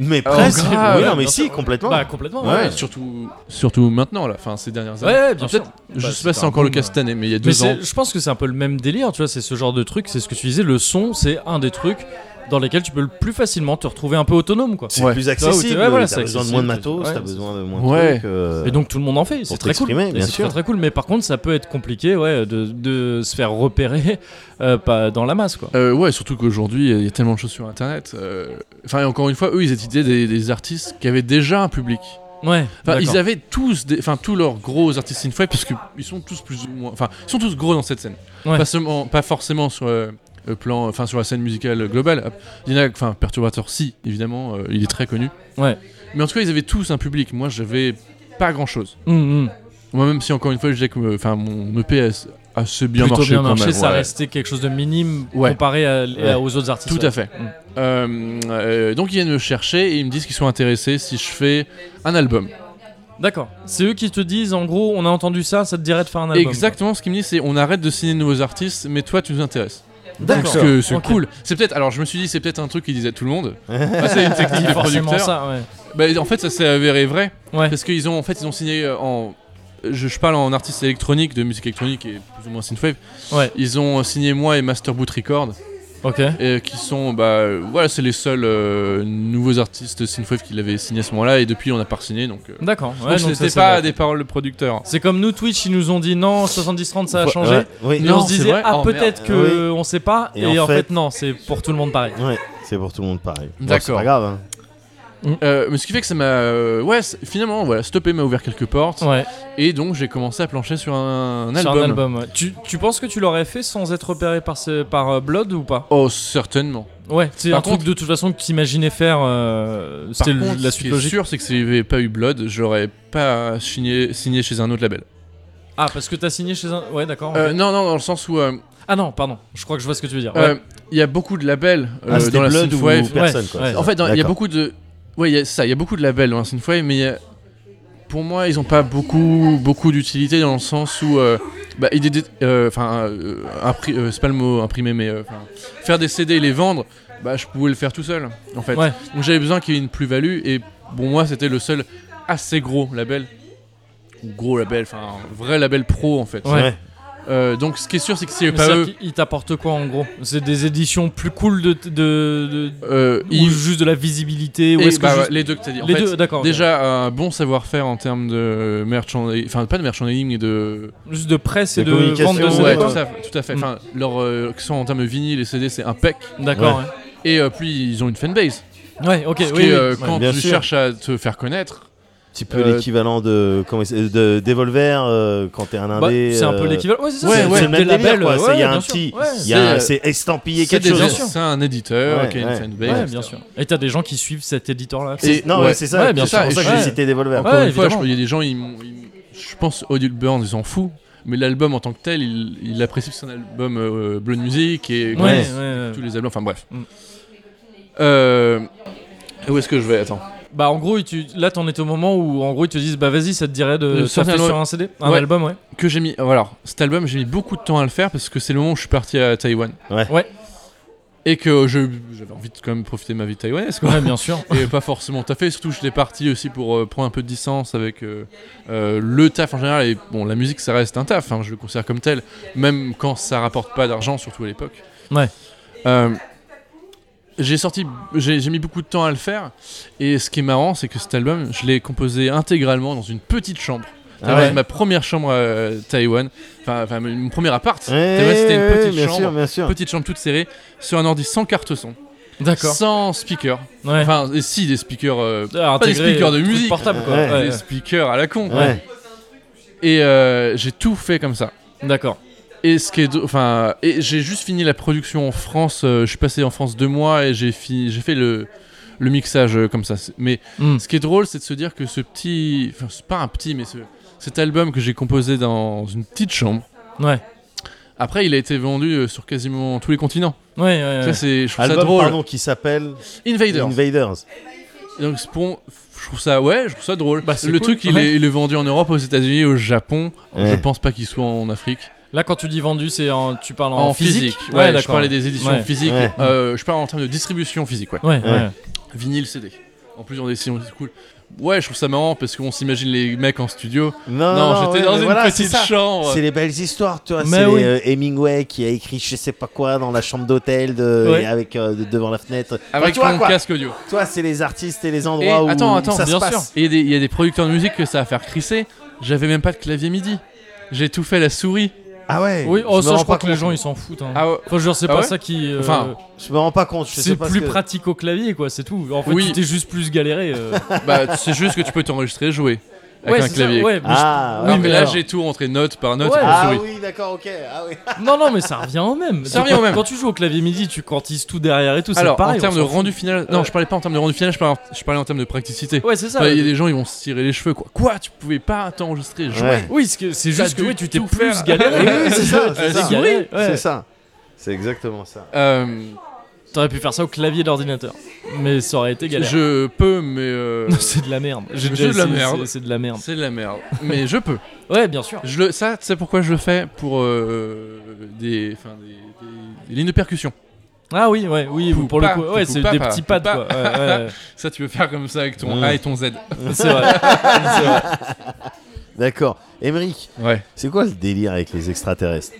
[SPEAKER 3] mais presque.
[SPEAKER 2] grave.
[SPEAKER 3] oui, non, mais
[SPEAKER 1] Bien
[SPEAKER 3] Ah, si,
[SPEAKER 1] sûr.
[SPEAKER 3] complètement.
[SPEAKER 1] Bah, complètement.
[SPEAKER 3] Ouais.
[SPEAKER 1] Ouais,
[SPEAKER 2] Surtout, surtout maintenant là. Enfin, ces dernières
[SPEAKER 1] ouais,
[SPEAKER 2] années.
[SPEAKER 1] ouais, bien
[SPEAKER 2] Enfin,
[SPEAKER 1] sûr.
[SPEAKER 2] peut-être-
[SPEAKER 1] Bah,
[SPEAKER 2] je sais pas si
[SPEAKER 1] c'était
[SPEAKER 2] c'est
[SPEAKER 1] un
[SPEAKER 2] encore le
[SPEAKER 1] boom,
[SPEAKER 2] cas cette année, mais il y a
[SPEAKER 1] Mais
[SPEAKER 2] deux ans.
[SPEAKER 1] c'est- je pense que c'est un peu le même délire, tu vois, c'est ce genre de truc, c'est ce que tu disais, le son, c'est un des trucs dans lesquels tu peux le plus facilement te retrouver un peu autonome, quoi.
[SPEAKER 3] C'est
[SPEAKER 2] Ouais.
[SPEAKER 3] plus
[SPEAKER 1] t'es- ouais,
[SPEAKER 3] accessible.
[SPEAKER 1] voilà,
[SPEAKER 3] t'as
[SPEAKER 1] c'est
[SPEAKER 3] besoin de
[SPEAKER 1] accessible,
[SPEAKER 3] moins de
[SPEAKER 1] t'es-
[SPEAKER 3] matos,
[SPEAKER 1] ouais,
[SPEAKER 3] t'as
[SPEAKER 1] c'est-
[SPEAKER 3] besoin de moins
[SPEAKER 2] Ouais.
[SPEAKER 3] de trucs. euh,
[SPEAKER 1] Et donc tout le monde en fait, c'est très cool.
[SPEAKER 3] t'exprimer,
[SPEAKER 1] Et
[SPEAKER 3] bien
[SPEAKER 1] c'est
[SPEAKER 3] sûr.
[SPEAKER 1] très très cool, mais par contre ça peut être compliqué, ouais, de, de se faire repérer euh, pas dans la masse, quoi.
[SPEAKER 2] Euh, ouais, surtout qu'aujourd'hui, il y a tellement de choses sur Internet. euh, Enfin, et encore une fois, eux, ils étaient des, des artistes qui avaient déjà un public.
[SPEAKER 1] Ouais.
[SPEAKER 2] Enfin,
[SPEAKER 1] d'accord.
[SPEAKER 2] ils avaient tous, des- enfin, tous leurs gros artistes synthwave, parce qu'ils sont tous plus ou moins, enfin, ils sont tous gros dans cette scène.
[SPEAKER 1] Ouais.
[SPEAKER 2] Pas seulement, pas forcément sur euh, le plan, enfin, sur la scène musicale globale. Il y en a, enfin, Perturbator, si, évidemment, euh, il est très connu.
[SPEAKER 1] Ouais.
[SPEAKER 2] Mais en tout cas, ils avaient tous un public. Moi, j'avais pas grand chose.
[SPEAKER 1] Hum, hum.
[SPEAKER 2] Moi, même si encore une fois, je disais que, euh, enfin, mon EP a s- assez bien
[SPEAKER 1] Plutôt
[SPEAKER 2] marché
[SPEAKER 1] bien
[SPEAKER 2] quand
[SPEAKER 1] marché,
[SPEAKER 2] même,
[SPEAKER 1] ça
[SPEAKER 2] ouais.
[SPEAKER 1] restait quelque chose de minime
[SPEAKER 2] Ouais.
[SPEAKER 1] comparé à- à- aux autres artistes.
[SPEAKER 2] Tout à fait.
[SPEAKER 1] Mm.
[SPEAKER 2] Euh, euh, donc ils viennent me chercher et ils me disent qu'ils sont intéressés si je fais un album.
[SPEAKER 1] D'accord. C'est eux qui te disent, en gros, on a entendu ça, ça te dirait de faire un album.
[SPEAKER 2] Exactement ce qu'ils me disent, c'est on arrête de signer de nouveaux artistes, mais toi tu nous intéresses.
[SPEAKER 1] D'accord.
[SPEAKER 2] Parce que c'est
[SPEAKER 1] Ok.
[SPEAKER 2] cool. C'est peut-être. Alors je me suis dit c'est peut-être un truc qu'ils disaient à tout le monde. Ah, c'est une
[SPEAKER 1] quoi.
[SPEAKER 2] technique de
[SPEAKER 1] forcément
[SPEAKER 2] producteur.
[SPEAKER 1] ça, ouais.
[SPEAKER 2] Bah, en fait ça s'est avéré vrai
[SPEAKER 1] Ouais.
[SPEAKER 2] parce qu'ils ont en fait ils ont signé euh, en je, je parle en artiste électronique de musique électronique et plus ou moins synthwave.
[SPEAKER 1] Ouais.
[SPEAKER 2] Ils ont euh, signé moi et Master Boot Record.
[SPEAKER 1] Ok.
[SPEAKER 2] et qui sont bah euh, voilà c'est les seuls euh, nouveaux artistes synthwave qui l'avaient signé à ce moment-là et depuis on n'a pas signé donc euh,
[SPEAKER 1] D'accord. Ouais, donc
[SPEAKER 2] donc
[SPEAKER 1] ça,
[SPEAKER 2] c'était
[SPEAKER 1] c'est
[SPEAKER 2] pas
[SPEAKER 1] vrai.
[SPEAKER 2] des paroles de producteur
[SPEAKER 1] C'est comme nous Twitch, ils nous ont dit non, 70-30 ça a changé.
[SPEAKER 3] Ouais, oui.
[SPEAKER 1] Et
[SPEAKER 2] Non,
[SPEAKER 1] on se
[SPEAKER 2] c'est
[SPEAKER 1] disait
[SPEAKER 2] vrai.
[SPEAKER 1] ah
[SPEAKER 2] Oh,
[SPEAKER 1] peut-être
[SPEAKER 3] merde.
[SPEAKER 1] que on sait pas. Et, en, fait, non, c'est pour tout le monde pareil.
[SPEAKER 3] Ouais, c'est pour tout le monde pareil. Bon,
[SPEAKER 2] D'accord.
[SPEAKER 3] c'est pas grave. hein.
[SPEAKER 2] Euh, mais ce qui fait que ça m'a euh, ouais c'est- finalement voilà stoppé m'a ouvert quelques portes
[SPEAKER 1] Ouais.
[SPEAKER 2] et donc j'ai commencé à plancher sur un,
[SPEAKER 1] sur
[SPEAKER 2] album.
[SPEAKER 1] un album. ouais. Tu, tu penses que tu l'aurais fait sans être repéré par ce- par euh, Blood ou pas
[SPEAKER 2] oh certainement
[SPEAKER 1] Ouais. C'est
[SPEAKER 2] Par
[SPEAKER 1] un truc
[SPEAKER 2] contre-
[SPEAKER 1] de toute façon que t'imaginais faire. euh,
[SPEAKER 2] par
[SPEAKER 1] C'était le-
[SPEAKER 2] contre
[SPEAKER 1] la
[SPEAKER 2] ce
[SPEAKER 1] suite
[SPEAKER 2] qui est
[SPEAKER 1] logique.
[SPEAKER 2] sûr c'est que s'il n'y avait pas eu Blood j'aurais pas signé signé chez un autre label
[SPEAKER 1] Ah, parce que t'as signé chez un. Ouais, d'accord.
[SPEAKER 2] Euh, non, non, dans le sens où euh,
[SPEAKER 1] Ah non, pardon. Je crois que je vois ce que tu veux dire.
[SPEAKER 2] euh, il y a beaucoup de labels euh,
[SPEAKER 3] Ah, c'était
[SPEAKER 2] dans la
[SPEAKER 3] Blood ou
[SPEAKER 2] synthwave.
[SPEAKER 3] personne
[SPEAKER 1] Ouais,
[SPEAKER 3] quoi.
[SPEAKER 1] ouais.
[SPEAKER 3] c'est
[SPEAKER 2] En
[SPEAKER 3] ça.
[SPEAKER 2] fait, dans- il y a
[SPEAKER 3] D'accord.
[SPEAKER 2] beaucoup de. Ouais, il y a ça, il y a beaucoup de labels hein, dans la synthwave, mais il y a- pour moi, ils n'ont pas beaucoup, beaucoup d'utilité dans le sens où. euh, bah, ils dé- euh, enfin, euh, impri- euh, c'est pas le mot imprimé, mais euh, enfin, faire des CD et les vendre, bah, je pouvais le faire tout seul, en fait.
[SPEAKER 1] Ouais.
[SPEAKER 2] Donc j'avais besoin qu'il y ait une plus-value, et bon, moi, c'était le seul assez gros label. Ou Gros label, enfin, un vrai label pro, en fait.
[SPEAKER 1] Ouais.
[SPEAKER 3] Ouais.
[SPEAKER 2] Euh, donc ce qui est sûr, c'est que c'est
[SPEAKER 1] Mais
[SPEAKER 2] pas
[SPEAKER 1] c'est-à-dire
[SPEAKER 2] eux.
[SPEAKER 1] qu'ils- Ils t'apportent quoi en gros C'est des éditions plus cool de. de, de-
[SPEAKER 2] euh,
[SPEAKER 1] Ou
[SPEAKER 2] ils-
[SPEAKER 1] juste de la visibilité Ou
[SPEAKER 2] et
[SPEAKER 1] est-ce que
[SPEAKER 2] bah,
[SPEAKER 1] juste-
[SPEAKER 2] les deux que t'as dit. En
[SPEAKER 1] Les
[SPEAKER 2] fait,
[SPEAKER 1] deux, d'accord. ok.
[SPEAKER 2] Déjà un bon savoir-faire en termes de merchandising, enfin pas de merchandising mais de
[SPEAKER 1] Juste de presse et
[SPEAKER 3] De
[SPEAKER 1] de vente de
[SPEAKER 3] communication,
[SPEAKER 1] CD,
[SPEAKER 2] ouais,
[SPEAKER 1] quoi.
[SPEAKER 2] tout, ça- tout à fait.
[SPEAKER 1] Mm.
[SPEAKER 2] Enfin leur euh, que ce soit en termes de vinyle et CD c'est impec.
[SPEAKER 1] D'accord, ouais.
[SPEAKER 2] Et euh, puis ils ont une fanbase.
[SPEAKER 1] Ouais, ok,
[SPEAKER 2] ce
[SPEAKER 1] oui.
[SPEAKER 2] qui,
[SPEAKER 1] oui.
[SPEAKER 2] euh,
[SPEAKER 1] Ouais.
[SPEAKER 2] quand
[SPEAKER 3] bien
[SPEAKER 2] tu
[SPEAKER 3] sûr.
[SPEAKER 2] cherches à te faire connaître,
[SPEAKER 3] Un petit peu
[SPEAKER 2] Euh,
[SPEAKER 3] l'équivalent de comment il s- de Devolver euh, quand t'es un
[SPEAKER 1] Bah,
[SPEAKER 3] indé.
[SPEAKER 1] c'est un peu
[SPEAKER 3] euh,
[SPEAKER 1] l'équivalent. Ouais, c'est ça.
[SPEAKER 2] ouais,
[SPEAKER 1] c'est-
[SPEAKER 2] ouais.
[SPEAKER 1] c'est
[SPEAKER 3] le même
[SPEAKER 1] des
[SPEAKER 3] délire,
[SPEAKER 1] labels.
[SPEAKER 3] quoi.
[SPEAKER 1] ouais,
[SPEAKER 3] C'est- Il y a
[SPEAKER 1] bien
[SPEAKER 3] un
[SPEAKER 1] sûr.
[SPEAKER 3] petit,
[SPEAKER 1] Ouais.
[SPEAKER 3] il y
[SPEAKER 2] C'est,
[SPEAKER 3] a un-
[SPEAKER 2] euh,
[SPEAKER 3] c'est estampillé
[SPEAKER 2] c'est
[SPEAKER 3] quelque
[SPEAKER 2] des
[SPEAKER 3] chose.
[SPEAKER 1] bien
[SPEAKER 2] gens-
[SPEAKER 1] sûr.
[SPEAKER 2] c'est un éditeur
[SPEAKER 3] Ouais,
[SPEAKER 2] qui a une
[SPEAKER 3] ouais.
[SPEAKER 2] fanbase.
[SPEAKER 1] Ouais,
[SPEAKER 2] etc.
[SPEAKER 1] bien sûr. Et t'as des gens qui suivent cet éditeur-là.
[SPEAKER 2] Et-
[SPEAKER 3] C'est- non,
[SPEAKER 2] ouais.
[SPEAKER 3] ouais, c'est ça.
[SPEAKER 1] Ouais, bien
[SPEAKER 3] c'est pour
[SPEAKER 2] sûr.
[SPEAKER 3] ça que j'ai
[SPEAKER 1] Ouais.
[SPEAKER 3] cité Devolver.
[SPEAKER 2] Encore
[SPEAKER 1] Ouais,
[SPEAKER 2] une fois, je
[SPEAKER 1] évidemment.
[SPEAKER 2] crois qu'il y a des gens, ils m'ont- ils m'ont- je pense Odile Burns, ils s'en foutent. Mais l'album en tant que tel, il, il apprécie que c'est un album euh, Blonde Music et
[SPEAKER 1] Ouais, ouais,
[SPEAKER 2] tous
[SPEAKER 1] ouais.
[SPEAKER 2] les albums, enfin bref.
[SPEAKER 1] Mm.
[SPEAKER 2] Euh, où est-ce que je vais Attends.
[SPEAKER 1] Bah, en gros, ils tu... là, t'en étais au moment où, en gros, ils te disent, bah, vas-y, ça te dirait
[SPEAKER 2] De
[SPEAKER 1] de ça
[SPEAKER 2] sortir
[SPEAKER 1] fait
[SPEAKER 2] un-
[SPEAKER 1] sur un CD, un
[SPEAKER 2] Ouais.
[SPEAKER 1] album, ouais.
[SPEAKER 2] Que j'ai mis. euh, Voilà, cet album, j'ai mis beaucoup de temps à le faire parce que c'est le moment où je suis parti à Taïwan.
[SPEAKER 3] Ouais.
[SPEAKER 1] Ouais.
[SPEAKER 2] Et que je- j'avais envie de quand même profiter de ma vie taïwanaise, quoi.
[SPEAKER 1] Ouais, bien sûr.
[SPEAKER 2] Et pas forcément taffer, surtout j'étais parti aussi pour euh, prendre un peu de distance avec euh, euh, le taf en général. Et bon, la musique ça reste un taf, hein, je le considère comme tel, même quand ça rapporte pas d'argent, surtout à l'époque.
[SPEAKER 1] Ouais.
[SPEAKER 2] Euh, j'ai sorti, j'ai j'ai mis beaucoup de temps à le faire. Et ce qui est marrant, c'est que cet album, je l'ai composé intégralement dans une petite chambre.
[SPEAKER 3] Ah ouais.
[SPEAKER 2] Ma première chambre à Taïwan, enfin enfin, mon premier appart.
[SPEAKER 3] Ouais,
[SPEAKER 2] Taïwan, C'était une
[SPEAKER 3] ouais,
[SPEAKER 2] petite
[SPEAKER 3] Eh, bien
[SPEAKER 2] chambre,
[SPEAKER 3] sûr, bien sûr.
[SPEAKER 2] petite chambre toute serrée, sur un ordi sans carte son,
[SPEAKER 1] D'accord.
[SPEAKER 2] sans speaker.
[SPEAKER 1] Ouais.
[SPEAKER 2] Enfin, et si des speakers, euh,
[SPEAKER 1] Ah,
[SPEAKER 2] pas des
[SPEAKER 1] intégrer
[SPEAKER 2] speakers de
[SPEAKER 1] un truc
[SPEAKER 2] musique.
[SPEAKER 1] portable, quoi.
[SPEAKER 3] Ah, Ouais.
[SPEAKER 1] Ouais,
[SPEAKER 2] des speakers à la con. quoi.
[SPEAKER 3] Ouais.
[SPEAKER 2] Et euh, j'ai tout fait comme ça.
[SPEAKER 1] ouais. D'accord.
[SPEAKER 2] Et ce qui est, do- enfin, et j'ai juste fini la production en France. euh, je suis passé en France deux mois et j'ai fini, j'ai fait le le mixage euh, comme ça. C'est- Mais
[SPEAKER 1] Hmm.
[SPEAKER 2] ce qui est drôle, c'est de se dire que ce petit, enfin, c'est pas un petit, mais ce, cet album que j'ai composé dans une petite chambre.
[SPEAKER 1] Ouais.
[SPEAKER 2] Après, il a été vendu euh, sur quasiment tous les continents.
[SPEAKER 1] Ouais, ouais, ouais.
[SPEAKER 2] Ça, c'est, je trouve ça
[SPEAKER 3] Album
[SPEAKER 2] drôle.
[SPEAKER 3] pardon qui s'appelle
[SPEAKER 2] Invaders.
[SPEAKER 3] Invaders.
[SPEAKER 2] Donc c'est pour- je trouve ça ouais, je trouve ça drôle.
[SPEAKER 1] Bah, c'est
[SPEAKER 2] le
[SPEAKER 1] cool.
[SPEAKER 2] truc il,
[SPEAKER 1] Ouais.
[SPEAKER 2] est, il est vendu en Europe, aux États-Unis, au Japon.
[SPEAKER 3] Ouais.
[SPEAKER 2] Je pense pas qu'il soit en Afrique.
[SPEAKER 1] Là, quand tu dis vendu, c'est en... tu parles en,
[SPEAKER 2] En physique. Ouais, je parlais des éditions
[SPEAKER 1] Ouais.
[SPEAKER 2] physiques.
[SPEAKER 3] Ouais.
[SPEAKER 2] Euh, je parle en termes de distribution physique, ouais.
[SPEAKER 1] Ouais, ouais.
[SPEAKER 3] Ouais.
[SPEAKER 2] Vinyle, CD. En plus on décision, c'est cool. Ouais, je trouve ça marrant parce qu'on s'imagine les mecs en studio.
[SPEAKER 3] Ah, Non,
[SPEAKER 2] non,
[SPEAKER 3] ouais,
[SPEAKER 2] j'étais dans
[SPEAKER 3] mais
[SPEAKER 2] une
[SPEAKER 3] voilà, c'est
[SPEAKER 2] petite
[SPEAKER 3] ça.
[SPEAKER 2] chambre.
[SPEAKER 3] C'est les belles histoires, tu vois.
[SPEAKER 1] Mais
[SPEAKER 3] C'est les,
[SPEAKER 1] oui.
[SPEAKER 3] euh, Hemingway qui a écrit je sais pas quoi dans la chambre d'hôtel de,
[SPEAKER 1] Ouais.
[SPEAKER 3] et avec euh, de- devant la fenêtre. Enfin,
[SPEAKER 2] Avec
[SPEAKER 3] tu vois
[SPEAKER 2] mon
[SPEAKER 3] quoi.
[SPEAKER 2] casque audio.
[SPEAKER 3] Toi, c'est les artistes et les
[SPEAKER 2] Et
[SPEAKER 3] endroits où
[SPEAKER 2] attends, attends,
[SPEAKER 3] ça
[SPEAKER 2] bien
[SPEAKER 3] se
[SPEAKER 2] sûr.
[SPEAKER 3] passe.
[SPEAKER 2] Et des- il y a des producteurs de musique que ça va faire crisser. J'avais même pas de clavier MIDI. J'ai tout fait à la souris.
[SPEAKER 3] Ah ouais.
[SPEAKER 1] Oui, oh,
[SPEAKER 3] me
[SPEAKER 1] ça,
[SPEAKER 3] rends
[SPEAKER 1] je crois
[SPEAKER 3] pas
[SPEAKER 1] que les
[SPEAKER 3] compte.
[SPEAKER 1] gens, ils s'en foutent. hein.
[SPEAKER 2] Ah ouais.
[SPEAKER 1] Enfin, je veux dire, c'est
[SPEAKER 2] Ah
[SPEAKER 1] pas
[SPEAKER 2] ouais
[SPEAKER 1] ça qui. euh,
[SPEAKER 2] Enfin,
[SPEAKER 3] Je me rends pas compte. Je sais
[SPEAKER 1] c'est
[SPEAKER 3] pas
[SPEAKER 1] plus
[SPEAKER 3] ce que-
[SPEAKER 1] pratique au clavier, quoi, c'est tout. En fait,
[SPEAKER 2] Oui.
[SPEAKER 1] tu t'es juste plus galéré. euh.
[SPEAKER 2] Bah, c'est juste que tu peux t'enregistrer et jouer avec
[SPEAKER 1] ouais,
[SPEAKER 2] un
[SPEAKER 1] c'est
[SPEAKER 2] clavier.
[SPEAKER 1] Ça, ouais, mais je-
[SPEAKER 3] Ah,
[SPEAKER 2] Non,
[SPEAKER 3] oui,
[SPEAKER 2] mais là,
[SPEAKER 3] alors.
[SPEAKER 2] j'ai tout rentré note par note.
[SPEAKER 1] Ouais.
[SPEAKER 2] et
[SPEAKER 3] Ah
[SPEAKER 2] souris.
[SPEAKER 3] oui, d'accord, ok. Ah oui.
[SPEAKER 1] Non, non, mais ça revient au même.
[SPEAKER 2] Ça
[SPEAKER 1] Donc,
[SPEAKER 2] revient au même.
[SPEAKER 1] Quand tu joues au clavier midi, tu quantises tout derrière et tout. c'est
[SPEAKER 2] Alors,
[SPEAKER 1] pareil,
[SPEAKER 2] en
[SPEAKER 1] on
[SPEAKER 2] termes de
[SPEAKER 1] s'en fout.
[SPEAKER 2] rendu final, non, je parlais pas en termes de rendu final, je parlais, je parlais en termes de praticité.
[SPEAKER 1] Ouais, c'est ça.
[SPEAKER 2] Enfin, Il y a des gens, ils vont se tirer les cheveux, quoi. Quoi, tu pouvais pas t'enregistrer, jouer
[SPEAKER 3] Ouais.
[SPEAKER 1] Oui, c'est que- c'est
[SPEAKER 2] T'as
[SPEAKER 1] juste que
[SPEAKER 2] dû
[SPEAKER 1] oui, tu t'es
[SPEAKER 2] tout
[SPEAKER 1] plus
[SPEAKER 2] faire.
[SPEAKER 1] galéré.
[SPEAKER 3] Oui, oui, c'est ça, c'est
[SPEAKER 1] Euh,
[SPEAKER 3] ça.
[SPEAKER 1] galéré, ouais.
[SPEAKER 3] C'est ça. C'est exactement ça.
[SPEAKER 2] Euh,
[SPEAKER 1] T'aurais pu faire ça au clavier d'ordinateur. Mais ça aurait été galère.
[SPEAKER 2] je peux, mais euh,
[SPEAKER 1] Non, c'est de la merde. J'ai
[SPEAKER 2] C'est
[SPEAKER 1] déjà
[SPEAKER 2] de la
[SPEAKER 1] essayé,
[SPEAKER 2] merde.
[SPEAKER 1] c'est- C'est de la merde.
[SPEAKER 2] c'est de la merde. Mais je peux.
[SPEAKER 1] Ouais, bien sûr.
[SPEAKER 2] Je le, ça, tu sais pourquoi je le fais pour euh, des, enfin, des, des- des lignes de percussion.
[SPEAKER 1] Ah oui, ouais, oui,
[SPEAKER 2] Pou,
[SPEAKER 1] pour le
[SPEAKER 2] pa,
[SPEAKER 1] coup. Ouais,
[SPEAKER 2] pou,
[SPEAKER 1] c'est
[SPEAKER 2] pa,
[SPEAKER 1] des
[SPEAKER 2] pa,
[SPEAKER 1] petits
[SPEAKER 2] pou,
[SPEAKER 1] pads,
[SPEAKER 2] pa.
[SPEAKER 1] quoi. Ouais, ouais,
[SPEAKER 2] Ça, tu peux faire comme ça avec ton
[SPEAKER 3] Mm.
[SPEAKER 2] A et ton Z.
[SPEAKER 1] ouais. c'est vrai. C'est vrai.
[SPEAKER 3] D'accord. Émeric,
[SPEAKER 2] Ouais.
[SPEAKER 3] c'est quoi le délire avec les extraterrestres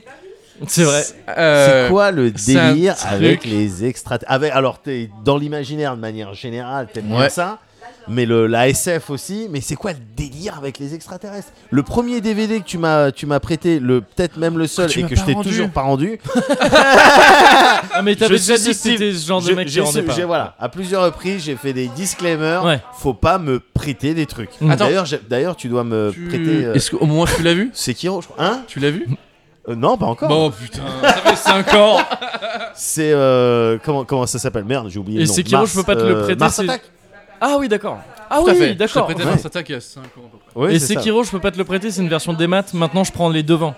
[SPEAKER 1] C'est vrai. Euh,
[SPEAKER 2] Euh,
[SPEAKER 3] C'est quoi le
[SPEAKER 2] c'est un
[SPEAKER 3] délire
[SPEAKER 2] truc-
[SPEAKER 3] avec les extraterrestres avec, Alors, t'es dans l'imaginaire de manière générale, t'aimes bien
[SPEAKER 2] Ouais.
[SPEAKER 3] ça, mais le, la SF aussi. Mais c'est quoi le délire avec les extraterrestres Le premier DVD que tu m'as, tu m'as prêté, le peut-être même le seul,
[SPEAKER 2] tu
[SPEAKER 3] et
[SPEAKER 2] m'as
[SPEAKER 3] que
[SPEAKER 2] pas
[SPEAKER 3] je t'ai
[SPEAKER 2] rendu.
[SPEAKER 3] toujours pas rendu.
[SPEAKER 1] Ah, mais t'avais
[SPEAKER 3] Je
[SPEAKER 1] déjà
[SPEAKER 3] suis
[SPEAKER 1] dit que c'était ce genre de
[SPEAKER 3] Je-
[SPEAKER 1] mec qui
[SPEAKER 3] j'ai ce-
[SPEAKER 1] rendait
[SPEAKER 3] j'ai-
[SPEAKER 1] pas.
[SPEAKER 3] Voilà, à plusieurs reprises, j'ai fait des disclaimers.
[SPEAKER 1] Ouais.
[SPEAKER 3] Faut pas me prêter des trucs.
[SPEAKER 1] Mm.
[SPEAKER 2] Attends.
[SPEAKER 3] D'ailleurs, j'ai- d'ailleurs, tu dois me
[SPEAKER 2] Tu-
[SPEAKER 3] prêter. euh,
[SPEAKER 2] Est-ce qu'au moins tu l'as vu
[SPEAKER 3] Sekiro, je crois. Hein
[SPEAKER 2] Tu l'as vu
[SPEAKER 3] Euh, Non, pas encore.
[SPEAKER 2] Bon putain, ça fait 5 ans.
[SPEAKER 3] C'est euh, comment comment ça s'appelle Merde, j'ai oublié.
[SPEAKER 1] Et
[SPEAKER 3] le nom.
[SPEAKER 1] Sekiro,
[SPEAKER 3] Mars, euh,
[SPEAKER 1] je peux pas te le prêter,
[SPEAKER 3] Mars
[SPEAKER 1] c'est-
[SPEAKER 3] Attack.
[SPEAKER 1] Ah oui, d'accord. Ah
[SPEAKER 2] Tout à fait.
[SPEAKER 1] oui,
[SPEAKER 2] Je t'ai
[SPEAKER 1] d'accord.
[SPEAKER 2] prêté
[SPEAKER 3] Ouais.
[SPEAKER 2] dans sa taille il y a 5 ans. à peu près.
[SPEAKER 3] Oui,
[SPEAKER 1] Et
[SPEAKER 3] c'est ça.
[SPEAKER 1] Sekiro, je peux pas te le prêter, c'est une version des maths. Maintenant, je prends les devants.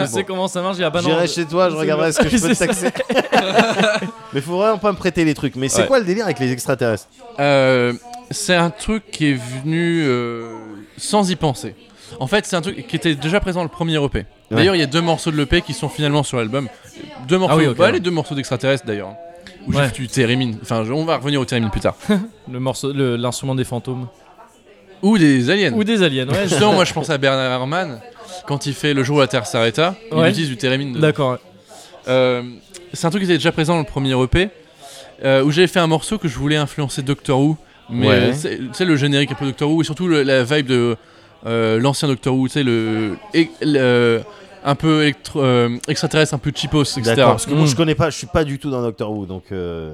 [SPEAKER 1] je sais comment ça marche. Il y a pas
[SPEAKER 3] J'irai chez toi, je
[SPEAKER 1] bah C'est
[SPEAKER 3] regarderai
[SPEAKER 1] bon.
[SPEAKER 3] ce que je peux te
[SPEAKER 1] C'est
[SPEAKER 3] taxer. Mais faut vraiment pas me prêter les trucs. Mais c'est
[SPEAKER 1] Ouais.
[SPEAKER 3] quoi le délire avec les extraterrestres
[SPEAKER 2] Euh, c'est un truc qui est venu euh, sans y penser. En fait, c'est un truc qui était déjà présent dans le premier EP. D'ailleurs, il y a deux morceaux de l'EP qui sont finalement sur l'album. Deux morceaux
[SPEAKER 1] Ah oui,
[SPEAKER 2] de
[SPEAKER 1] ok,
[SPEAKER 2] Paul
[SPEAKER 1] ouais.
[SPEAKER 2] et deux morceaux d'extraterrestres d'ailleurs. hein. Ou
[SPEAKER 1] Ouais.
[SPEAKER 2] juste du Térémine. Enfin, je- on va revenir au Térémine plus tard.
[SPEAKER 1] Le morceau, le- l'instrument des fantômes.
[SPEAKER 2] Ou des aliens.
[SPEAKER 1] Ou des aliens, ouais. je-
[SPEAKER 2] Justement, moi je pense à Bernard Herrmann. Quand il fait Le jour où la Terre s'arrêta, il
[SPEAKER 1] Ouais.
[SPEAKER 2] utilise du Térémine. dedans.
[SPEAKER 1] D'accord.
[SPEAKER 2] Euh, c'est un truc qui était déjà présent dans le premier EP, euh, où j'avais fait un morceau que je voulais influencer Doctor Who, mais
[SPEAKER 3] Ouais.
[SPEAKER 2] euh, c'est tu sais, le générique un peu Doctor Who, et surtout le- la vibe de euh, l'ancien Doctor Who, tu sais, le, é- le- un peu électro- euh, extraterrestre, un peu cheapos, etc.
[SPEAKER 3] D'accord. Parce que moi,
[SPEAKER 1] Mm.
[SPEAKER 3] je connais pas, je suis pas du tout dans Doctor Who, donc euh,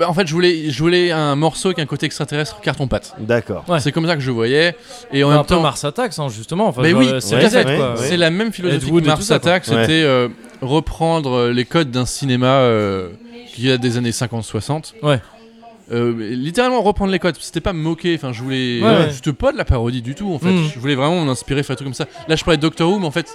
[SPEAKER 2] Bah, en fait, je voulais, je voulais un morceau qui a un côté extraterrestre carton-pâte.
[SPEAKER 3] d'accord.
[SPEAKER 1] Ouais.
[SPEAKER 2] C'est comme ça que je voyais, et en
[SPEAKER 1] un
[SPEAKER 2] même
[SPEAKER 1] peu
[SPEAKER 2] temps,
[SPEAKER 1] Mars Attacks, hein, justement. Enfin,
[SPEAKER 2] Mais
[SPEAKER 1] genre,
[SPEAKER 2] oui,
[SPEAKER 1] euh, c'est
[SPEAKER 3] ouais,
[SPEAKER 1] Reset,
[SPEAKER 3] ouais,
[SPEAKER 1] quoi.
[SPEAKER 3] ouais.
[SPEAKER 2] c'est la même philosophie
[SPEAKER 1] Ed Wood
[SPEAKER 2] que
[SPEAKER 1] et
[SPEAKER 2] Mars
[SPEAKER 1] tout ça, quoi.
[SPEAKER 2] Attack,
[SPEAKER 3] Ouais.
[SPEAKER 2] c'était euh, reprendre euh, les codes d'un cinéma euh, qui a des années 50-60.
[SPEAKER 1] Ouais.
[SPEAKER 2] Euh, mais littéralement reprendre les codes, c'était pas me moquer, enfin je voulais
[SPEAKER 1] Ouais, ouais.
[SPEAKER 2] juste pas de la parodie du tout en fait,
[SPEAKER 1] Mm.
[SPEAKER 2] je voulais vraiment m'inspirer, faire un truc comme ça. Là je parlais de Doctor Who, mais en fait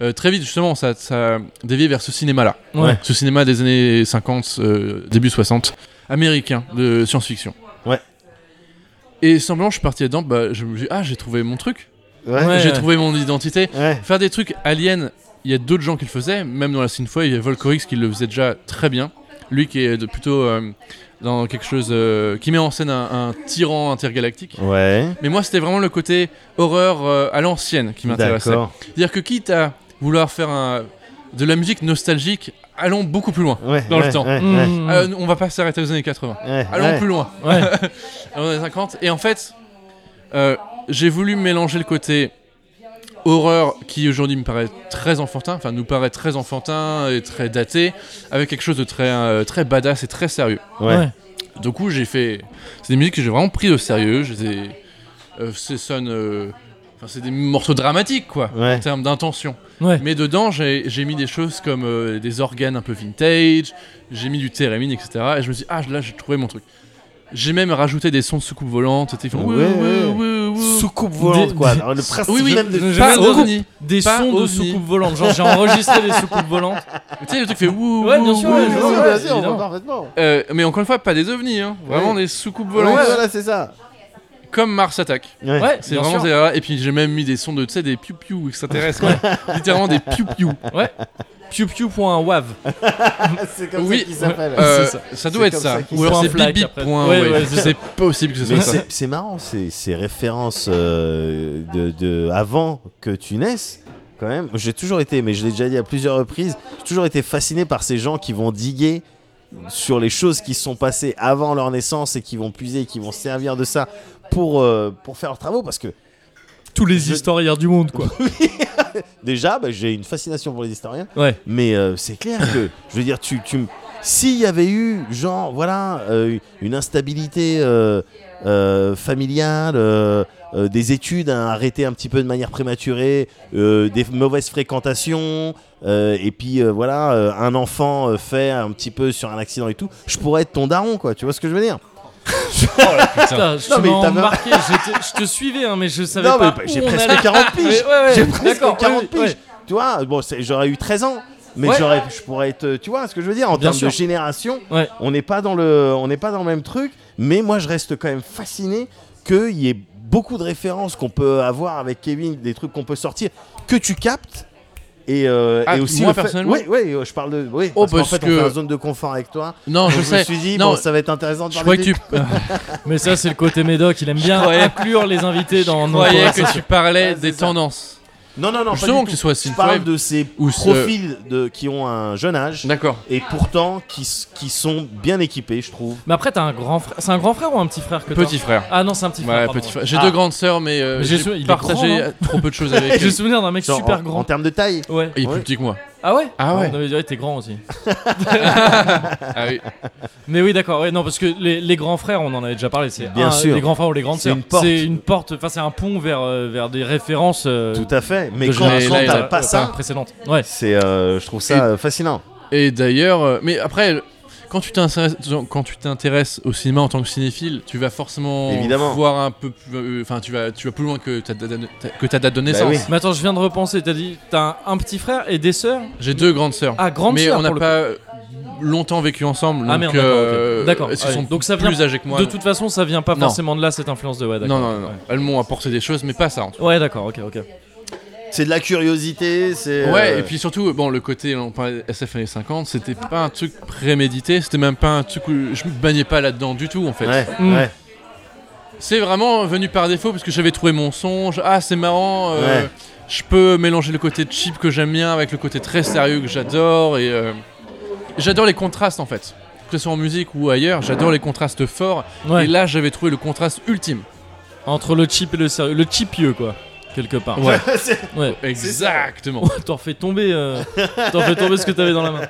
[SPEAKER 2] euh, très vite justement ça, ça déviait vers ce cinéma là,
[SPEAKER 1] Ouais.
[SPEAKER 2] ce cinéma des années 50, euh, début 60, américain de science-fiction.
[SPEAKER 3] Ouais.
[SPEAKER 2] Et simplement je suis parti là-dedans, bah, je me suis dit, ah j'ai trouvé mon truc,
[SPEAKER 3] Ouais.
[SPEAKER 1] Ouais.
[SPEAKER 2] j'ai trouvé mon identité,
[SPEAKER 3] Ouais.
[SPEAKER 2] Faire des trucs aliens, il y a d'autres gens qui le faisaient, même dans la synthwave, il y a Volcorix qui le faisait déjà très bien. Lui qui est de- plutôt euh, dans quelque chose euh, qui met en scène un, un tyran intergalactique.
[SPEAKER 3] Ouais.
[SPEAKER 2] Mais moi, c'était vraiment le côté horreur euh, à l'ancienne qui m'intéressait.
[SPEAKER 3] D'accord.
[SPEAKER 2] C'est-à-dire que quitte à vouloir faire un- de la musique nostalgique, allons beaucoup plus loin.
[SPEAKER 3] Ouais,
[SPEAKER 2] Dans le
[SPEAKER 3] ouais,
[SPEAKER 2] temps.
[SPEAKER 3] ouais, ouais,
[SPEAKER 1] Mmh.
[SPEAKER 2] Euh, on va pas s'arrêter aux années 80.
[SPEAKER 3] ouais,
[SPEAKER 2] Allons
[SPEAKER 3] ouais.
[SPEAKER 2] plus loin.
[SPEAKER 1] Ouais.
[SPEAKER 2] Allons dans les 50. Et en fait, euh, j'ai voulu mélanger le côté horreur qui aujourd'hui me paraît très enfantin, enfin nous paraît très enfantin et très daté, avec quelque chose de très, euh, très badass et très sérieux.
[SPEAKER 3] Ouais.
[SPEAKER 1] Ouais.
[SPEAKER 2] Du coup, j'ai fait. C'est des musiques que j'ai vraiment pris au sérieux. je les ai- euh, c'est sonne, euh, enfin, c'est des morceaux dramatiques, quoi,
[SPEAKER 3] Ouais.
[SPEAKER 2] en termes d'intention.
[SPEAKER 1] Ouais.
[SPEAKER 2] Mais dedans, j'ai j'ai mis des choses comme euh, des organes un peu vintage, j'ai mis du térémine, etc. Et je me suis dit, ah, là, j'ai trouvé mon truc. J'ai même rajouté des sons de soucoupe volante. C'était
[SPEAKER 3] Ouais.
[SPEAKER 2] ouais, ouais, ouais, ouais.
[SPEAKER 3] Soucoupe volante,
[SPEAKER 1] Des-
[SPEAKER 3] quoi.
[SPEAKER 1] des-
[SPEAKER 3] Alors, le principe
[SPEAKER 2] Oui, oui,
[SPEAKER 3] même de.
[SPEAKER 1] Je vais-
[SPEAKER 2] pas ovni.
[SPEAKER 1] Des
[SPEAKER 2] Pas
[SPEAKER 1] sons de
[SPEAKER 2] ovni.
[SPEAKER 1] soucoupes volantes. Genre, j'ai enregistré des soucoupes volantes.
[SPEAKER 2] Tu sais, le truc fait ouh.
[SPEAKER 1] Ouais,
[SPEAKER 2] ouh,
[SPEAKER 1] bien sûr,
[SPEAKER 2] ouh,
[SPEAKER 1] ouais,
[SPEAKER 2] ouh.
[SPEAKER 1] je
[SPEAKER 3] Non,
[SPEAKER 1] vois,
[SPEAKER 3] bien
[SPEAKER 1] ouais,
[SPEAKER 3] sûr, on voit
[SPEAKER 1] évidemment.
[SPEAKER 3] parfaitement.
[SPEAKER 2] Euh, mais encore une fois, pas des ovnis, hein. vraiment
[SPEAKER 3] Ouais.
[SPEAKER 2] des soucoupes
[SPEAKER 3] Ouais,
[SPEAKER 2] volantes,
[SPEAKER 3] voilà, c'est ça.
[SPEAKER 2] comme Mars Attack.
[SPEAKER 3] Ouais.
[SPEAKER 1] Ouais,
[SPEAKER 2] C'est
[SPEAKER 1] bien
[SPEAKER 2] vraiment
[SPEAKER 1] sûr.
[SPEAKER 2] ça. Et puis j'ai même mis des sons de, tu sais, des piou piou extraterrestres, quoi. littéralement des piou piou.
[SPEAKER 1] PewPew.wav.
[SPEAKER 3] C'est comme
[SPEAKER 2] Oui,
[SPEAKER 3] ça qu'il s'appelle.
[SPEAKER 2] Euh,
[SPEAKER 1] C'est ça.
[SPEAKER 2] ça
[SPEAKER 3] bah, C'est
[SPEAKER 2] doit être
[SPEAKER 3] comme
[SPEAKER 2] ça.
[SPEAKER 3] ça qu'ils
[SPEAKER 2] Ou alors
[SPEAKER 1] sont
[SPEAKER 2] c'est
[SPEAKER 1] en flac
[SPEAKER 2] bip bip.
[SPEAKER 1] après.
[SPEAKER 2] point,
[SPEAKER 1] Ouais,
[SPEAKER 2] ouais.
[SPEAKER 1] ouais, c'est ça.
[SPEAKER 2] C'est possible que ce
[SPEAKER 3] Mais
[SPEAKER 2] soit ça.
[SPEAKER 3] c'est c'est marrant, ces, ces références euh, de, de avant que tu naisses, quand même. J'ai toujours été, mais je l'ai déjà dit à plusieurs reprises, j'ai toujours été fasciné par ces gens qui vont diguer sur les choses qui se sont passées avant leur naissance et qui vont puiser, qui vont se servir de ça pour, euh, pour faire leurs travaux. Parce que
[SPEAKER 1] Tous les
[SPEAKER 3] Je-
[SPEAKER 1] historiens du monde, quoi.
[SPEAKER 3] déjà, bah, j'ai une fascination pour les historiens.
[SPEAKER 1] Ouais.
[SPEAKER 3] Mais euh, c'est clair que, je veux dire, tu, tu m- s'il y avait eu, genre, voilà, euh, une instabilité euh, euh, familiale, euh, euh, des études hein, arrêtées un petit peu de manière prématurée, euh, des mauvaises fréquentations, euh, et puis euh, voilà, euh, un enfant euh, fait un petit peu sur un accident et tout, je pourrais être ton daron, quoi, tu vois ce que je veux dire
[SPEAKER 1] Putain, je
[SPEAKER 3] Non, mais
[SPEAKER 1] m'en
[SPEAKER 3] t'as-
[SPEAKER 1] marqué. j'étais- Je te suivais, hein, mais je savais
[SPEAKER 3] Non,
[SPEAKER 1] pas.
[SPEAKER 3] mais bah,
[SPEAKER 1] où
[SPEAKER 3] j'ai
[SPEAKER 1] on
[SPEAKER 3] presque
[SPEAKER 1] allait.
[SPEAKER 3] 40 piges.
[SPEAKER 1] Ouais, ouais, ouais,
[SPEAKER 3] J'ai presque
[SPEAKER 1] d'accord,
[SPEAKER 3] 40
[SPEAKER 1] oui,
[SPEAKER 3] piges.
[SPEAKER 1] ouais.
[SPEAKER 3] Tu vois, bon, c'est- j'aurais eu 13 ans. Mais
[SPEAKER 1] Ouais.
[SPEAKER 3] j'aurais, je pourrais être, tu vois, ce que je veux dire en
[SPEAKER 1] Bien
[SPEAKER 3] termes
[SPEAKER 1] sûr.
[SPEAKER 3] de génération,
[SPEAKER 1] Ouais.
[SPEAKER 3] on n'est pas dans le, on n'est pas dans le même truc. Mais moi, je reste quand même fasciné qu'il y ait beaucoup de références qu'on peut avoir avec Kevin, des trucs qu'on peut sortir, que tu captes. Et, euh,
[SPEAKER 2] Ah,
[SPEAKER 3] et aussi
[SPEAKER 2] moi,
[SPEAKER 3] le fait-
[SPEAKER 2] personnellement
[SPEAKER 3] Oui, oui, euh, je parle de. Oui,
[SPEAKER 2] Oh,
[SPEAKER 3] parce, qu'en
[SPEAKER 2] parce
[SPEAKER 3] fait,
[SPEAKER 2] que-
[SPEAKER 3] on fait un zone de confort avec toi.
[SPEAKER 2] Non, je
[SPEAKER 3] Donc,
[SPEAKER 2] sais.
[SPEAKER 3] me suis dit,
[SPEAKER 2] non,
[SPEAKER 3] bon, ça va être intéressant de
[SPEAKER 2] je
[SPEAKER 3] parler.
[SPEAKER 2] croyais que tu
[SPEAKER 1] Mais ça, c'est le côté médoc. Il aime bien
[SPEAKER 2] croyais-
[SPEAKER 1] inclure les invités dans nos
[SPEAKER 2] croyais
[SPEAKER 1] conversations.
[SPEAKER 2] que tu parlais
[SPEAKER 3] Ouais, c'est
[SPEAKER 2] des
[SPEAKER 3] ça.
[SPEAKER 2] tendances.
[SPEAKER 3] Non, non, non, pas
[SPEAKER 2] Justement
[SPEAKER 3] du
[SPEAKER 2] que
[SPEAKER 3] tout.
[SPEAKER 2] ce soit
[SPEAKER 3] Je parle
[SPEAKER 2] synthwave.
[SPEAKER 3] de ces
[SPEAKER 2] ou ce-
[SPEAKER 3] profils de, qui ont un jeune âge.
[SPEAKER 2] D'accord.
[SPEAKER 3] et pourtant qui, s- qui sont bien équipés, je trouve.
[SPEAKER 1] Mais après, t'as un grand frère. C'est un grand frère ou un petit frère que t'as
[SPEAKER 2] Petit frère.
[SPEAKER 1] Ah non, c'est un petit frère.
[SPEAKER 2] Ouais,
[SPEAKER 1] pardon.
[SPEAKER 2] petit frère. J'ai
[SPEAKER 3] Ah.
[SPEAKER 2] deux grandes sœurs, mais euh,
[SPEAKER 1] Mais j'ai
[SPEAKER 2] j'ai
[SPEAKER 1] sou- il est
[SPEAKER 2] partagé
[SPEAKER 1] grand,
[SPEAKER 2] trop peu de choses avec
[SPEAKER 1] Je me
[SPEAKER 2] elles.
[SPEAKER 1] souviens d'un mec
[SPEAKER 3] Genre,
[SPEAKER 1] super
[SPEAKER 3] en,
[SPEAKER 1] grand.
[SPEAKER 3] En termes de taille.
[SPEAKER 1] Ouais.
[SPEAKER 2] Il est
[SPEAKER 3] Ouais.
[SPEAKER 2] plus petit que moi.
[SPEAKER 1] Ah ouais
[SPEAKER 2] Ah ouais.
[SPEAKER 1] Non, mais ouais, t'es grand aussi.
[SPEAKER 2] Ah oui.
[SPEAKER 1] Mais oui, d'accord. Ouais, non, parce que les, les grands frères, on en avait déjà parlé. C'est
[SPEAKER 3] Bien
[SPEAKER 1] un-
[SPEAKER 3] sûr.
[SPEAKER 1] Les grands frères ou les grandes
[SPEAKER 3] C'est
[SPEAKER 1] sœurs.
[SPEAKER 3] une porte.
[SPEAKER 1] C'est une porte. Enfin, c'est un pont vers, euh, vers des références. euh,
[SPEAKER 3] Tout à fait. Mais
[SPEAKER 1] de
[SPEAKER 3] quand,
[SPEAKER 2] génération,
[SPEAKER 1] générations,
[SPEAKER 3] quand
[SPEAKER 2] là,
[SPEAKER 3] t'as
[SPEAKER 1] euh,
[SPEAKER 3] pas
[SPEAKER 1] enfin,
[SPEAKER 3] ça,
[SPEAKER 1] précédentes. Ouais.
[SPEAKER 3] c'est, euh, je trouve ça
[SPEAKER 2] Et-
[SPEAKER 3] euh, fascinant.
[SPEAKER 2] Et d'ailleurs, euh, mais après, quand tu t'intéresses, quand tu t'intéresses au cinéma en tant que cinéphile, tu vas forcément
[SPEAKER 3] Évidemment.
[SPEAKER 2] voir un peu, plus- euh, enfin tu vas, tu vas plus loin que ta, date de- ta- que ta date de naissance.
[SPEAKER 3] Bah oui.
[SPEAKER 1] Mais attends, je viens de repenser. T'as dit, t'as un, un petit frère et des sœurs
[SPEAKER 2] J'ai deux grandes sœurs,
[SPEAKER 1] Ah, grande
[SPEAKER 2] mais
[SPEAKER 1] sœur
[SPEAKER 2] on n'a
[SPEAKER 1] pour le
[SPEAKER 2] pas longtemps vécu ensemble.
[SPEAKER 1] Ah,
[SPEAKER 2] donc,
[SPEAKER 1] merde,
[SPEAKER 2] euh,
[SPEAKER 1] d'accord, ok. D'accord,
[SPEAKER 2] elles
[SPEAKER 1] ouais.
[SPEAKER 2] sont
[SPEAKER 1] Donc ça vient
[SPEAKER 2] plus âgées que moi.
[SPEAKER 1] De
[SPEAKER 2] donc-
[SPEAKER 1] toute façon, ça vient pas
[SPEAKER 2] Non.
[SPEAKER 1] forcément de là cette influence de ouais.
[SPEAKER 2] non,
[SPEAKER 1] d'accord.
[SPEAKER 2] non, non, non. elles m'ont apporté des choses, mais pas ça. en tout
[SPEAKER 1] Ouais, Ouais, d'accord. Ok, ok.
[SPEAKER 3] C'est de la curiosité, c'est.
[SPEAKER 2] cas.
[SPEAKER 3] euh,
[SPEAKER 2] Ouais, et puis surtout, bon, le côté, on parlait SF années 50, c'était pas un truc prémédité, c'était même pas un truc où je me baignais pas là-dedans du tout en fait.
[SPEAKER 3] Ouais,
[SPEAKER 1] Mm.
[SPEAKER 3] ouais.
[SPEAKER 2] C'est vraiment venu par défaut parce que j'avais trouvé mon songe. Ah, c'est marrant. euh,
[SPEAKER 3] Ouais.
[SPEAKER 2] Je peux mélanger le côté cheap que j'aime bien avec le côté très sérieux que j'adore. Et euh, j'adore les contrastes en fait. Que ce soit en musique ou ailleurs, j'adore les contrastes forts.
[SPEAKER 1] Ouais.
[SPEAKER 2] Et là, j'avais trouvé le contraste ultime.
[SPEAKER 1] Entre le cheap et le sérieux, le cheapieux quoi, quelque part.
[SPEAKER 2] Ouais,
[SPEAKER 3] C'est-
[SPEAKER 1] Ouais. Oh,
[SPEAKER 2] exactement.
[SPEAKER 1] T'en fais tomber, euh, t'en fais tomber ce que t'avais dans la main.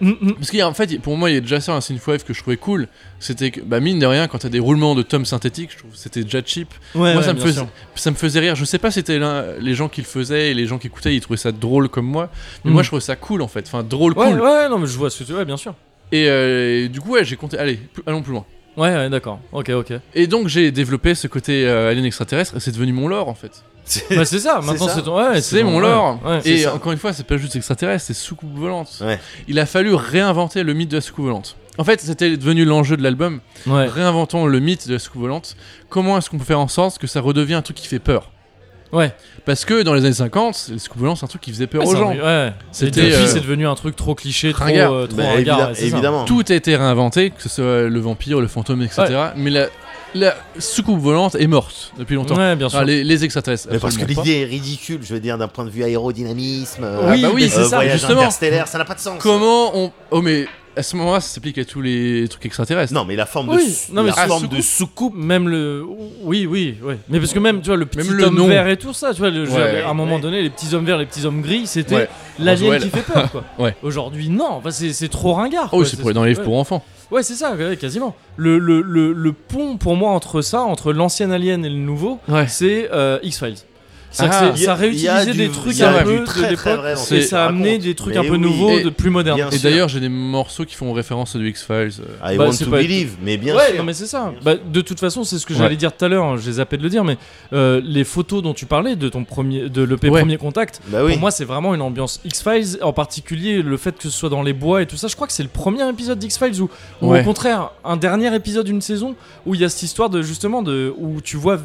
[SPEAKER 1] Mm, mm.
[SPEAKER 2] Parce qu'en fait, pour moi, il y a déjà ça hein, un synthwave que je trouvais cool. C'était que, bah, mine de rien, quand t'as des roulements de tomes synthétiques, je trouve que c'était déjà cheap.
[SPEAKER 1] Ouais, ouais,
[SPEAKER 2] moi, ça, me
[SPEAKER 1] bien
[SPEAKER 2] faisait,
[SPEAKER 1] sûr.
[SPEAKER 2] ça me faisait rire. Je sais pas si c'était l'un- les gens qui le faisaient et les gens qui écoutaient, ils trouvaient ça drôle comme moi. Mais
[SPEAKER 1] Mm.
[SPEAKER 2] moi, je trouvais ça cool en fait. Enfin, drôle,
[SPEAKER 1] Ouais,
[SPEAKER 2] cool.
[SPEAKER 1] ouais, non mais je vois ce que tu ouais, bien sûr.
[SPEAKER 2] Et, euh, et du coup, ouais, j'ai compté. Allez, plus- allons plus loin.
[SPEAKER 1] Ouais, ouais, d'accord. Ok, ok.
[SPEAKER 2] Et donc, j'ai développé ce côté euh, alien extraterrestre et c'est devenu mon lore en fait.
[SPEAKER 3] c'est-
[SPEAKER 1] Bah c'est ça. Maintenant
[SPEAKER 3] ça.
[SPEAKER 1] c'est ton, ouais,
[SPEAKER 2] C'est
[SPEAKER 1] ton-
[SPEAKER 2] mon
[SPEAKER 1] ouais,
[SPEAKER 2] lore.
[SPEAKER 1] ouais.
[SPEAKER 2] et
[SPEAKER 3] c'est ça.
[SPEAKER 2] encore une fois, c'est pas juste extraterrestre, c'est soucoupe volante.
[SPEAKER 3] Ouais.
[SPEAKER 2] Il a fallu réinventer le mythe de la soucoupe volante. En fait, c'était devenu l'enjeu de l'album.
[SPEAKER 1] Ouais.
[SPEAKER 2] Réinventons le mythe de la soucoupe volante. Comment est-ce qu'on peut faire en sorte que ça redevienne un truc qui fait peur
[SPEAKER 1] Ouais.
[SPEAKER 2] Parce que dans les années 50, la soucoupe volante, c'est un truc qui faisait peur
[SPEAKER 1] Ouais,
[SPEAKER 2] aux
[SPEAKER 1] c'est un
[SPEAKER 2] gens.
[SPEAKER 1] truc- Ouais.
[SPEAKER 2] C'était,
[SPEAKER 1] C'était. Depuis,
[SPEAKER 2] euh,
[SPEAKER 1] c'est devenu un truc trop cliché, trop,
[SPEAKER 2] ringard.
[SPEAKER 1] euh, trop
[SPEAKER 3] Bah,
[SPEAKER 1] ringard,
[SPEAKER 3] évidem-
[SPEAKER 1] ouais, c'est ça.
[SPEAKER 3] évidemment.
[SPEAKER 2] Tout a été réinventé, que ce soit le vampire, le fantôme, etc. Mais la, la soucoupe volante est morte depuis longtemps.
[SPEAKER 1] Ouais, bien sûr.
[SPEAKER 2] Ah, les, les extraterrestres.
[SPEAKER 3] Mais parce que
[SPEAKER 2] absolument
[SPEAKER 3] l'idée est ridicule, je veux dire, d'un point de vue aérodynamisme.
[SPEAKER 2] pas.
[SPEAKER 3] euh,
[SPEAKER 1] Oui,
[SPEAKER 2] Ah bah
[SPEAKER 1] mais
[SPEAKER 2] oui,
[SPEAKER 1] c'est
[SPEAKER 3] euh,
[SPEAKER 2] c'est ça,
[SPEAKER 3] voyage
[SPEAKER 2] justement.
[SPEAKER 3] interstellaire, ça n'a pas de sens.
[SPEAKER 2] Comment on. Oh, mais à ce moment-là, ça s'applique à tous les trucs extraterrestres.
[SPEAKER 3] Non, mais la forme de,
[SPEAKER 1] Oui,
[SPEAKER 3] sou-
[SPEAKER 1] non, mais
[SPEAKER 3] la
[SPEAKER 1] sous-
[SPEAKER 3] forme
[SPEAKER 1] soucoupe.
[SPEAKER 3] de soucoupe.
[SPEAKER 1] Même le. Oui, oui, oui. Mais parce que même, tu vois, le petit
[SPEAKER 2] Même le
[SPEAKER 1] homme
[SPEAKER 2] nom.
[SPEAKER 1] vert et tout ça, tu vois, le- je veux
[SPEAKER 2] Ouais.
[SPEAKER 1] dire, à un moment donné, les petits hommes verts, les petits hommes gris, c'était
[SPEAKER 2] Ouais.
[SPEAKER 1] l'alien
[SPEAKER 2] Roswell.
[SPEAKER 1] qui fait peur, quoi.
[SPEAKER 2] Ouais.
[SPEAKER 1] Aujourd'hui, non, enfin, c'est c'est trop ringard.
[SPEAKER 2] Oh,
[SPEAKER 1] quoi.
[SPEAKER 2] c'est pour les- dans les livres pour enfants.
[SPEAKER 1] Ouais, c'est ça, ouais, quasiment. Le, le, le, le pont pour moi entre ça, entre l'ancien alien et le nouveau,
[SPEAKER 2] Ouais.
[SPEAKER 1] c'est euh, X-Files. C'est-à-dire
[SPEAKER 2] Ah.
[SPEAKER 1] que c'est- ça
[SPEAKER 3] Il y a-
[SPEAKER 1] réutilisait
[SPEAKER 3] il y a
[SPEAKER 1] des
[SPEAKER 3] du-
[SPEAKER 1] trucs
[SPEAKER 3] il y a
[SPEAKER 1] un
[SPEAKER 3] du
[SPEAKER 1] peu
[SPEAKER 3] très,
[SPEAKER 1] de
[SPEAKER 3] très
[SPEAKER 1] l'époque
[SPEAKER 3] vrai dans
[SPEAKER 2] ce
[SPEAKER 1] et
[SPEAKER 2] que
[SPEAKER 3] tu
[SPEAKER 1] ça a amené
[SPEAKER 3] racontes.
[SPEAKER 1] des trucs
[SPEAKER 3] Mais
[SPEAKER 1] un peu
[SPEAKER 3] oui.
[SPEAKER 1] nouveaux,
[SPEAKER 2] Et-
[SPEAKER 1] de plus modernes.
[SPEAKER 3] Bien
[SPEAKER 2] Et
[SPEAKER 3] sûr.
[SPEAKER 2] d'ailleurs, j'ai des morceaux qui font référence à du X-Files. euh.
[SPEAKER 3] I
[SPEAKER 1] Bah,
[SPEAKER 3] want
[SPEAKER 1] c'est
[SPEAKER 3] to
[SPEAKER 1] pas-
[SPEAKER 3] believe, mais bien
[SPEAKER 1] ouais,
[SPEAKER 3] sûr.
[SPEAKER 1] non, mais c'est ça. Bah, de toute façon, c'est ce que j'allais
[SPEAKER 2] Ouais.
[SPEAKER 1] dire tout à l'heure. hein, J'ai zappé de le dire, mais euh, les photos dont tu parlais de ton premier, de l'EP
[SPEAKER 2] Ouais.
[SPEAKER 1] Premier Contact,
[SPEAKER 3] Bah oui.
[SPEAKER 1] pour moi, c'est vraiment une ambiance X-Files. En particulier, le fait que ce soit dans les bois et tout ça. Je crois que c'est le premier épisode d'X-Files où, où
[SPEAKER 2] Ouais.
[SPEAKER 1] au contraire, un dernier épisode d'une saison où il y a cette histoire de justement de où tu vois v-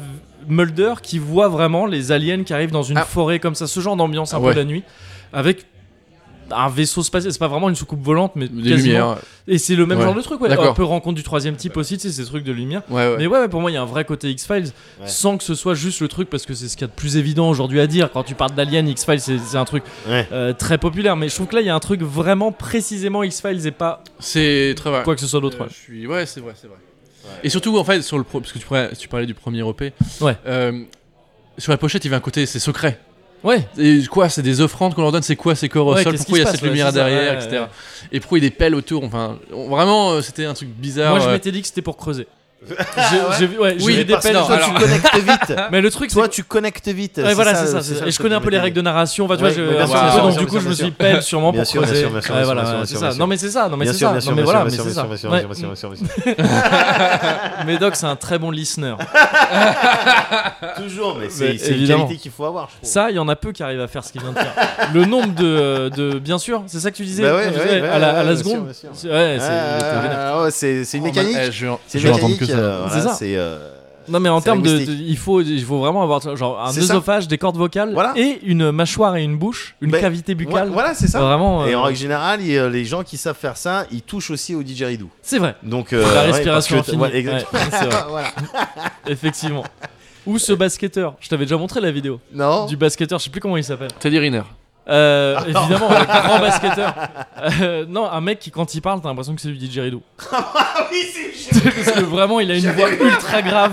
[SPEAKER 1] Mulder qui voit vraiment les aliens qui arrivent dans une
[SPEAKER 2] Ah.
[SPEAKER 1] forêt comme ça, ce genre d'ambiance un
[SPEAKER 2] Ah
[SPEAKER 1] peu
[SPEAKER 2] ouais.
[SPEAKER 1] la nuit, avec un vaisseau spatial. C'est pas vraiment une soucoupe volante, mais
[SPEAKER 2] Des
[SPEAKER 1] quasiment.
[SPEAKER 2] lumières.
[SPEAKER 1] Et c'est le même
[SPEAKER 2] Ouais.
[SPEAKER 1] genre de truc, ouais.
[SPEAKER 2] D'accord.
[SPEAKER 1] Un peu rencontre du troisième type aussi, tu sais, ces trucs de lumière.
[SPEAKER 2] Ouais, ouais.
[SPEAKER 1] Mais ouais, ouais, pour moi, il y a un vrai côté X-Files,
[SPEAKER 3] Ouais.
[SPEAKER 1] sans que ce soit juste le truc, parce que c'est ce qu'il y a de plus évident aujourd'hui à dire. Quand tu parles d'Alien, X-Files, c'est c'est un truc
[SPEAKER 3] Ouais.
[SPEAKER 1] euh, très populaire. Mais je trouve que là, il y a un truc vraiment précisément X-Files et pas
[SPEAKER 2] C'est très vrai.
[SPEAKER 1] quoi que ce soit d'autre.
[SPEAKER 2] Euh, je suis... Ouais, c'est vrai, c'est vrai. Et surtout, en fait, sur le pro... parce que tu parlais, tu parlais du premier EP.
[SPEAKER 1] Ouais.
[SPEAKER 2] euh, sur la pochette, il y avait un côté, c'est secret.
[SPEAKER 1] Ouais,
[SPEAKER 2] Et quoi, c'est des offrandes qu'on leur donne, c'est quoi ces corps au
[SPEAKER 1] Ouais,
[SPEAKER 2] sol,
[SPEAKER 1] qu'est-ce
[SPEAKER 2] pourquoi
[SPEAKER 1] qui
[SPEAKER 2] il y a
[SPEAKER 1] se
[SPEAKER 2] cette
[SPEAKER 1] passe, ouais,
[SPEAKER 2] lumière
[SPEAKER 1] c'est ça,
[SPEAKER 2] derrière,
[SPEAKER 1] ouais,
[SPEAKER 2] etc. Et pourquoi il y a des pelles autour, enfin, on- vraiment, euh, c'était un truc bizarre.
[SPEAKER 1] moi, je
[SPEAKER 2] euh,
[SPEAKER 1] m'étais dit que c'était pour creuser. J'ai- j'ai vu- ouais, j'ai
[SPEAKER 2] Oui,
[SPEAKER 1] vu des
[SPEAKER 2] parce-
[SPEAKER 1] pelles-
[SPEAKER 2] non,
[SPEAKER 3] Toi,
[SPEAKER 2] alors-
[SPEAKER 3] tu connectes vite.
[SPEAKER 1] Mais le truc, c'est
[SPEAKER 3] Toi, tu connectes vite.
[SPEAKER 1] Ouais,
[SPEAKER 3] c'est
[SPEAKER 1] voilà,
[SPEAKER 3] ça,
[SPEAKER 1] c'est ça.
[SPEAKER 3] c'est
[SPEAKER 1] c'est
[SPEAKER 3] ça
[SPEAKER 1] ça.
[SPEAKER 3] le
[SPEAKER 1] Et je connais un
[SPEAKER 3] truc
[SPEAKER 1] peu les
[SPEAKER 3] de
[SPEAKER 1] règles de narration, enfin, tu vois,
[SPEAKER 3] Ouais,
[SPEAKER 1] je-
[SPEAKER 3] bien
[SPEAKER 1] un
[SPEAKER 2] sûr,
[SPEAKER 1] petit
[SPEAKER 2] bien
[SPEAKER 1] peu,
[SPEAKER 2] sûr,
[SPEAKER 1] donc
[SPEAKER 2] bien
[SPEAKER 1] du
[SPEAKER 3] sûr,
[SPEAKER 1] coup, je me
[SPEAKER 3] bien
[SPEAKER 1] suis dit
[SPEAKER 3] sûr.
[SPEAKER 1] pète sûrement
[SPEAKER 3] Bien
[SPEAKER 1] pour
[SPEAKER 3] sûr, bien
[SPEAKER 1] creuser.
[SPEAKER 3] sûr, bien sûr,
[SPEAKER 1] Ouais,
[SPEAKER 3] bien
[SPEAKER 1] voilà,
[SPEAKER 3] sûr, bien
[SPEAKER 1] c'est
[SPEAKER 3] sûr,
[SPEAKER 1] ça.
[SPEAKER 3] bien
[SPEAKER 1] Non mais c'est ça, non mais
[SPEAKER 3] Bien
[SPEAKER 1] c'est
[SPEAKER 3] sûr,
[SPEAKER 1] ça. Non
[SPEAKER 3] bien sûr,
[SPEAKER 1] mais
[SPEAKER 3] bien
[SPEAKER 1] voilà, mais
[SPEAKER 3] sûr, bien
[SPEAKER 1] c'est
[SPEAKER 3] sûr,
[SPEAKER 1] ça.
[SPEAKER 3] bien sûr,
[SPEAKER 1] Ouais.
[SPEAKER 3] bien sûr, bien sûr, bien sûr, bien sûr.
[SPEAKER 1] Médoc, c'est un très bon listener.
[SPEAKER 3] Toujours, mais
[SPEAKER 1] Mais
[SPEAKER 3] c'est c'est une
[SPEAKER 1] évidemment.
[SPEAKER 3] qualité qu'il faut avoir, je trouve.
[SPEAKER 1] Ça, il y en a peu qui arrivent à faire ce qu'il vient de faire. Le nombre de, euh, de bien sûr, c'est ça que tu disais
[SPEAKER 3] Bah ouais,
[SPEAKER 1] tu
[SPEAKER 3] ouais,
[SPEAKER 1] disais,
[SPEAKER 3] ouais,
[SPEAKER 1] à la, à la
[SPEAKER 3] ouais, bien sûr,
[SPEAKER 1] seconde.
[SPEAKER 3] bien sûr.
[SPEAKER 1] C'est- Ouais, Eh, c'est
[SPEAKER 3] Ah,
[SPEAKER 1] t'es vénère.
[SPEAKER 3] ah, ouais, c'est c'est une mécanique.
[SPEAKER 2] Eh, je vais-
[SPEAKER 3] C'est
[SPEAKER 2] je vais entendre
[SPEAKER 3] mécanique.
[SPEAKER 2] que ça.
[SPEAKER 3] euh,
[SPEAKER 1] C'est
[SPEAKER 3] voilà,
[SPEAKER 1] ça.
[SPEAKER 3] C'est euh,
[SPEAKER 1] Non mais en
[SPEAKER 3] c'est
[SPEAKER 1] termes de, de-
[SPEAKER 3] linguistique.
[SPEAKER 1] il faut il faut vraiment avoir genre un
[SPEAKER 3] C'est ça.
[SPEAKER 1] œsophage, des cordes vocales
[SPEAKER 3] Voilà.
[SPEAKER 1] et une mâchoire et une bouche, une
[SPEAKER 3] Ben,
[SPEAKER 1] cavité buccale.
[SPEAKER 3] ouais, Voilà, c'est ça.
[SPEAKER 1] Vraiment.
[SPEAKER 3] Et
[SPEAKER 1] euh,
[SPEAKER 3] en règle générale, il- les gens qui savent faire ça, ils touchent aussi au didgeridoo.
[SPEAKER 1] C'est vrai.
[SPEAKER 3] Donc euh,
[SPEAKER 1] la
[SPEAKER 3] ouais,
[SPEAKER 1] respiration
[SPEAKER 3] parce que-
[SPEAKER 1] infinie.
[SPEAKER 3] ouais, exact-
[SPEAKER 1] Ouais, c'est vrai.
[SPEAKER 3] Voilà.
[SPEAKER 1] Effectivement. Ou ce basketteur. Je t'avais déjà montré la vidéo
[SPEAKER 3] Non.
[SPEAKER 1] du basketteur. Je sais plus comment il s'appelle.
[SPEAKER 2] Teddy Riner.
[SPEAKER 1] Euh, évidemment, le grand basketteur. Euh, non, un mec qui, quand il parle, t'as l'impression que c'est du didgeridoo.
[SPEAKER 3] Ah,
[SPEAKER 1] Parce que vraiment, il a une voix ultra grave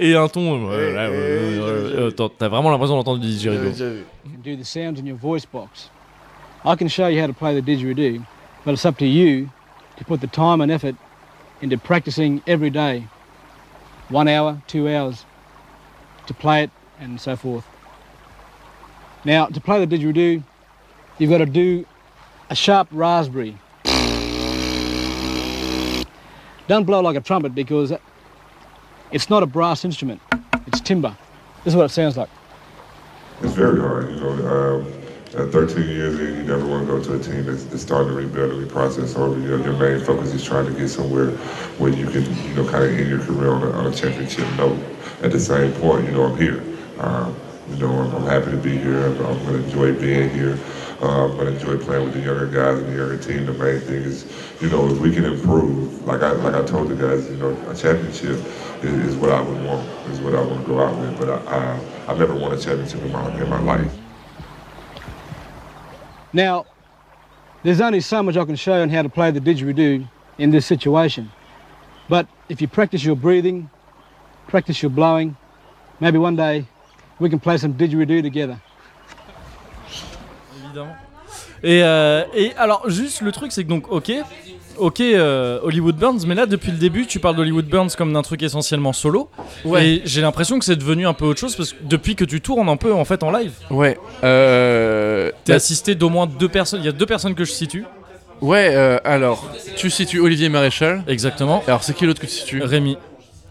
[SPEAKER 1] et un ton. euh, euh, euh, euh, attends, T'as vraiment l'impression d'entendre du
[SPEAKER 3] J'avais
[SPEAKER 1] didgeridoo.
[SPEAKER 3] déjà vu.
[SPEAKER 6] can do the sounds in your voice box. I can show you how to play the didgeridoo, but it's up to you to put the time and effort into practicing every day. One hour, two hours, to play it and so forth. Now, to play the didgeridoo, you've got to do a sharp raspberry. Don't blow like a trumpet because it's not a brass instrument. It's timber. This is what it sounds like.
[SPEAKER 7] It's very hard, you know. Um, at 13 years in, you never want to go to a team that's, that's starting to rebuild and reprocess over. You know, your main focus is trying to get somewhere where you can, you know, kind of end your career on a, on a championship note. At the same point, you know, I'm here. Um, you know, I'm, I'm happy to be here. I'm, I'm going to enjoy being here. Uh, I'm going to enjoy playing with the younger guys and the younger team. The main thing is, you know, if we can improve, like I like I told the guys, you know, a championship is, is what I would want. Is what I want to go out with. But I, I, I've never won a championship in my in my life.
[SPEAKER 6] Now, there's only so much I can show on how to play the didgeridoo in this situation. But if you practice your breathing, practice your blowing, maybe one day we can play some didgeridoo together.
[SPEAKER 1] évidemment. Et, euh, et alors, juste le truc, c'est que donc, ok, ok, euh, Hollywood Burns, mais là, depuis le début, tu parles d'Hollywood Burns comme d'un truc essentiellement solo.
[SPEAKER 2] Ouais.
[SPEAKER 1] Et j'ai l'impression que c'est devenu un peu autre chose parce que depuis que tu tournes un peu en fait en live,
[SPEAKER 2] Ouais. Euh,
[SPEAKER 1] t'es assisté d'au moins deux personnes. Il y a deux personnes que je situe.
[SPEAKER 2] Ouais, euh, alors, tu situes Olivier Maréchal.
[SPEAKER 1] Exactement.
[SPEAKER 2] Alors, c'est qui l'autre que tu situes
[SPEAKER 1] Rémi.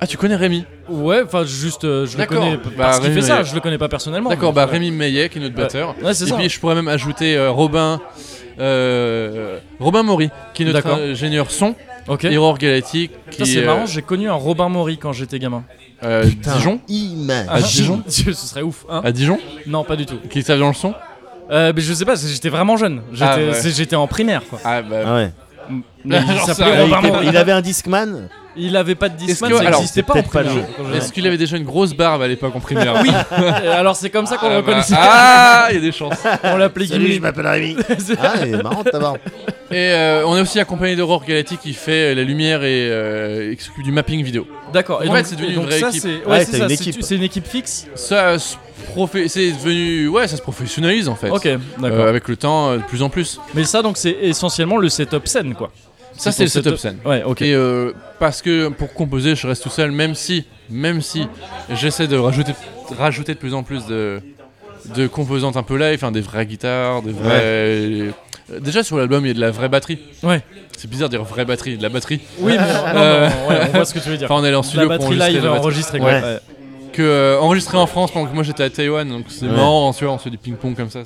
[SPEAKER 2] Ah, tu connais Rémi
[SPEAKER 1] Ouais, enfin, juste, euh, je le
[SPEAKER 2] D'accord.
[SPEAKER 1] connais
[SPEAKER 2] Bah,
[SPEAKER 1] parce qu'il
[SPEAKER 2] Rémi
[SPEAKER 1] fait ça,
[SPEAKER 2] Meillet.
[SPEAKER 1] je le connais pas personnellement.
[SPEAKER 2] D'accord,
[SPEAKER 1] mais-
[SPEAKER 2] bah Rémi Meillet, qui est notre batteur.
[SPEAKER 1] Ouais, c'est
[SPEAKER 2] Et
[SPEAKER 1] ça.
[SPEAKER 2] puis, je pourrais même ajouter euh, Robin. euh, Robin Maury, qui est notre
[SPEAKER 1] D'accord.
[SPEAKER 2] ingénieur son,
[SPEAKER 1] Ok.
[SPEAKER 2] et Aurore Galati, qui euh,
[SPEAKER 1] Putain, c'est
[SPEAKER 2] est,
[SPEAKER 1] marrant, j'ai connu un Robin Maury quand j'étais gamin.
[SPEAKER 2] euh, Dijon,
[SPEAKER 3] Imagine.
[SPEAKER 1] Ah,
[SPEAKER 2] Dijon
[SPEAKER 1] Ce serait ouf, hein
[SPEAKER 2] à Dijon,
[SPEAKER 1] Non, pas du tout.
[SPEAKER 2] qui savait dans le son.
[SPEAKER 1] Euh, mais je sais pas, c'est- j'étais vraiment jeune. J'étais
[SPEAKER 2] Ah, ouais.
[SPEAKER 1] c'est- j'étais en primaire, quoi.
[SPEAKER 2] Ah bah,
[SPEAKER 3] Ah ouais.
[SPEAKER 1] Mais il
[SPEAKER 2] Genre
[SPEAKER 1] s'appelait
[SPEAKER 2] ça,
[SPEAKER 1] Robin
[SPEAKER 3] il, était-
[SPEAKER 1] Maury.
[SPEAKER 3] il avait un Discman.
[SPEAKER 1] Il avait pas de Discman,
[SPEAKER 2] que-
[SPEAKER 1] ça
[SPEAKER 2] alors,
[SPEAKER 1] existait pas en
[SPEAKER 3] peut-être pas
[SPEAKER 1] primaire.
[SPEAKER 2] Est-ce qu'il avait déjà une grosse barbe à l'époque en primaire Oui,
[SPEAKER 1] Euh, Alors c'est comme ça qu'on le reconnaissait.
[SPEAKER 2] Ah, il y a des chances.
[SPEAKER 1] On l'appelait Gimli.
[SPEAKER 3] m'appelle Rémi. ah, mais marrant de t'avoir.
[SPEAKER 2] Et euh, on est aussi accompagné d'Aurore Galati qui fait euh, la lumière et, euh, et qui s'occupe du mapping vidéo.
[SPEAKER 1] D'accord. Et
[SPEAKER 2] En
[SPEAKER 1] donc
[SPEAKER 2] fait, c'est devenu
[SPEAKER 1] et
[SPEAKER 2] une
[SPEAKER 1] donc
[SPEAKER 2] vraie
[SPEAKER 1] ça,
[SPEAKER 2] équipe.
[SPEAKER 1] c'est-
[SPEAKER 3] Ouais,
[SPEAKER 1] Ouais,
[SPEAKER 3] t'as
[SPEAKER 1] c'est ça.
[SPEAKER 3] une
[SPEAKER 1] c'est-
[SPEAKER 3] équipe.
[SPEAKER 1] C'est une équipe fixe.
[SPEAKER 2] Ça, se profé- c'est devenu, ouais, ça se professionnalise en fait.
[SPEAKER 1] Ok,
[SPEAKER 2] Euh,
[SPEAKER 1] d'accord.
[SPEAKER 2] avec le temps, euh, de plus en plus.
[SPEAKER 1] Mais ça donc c'est essentiellement le setup scène quoi.
[SPEAKER 2] Ça, c'est le setup scène.
[SPEAKER 1] Ouais, ok.
[SPEAKER 2] Et euh, parce que pour composer, je reste tout seul, même si, même si j'essaie de rajouter, de rajouter de plus en plus de, de composantes un peu live, enfin, des vraies guitares, des vrais. Euh, Déjà sur l'album, il y a de la vraie batterie.
[SPEAKER 1] Ouais.
[SPEAKER 2] C'est bizarre de dire vraie batterie, de la batterie.
[SPEAKER 1] Oui, mais non,
[SPEAKER 2] Euh,
[SPEAKER 1] non, ouais, on voit ce que tu veux dire.
[SPEAKER 2] Enfin, on est allé en
[SPEAKER 1] La
[SPEAKER 2] studio pour
[SPEAKER 1] batterie
[SPEAKER 2] enregistrer
[SPEAKER 1] live
[SPEAKER 2] la batterie.
[SPEAKER 1] enregistrée. quoi.
[SPEAKER 3] Ouais.
[SPEAKER 1] Ouais.
[SPEAKER 2] que euh, enregistré en France pendant que moi j'étais à Taïwan donc c'est marrant tu vois on se fait du ping pong comme ça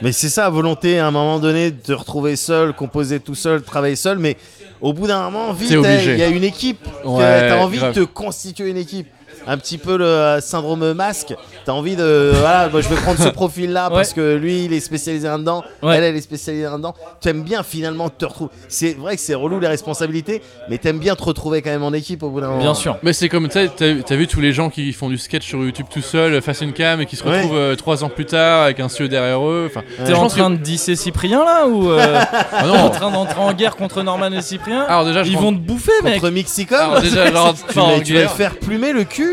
[SPEAKER 3] Mais c'est ça, à volonté à un moment donné de te retrouver seul, composer tout seul, travailler seul, mais au bout d'un moment, vite,
[SPEAKER 2] T'es
[SPEAKER 3] eh,
[SPEAKER 2] obligé.
[SPEAKER 3] il y a une équipe. que
[SPEAKER 2] Ouais,
[SPEAKER 3] t'as envie
[SPEAKER 2] grave.
[SPEAKER 3] de te constituer une équipe. Un petit peu le euh, syndrome masque. T'as envie de. euh, Voilà, moi je vais prendre ce profil-là parce que lui, il est spécialisé là-dedans.
[SPEAKER 1] Ouais.
[SPEAKER 3] Elle, elle est spécialisée là-dedans. T'aimes bien finalement te retrouver. C'est vrai que c'est relou les responsabilités, mais t'aimes bien te retrouver quand même en équipe au bout d'un moment.
[SPEAKER 1] Bien sûr.
[SPEAKER 2] mais c'est comme tu sais, t'as t'as vu tous les gens qui font du sketch sur YouTube tout seul face à une cam et qui se
[SPEAKER 3] Ouais.
[SPEAKER 2] retrouvent euh, trois ans plus tard avec un cieux derrière eux enfin
[SPEAKER 1] T'es en train de disser Cyprien là ou euh,
[SPEAKER 2] Ah
[SPEAKER 1] en
[SPEAKER 2] non
[SPEAKER 1] train d'entrer en guerre contre Norman et Cyprien
[SPEAKER 2] alors déjà je
[SPEAKER 1] Ils
[SPEAKER 2] prends-
[SPEAKER 1] vont te bouffer mec.
[SPEAKER 3] Contre Mexicom,
[SPEAKER 2] alors déjà genre,
[SPEAKER 3] tu, vas, tu vas le faire plumer le cul.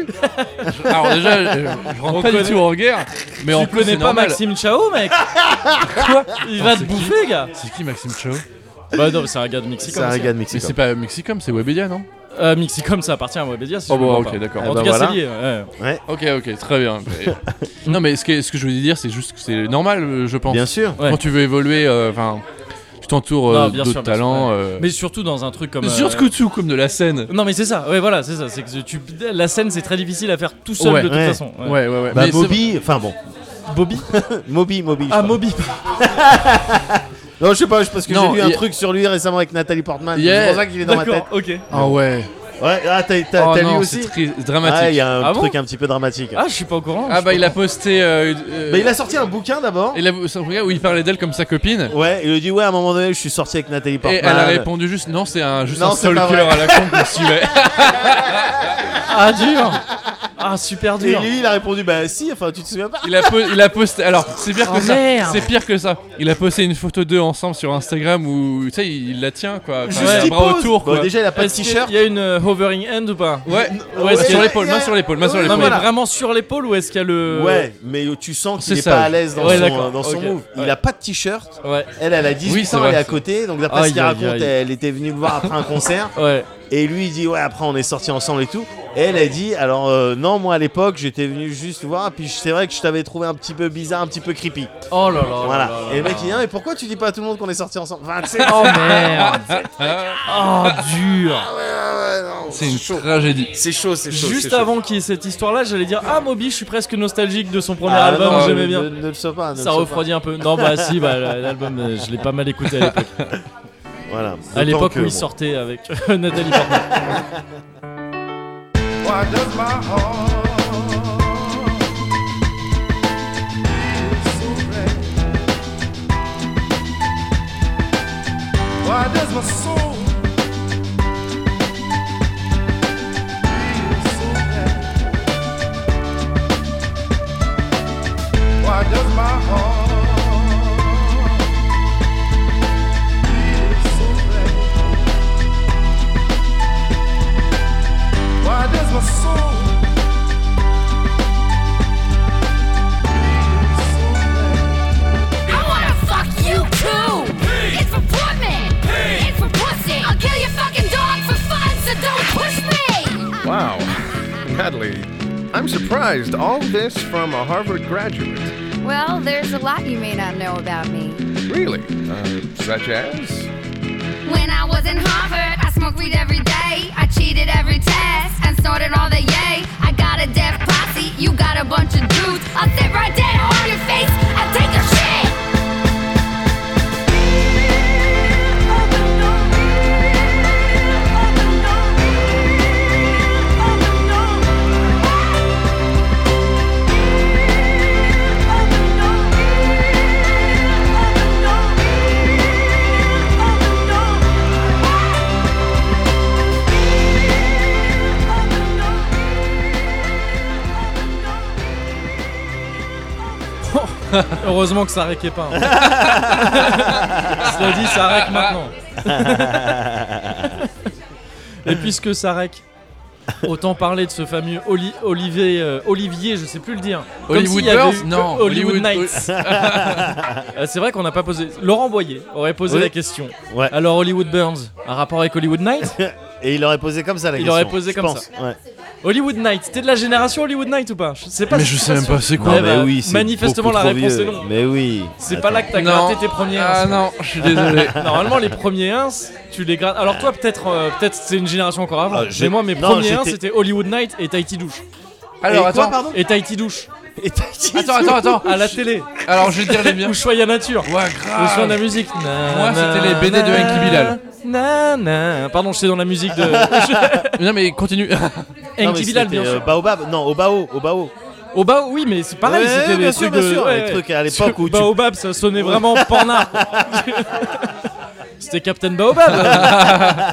[SPEAKER 2] alors déjà euh, je rentre pas
[SPEAKER 1] Reconnaît-
[SPEAKER 2] du tout en guerre mais en
[SPEAKER 1] Tu
[SPEAKER 2] plus
[SPEAKER 1] connais
[SPEAKER 2] c'est
[SPEAKER 1] pas
[SPEAKER 2] normal
[SPEAKER 1] Maxime Chao mec Il va te
[SPEAKER 2] c'est qui
[SPEAKER 1] bouffer gars.
[SPEAKER 2] c'est qui Maxime Cho
[SPEAKER 1] Bah non, mais c'est un gars de
[SPEAKER 3] C'est
[SPEAKER 1] Mexicom.
[SPEAKER 3] un
[SPEAKER 1] aussi.
[SPEAKER 3] gars de
[SPEAKER 2] mais
[SPEAKER 3] Mexicom.
[SPEAKER 2] c'est pas Mexicom c'est Webedia non
[SPEAKER 1] Euh, Mexicom, ça appartient à Webedia. Si
[SPEAKER 2] Oh,
[SPEAKER 1] je me
[SPEAKER 2] bah,
[SPEAKER 1] trompe
[SPEAKER 2] ok,
[SPEAKER 1] pas.
[SPEAKER 2] d'accord.
[SPEAKER 1] En
[SPEAKER 3] Eh
[SPEAKER 1] tout
[SPEAKER 3] ben
[SPEAKER 1] cas,
[SPEAKER 3] voilà.
[SPEAKER 1] c'est lié. ouais.
[SPEAKER 2] ok ok très bien non mais ce que ce que je voulais dire c'est juste que c'est normal euh, je pense
[SPEAKER 3] Bien sûr.
[SPEAKER 1] Ouais.
[SPEAKER 2] quand tu veux évoluer euh, enfin tu t'entoures
[SPEAKER 1] Non,
[SPEAKER 2] euh,
[SPEAKER 1] bien
[SPEAKER 2] d'autres
[SPEAKER 1] sûr, bien sûr,
[SPEAKER 2] talents
[SPEAKER 1] ouais.
[SPEAKER 2] euh,
[SPEAKER 1] Mais surtout dans un truc comme.
[SPEAKER 2] Sur
[SPEAKER 1] euh,
[SPEAKER 2] ce coup de sous, comme de la scène.
[SPEAKER 1] Non, mais c'est ça. Ouais, voilà, c'est ça. C'est que tu... la scène, c'est très difficile à faire tout seul
[SPEAKER 2] Ouais.
[SPEAKER 1] de toute
[SPEAKER 3] Ouais.
[SPEAKER 1] façon.
[SPEAKER 2] Ouais, ouais, ouais.
[SPEAKER 3] Bah,
[SPEAKER 2] Mais c'est-
[SPEAKER 3] Moby, enfin bon,
[SPEAKER 1] Bobby
[SPEAKER 3] Moby, Moby. je
[SPEAKER 1] Ah,
[SPEAKER 3] crois.
[SPEAKER 1] Moby.
[SPEAKER 3] Non, je sais pas, je- parce que j'ai
[SPEAKER 2] Non,
[SPEAKER 3] lu un
[SPEAKER 2] y-
[SPEAKER 3] truc sur lui récemment avec Nathalie Portman.
[SPEAKER 2] Yeah.
[SPEAKER 3] C'est pour ça qu'il est dans ma tête.
[SPEAKER 1] D'accord, ok.
[SPEAKER 2] Ah ouais.
[SPEAKER 3] Ouais, ah, t'as t'as-
[SPEAKER 2] Oh
[SPEAKER 3] t'as lu
[SPEAKER 2] non, c'est
[SPEAKER 3] aussi
[SPEAKER 2] tri- c'est dramatique.
[SPEAKER 3] Ouais, il y a un
[SPEAKER 1] Ah bon
[SPEAKER 3] truc un petit peu dramatique.
[SPEAKER 1] Ah, je suis pas au courant.
[SPEAKER 2] Ah bah il a posté. euh, euh,
[SPEAKER 3] Mais il a sorti un bouquin d'abord.
[SPEAKER 2] il a- son regard où il parlait d'elle comme sa copine.
[SPEAKER 3] Ouais, il lui dit ouais, à un moment donné, je suis sorti avec Nathalie
[SPEAKER 2] Et
[SPEAKER 3] Portman.
[SPEAKER 2] elle a répondu juste non, c'est un juste
[SPEAKER 3] Non,
[SPEAKER 2] un
[SPEAKER 3] c'est pas
[SPEAKER 2] stalker
[SPEAKER 3] vrai.
[SPEAKER 2] à la con qu'on suivait.
[SPEAKER 1] Ah, dur Ah, super
[SPEAKER 3] Et
[SPEAKER 1] dur
[SPEAKER 3] lui, il a répondu bah si, enfin tu te souviens pas
[SPEAKER 2] Il a, po- il a posté. Alors c'est pire que
[SPEAKER 1] Oh,
[SPEAKER 2] ça.
[SPEAKER 1] merde.
[SPEAKER 2] C'est pire que ça. Il a posté une photo d'eux ensemble sur Instagram où tu sais il, il la tient quoi. Enfin,
[SPEAKER 3] Juste
[SPEAKER 2] il a
[SPEAKER 3] il
[SPEAKER 2] bras
[SPEAKER 3] pose.
[SPEAKER 2] autour
[SPEAKER 3] Bon,
[SPEAKER 2] quoi.
[SPEAKER 3] déjà, il a pas de
[SPEAKER 1] Est-ce qu'il
[SPEAKER 3] t-shirt.
[SPEAKER 1] y a une euh, hovering hand ou pas
[SPEAKER 2] Ouais.
[SPEAKER 1] Ouais, est-ce qu'il y
[SPEAKER 2] sur
[SPEAKER 1] a-
[SPEAKER 2] l'épaule, main sur l'épaule, main sur
[SPEAKER 1] Non,
[SPEAKER 2] l'épaule.
[SPEAKER 1] mais vraiment sur l'épaule ou est-ce qu'il y a le.
[SPEAKER 3] Ouais, mais tu sens qu'il
[SPEAKER 2] Euh, C'est
[SPEAKER 3] est
[SPEAKER 2] ça.
[SPEAKER 3] pas à l'aise dans
[SPEAKER 1] Ouais,
[SPEAKER 3] son,
[SPEAKER 1] d'accord,
[SPEAKER 3] dans son
[SPEAKER 1] ok.
[SPEAKER 3] move. Il
[SPEAKER 1] Ouais.
[SPEAKER 3] a pas de t-shirt.
[SPEAKER 1] Ouais,
[SPEAKER 3] Elle, elle a 18
[SPEAKER 2] Oui, c'est
[SPEAKER 3] ans,
[SPEAKER 2] vrai,
[SPEAKER 3] elle est à
[SPEAKER 2] c'est-
[SPEAKER 3] côté. Donc d'après ce
[SPEAKER 1] Aïe,
[SPEAKER 3] qu'il
[SPEAKER 1] aïe,
[SPEAKER 3] raconte,
[SPEAKER 1] aïe.
[SPEAKER 3] elle était venue me voir après un concert.
[SPEAKER 1] ouais.
[SPEAKER 3] Et lui, il dit, ouais, après, on est sortis ensemble et tout. Et elle a dit, alors, euh, non, moi, à l'époque, j'étais venu juste voir. Puis c'est vrai que je t'avais trouvé un petit peu bizarre, un petit peu creepy.
[SPEAKER 1] Oh là là.
[SPEAKER 3] voilà.
[SPEAKER 1] là Oh, là
[SPEAKER 3] et le
[SPEAKER 1] là
[SPEAKER 3] mec,
[SPEAKER 1] là.
[SPEAKER 3] il dit, non, mais pourquoi tu dis pas à tout le monde qu'on est sortis ensemble Enfin, tu sais,
[SPEAKER 1] Oh merde
[SPEAKER 2] Ah,
[SPEAKER 1] Oh, dur
[SPEAKER 3] ouais, ouais, ouais, non,
[SPEAKER 2] C'est une tragédie.
[SPEAKER 3] C'est chaud, c'est chaud.
[SPEAKER 1] Juste
[SPEAKER 3] c'est chaud.
[SPEAKER 1] avant qu'il y ait cette histoire-là, j'allais dire Ah, Moby, je suis presque nostalgique de son premier
[SPEAKER 3] Ah,
[SPEAKER 1] album,
[SPEAKER 3] non,
[SPEAKER 1] j'aimais
[SPEAKER 3] ne-
[SPEAKER 1] bien.
[SPEAKER 3] Ne, ne le sois pas. ne le
[SPEAKER 1] Ça
[SPEAKER 3] sois pas.
[SPEAKER 1] refroidit un peu. Non, bah si, bah, l'album, euh, je l'ai pas mal écouté à l'époque.
[SPEAKER 3] Voilà.
[SPEAKER 1] À
[SPEAKER 3] D'autant
[SPEAKER 1] l'époque
[SPEAKER 3] que,
[SPEAKER 1] où
[SPEAKER 3] bon.
[SPEAKER 1] il sortait avec euh, Nathalie Portman.
[SPEAKER 5] Why does my heart feel so red? Why does my soul feel so bad? Why does my heart feel so bad? Why does my soul
[SPEAKER 8] I wanna fuck you too. It's for women. It's for pussy. I'll kill your fucking dog for fun, so don't push me.
[SPEAKER 9] Wow. Oh, Natalie, I'm surprised. All this from a Harvard graduate.
[SPEAKER 8] Well, there's a lot you may not know about me.
[SPEAKER 9] Really? Uh, such as?
[SPEAKER 8] When I was in Harvard, I smoked weed every day. I cheated every test and snorted all the yay. I got a deaf posse, you got a bunch of dudes. I'll sit right there on your face and take a shit.
[SPEAKER 1] Heureusement que ça rèquait pas. hein. Cela dit, ça rèque
[SPEAKER 2] Ah,
[SPEAKER 1] maintenant. Et puisque ça rèque, autant parler de ce fameux Oli- Olivier, euh, Olivier, je sais plus le dire. Comme
[SPEAKER 2] Hollywood
[SPEAKER 1] s'il y avait
[SPEAKER 2] Girls
[SPEAKER 1] eu que
[SPEAKER 2] Non,
[SPEAKER 1] Hollywood,
[SPEAKER 2] Hollywood-
[SPEAKER 1] Nights. Euh, C'est vrai qu'on n'a pas posé. Laurent Boyer aurait posé
[SPEAKER 3] Oui.
[SPEAKER 1] la question.
[SPEAKER 3] Ouais.
[SPEAKER 1] Alors Hollywood Burns, un rapport avec Hollywood Nights
[SPEAKER 3] Et il aurait posé comme ça la
[SPEAKER 1] Il
[SPEAKER 3] question.
[SPEAKER 1] aurait posé
[SPEAKER 3] je
[SPEAKER 1] comme
[SPEAKER 3] pense. Ouais.
[SPEAKER 1] Hollywood Nights, t'es de la génération Hollywood Nights ou pas Je sais pas.
[SPEAKER 2] Mais
[SPEAKER 1] si-
[SPEAKER 2] je sais même pas c'est
[SPEAKER 1] Ouais,
[SPEAKER 2] quoi.
[SPEAKER 3] Non, mais
[SPEAKER 1] bah,
[SPEAKER 3] oui, c'est
[SPEAKER 1] manifestement,
[SPEAKER 3] beaucoup
[SPEAKER 1] la
[SPEAKER 3] trop
[SPEAKER 1] réponse
[SPEAKER 3] vieux.
[SPEAKER 1] est non.
[SPEAKER 3] Mais oui.
[SPEAKER 1] C'est pas là que t'as
[SPEAKER 2] Non.
[SPEAKER 1] gratté tes
[SPEAKER 3] hein,
[SPEAKER 1] premiers.
[SPEAKER 2] Ah non, je suis désolé.
[SPEAKER 1] Normalement, les premiers 1, tu les grattes. Alors, toi, peut-être euh, peut-être c'est une génération encore avant.
[SPEAKER 3] Ah,
[SPEAKER 1] mais
[SPEAKER 3] j'ai-
[SPEAKER 1] moi, mes
[SPEAKER 3] non,
[SPEAKER 1] premiers 1,
[SPEAKER 3] j'étais-
[SPEAKER 1] c'était Hollywood Night et Tahiti Douche.
[SPEAKER 2] Alors
[SPEAKER 3] Et quoi,
[SPEAKER 2] attends.
[SPEAKER 3] pardon
[SPEAKER 1] Et Tahiti Douche.
[SPEAKER 3] Et t'as dit-
[SPEAKER 2] Attends, attends, attends.
[SPEAKER 1] À la télé.
[SPEAKER 2] Alors je vais te dire les miens.
[SPEAKER 1] Ou Choya Nature.
[SPEAKER 2] Ouais,
[SPEAKER 1] Le soin de la
[SPEAKER 2] grave.
[SPEAKER 1] musique. Na,
[SPEAKER 2] Moi,
[SPEAKER 1] na,
[SPEAKER 2] c'était les BD de
[SPEAKER 1] na,
[SPEAKER 2] Enki Bilal.
[SPEAKER 1] na, na. Pardon, j'étais dans la musique de
[SPEAKER 2] Non mais continue.
[SPEAKER 3] Non, mais
[SPEAKER 1] Enki Bilal, bien
[SPEAKER 3] c'était, euh,
[SPEAKER 1] sûr.
[SPEAKER 3] Baobab, non, Obao, Obao.
[SPEAKER 1] Au bas, oui, mais c'est pareil.
[SPEAKER 3] Ouais,
[SPEAKER 1] c'était
[SPEAKER 3] bien
[SPEAKER 1] des
[SPEAKER 3] sûr,
[SPEAKER 1] trucs
[SPEAKER 3] bien
[SPEAKER 1] de.
[SPEAKER 3] sûr,
[SPEAKER 1] ouais,
[SPEAKER 3] les
[SPEAKER 1] ouais.
[SPEAKER 3] trucs à l'époque où tu-
[SPEAKER 1] Baobab, ça sonnait vraiment panard. C'était Captain Baobab,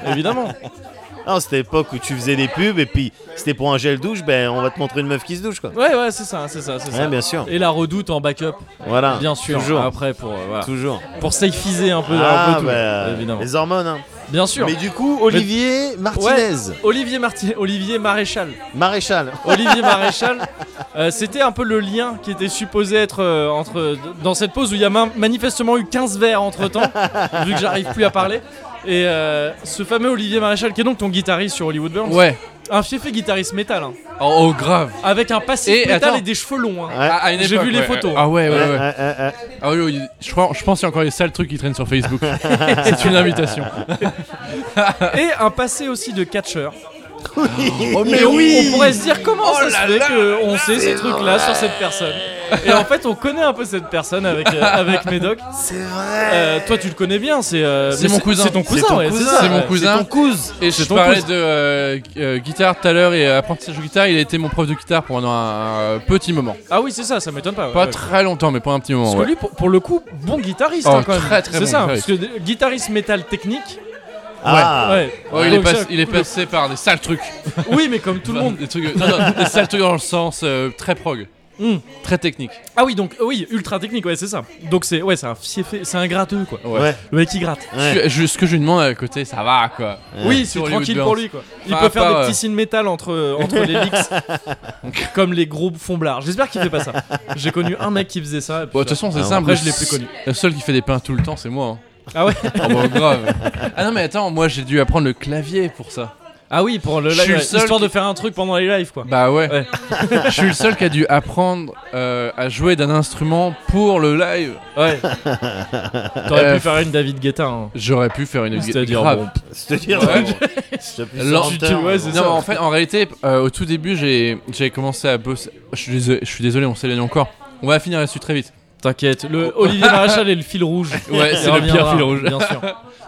[SPEAKER 1] évidemment.
[SPEAKER 3] Non, c'était l'époque où tu faisais des pubs et puis c'était pour un gel douche, ben on va te montrer une meuf qui se douche quoi.
[SPEAKER 1] Ouais, ouais, c'est ça, c'est ça, c'est
[SPEAKER 3] Ouais,
[SPEAKER 1] ça.
[SPEAKER 3] bien sûr.
[SPEAKER 1] Et la redoute en backup,
[SPEAKER 3] Voilà.
[SPEAKER 1] bien sûr.
[SPEAKER 3] Toujours.
[SPEAKER 1] Après, pour, euh, voilà.
[SPEAKER 3] Toujours.
[SPEAKER 1] pour safeiser un peu, un peu
[SPEAKER 3] Ah,
[SPEAKER 1] tout,
[SPEAKER 3] bah,
[SPEAKER 1] évidemment.
[SPEAKER 3] les hormones. Hein.
[SPEAKER 1] Bien sûr.
[SPEAKER 3] Mais du coup, Olivier Martinez,
[SPEAKER 1] Ouais, Olivier Martin, Olivier Maréchal,
[SPEAKER 3] maréchal.
[SPEAKER 1] Olivier Maréchal, euh, c'était un peu le lien qui était supposé être euh, entre dans cette pause où il y a ma- manifestement eu 15 verres entre temps, vu que j'arrive plus à parler. Et euh, ce fameux Olivier Maréchal, qui est donc ton guitariste sur Hollywood Burns,
[SPEAKER 2] Ouais.
[SPEAKER 1] un fiefé guitariste métal, hein,
[SPEAKER 2] Oh, oh, grave.
[SPEAKER 1] avec un passif
[SPEAKER 2] Et,
[SPEAKER 1] métal
[SPEAKER 2] attends.
[SPEAKER 1] et des cheveux longs. hein.
[SPEAKER 3] Ouais.
[SPEAKER 2] Ah, à une
[SPEAKER 1] J'ai
[SPEAKER 2] époque,
[SPEAKER 1] vu les
[SPEAKER 2] ouais.
[SPEAKER 1] photos.
[SPEAKER 2] Ah ouais, ouais,
[SPEAKER 3] Ouais,
[SPEAKER 2] ouais.
[SPEAKER 3] ouais, ouais,
[SPEAKER 2] Ah oui, oui, je pense, je pense qu'il y a encore les sales trucs qui traînent sur Facebook. c'est une invitation.
[SPEAKER 1] et un passé aussi de catcheur. Oh,
[SPEAKER 3] ouais.
[SPEAKER 1] mais oui On pourrait se dire comment ça se fait qu'on sait ces trucs-là sur cette personne. Et en fait, on connaît un peu cette personne avec, euh, avec Médoc. C'est vrai Toi, tu le connais bien, c'est... euh,
[SPEAKER 2] C'est
[SPEAKER 1] mais
[SPEAKER 2] mon cousin.
[SPEAKER 1] C'est ton cousin,
[SPEAKER 3] ton
[SPEAKER 1] ouais,
[SPEAKER 3] cousin.
[SPEAKER 1] ça,
[SPEAKER 2] C'est mon
[SPEAKER 1] ouais.
[SPEAKER 2] cousin.
[SPEAKER 3] C'est ton cousin.
[SPEAKER 2] Et je
[SPEAKER 1] ton
[SPEAKER 2] parlais
[SPEAKER 1] cousin.
[SPEAKER 2] de euh, euh, guitare tout à l'heure et apprentissage de guitare. Il a été mon prof de guitare pendant un, un petit moment.
[SPEAKER 1] Ah oui, c'est ça, ça m'étonne pas. ouais,
[SPEAKER 2] Pas
[SPEAKER 1] ouais.
[SPEAKER 2] très longtemps, mais pendant un petit moment.
[SPEAKER 1] Parce que
[SPEAKER 2] ouais.
[SPEAKER 1] lui, pour, pour le coup, bon guitariste
[SPEAKER 2] Oh,
[SPEAKER 1] hein, quand même.
[SPEAKER 2] très, très
[SPEAKER 1] c'est
[SPEAKER 2] bon
[SPEAKER 1] ça, parce
[SPEAKER 2] guitariste.
[SPEAKER 1] que euh, guitariste métal technique.
[SPEAKER 3] Ah,
[SPEAKER 1] ouais.
[SPEAKER 2] Oh, il, est
[SPEAKER 1] Donc ça,
[SPEAKER 2] pas- il est
[SPEAKER 1] le-
[SPEAKER 2] passé par des sales trucs.
[SPEAKER 1] Oui, mais comme tout le
[SPEAKER 2] Enfin,
[SPEAKER 1] monde.
[SPEAKER 2] Des, trucs, non, non, des sales trucs dans le sens euh, très prog.
[SPEAKER 1] Hmm.
[SPEAKER 2] Très technique.
[SPEAKER 1] Ah oui, donc oui, ultra technique, ouais, c'est ça. Donc c'est ouais, c'est un fiefé, c'est un gratteux quoi.
[SPEAKER 2] Ouais.
[SPEAKER 3] Ouais.
[SPEAKER 1] Le mec qui gratte.
[SPEAKER 3] Ouais.
[SPEAKER 2] Je- je- ce que je lui demande à côté, ça va quoi.
[SPEAKER 1] Oui, c'est
[SPEAKER 2] Sur Hollywood
[SPEAKER 1] tranquille
[SPEAKER 2] Burns.
[SPEAKER 1] pour lui quoi. Il
[SPEAKER 2] Enfin,
[SPEAKER 1] peut
[SPEAKER 2] à
[SPEAKER 1] faire
[SPEAKER 2] part,
[SPEAKER 1] des
[SPEAKER 2] euh,
[SPEAKER 1] petits signes métal entre, euh, entre les licks, comme les gros fonds blards. J'espère qu'il fait pas ça. J'ai connu un mec qui faisait ça. et puis
[SPEAKER 2] Bon, de toute
[SPEAKER 1] ça.
[SPEAKER 2] façon, c'est
[SPEAKER 3] Ah,
[SPEAKER 2] simple.
[SPEAKER 1] après,
[SPEAKER 2] le
[SPEAKER 1] je l'ai
[SPEAKER 2] s-
[SPEAKER 1] plus connu.
[SPEAKER 2] Le seul qui fait des pains tout le temps, c'est moi. hein.
[SPEAKER 1] Ah ouais
[SPEAKER 2] Ah bah grave. Ah non mais attends, moi j'ai dû apprendre le clavier pour ça.
[SPEAKER 1] Ah oui, pour le
[SPEAKER 2] Je suis
[SPEAKER 1] live,
[SPEAKER 2] le seul
[SPEAKER 1] histoire
[SPEAKER 2] qui-
[SPEAKER 1] de faire un truc pendant les lives, quoi.
[SPEAKER 2] Bah ouais.
[SPEAKER 1] Ouais.
[SPEAKER 2] Je suis le seul qui a dû apprendre euh, à jouer d'un instrument pour le live.
[SPEAKER 1] Ouais. T'aurais
[SPEAKER 2] Euh,
[SPEAKER 1] pu faire une David Guetta. hein.
[SPEAKER 2] J'aurais pu faire une
[SPEAKER 1] C'est-à-dire,
[SPEAKER 2] grave.
[SPEAKER 1] bon,
[SPEAKER 3] C'est-à-dire,
[SPEAKER 2] Ouais. Alors,
[SPEAKER 1] tu- tu- ouais, c'est
[SPEAKER 2] Non,
[SPEAKER 1] ça.
[SPEAKER 2] en fait, en réalité, euh, au tout début, j'ai j'ai commencé à bosser. Je suis désolé, je suis désolé, on s'éloigne encore. On va finir là-dessus très vite.
[SPEAKER 1] T'inquiète. Le Olivier Maréchal est le fil rouge.
[SPEAKER 2] Ouais,
[SPEAKER 1] Il
[SPEAKER 2] c'est le pire
[SPEAKER 1] reviendra,
[SPEAKER 2] fil rouge.
[SPEAKER 1] Bien sûr.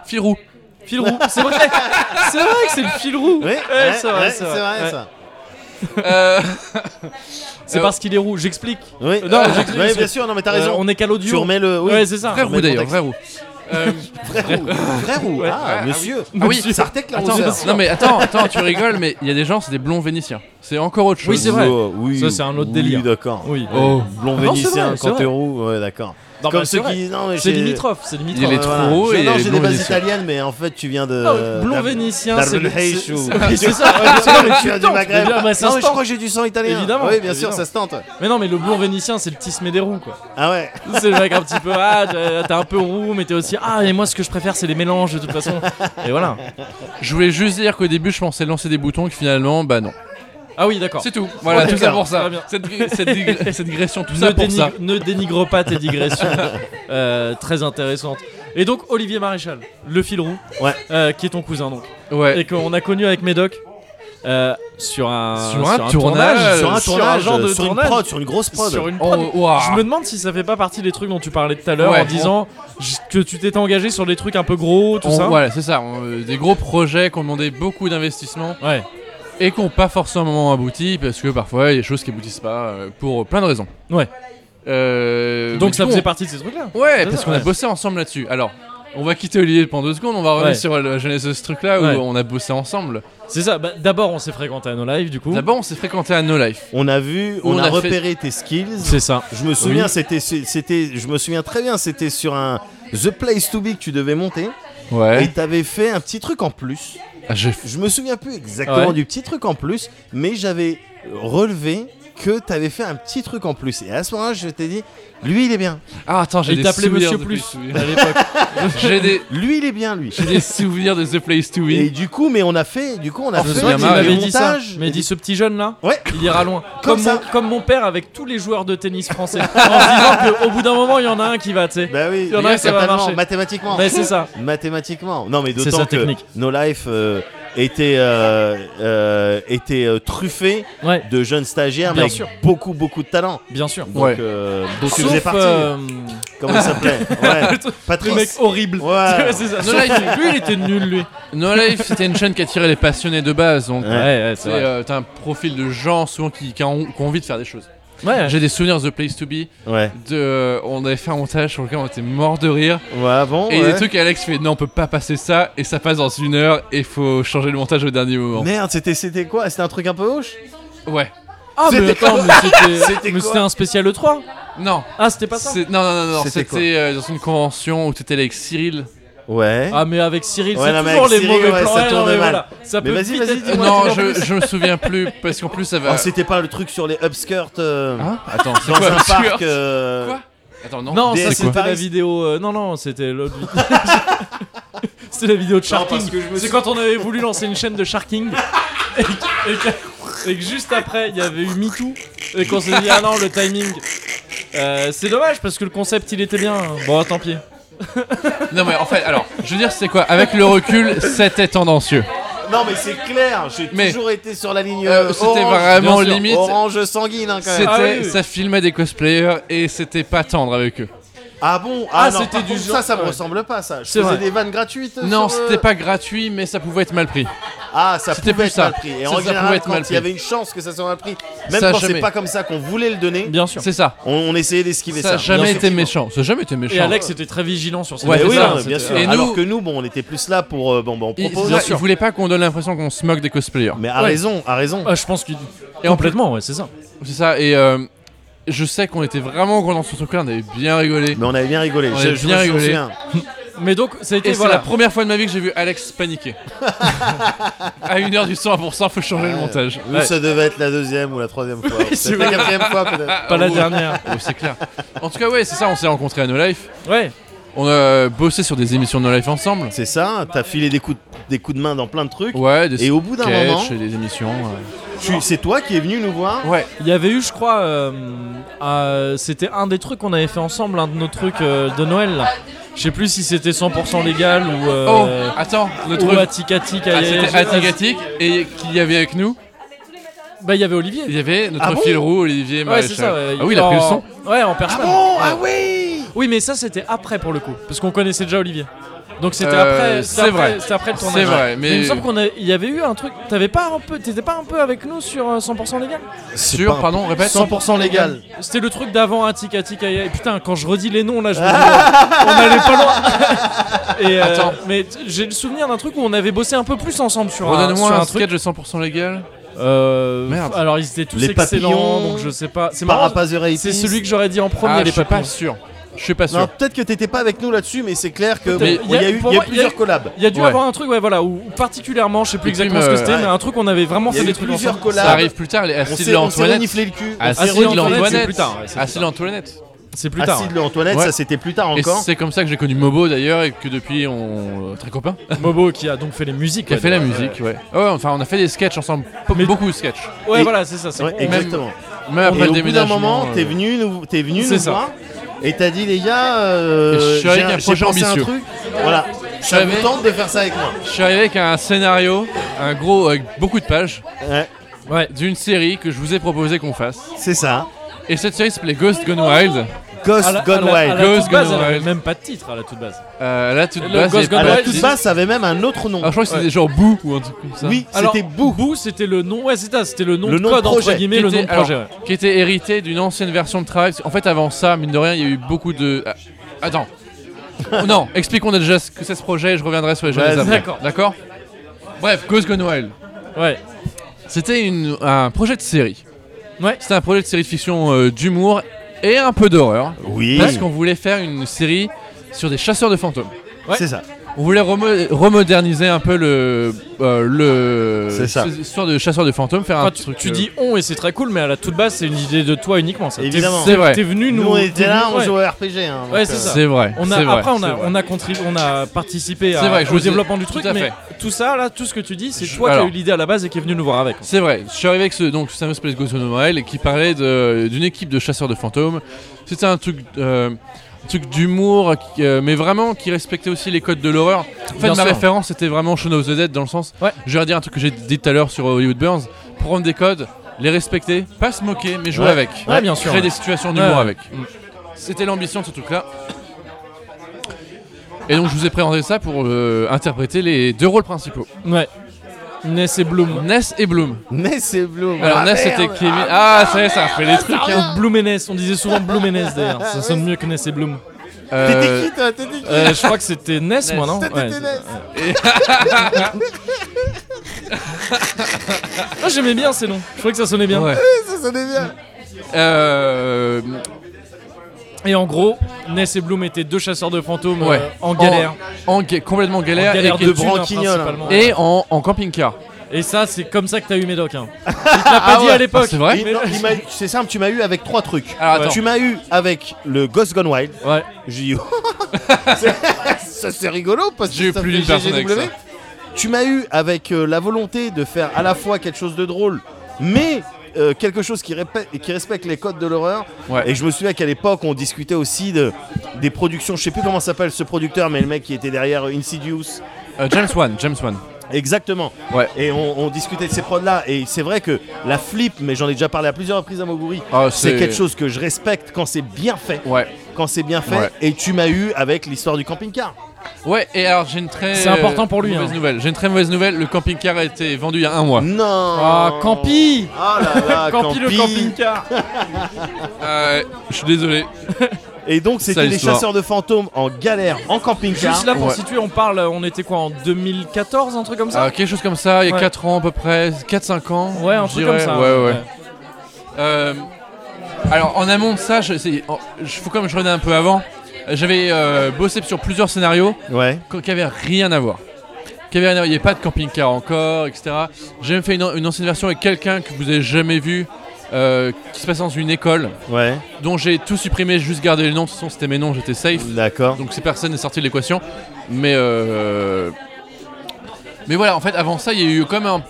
[SPEAKER 2] Firou.
[SPEAKER 1] Fil roux, c'est vrai. C'est vrai que c'est le fil roux.
[SPEAKER 3] Oui,
[SPEAKER 1] Ouais,
[SPEAKER 3] ouais,
[SPEAKER 1] c'est vrai,
[SPEAKER 3] ouais,
[SPEAKER 1] c'est vrai. Ouais.
[SPEAKER 3] ça.
[SPEAKER 2] Euh,
[SPEAKER 1] C'est
[SPEAKER 2] Euh,
[SPEAKER 1] parce qu'il est roux. J'explique.
[SPEAKER 3] Oui,
[SPEAKER 1] Euh, non,
[SPEAKER 3] euh,
[SPEAKER 1] j'explique,
[SPEAKER 3] ouais,
[SPEAKER 1] parce
[SPEAKER 3] bien
[SPEAKER 1] que-
[SPEAKER 3] sûr, non, mais t'as
[SPEAKER 1] Euh,
[SPEAKER 3] raison.
[SPEAKER 1] on est qu'à l'audio.
[SPEAKER 3] Tu remets le. oui.
[SPEAKER 1] Ouais, c'est ça.
[SPEAKER 2] vrai roux
[SPEAKER 3] le
[SPEAKER 2] d'ailleurs,
[SPEAKER 3] contexte.
[SPEAKER 2] vrai roux. Euh,
[SPEAKER 3] Frère Roux. Frère Roux. Ah,
[SPEAKER 2] ah,
[SPEAKER 3] monsieur.
[SPEAKER 2] ah oui.
[SPEAKER 3] Sartec, la
[SPEAKER 2] Attends, non mais attends, attends, tu rigoles, mais il y a des gens, c'est des blonds vénitiens. C'est encore autre chose.
[SPEAKER 1] Oui, c'est vrai.
[SPEAKER 3] Oui,
[SPEAKER 1] Ça, c'est un autre
[SPEAKER 3] oui,
[SPEAKER 1] délire.
[SPEAKER 3] d'accord.
[SPEAKER 1] Oui.
[SPEAKER 2] Oh.
[SPEAKER 3] Blond
[SPEAKER 1] Non, c'est
[SPEAKER 3] vénitien,
[SPEAKER 1] vrai, c'est
[SPEAKER 3] quand t'es
[SPEAKER 1] vrai.
[SPEAKER 3] roux, ouais, d'accord.
[SPEAKER 1] Non,
[SPEAKER 3] Comme
[SPEAKER 1] bah, c'est
[SPEAKER 3] ceux
[SPEAKER 1] vrai.
[SPEAKER 3] qui. Non, mais
[SPEAKER 1] C'est
[SPEAKER 3] j'ai-
[SPEAKER 1] limitrophe. C'est
[SPEAKER 2] Il
[SPEAKER 1] limitrophe.
[SPEAKER 2] est
[SPEAKER 3] Ouais,
[SPEAKER 2] trop
[SPEAKER 3] voilà.
[SPEAKER 2] roux
[SPEAKER 3] J'ai-
[SPEAKER 2] et
[SPEAKER 3] Non,
[SPEAKER 2] les
[SPEAKER 3] j'ai des
[SPEAKER 2] blonds
[SPEAKER 3] bases
[SPEAKER 2] vénitiens.
[SPEAKER 3] italiennes, mais en fait, tu viens de.
[SPEAKER 1] Ah, Blond
[SPEAKER 3] d'Ar-
[SPEAKER 1] vénitien,
[SPEAKER 3] d'Ar-
[SPEAKER 1] c'est le-
[SPEAKER 3] Hey,
[SPEAKER 1] c'est-
[SPEAKER 3] chou.
[SPEAKER 1] c'est- c'est ça. ouais, c'est-
[SPEAKER 3] Non,
[SPEAKER 1] non,
[SPEAKER 3] mais tu as
[SPEAKER 1] tu
[SPEAKER 3] du
[SPEAKER 1] tentes,
[SPEAKER 3] Maghreb.
[SPEAKER 1] mais bien, bah, ça
[SPEAKER 3] Non,
[SPEAKER 1] se
[SPEAKER 3] mais je crois
[SPEAKER 1] tente.
[SPEAKER 3] que j'ai du sang italien.
[SPEAKER 1] Évidemment,
[SPEAKER 3] Oui, bien sûr,
[SPEAKER 1] évidemment.
[SPEAKER 3] ça se tente.
[SPEAKER 1] Mais non, mais le blond vénitien, c'est le tisme des ronds, quoi.
[SPEAKER 3] Ah ouais.
[SPEAKER 1] C'est le mec un petit peu, ah, t'es t'es un peu roux, mais t'es aussi, ah, et moi, ce que je préfère, c'est les mélanges, de toute façon. Et voilà.
[SPEAKER 2] Je voulais juste dire qu'au début, je pensais lancer des boutons, que finalement, bah non.
[SPEAKER 1] Ah oui, d'accord.
[SPEAKER 2] C'est tout. Voilà,
[SPEAKER 3] Ouais,
[SPEAKER 2] tout ça
[SPEAKER 3] d'accord.
[SPEAKER 2] pour ça.
[SPEAKER 1] Très bien.
[SPEAKER 2] Cette, digre- cette digre- cette digression, tout
[SPEAKER 1] Ne,
[SPEAKER 2] ça pour
[SPEAKER 1] dénigre,
[SPEAKER 2] ça.
[SPEAKER 1] ne dénigre pas tes digressions. Euh, très intéressantes. Et donc, Olivier Maréchal, le fil roux,
[SPEAKER 3] Ouais.
[SPEAKER 1] euh, qui est ton cousin, donc.
[SPEAKER 2] Ouais.
[SPEAKER 1] et qu'on a connu avec Médoc euh, sur un
[SPEAKER 2] Sur un tournage,
[SPEAKER 3] Sur un
[SPEAKER 1] Euh, sur
[SPEAKER 3] tournage,
[SPEAKER 1] genre de
[SPEAKER 3] sur une
[SPEAKER 1] tournage,
[SPEAKER 3] prod, sur une grosse prod.
[SPEAKER 1] sur une
[SPEAKER 2] Oh,
[SPEAKER 1] prod.
[SPEAKER 2] waouh.
[SPEAKER 1] Je me demande si ça fait pas partie des trucs dont tu parlais tout à l'heure
[SPEAKER 2] Ouais.
[SPEAKER 1] en disant j- que tu t'étais engagé sur des trucs un peu gros, tout
[SPEAKER 2] On-
[SPEAKER 1] ça.
[SPEAKER 2] Voilà, c'est ça. on- euh, des gros projets qui ont demandé beaucoup d'investissement
[SPEAKER 1] Ouais.
[SPEAKER 2] et qui n'ont pas forcément abouti parce que parfois il y a des choses qui aboutissent pas euh, pour plein de raisons.
[SPEAKER 1] Ouais.
[SPEAKER 2] Euh, mais
[SPEAKER 1] Donc
[SPEAKER 2] du
[SPEAKER 1] ça
[SPEAKER 2] coup,
[SPEAKER 1] faisait
[SPEAKER 2] on-
[SPEAKER 1] partie de ces trucs-là.
[SPEAKER 2] Ouais,
[SPEAKER 1] C'est
[SPEAKER 2] parce
[SPEAKER 1] ça,
[SPEAKER 2] qu'on a
[SPEAKER 1] ouais.
[SPEAKER 2] bossé ensemble là-dessus. Alors, on va quitter Olivier pendant deux secondes. On va revenir
[SPEAKER 1] Ouais.
[SPEAKER 2] sur euh, le jeunesse ce truc-là où
[SPEAKER 1] Ouais.
[SPEAKER 2] on a bossé ensemble.
[SPEAKER 1] C'est ça. Bah, D'abord, on s'est fréquenté à nos lives, du coup.
[SPEAKER 2] D'abord, on s'est fréquenté à No Life.
[SPEAKER 3] On a vu, on,
[SPEAKER 2] On
[SPEAKER 3] a,
[SPEAKER 2] a fait-
[SPEAKER 3] repéré tes skills.
[SPEAKER 1] C'est ça.
[SPEAKER 3] Je me souviens, c'était, c'était, je me souviens très bien, c'était sur un The Place to Be que tu devais monter et
[SPEAKER 2] Ouais.
[SPEAKER 3] t'avais fait un petit truc en plus.
[SPEAKER 2] Ah, J'ai
[SPEAKER 3] Je me souviens plus exactement
[SPEAKER 1] Ouais.
[SPEAKER 3] du petit truc en plus, mais j'avais relevé que t'avais fait un petit truc en plus. Et à ce moment-là, je t'ai dit, lui il est bien,
[SPEAKER 2] Ah attends, j'ai
[SPEAKER 1] Il
[SPEAKER 2] des
[SPEAKER 1] t'appelait
[SPEAKER 2] souvenirs
[SPEAKER 1] Monsieur
[SPEAKER 2] de
[SPEAKER 1] Plus
[SPEAKER 2] Place to
[SPEAKER 1] à l'époque.
[SPEAKER 2] Be. j'ai des
[SPEAKER 3] lui il est bien, lui.
[SPEAKER 2] j'ai des souvenirs de The Place to
[SPEAKER 3] Et
[SPEAKER 2] Be.
[SPEAKER 3] du coup, mais on a fait, du coup, on a
[SPEAKER 1] Ah,
[SPEAKER 2] Je me
[SPEAKER 3] fait
[SPEAKER 2] souviens,
[SPEAKER 3] des
[SPEAKER 2] il m'avait
[SPEAKER 1] m'avait dit ça.
[SPEAKER 3] montages.
[SPEAKER 1] Mais dit ce petit jeune là,
[SPEAKER 3] Ouais.
[SPEAKER 1] il ira loin.
[SPEAKER 3] Comme
[SPEAKER 1] Comme,
[SPEAKER 3] ça.
[SPEAKER 1] mon, comme mon père avec tous les joueurs de tennis français. en se disant qu'au bout d'un moment, il y en a un qui va, tu sais.
[SPEAKER 3] Bah oui,
[SPEAKER 1] Il y en a un, ça va
[SPEAKER 3] certainement,
[SPEAKER 1] marcher.
[SPEAKER 3] mathématiquement.
[SPEAKER 1] Mais c'est ça.
[SPEAKER 3] Mathématiquement. Non, mais
[SPEAKER 1] C'est
[SPEAKER 3] d'autant
[SPEAKER 1] sa
[SPEAKER 3] que
[SPEAKER 1] technique.
[SPEAKER 3] No Life euh, était, euh, euh, était euh, truffé
[SPEAKER 1] Ouais,
[SPEAKER 3] de jeunes stagiaires,
[SPEAKER 1] Bien
[SPEAKER 3] mais
[SPEAKER 1] sûr.
[SPEAKER 3] avec beaucoup, beaucoup de talent.
[SPEAKER 1] bien sûr.
[SPEAKER 3] Donc,
[SPEAKER 2] Ouais.
[SPEAKER 3] euh,
[SPEAKER 1] Donc,
[SPEAKER 3] tu faisais partie. Comment il s'appelait ouais.
[SPEAKER 1] euh, le mec
[SPEAKER 3] Patrice.
[SPEAKER 1] horrible.
[SPEAKER 3] Ouais.
[SPEAKER 1] c'est ça.
[SPEAKER 2] Non,
[SPEAKER 1] Sauf
[SPEAKER 2] là, il-
[SPEAKER 1] que lui, il était nul, lui.
[SPEAKER 2] No Life, c'était une chaîne qui attirait les passionnés de base. Donc,
[SPEAKER 3] Ouais.
[SPEAKER 2] c'est, euh, t'as un profil de gens souvent qui, qui ont, qui ont envie de faire des choses.
[SPEAKER 1] euh, Ouais,
[SPEAKER 2] J'ai des souvenirs de The Place to Be.
[SPEAKER 3] Ouais.
[SPEAKER 2] De, euh, on avait fait un montage sur lequel on était mort de rire.
[SPEAKER 3] Ouais, ah bon.
[SPEAKER 2] Et
[SPEAKER 3] ouais.
[SPEAKER 2] des trucs, Alex fait non, on peut pas passer ça. Et ça passe dans une heure. Et faut changer le montage au dernier moment.
[SPEAKER 3] Merde, c'était, c'était quoi C'était un truc un peu hoche
[SPEAKER 2] Ouais.
[SPEAKER 1] Ah, mais
[SPEAKER 3] C'était
[SPEAKER 1] attends,
[SPEAKER 3] quoi
[SPEAKER 1] mais c'était-
[SPEAKER 3] C'était
[SPEAKER 1] mais
[SPEAKER 3] quoi
[SPEAKER 1] c'était un spécial E3.
[SPEAKER 2] Non.
[SPEAKER 1] Ah, c'était pas ça.
[SPEAKER 2] C'est- Non, non, non, non,
[SPEAKER 3] C'était quoi
[SPEAKER 2] C'était euh, dans une convention où t'étais avec Cyril.
[SPEAKER 3] Ouais.
[SPEAKER 1] Ah, mais avec Cyril,
[SPEAKER 3] Ouais, non,
[SPEAKER 1] c'est
[SPEAKER 3] mais
[SPEAKER 1] toujours
[SPEAKER 3] avec
[SPEAKER 1] les
[SPEAKER 3] Cyril,
[SPEAKER 1] mauvais
[SPEAKER 3] ouais,
[SPEAKER 1] plans.
[SPEAKER 3] ça
[SPEAKER 1] Ouais, non,
[SPEAKER 3] tournait
[SPEAKER 1] mais
[SPEAKER 3] mal.
[SPEAKER 1] voilà. Ça
[SPEAKER 3] Mais
[SPEAKER 1] peut
[SPEAKER 3] vas-y,
[SPEAKER 1] vite
[SPEAKER 3] vas-y,
[SPEAKER 1] être-
[SPEAKER 3] dis-moi,
[SPEAKER 2] non,
[SPEAKER 3] dis-moi
[SPEAKER 2] je, je me souviens plus. Parce qu'en plus, ça va.
[SPEAKER 3] Oh, c'était pas le truc sur les upskirts euh,
[SPEAKER 2] bah. Hein Attends, c'est
[SPEAKER 3] dans
[SPEAKER 2] quoi
[SPEAKER 3] un
[SPEAKER 2] obscur
[SPEAKER 3] parc. euh,
[SPEAKER 2] Quoi Attends, non.
[SPEAKER 1] Non,
[SPEAKER 3] Des-
[SPEAKER 1] ça
[SPEAKER 3] c'est
[SPEAKER 1] c'était
[SPEAKER 3] quoi
[SPEAKER 1] la vidéo. euh, non, non, c'était l'autre vidéo. c'était la vidéo de Sharking.
[SPEAKER 3] parce que je me
[SPEAKER 1] C'est
[SPEAKER 3] suis-
[SPEAKER 1] quand on avait voulu lancer une chaîne de Sharking. et, que, et que- et que juste après, il y avait eu MeToo. Et qu'on s'est dit, ah non, le timing. Euh, c'est dommage parce que le concept il était bien. Bon, tant pis.
[SPEAKER 2] Non, mais en fait, alors, je veux dire, c'est quoi Avec le recul, c'était tendancieux.
[SPEAKER 3] Non, mais c'est clair, j'ai
[SPEAKER 2] Mais-
[SPEAKER 3] toujours été sur la ligne.
[SPEAKER 2] Euh,
[SPEAKER 3] euh,
[SPEAKER 2] c'était
[SPEAKER 3] orange.
[SPEAKER 2] vraiment
[SPEAKER 3] Bien sûr,
[SPEAKER 2] limite.
[SPEAKER 3] Orange sanguine, hein, quand
[SPEAKER 2] C'était,
[SPEAKER 3] même.
[SPEAKER 1] Ah oui, oui.
[SPEAKER 2] ça filmait des cosplayers et c'était pas tendre avec eux.
[SPEAKER 3] Ah bon Ah,
[SPEAKER 1] Ah,
[SPEAKER 3] non,
[SPEAKER 1] c'était
[SPEAKER 3] par
[SPEAKER 1] du
[SPEAKER 3] contre,
[SPEAKER 1] genre-
[SPEAKER 3] Ça, ça me
[SPEAKER 1] ouais.
[SPEAKER 3] ressemble pas, ça. Je
[SPEAKER 1] C'est
[SPEAKER 3] faisais
[SPEAKER 1] vrai.
[SPEAKER 3] des vannes gratuites. euh,
[SPEAKER 2] Non,
[SPEAKER 3] sur, euh,
[SPEAKER 2] c'était pas gratuit, mais ça pouvait être mal pris.
[SPEAKER 3] Ah, ça
[SPEAKER 2] c'était
[SPEAKER 3] pouvait
[SPEAKER 2] plus
[SPEAKER 3] être
[SPEAKER 2] ça.
[SPEAKER 3] mal pris. Et
[SPEAKER 2] Ça,
[SPEAKER 3] en
[SPEAKER 2] ça
[SPEAKER 3] général,
[SPEAKER 2] pouvait être
[SPEAKER 3] quand
[SPEAKER 2] mal
[SPEAKER 3] il y
[SPEAKER 2] pris.
[SPEAKER 3] avait une chance que ça soit mal pris, même
[SPEAKER 2] Ça,
[SPEAKER 3] quand c'est
[SPEAKER 2] jamais.
[SPEAKER 3] pas comme ça qu'on voulait le donner,
[SPEAKER 1] Bien sûr.
[SPEAKER 2] C'est ça.
[SPEAKER 3] on, on essayait d'esquiver
[SPEAKER 2] Ça
[SPEAKER 3] ça.
[SPEAKER 2] a jamais
[SPEAKER 3] Bien
[SPEAKER 2] été
[SPEAKER 3] sûr.
[SPEAKER 2] méchant. Ça a jamais été méchant.
[SPEAKER 1] Et Alex était très vigilant sur euh, ça.
[SPEAKER 2] Ouais,
[SPEAKER 3] Mais oui,
[SPEAKER 2] c'est
[SPEAKER 3] non,
[SPEAKER 2] ça,
[SPEAKER 3] mais bien sûr.
[SPEAKER 2] Et nous-
[SPEAKER 3] Alors que nous, bon, on était plus là pour. euh, bon, bon, on
[SPEAKER 2] il,
[SPEAKER 3] propose.
[SPEAKER 2] il voulait pas qu'on donne l'impression qu'on se moque des cosplayers.
[SPEAKER 3] Mais à
[SPEAKER 1] Ouais.
[SPEAKER 3] raison, à raison.
[SPEAKER 1] Ah, je pense qu'il.
[SPEAKER 2] Et en plus,
[SPEAKER 1] Complètement, ouais, c'est ça.
[SPEAKER 2] c'est ça. Et euh, je sais qu'on était vraiment gros dans ce truc-là. On avait bien rigolé.
[SPEAKER 3] Mais on avait bien rigolé.
[SPEAKER 2] On
[SPEAKER 3] je,
[SPEAKER 2] avait
[SPEAKER 3] je
[SPEAKER 2] bien
[SPEAKER 3] me
[SPEAKER 2] rigolé.
[SPEAKER 3] souviens.
[SPEAKER 1] Mais donc, ça a été.
[SPEAKER 2] Et c'est
[SPEAKER 1] voilà.
[SPEAKER 2] la première fois de ma vie que j'ai vu Alex paniquer. à une heure du 100%, faut changer le montage.
[SPEAKER 3] Nous, ça devait être la deuxième ou la troisième fois.
[SPEAKER 1] c'est
[SPEAKER 3] C'était la
[SPEAKER 1] Ah,
[SPEAKER 3] quatrième fois, peut-être.
[SPEAKER 1] Pas la dernière.
[SPEAKER 2] Oh, c'est clair. En tout cas, ouais, c'est ça. On s'est rencontrés à No Life.
[SPEAKER 1] Ouais.
[SPEAKER 2] On a bossé sur des émissions de No Life ensemble.
[SPEAKER 3] C'est ça, t'as filé des coups, de- des coups de main dans plein de trucs.
[SPEAKER 2] Ouais, des
[SPEAKER 3] Et au bout d'un
[SPEAKER 2] sketchs
[SPEAKER 3] moment-
[SPEAKER 2] et des émissions. euh. ouais.
[SPEAKER 3] Tu- C'est toi qui es venu nous voir
[SPEAKER 2] Ouais.
[SPEAKER 1] Il y avait eu, je crois, euh, euh, c'était un des trucs qu'on avait fait ensemble, un de nos trucs euh, de Noël. là. Je sais plus si c'était 100% légal ou.
[SPEAKER 2] Oh,
[SPEAKER 1] Euh,
[SPEAKER 2] attends, le
[SPEAKER 1] ou
[SPEAKER 2] truc.
[SPEAKER 1] Atikatik.
[SPEAKER 2] Ah, c'était Atigatik et qui y avait avec nous
[SPEAKER 1] Bah, il y avait
[SPEAKER 2] Il
[SPEAKER 1] Olivier.
[SPEAKER 2] y avait notre
[SPEAKER 3] Ah bon
[SPEAKER 2] fil roux, Olivier
[SPEAKER 1] Ouais,
[SPEAKER 2] Maréchal.
[SPEAKER 1] c'est ça. ouais.
[SPEAKER 2] Ah oui, il a pris le
[SPEAKER 1] En-
[SPEAKER 2] son.
[SPEAKER 1] Ouais, en personne.
[SPEAKER 3] ah oui
[SPEAKER 1] oui, mais ça, c'était après pour le coup. Parce qu'on connaissait déjà Olivier. Donc c'était
[SPEAKER 2] Euh,
[SPEAKER 1] après.
[SPEAKER 2] c'est
[SPEAKER 1] c'était après-
[SPEAKER 2] vrai.
[SPEAKER 1] C'était après le
[SPEAKER 2] C'est
[SPEAKER 1] tournage.
[SPEAKER 2] vrai, mais-
[SPEAKER 1] il me semble qu'on a- il y avait eu un truc. T'avais pas un peu. T'étais pas un peu avec nous sur euh, 100% légal
[SPEAKER 2] Sur, pardon, répète.
[SPEAKER 3] 100% légal.
[SPEAKER 1] C'était le truc d'avant Atikatik. Et putain, quand je redis les noms là, je me dis. oh, on allait pas loin. Et, euh,
[SPEAKER 2] Attends.
[SPEAKER 1] Mais t- j'ai le souvenir d'un truc où on avait bossé un peu plus ensemble sur un, sur
[SPEAKER 2] Redonne-moi un,
[SPEAKER 1] un truc.
[SPEAKER 2] sketch de 100% légal.
[SPEAKER 1] Euh,
[SPEAKER 2] Merde.
[SPEAKER 1] Alors ils étaient tous
[SPEAKER 3] Les
[SPEAKER 1] excellents,
[SPEAKER 3] papillons,
[SPEAKER 1] donc je sais pas. C'est marrant.
[SPEAKER 3] Parapazuré
[SPEAKER 1] C'est celui que j'aurais dit en premier.
[SPEAKER 2] ah, je
[SPEAKER 1] les
[SPEAKER 2] suis
[SPEAKER 1] papillons.
[SPEAKER 2] pas sûr. Je suis pas sûr.
[SPEAKER 3] Non, peut-être que t'étais pas avec nous là-dessus, mais c'est clair que bon,
[SPEAKER 1] Mais
[SPEAKER 3] il y a eu
[SPEAKER 1] pour moi, il
[SPEAKER 3] il y a
[SPEAKER 1] y a
[SPEAKER 3] plusieurs
[SPEAKER 1] eu-
[SPEAKER 3] collabs.
[SPEAKER 1] Il y a dû
[SPEAKER 2] Ouais.
[SPEAKER 1] avoir un truc, ouais, voilà, où où particulièrement, je sais plus
[SPEAKER 2] Et puis,
[SPEAKER 1] exactement ce que
[SPEAKER 2] euh,
[SPEAKER 1] c'était,
[SPEAKER 3] ouais.
[SPEAKER 1] mais un truc où on avait vraiment
[SPEAKER 3] Il y a
[SPEAKER 1] fait
[SPEAKER 3] eu
[SPEAKER 1] des trucs
[SPEAKER 3] plusieurs
[SPEAKER 1] ensemble.
[SPEAKER 3] collabs.
[SPEAKER 2] ça arrive plus tard, les
[SPEAKER 3] On
[SPEAKER 2] Acide
[SPEAKER 3] s'est on s'est
[SPEAKER 2] l'Antoinette.
[SPEAKER 3] reniflé le cul.
[SPEAKER 1] Acide
[SPEAKER 2] Acide
[SPEAKER 1] l'Antoinette, c'est
[SPEAKER 2] l'Antoinette.
[SPEAKER 1] plus tard, ouais, c'est plus
[SPEAKER 2] Acide l'Antoinette.
[SPEAKER 1] C'est plus tard.
[SPEAKER 3] Acide l'Antoinette,
[SPEAKER 2] Ouais.
[SPEAKER 3] ça c'était plus tard
[SPEAKER 2] Et
[SPEAKER 3] encore.
[SPEAKER 2] c'est comme ça que j'ai connu Mobo d'ailleurs et que depuis on euh, très copains.
[SPEAKER 1] ouais. Mobo qui a donc fait les musiques.
[SPEAKER 2] Qui a
[SPEAKER 1] ouais,
[SPEAKER 2] fait la
[SPEAKER 1] de-
[SPEAKER 2] musique, ouais. Ah ouais, enfin on a fait des sketchs ensemble, Po-
[SPEAKER 1] Mais-
[SPEAKER 2] beaucoup de sketchs.
[SPEAKER 1] Ouais,
[SPEAKER 3] Et-
[SPEAKER 1] voilà, c'est ça. c'est
[SPEAKER 3] Ouais,
[SPEAKER 1] on-
[SPEAKER 3] exactement.
[SPEAKER 2] Même
[SPEAKER 3] Et
[SPEAKER 2] après
[SPEAKER 3] au
[SPEAKER 2] le
[SPEAKER 3] bout d'un
[SPEAKER 2] déménagement.
[SPEAKER 3] moment,
[SPEAKER 2] euh,
[SPEAKER 3] t'es venu nous, t'es venu
[SPEAKER 1] C'est
[SPEAKER 3] nous
[SPEAKER 1] ça.
[SPEAKER 3] voir et t'as dit les gars, euh,
[SPEAKER 2] Et je suis avec
[SPEAKER 3] j'ai-
[SPEAKER 2] un
[SPEAKER 3] j'ai
[SPEAKER 2] projet
[SPEAKER 3] pensé
[SPEAKER 2] ambitieux.
[SPEAKER 3] truc. Voilà, ça
[SPEAKER 2] J'avais-
[SPEAKER 3] vous tente de faire ça avec moi.
[SPEAKER 2] Je suis arrivé avec un scénario, un gros avec beaucoup de pages,
[SPEAKER 3] Ouais,
[SPEAKER 1] Ouais.
[SPEAKER 2] d'une série que je vous ai proposé qu'on fasse.
[SPEAKER 3] c'est ça.
[SPEAKER 2] Et cette série s'appelait Ghost Gone Wild.
[SPEAKER 3] Ghost
[SPEAKER 1] À la- à
[SPEAKER 3] Gone
[SPEAKER 1] la- à
[SPEAKER 3] Wild.
[SPEAKER 1] la
[SPEAKER 2] Ghost
[SPEAKER 1] toute base,
[SPEAKER 2] Gone
[SPEAKER 1] elle avait
[SPEAKER 2] Wild.
[SPEAKER 1] même pas de titre à la toute base.
[SPEAKER 2] Euh, là, toute
[SPEAKER 1] Le
[SPEAKER 2] base,
[SPEAKER 1] Ghost
[SPEAKER 2] il y a
[SPEAKER 1] Gone
[SPEAKER 3] À
[SPEAKER 2] pas
[SPEAKER 3] la
[SPEAKER 1] Wild,
[SPEAKER 2] de
[SPEAKER 3] toute
[SPEAKER 2] titre.
[SPEAKER 3] base, ça avait même un autre nom.
[SPEAKER 2] Ah, je crois que c'était
[SPEAKER 1] Ouais.
[SPEAKER 2] genre Boo ou un truc comme ça.
[SPEAKER 3] Oui,
[SPEAKER 1] Alors,
[SPEAKER 3] c'était Boo.
[SPEAKER 1] Boo, c'était le nom. Ouais, c'est ça, c'était le nom
[SPEAKER 3] Le
[SPEAKER 1] de
[SPEAKER 3] nom de
[SPEAKER 1] code, entre
[SPEAKER 3] projet.
[SPEAKER 1] guillemets, le
[SPEAKER 2] Qui
[SPEAKER 1] nom de
[SPEAKER 2] était-
[SPEAKER 1] projet.
[SPEAKER 2] alors,
[SPEAKER 1] ouais.
[SPEAKER 2] qui était hérité d'une ancienne version de Tribes. En fait, avant ça, mine de rien, il y a eu beaucoup de. Ah, Attends. non, expliquons déjà ce que c'est ce projet et je reviendrai sur les jeunes
[SPEAKER 3] Ouais,
[SPEAKER 2] après.
[SPEAKER 1] d'accord.
[SPEAKER 2] D'accord Bref, Ghost Gone Wild.
[SPEAKER 1] Ouais.
[SPEAKER 2] C'était une- un projet de série.
[SPEAKER 1] Ouais.
[SPEAKER 2] C'était un projet de série de fiction euh, d'humour et un peu d'horreur.
[SPEAKER 3] Oui,
[SPEAKER 2] Parce qu'on voulait faire une série sur des chasseurs de fantômes.
[SPEAKER 1] ouais.
[SPEAKER 3] c'est ça.
[SPEAKER 2] On voulait remo- remoderniser un peu le. euh, le
[SPEAKER 3] C'est ça.
[SPEAKER 2] cette histoire de chasseurs de fantômes, faire un
[SPEAKER 1] Enfin, tu,
[SPEAKER 2] truc.
[SPEAKER 1] tu
[SPEAKER 2] euh,
[SPEAKER 1] dis on et c'est très cool, mais à la toute base, c'est une idée de toi uniquement. Ça. T'es-
[SPEAKER 3] Évidemment.
[SPEAKER 2] C'est vrai.
[SPEAKER 1] T'es venu nous.
[SPEAKER 3] Nous on
[SPEAKER 1] t'es
[SPEAKER 3] était
[SPEAKER 1] venu-
[SPEAKER 3] là, on
[SPEAKER 1] ouais.
[SPEAKER 3] jouait au RPG. hein, donc,
[SPEAKER 1] Ouais, c'est
[SPEAKER 3] euh,
[SPEAKER 1] ça.
[SPEAKER 2] C'est vrai.
[SPEAKER 1] On a,
[SPEAKER 2] c'est vrai,
[SPEAKER 1] après, on
[SPEAKER 2] c'est
[SPEAKER 1] a,
[SPEAKER 2] vrai.
[SPEAKER 1] on a contribué, on a participé à,
[SPEAKER 2] C'est vrai, je
[SPEAKER 1] au
[SPEAKER 2] vous ai-
[SPEAKER 1] développement du
[SPEAKER 2] tout
[SPEAKER 1] truc,
[SPEAKER 2] à
[SPEAKER 1] mais
[SPEAKER 2] fait.
[SPEAKER 1] tout ça, là, tout ce que tu dis, c'est
[SPEAKER 2] Je-
[SPEAKER 1] toi qui
[SPEAKER 2] alors.
[SPEAKER 1] as eu l'idée à la base et qui est venu nous voir avec. en fait.
[SPEAKER 2] C'est vrai, je suis arrivé avec ce, donc, ce Place Ghost of Noël qui parlait de- d'une équipe de chasseurs de fantômes. C'était un truc, euh, un truc d'humour, qui, euh, mais vraiment qui respectait aussi les codes de l'horreur. En fait,
[SPEAKER 1] Bien
[SPEAKER 2] ma
[SPEAKER 1] sûr.
[SPEAKER 2] référence c'était vraiment Shaun of the Dead dans le sens.
[SPEAKER 1] Ouais.
[SPEAKER 2] Je vais redire un truc que j'ai dit tout à l'heure sur Hollywood Burns prendre des codes, les respecter, pas se moquer, mais jouer
[SPEAKER 3] Ouais.
[SPEAKER 2] avec.
[SPEAKER 1] Ouais, bien sûr.
[SPEAKER 2] Créer des situations d'humour
[SPEAKER 1] Ouais, ouais.
[SPEAKER 2] avec. C'était l'ambition de ce truc-là. Et donc, je vous ai présenté ça pour euh, interpréter les deux rôles principaux,
[SPEAKER 1] Ouais. Ness et Bloom.
[SPEAKER 2] Ness et Bloom.
[SPEAKER 3] Ness et Bloom.
[SPEAKER 2] Alors
[SPEAKER 3] Ah,
[SPEAKER 2] Ness c'était
[SPEAKER 3] merde.
[SPEAKER 2] Kevin. Ah, ça y est, ça fait les trucs. hein. Ah
[SPEAKER 1] Ou Bloom et Ness, on disait souvent Bloom et Ness d'ailleurs, ça sonne mieux que Ness et Bloom.
[SPEAKER 3] T'étais
[SPEAKER 2] Euh,
[SPEAKER 3] qui toi T'étais qui
[SPEAKER 1] Euh, je crois que c'était Ness, moi non
[SPEAKER 3] T'étais
[SPEAKER 1] Ouais, c'est-
[SPEAKER 3] Ness.
[SPEAKER 1] Ah, J'aimais bien ces noms, je trouvais que ça sonnait bien.
[SPEAKER 2] ouais.
[SPEAKER 3] Ça sonnait bien.
[SPEAKER 2] Euh,
[SPEAKER 1] Et en gros, Ness et Bloom étaient deux chasseurs de fantômes
[SPEAKER 2] ouais.
[SPEAKER 1] euh, en galère.
[SPEAKER 2] En, ga- complètement
[SPEAKER 1] En
[SPEAKER 2] galère.
[SPEAKER 1] galère
[SPEAKER 2] et,
[SPEAKER 1] de
[SPEAKER 3] de
[SPEAKER 1] thunes, hein,
[SPEAKER 3] branquignol.
[SPEAKER 1] principalement.
[SPEAKER 2] et en, en camping-car.
[SPEAKER 1] Et ça, c'est comme ça que t'as eu Médoc. Hein. Il te l'a pas dit à l'époque.
[SPEAKER 2] Ah, c'est vrai
[SPEAKER 3] Il- non, il m'a- C'est simple, tu m'as eu avec trois trucs.
[SPEAKER 2] Alors, attends.
[SPEAKER 3] Tu m'as eu avec le Ghost Gone Wild.
[SPEAKER 1] Ouais.
[SPEAKER 3] J'ai dit, ça c'est rigolo parce que
[SPEAKER 2] J'ai eu
[SPEAKER 3] ça
[SPEAKER 2] plus
[SPEAKER 3] fait
[SPEAKER 2] d'une personne avec
[SPEAKER 3] GGW.
[SPEAKER 2] ça.
[SPEAKER 3] Tu m'as eu avec euh, la volonté de faire à la fois quelque chose de drôle, mais euh, quelque chose qui, répè- qui respecte les codes de l'horreur.
[SPEAKER 2] Ouais.
[SPEAKER 3] Et je me souviens qu'à l'époque, on discutait aussi de des productions. Je sais plus comment s'appelle ce producteur, mais le mec qui était derrière euh, Insidious.
[SPEAKER 2] Euh, James Wan, James Wan.
[SPEAKER 3] Exactement.
[SPEAKER 2] Ouais.
[SPEAKER 3] Et on, on discutait de ces prods là. Et c'est vrai que la flip, mais j'en ai déjà parlé à plusieurs reprises à Moguri,
[SPEAKER 2] Ah,
[SPEAKER 3] c'est
[SPEAKER 2] c'est-
[SPEAKER 3] quelque chose que je respecte quand c'est bien fait.
[SPEAKER 2] Ouais.
[SPEAKER 3] Quand c'est bien fait.
[SPEAKER 2] Ouais.
[SPEAKER 3] Et tu m'as eu avec l'histoire du camping-car.
[SPEAKER 2] Ouais, et alors j'ai une très.
[SPEAKER 1] C'est important pour lui,
[SPEAKER 2] Mauvaise
[SPEAKER 1] hein.
[SPEAKER 2] nouvelle. J'ai une très mauvaise nouvelle. Le camping-car a été vendu il y a un mois.
[SPEAKER 3] Non
[SPEAKER 1] Ah, Campi
[SPEAKER 3] Ah là là,
[SPEAKER 1] Campi le
[SPEAKER 3] Campi.
[SPEAKER 1] camping-car
[SPEAKER 2] Euh, je suis désolé.
[SPEAKER 3] Et donc c'était
[SPEAKER 2] Ça,
[SPEAKER 3] les
[SPEAKER 2] l'histoire.
[SPEAKER 3] chasseurs de fantômes en galère en camping-car.
[SPEAKER 1] Juste là pour
[SPEAKER 2] Ouais.
[SPEAKER 1] situer, on parle, on était quoi en 2014, un truc comme ça
[SPEAKER 2] Euh, quelque chose comme ça, il y a
[SPEAKER 1] Ouais.
[SPEAKER 2] 4 ans à peu près, 4-5 ans.
[SPEAKER 1] Ouais, un
[SPEAKER 2] Ah. je
[SPEAKER 1] truc comme
[SPEAKER 2] dirais.
[SPEAKER 1] ça. hein.
[SPEAKER 2] Ouais, ouais. Euh, alors en amont de ça, je, c'est- en- je- faut comme je revenais un peu avant, j'avais euh, bossé sur plusieurs scénarios
[SPEAKER 3] Ouais.
[SPEAKER 2] qu- qui n'avaient rien à voir. Qui avaient rien à voir. Il n'y avait pas de camping-car encore, etc. J'ai même fait une, an- une ancienne version avec quelqu'un que vous avez jamais vu, euh, qui se passe dans une école,
[SPEAKER 3] Ouais,
[SPEAKER 2] dont j'ai tout supprimé, juste gardé les noms. De toute façon, c'était mes noms, j'étais safe.
[SPEAKER 3] d'accord.
[SPEAKER 2] Donc ces personnes est sorti de l'équation. Mais euh, mais voilà, en fait, avant ça, il y a eu comme un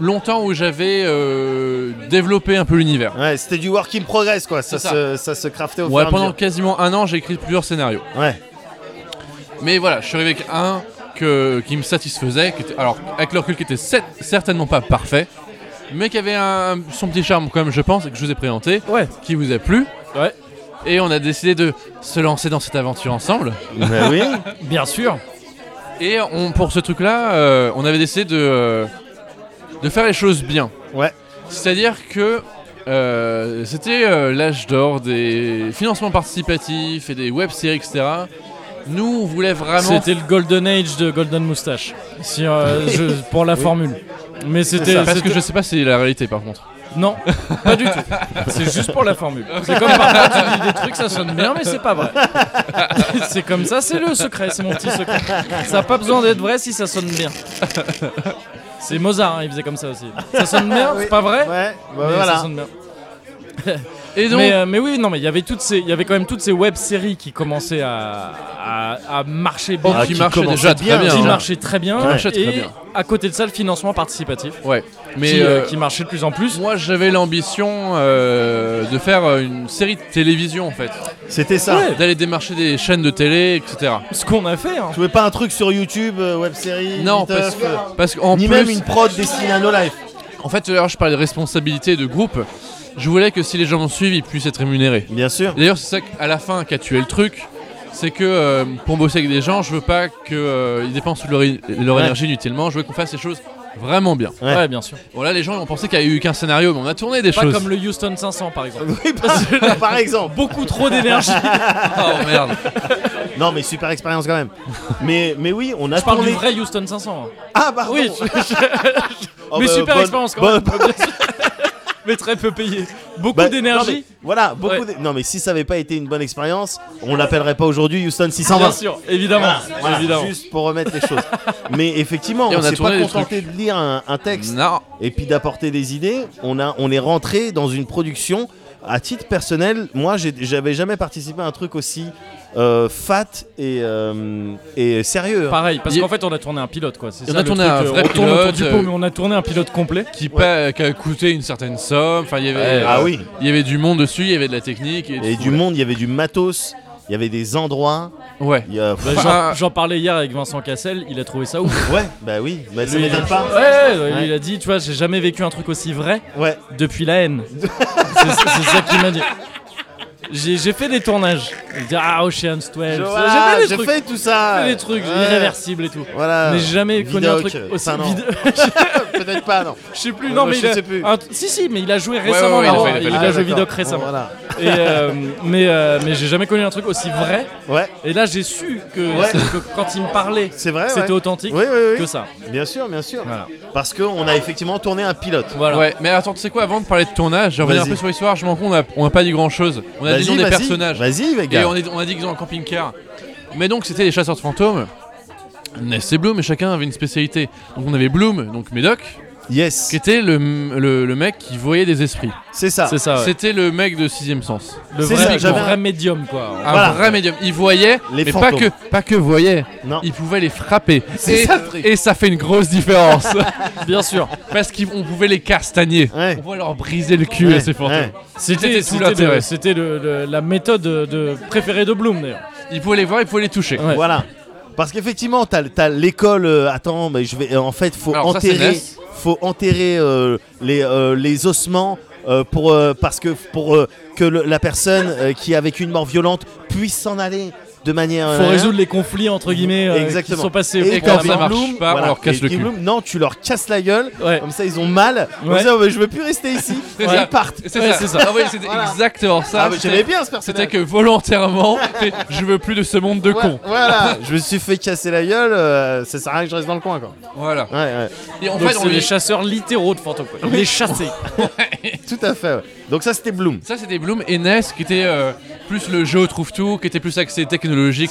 [SPEAKER 2] longtemps où j'avais euh, développé un peu l'univers.
[SPEAKER 3] Ouais, c'était du work in progress, quoi. Ça,
[SPEAKER 2] C'est
[SPEAKER 3] Se, ça se craftait au
[SPEAKER 2] Ouais,
[SPEAKER 3] fur et à
[SPEAKER 2] pendant
[SPEAKER 3] mesure.
[SPEAKER 2] quasiment un an, j'ai écrit plusieurs scénarios.
[SPEAKER 3] Ouais,
[SPEAKER 2] Mais voilà, je suis arrivé avec un que, qui me satisfaisait, qui était- alors avec le recul qui était cer- certainement pas parfait, mais qui avait un, son petit charme quand même, je pense, et que je vous ai présenté,
[SPEAKER 1] Ouais.
[SPEAKER 2] qui vous a plu.
[SPEAKER 1] Ouais.
[SPEAKER 2] Et on a décidé de se lancer dans cette aventure ensemble.
[SPEAKER 3] bah oui.
[SPEAKER 1] Bien sûr.
[SPEAKER 2] Et on, pour ce truc-là, euh, on avait décidé de, euh, de faire les choses bien.
[SPEAKER 3] Ouais.
[SPEAKER 2] C'est-à-dire que euh, c'était euh, l'âge d'or des financements participatifs et des web-séries, etc. Nous, on voulait vraiment
[SPEAKER 1] C'était le Golden Age de Golden Moustache, si, euh, je- pour la formule. Mais c'était.
[SPEAKER 2] Ça, parce que
[SPEAKER 1] c'était-
[SPEAKER 2] je sais pas si c'est la réalité par contre.
[SPEAKER 1] Non, pas du tout. C'est juste pour la formule. C'est comme parfois tu dis des trucs, ça sonne bien, mais c'est pas vrai. c'est comme ça, c'est le secret, c'est mon petit secret. Ça n'a pas besoin d'être vrai si ça sonne bien. C'est Mozart, hein, il faisait comme ça aussi. Ça sonne bien, c'est pas vrai
[SPEAKER 3] Ouais, bah
[SPEAKER 1] mais ça
[SPEAKER 3] voilà.
[SPEAKER 1] sonne bien.
[SPEAKER 2] Et donc,
[SPEAKER 1] Mais, euh, mais oui, non, mais il y avait toutes ces, il y avait quand même toutes ces web séries qui commençaient à, à, à marcher bien,
[SPEAKER 3] Ah,
[SPEAKER 2] qui
[SPEAKER 3] qui
[SPEAKER 2] marchait
[SPEAKER 3] commençait
[SPEAKER 2] déjà très
[SPEAKER 3] bien,
[SPEAKER 2] bien.
[SPEAKER 1] qui
[SPEAKER 2] hein.
[SPEAKER 1] marchaient très bien,
[SPEAKER 3] Qui
[SPEAKER 2] marchaient très
[SPEAKER 1] et
[SPEAKER 2] bien.
[SPEAKER 1] à côté de ça, le financement participatif,
[SPEAKER 2] Ouais. Mais
[SPEAKER 1] qui, euh,
[SPEAKER 2] euh,
[SPEAKER 1] qui marchait de plus en plus.
[SPEAKER 2] moi, j'avais l'ambition euh, de faire euh, une série de télévision en fait,
[SPEAKER 1] Ah.
[SPEAKER 2] Ah.
[SPEAKER 3] C'était ça.
[SPEAKER 1] Ouais.
[SPEAKER 2] d'aller démarcher des chaînes de télé, etc.
[SPEAKER 1] Ce qu'on a fait, hein.
[SPEAKER 3] Tu voulais pas un truc sur YouTube, euh, web série
[SPEAKER 2] Non,
[SPEAKER 3] viteuf,
[SPEAKER 2] parce que
[SPEAKER 3] euh,
[SPEAKER 2] parce qu'en
[SPEAKER 3] Ni
[SPEAKER 2] plus,
[SPEAKER 3] même une prod destinée à No Life.
[SPEAKER 2] en fait, tout à l'heure, je parlais de responsabilité de groupe. Je voulais que si les gens m'en suivent, ils puissent être rémunérés.
[SPEAKER 3] Bien sûr.
[SPEAKER 2] Et D'ailleurs, c'est ça qu- à la fin qui a tué le truc. C'est que euh, pour bosser avec des gens, je veux pas qu'ils dépensent leur, i- leur
[SPEAKER 3] Ouais.
[SPEAKER 2] énergie inutilement. Je veux qu'on fasse les choses vraiment bien.
[SPEAKER 3] Ouais.
[SPEAKER 1] Ouais, bien sûr.
[SPEAKER 2] Bon, là, les gens ils ont pensé qu'il y a eu qu'un scénario, mais on a tourné des
[SPEAKER 1] Pas
[SPEAKER 2] choses.
[SPEAKER 1] comme le Houston 500 par exemple.
[SPEAKER 3] Oui, par- par exemple.
[SPEAKER 1] Beaucoup trop d'énergie.
[SPEAKER 2] Oh merde.
[SPEAKER 3] Non, mais super expérience quand même. Mais, mais oui, on a
[SPEAKER 1] Je parle
[SPEAKER 3] tourné.
[SPEAKER 1] du vrai Houston 500. hein.
[SPEAKER 3] Ah, pardon.
[SPEAKER 1] Oui, je-
[SPEAKER 3] Oh,
[SPEAKER 1] mais
[SPEAKER 3] bah,
[SPEAKER 1] super
[SPEAKER 3] bonne-
[SPEAKER 1] expérience quand
[SPEAKER 3] bonne-
[SPEAKER 1] même. mais très peu payé. Beaucoup
[SPEAKER 3] Bah, non,
[SPEAKER 1] d'énergie.
[SPEAKER 3] mais Voilà, beaucoup.
[SPEAKER 1] Ouais.
[SPEAKER 3] d'é- Non, mais si ça avait pas été une bonne expérience, on l'appellerait pas aujourd'hui Houston
[SPEAKER 1] Bien
[SPEAKER 3] 620.
[SPEAKER 1] sûr, évidemment.
[SPEAKER 3] Ah, Voilà,
[SPEAKER 1] évidemment.
[SPEAKER 3] juste pour remettre les choses. Mais effectivement,
[SPEAKER 2] Et
[SPEAKER 3] on
[SPEAKER 2] on a
[SPEAKER 3] s'est
[SPEAKER 2] tourné
[SPEAKER 3] pas
[SPEAKER 2] des
[SPEAKER 3] contenté de lire un, un texte
[SPEAKER 2] Non.
[SPEAKER 3] et puis d'apporter des idées. On, a, on est rentré dans une production. À titre personnel, moi, j'ai- j'avais jamais participé à un truc aussi euh, fat et, euh, et sérieux. hein.
[SPEAKER 1] Pareil, parce
[SPEAKER 2] Il-
[SPEAKER 1] qu'en fait, on a tourné un pilote, quoi. C'est
[SPEAKER 2] On
[SPEAKER 1] ça,
[SPEAKER 2] a
[SPEAKER 1] le
[SPEAKER 2] tourné
[SPEAKER 1] truc,
[SPEAKER 2] un
[SPEAKER 1] euh,
[SPEAKER 2] vrai
[SPEAKER 1] on tourne autour
[SPEAKER 2] pilote,
[SPEAKER 1] du pot,
[SPEAKER 2] euh, Bah,
[SPEAKER 1] mais on a tourné un pilote complet.
[SPEAKER 2] Qui, pa- qui a coûté une certaine somme. Enfin, il y avait.
[SPEAKER 3] Ah oui.
[SPEAKER 2] Il y avait du monde dessus. Il y avait de la technique. Et,
[SPEAKER 3] Et
[SPEAKER 2] tout.
[SPEAKER 3] du monde, il y avait du matos, il y avait des endroits.
[SPEAKER 2] Ouais.
[SPEAKER 3] il Y a...
[SPEAKER 1] Bah,
[SPEAKER 2] Enfin,
[SPEAKER 1] J'en j'en parlais hier avec Vincent Cassel, il a trouvé ça ouf.
[SPEAKER 3] Ouais, bah oui, bah, ça
[SPEAKER 1] Lui,
[SPEAKER 3] m'étonne
[SPEAKER 1] il-
[SPEAKER 3] pas.
[SPEAKER 1] Ouais, ouais,
[SPEAKER 3] Ouais.
[SPEAKER 1] il a dit, tu vois, j'ai jamais vécu un truc aussi vrai
[SPEAKER 3] Ouais,
[SPEAKER 1] depuis la haine. c'est c'est ça qu'il m'a dit. J'ai j'ai fait des tournages. Il dit, ah, Ocean's 12.
[SPEAKER 3] Joa,
[SPEAKER 1] j'ai fait des
[SPEAKER 3] j'ai
[SPEAKER 1] trucs.
[SPEAKER 3] fait tout ça.
[SPEAKER 1] J'ai fait des trucs
[SPEAKER 3] Ouais.
[SPEAKER 1] irréversibles et tout.
[SPEAKER 3] Voilà.
[SPEAKER 1] Mais j'ai jamais connu un
[SPEAKER 3] Vidocq.
[SPEAKER 1] truc aussi
[SPEAKER 3] Enfin, non.
[SPEAKER 1] vide.
[SPEAKER 3] Peut-être pas, non.
[SPEAKER 1] Je sais plus,
[SPEAKER 3] Ouais,
[SPEAKER 1] non,
[SPEAKER 3] ouais,
[SPEAKER 1] mais
[SPEAKER 3] je
[SPEAKER 1] il a-
[SPEAKER 3] sais plus.
[SPEAKER 1] un- Si, si, mais il a joué récemment.
[SPEAKER 2] ouais, il a
[SPEAKER 1] là-bas.
[SPEAKER 2] fait- il a fait-
[SPEAKER 1] il a
[SPEAKER 3] Ah,
[SPEAKER 1] joué
[SPEAKER 3] d'accord.
[SPEAKER 1] Vidoc
[SPEAKER 3] Bon,
[SPEAKER 1] récemment.
[SPEAKER 3] voilà.
[SPEAKER 1] Et, euh, mais euh, mais j'ai jamais connu un truc aussi vrai.
[SPEAKER 3] Ouais,
[SPEAKER 1] Et là, j'ai su que,
[SPEAKER 3] Ouais.
[SPEAKER 1] que quand il me parlait,
[SPEAKER 3] c'est vrai.
[SPEAKER 1] c'était
[SPEAKER 3] ouais.
[SPEAKER 1] authentique
[SPEAKER 3] Oui, oui, oui.
[SPEAKER 1] que ça.
[SPEAKER 3] Bien sûr, bien sûr.
[SPEAKER 1] Voilà.
[SPEAKER 3] Parce qu'on a effectivement tourné un pilote.
[SPEAKER 1] Voilà.
[SPEAKER 2] Ouais, mais attends, tu sais quoi, avant de parler de tournage, je reviens un
[SPEAKER 3] Vas-y.
[SPEAKER 2] peu sur l'histoire, je m'en compte, on a, on a pas dit grand chose. On a dit
[SPEAKER 3] Vas-y,
[SPEAKER 2] des
[SPEAKER 3] vas-y.
[SPEAKER 2] personnages.
[SPEAKER 3] Vas-y, les
[SPEAKER 2] Et
[SPEAKER 3] gars.
[SPEAKER 2] on, est- on a dit qu'ils ont un camping-car. Mais donc, c'était les chasseurs de fantômes. Ness et Bloom, et chacun avait une spécialité. Donc, on avait Bloom, donc Médoc,
[SPEAKER 3] Yes,
[SPEAKER 2] qui était le, le, le mec qui voyait des esprits.
[SPEAKER 3] c'est ça.
[SPEAKER 1] C'est ça, ouais.
[SPEAKER 2] C'était le mec de sixième sens.
[SPEAKER 1] le
[SPEAKER 3] c'est
[SPEAKER 1] vrai,
[SPEAKER 3] ça, j'avais
[SPEAKER 1] le
[SPEAKER 3] un-
[SPEAKER 1] vrai médium, quoi.
[SPEAKER 2] Un
[SPEAKER 3] Voilà.
[SPEAKER 2] vrai médium. Il voyait,
[SPEAKER 3] Les
[SPEAKER 2] mais
[SPEAKER 3] fantômes.
[SPEAKER 2] pas que, pas que voyait.
[SPEAKER 3] Non.
[SPEAKER 2] Il pouvait les frapper.
[SPEAKER 3] C'est
[SPEAKER 2] et,
[SPEAKER 3] ça, le truc.
[SPEAKER 2] et ça fait une grosse différence.
[SPEAKER 1] Bien sûr.
[SPEAKER 2] Parce qu'on pouvait les castagner.
[SPEAKER 3] Ouais.
[SPEAKER 2] On pouvait leur briser le cul
[SPEAKER 3] Ouais,
[SPEAKER 2] à ces fantômes.
[SPEAKER 3] ouais.
[SPEAKER 1] C'était
[SPEAKER 2] C'était tout
[SPEAKER 1] c'était le-
[SPEAKER 2] l'intérêt.
[SPEAKER 1] C'était le- le- la méthode de, préférée de Bloom, d'ailleurs.
[SPEAKER 2] Il pouvait les voir, il pouvait les toucher.
[SPEAKER 1] Ouais.
[SPEAKER 3] Voilà. Parce qu'effectivement, t'as as, l'école. euh, attends, mais je vais. euh, en fait, faut
[SPEAKER 2] Alors, ça, c'est
[SPEAKER 3] enterrer.
[SPEAKER 2] Ness.
[SPEAKER 3] faut enterrer euh, les, euh, les ossements euh, pour euh, parce que pour euh, que le- la personne euh, qui a vécu une mort violente puisse s'en aller de manière.
[SPEAKER 1] Faut
[SPEAKER 3] euh,
[SPEAKER 1] résoudre les conflits, entre guillemets, euh, qui
[SPEAKER 3] Exactement.
[SPEAKER 1] sont passés.
[SPEAKER 2] Et
[SPEAKER 1] pour la
[SPEAKER 2] quand ça
[SPEAKER 1] mort.
[SPEAKER 2] marche pas, on leur casse
[SPEAKER 3] Et
[SPEAKER 2] le
[SPEAKER 3] Kim
[SPEAKER 2] cul.
[SPEAKER 3] Bloom, non, tu leur casses la gueule.
[SPEAKER 1] Ouais.
[SPEAKER 3] Comme ça, ils ont mal. Comme
[SPEAKER 1] Ouais.
[SPEAKER 3] ça, oh, mais je veux plus rester ici.
[SPEAKER 2] C'est
[SPEAKER 3] Ils
[SPEAKER 2] ça.
[SPEAKER 3] partent.
[SPEAKER 2] C'est
[SPEAKER 1] Ouais,
[SPEAKER 2] ça.
[SPEAKER 1] c'est ça.
[SPEAKER 2] Ah ouais, c'était
[SPEAKER 3] Voilà.
[SPEAKER 2] exactement ça.
[SPEAKER 3] Ah, mais
[SPEAKER 2] C'était-
[SPEAKER 3] j'aimais bien ce
[SPEAKER 2] C'était
[SPEAKER 3] personnage.
[SPEAKER 2] que volontairement, fait, je veux plus de ce monde de
[SPEAKER 3] Ouais,
[SPEAKER 2] cons.
[SPEAKER 3] Voilà, je me suis fait casser la gueule. euh, ça sert à rien que je reste dans le coin, quoi.
[SPEAKER 2] Voilà.
[SPEAKER 3] Ouais, ouais.
[SPEAKER 2] Et en
[SPEAKER 1] Donc,
[SPEAKER 2] fait, on
[SPEAKER 1] c'est les
[SPEAKER 2] est
[SPEAKER 1] chasseurs littéraux de fantômes. quoi. Les chassés.
[SPEAKER 3] Tout à fait. ouais. Donc ça, c'était Bloom.
[SPEAKER 2] Ça, c'était Bloom et Ness qui était euh, plus le jeu trouve tout, qui était plus axé technologique,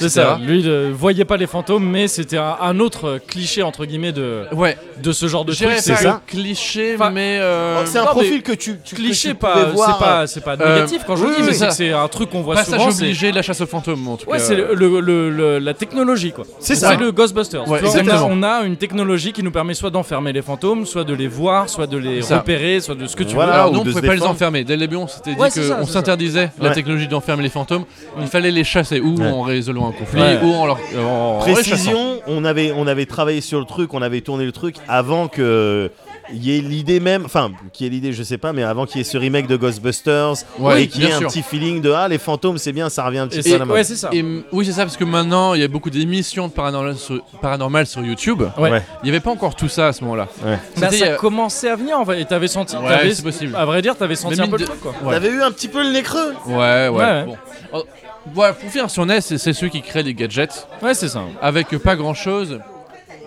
[SPEAKER 1] C'est
[SPEAKER 2] etc.
[SPEAKER 1] ça. Lui, il euh, voyait pas les fantômes, mais c'était un, un autre euh, cliché entre guillemets de
[SPEAKER 2] Ouais,
[SPEAKER 1] de ce genre de
[SPEAKER 2] je
[SPEAKER 1] truc.
[SPEAKER 2] dirais
[SPEAKER 1] C'est
[SPEAKER 2] pas
[SPEAKER 1] ça.
[SPEAKER 2] un cliché,
[SPEAKER 1] Enfin,
[SPEAKER 2] mais. euh,
[SPEAKER 3] oh, c'est un
[SPEAKER 1] non,
[SPEAKER 3] profil que tu, tu- que
[SPEAKER 1] Cliché,
[SPEAKER 3] tu pouvais
[SPEAKER 1] pas.
[SPEAKER 3] voir,
[SPEAKER 1] C'est pas, c'est pas
[SPEAKER 2] euh,
[SPEAKER 1] négatif quand je
[SPEAKER 2] oui,
[SPEAKER 1] vous dis,
[SPEAKER 2] oui,
[SPEAKER 1] mais
[SPEAKER 2] c'est
[SPEAKER 1] c'est que
[SPEAKER 2] ça.
[SPEAKER 1] c'est un truc qu'on voit
[SPEAKER 2] Passage
[SPEAKER 1] souvent. c'est-
[SPEAKER 2] obligé de la chasse aux fantômes, en tout
[SPEAKER 1] Ouais,
[SPEAKER 2] cas.
[SPEAKER 1] c'est le, le- le- le- la technologie quoi.
[SPEAKER 3] C'est ça.
[SPEAKER 1] le Ghostbusters.
[SPEAKER 2] Ouais,
[SPEAKER 1] Tu vois, on, a,
[SPEAKER 2] exactement.
[SPEAKER 1] on a une technologie qui nous permet soit d'enfermer les fantômes, soit de les voir, soit de les
[SPEAKER 2] C'est ça.
[SPEAKER 1] repérer, soit de ce que tu
[SPEAKER 3] Voilà.
[SPEAKER 2] Alors,
[SPEAKER 3] ou
[SPEAKER 2] nous, on
[SPEAKER 3] de se
[SPEAKER 2] pouvait pas les
[SPEAKER 3] défendre.
[SPEAKER 2] enfermer. Dès le début, on s'était
[SPEAKER 1] Ouais,
[SPEAKER 2] dit
[SPEAKER 1] c'est
[SPEAKER 2] que
[SPEAKER 1] ça,
[SPEAKER 2] on
[SPEAKER 1] c'est ça.
[SPEAKER 2] s'interdisait la
[SPEAKER 3] Ouais.
[SPEAKER 2] technologie d'enfermer les fantômes. Il fallait les chasser, ou
[SPEAKER 3] Ouais.
[SPEAKER 2] en résolvant un conflit,
[SPEAKER 1] Ouais.
[SPEAKER 2] ou en leur. euh, en- en les chassant.
[SPEAKER 3] Précision, on avait, on avait travaillé sur le truc, on avait tourné le truc avant que il y ait l'idée même, enfin, qui est l'idée, je sais pas, mais avant qu'il y ait ce remake de Ghostbusters
[SPEAKER 2] Ouais,
[SPEAKER 3] et qu'il y ait
[SPEAKER 2] bien
[SPEAKER 3] un
[SPEAKER 2] sûr.
[SPEAKER 3] petit feeling de ah les fantômes c'est bien, ça revient un petit
[SPEAKER 1] Et
[SPEAKER 3] peu à
[SPEAKER 1] c'est-
[SPEAKER 3] la mode.
[SPEAKER 1] ouais, c'est ça.
[SPEAKER 2] Et m- oui, c'est ça, parce que maintenant, il y a beaucoup d'émissions de paranormal sur, paranormal sur YouTube.
[SPEAKER 1] Ouais.
[SPEAKER 3] Ouais.
[SPEAKER 2] Il n'y avait pas encore tout ça à ce moment-là.
[SPEAKER 3] Ouais.
[SPEAKER 1] Bah,
[SPEAKER 2] C'était,
[SPEAKER 1] ça
[SPEAKER 2] euh,
[SPEAKER 1] commençait à venir en fait. Et t'avais senti.
[SPEAKER 2] Ouais,
[SPEAKER 1] t'avais-
[SPEAKER 2] c'est possible.
[SPEAKER 1] À vrai dire, t'avais senti
[SPEAKER 2] Mais
[SPEAKER 1] un peu le
[SPEAKER 2] mine de-
[SPEAKER 1] truc quoi.
[SPEAKER 2] Ouais.
[SPEAKER 3] T'avais eu un petit peu le nez creux.
[SPEAKER 2] Ouais, ouais.
[SPEAKER 1] Ouais.
[SPEAKER 2] Bon. Oh, Alors, voilà, pour finir sur NES, c'est c'est ceux qui créent des gadgets
[SPEAKER 1] Ouais, c'est ça.
[SPEAKER 2] avec pas grand chose.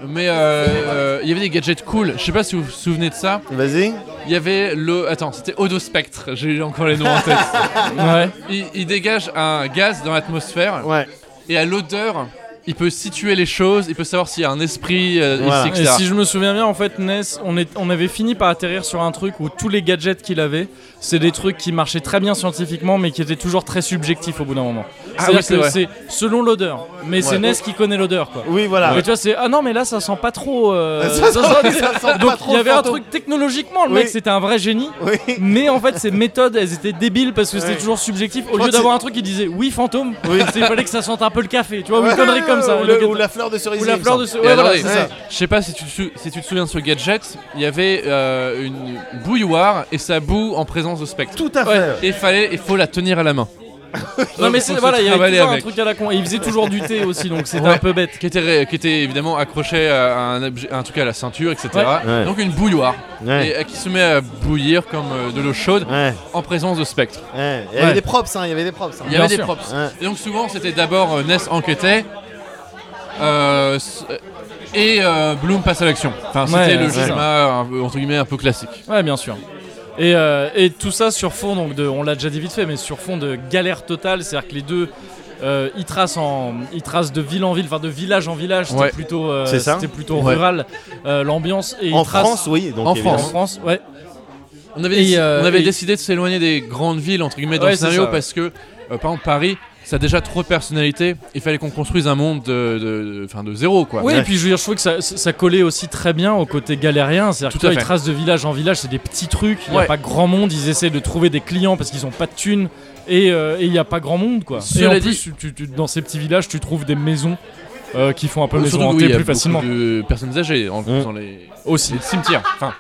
[SPEAKER 2] Mais euh, euh, il y avait des gadgets cool. Je sais pas si vous vous souvenez de ça.
[SPEAKER 3] Vas-y.
[SPEAKER 2] Il y avait le. Attends, c'était Odospectre. J'ai encore les noms en tête. Ah,
[SPEAKER 1] Ouais.
[SPEAKER 2] Il, il dégage un gaz dans l'atmosphère
[SPEAKER 3] Ouais.
[SPEAKER 2] et à l'odeur, il peut situer les choses. Il peut savoir s'il y a un esprit euh,
[SPEAKER 3] Voilà.
[SPEAKER 2] ici,
[SPEAKER 1] Et
[SPEAKER 2] etc.
[SPEAKER 1] si je me souviens bien, en fait, Ness, on, est, on avait fini par atterrir sur un truc où tous les gadgets qu'il avait, c'est des trucs qui marchaient très bien scientifiquement, mais qui étaient toujours très subjectifs au bout d'un moment.
[SPEAKER 2] Ah
[SPEAKER 1] C'est-à-dire
[SPEAKER 2] oui, c'est
[SPEAKER 1] que
[SPEAKER 2] vrai.
[SPEAKER 1] c'est selon l'odeur, mais
[SPEAKER 2] Ouais.
[SPEAKER 1] c'est Ness qui connaît l'odeur, quoi.
[SPEAKER 3] Oui, voilà.
[SPEAKER 1] Et tu vois, c'est ah non, mais là ça sent pas trop. euh,
[SPEAKER 3] Ça sent- ça sent pas
[SPEAKER 1] Donc il
[SPEAKER 3] trop
[SPEAKER 1] y avait
[SPEAKER 3] le
[SPEAKER 1] un
[SPEAKER 3] fantôme.
[SPEAKER 1] truc technologiquement, le
[SPEAKER 3] Oui.
[SPEAKER 1] mec c'était un vrai génie,
[SPEAKER 3] Oui.
[SPEAKER 1] mais en fait ses méthodes elles étaient débiles parce que
[SPEAKER 3] Ouais.
[SPEAKER 1] c'était toujours subjectif. Au
[SPEAKER 3] crois
[SPEAKER 1] lieu
[SPEAKER 3] que
[SPEAKER 1] d'avoir un truc qui disait oui, fantôme, c'est- il fallait que ça sente un peu le café, tu vois, ou une connerie comme ça.
[SPEAKER 3] Ou,
[SPEAKER 1] Et
[SPEAKER 3] le-
[SPEAKER 1] donc,
[SPEAKER 3] ou la fleur de cerisier.
[SPEAKER 1] ou la
[SPEAKER 3] il me
[SPEAKER 1] fleur
[SPEAKER 3] semble.
[SPEAKER 1] de ce.
[SPEAKER 2] Et
[SPEAKER 1] Ouais, voilà,
[SPEAKER 2] attendez,
[SPEAKER 1] c'est ça.
[SPEAKER 2] Je sais pas si tu, te sou- si tu te souviens de ce gadget, il y avait euh, une bouilloire et ça boue en présence de spectre.
[SPEAKER 3] Tout à fait.
[SPEAKER 2] Ouais, et fallait, il faut la tenir à la main.
[SPEAKER 1] Non mais
[SPEAKER 2] Faut
[SPEAKER 1] c'est
[SPEAKER 2] se
[SPEAKER 1] voilà, il y avait
[SPEAKER 2] travailler
[SPEAKER 1] toujours
[SPEAKER 2] avec.
[SPEAKER 1] un truc à la con. Et il faisait toujours du thé aussi, donc c'était
[SPEAKER 2] Ouais.
[SPEAKER 1] un peu bête.
[SPEAKER 2] Qui était, ré- qui était évidemment accroché à un, objet- un truc à la ceinture, etc.
[SPEAKER 1] Ouais.
[SPEAKER 3] Ouais.
[SPEAKER 2] Donc une bouilloire
[SPEAKER 3] Ouais.
[SPEAKER 2] et, euh, qui se met à bouillir comme euh, de l'eau chaude
[SPEAKER 3] Ouais,
[SPEAKER 2] en présence de spectre.
[SPEAKER 3] ouais. Il y
[SPEAKER 1] Ouais.
[SPEAKER 3] avait des props, hein. Il y avait des props. hein.
[SPEAKER 2] Il y avait
[SPEAKER 1] Bien
[SPEAKER 2] des
[SPEAKER 1] sûr.
[SPEAKER 2] props.
[SPEAKER 3] Ouais.
[SPEAKER 2] Et donc souvent c'était d'abord euh, Ness enquêtait euh, s- et euh, Bloom passe à l'action. Enfin c'était
[SPEAKER 1] Ouais,
[SPEAKER 2] le
[SPEAKER 1] ouais, c'est
[SPEAKER 2] schéma euh, un peu- entre guillemets un peu classique.
[SPEAKER 1] Ouais, bien sûr. Et, euh, et tout ça sur fond donc de, on l'a déjà dit vite fait, mais sur fond de galère totale, c'est-à-dire que les deux. euh, ils, tracent en, ils tracent de ville en ville, enfin de village en village, c'était
[SPEAKER 2] Ouais.
[SPEAKER 1] plutôt, euh,
[SPEAKER 3] C'est ça
[SPEAKER 1] c'était plutôt
[SPEAKER 2] Ouais.
[SPEAKER 1] rural euh, l'ambiance. Et ils
[SPEAKER 3] En
[SPEAKER 1] tracent-
[SPEAKER 3] France, oui. Donc,
[SPEAKER 2] En
[SPEAKER 1] En
[SPEAKER 3] évidemment.
[SPEAKER 2] France.
[SPEAKER 1] France, ouais.
[SPEAKER 2] On avait,
[SPEAKER 1] Et, euh,
[SPEAKER 2] on avait
[SPEAKER 1] et-
[SPEAKER 2] décidé de s'éloigner des grandes villes entre guillemets dans
[SPEAKER 1] Ouais,
[SPEAKER 2] le
[SPEAKER 1] c'est
[SPEAKER 2] scénario
[SPEAKER 1] ça.
[SPEAKER 2] parce que euh, par exemple Paris ça a déjà trop de personnalité. Il fallait qu'on construise un monde de, de, de- enfin, de zéro quoi.
[SPEAKER 1] Oui,
[SPEAKER 3] Ouais.
[SPEAKER 1] et puis je, veux dire, je trouvais que ça, ça collait aussi très bien au côté galérien. C'est-à-dire
[SPEAKER 2] Tout
[SPEAKER 1] que
[SPEAKER 2] à
[SPEAKER 1] là, ils
[SPEAKER 2] fait.
[SPEAKER 1] tracent de village en village, c'est des petits trucs, il n'y
[SPEAKER 2] Ouais.
[SPEAKER 1] a pas grand monde, ils essaient de trouver des clients parce qu'ils n'ont pas de thunes et euh, et il n'y a pas grand monde quoi. et
[SPEAKER 2] Cela
[SPEAKER 1] en
[SPEAKER 2] dit-
[SPEAKER 1] plus, tu- tu- tu- dans ces petits villages, tu trouves des maisons euh, qui font un peu maison
[SPEAKER 2] Oh, Surtout oui,
[SPEAKER 1] hantée
[SPEAKER 2] il y a
[SPEAKER 1] plus
[SPEAKER 2] beaucoup
[SPEAKER 1] facilement.
[SPEAKER 2] de personnes âgées en
[SPEAKER 3] Mm.
[SPEAKER 2] dans les,
[SPEAKER 1] Aussi.
[SPEAKER 2] les cimetières. Enfin,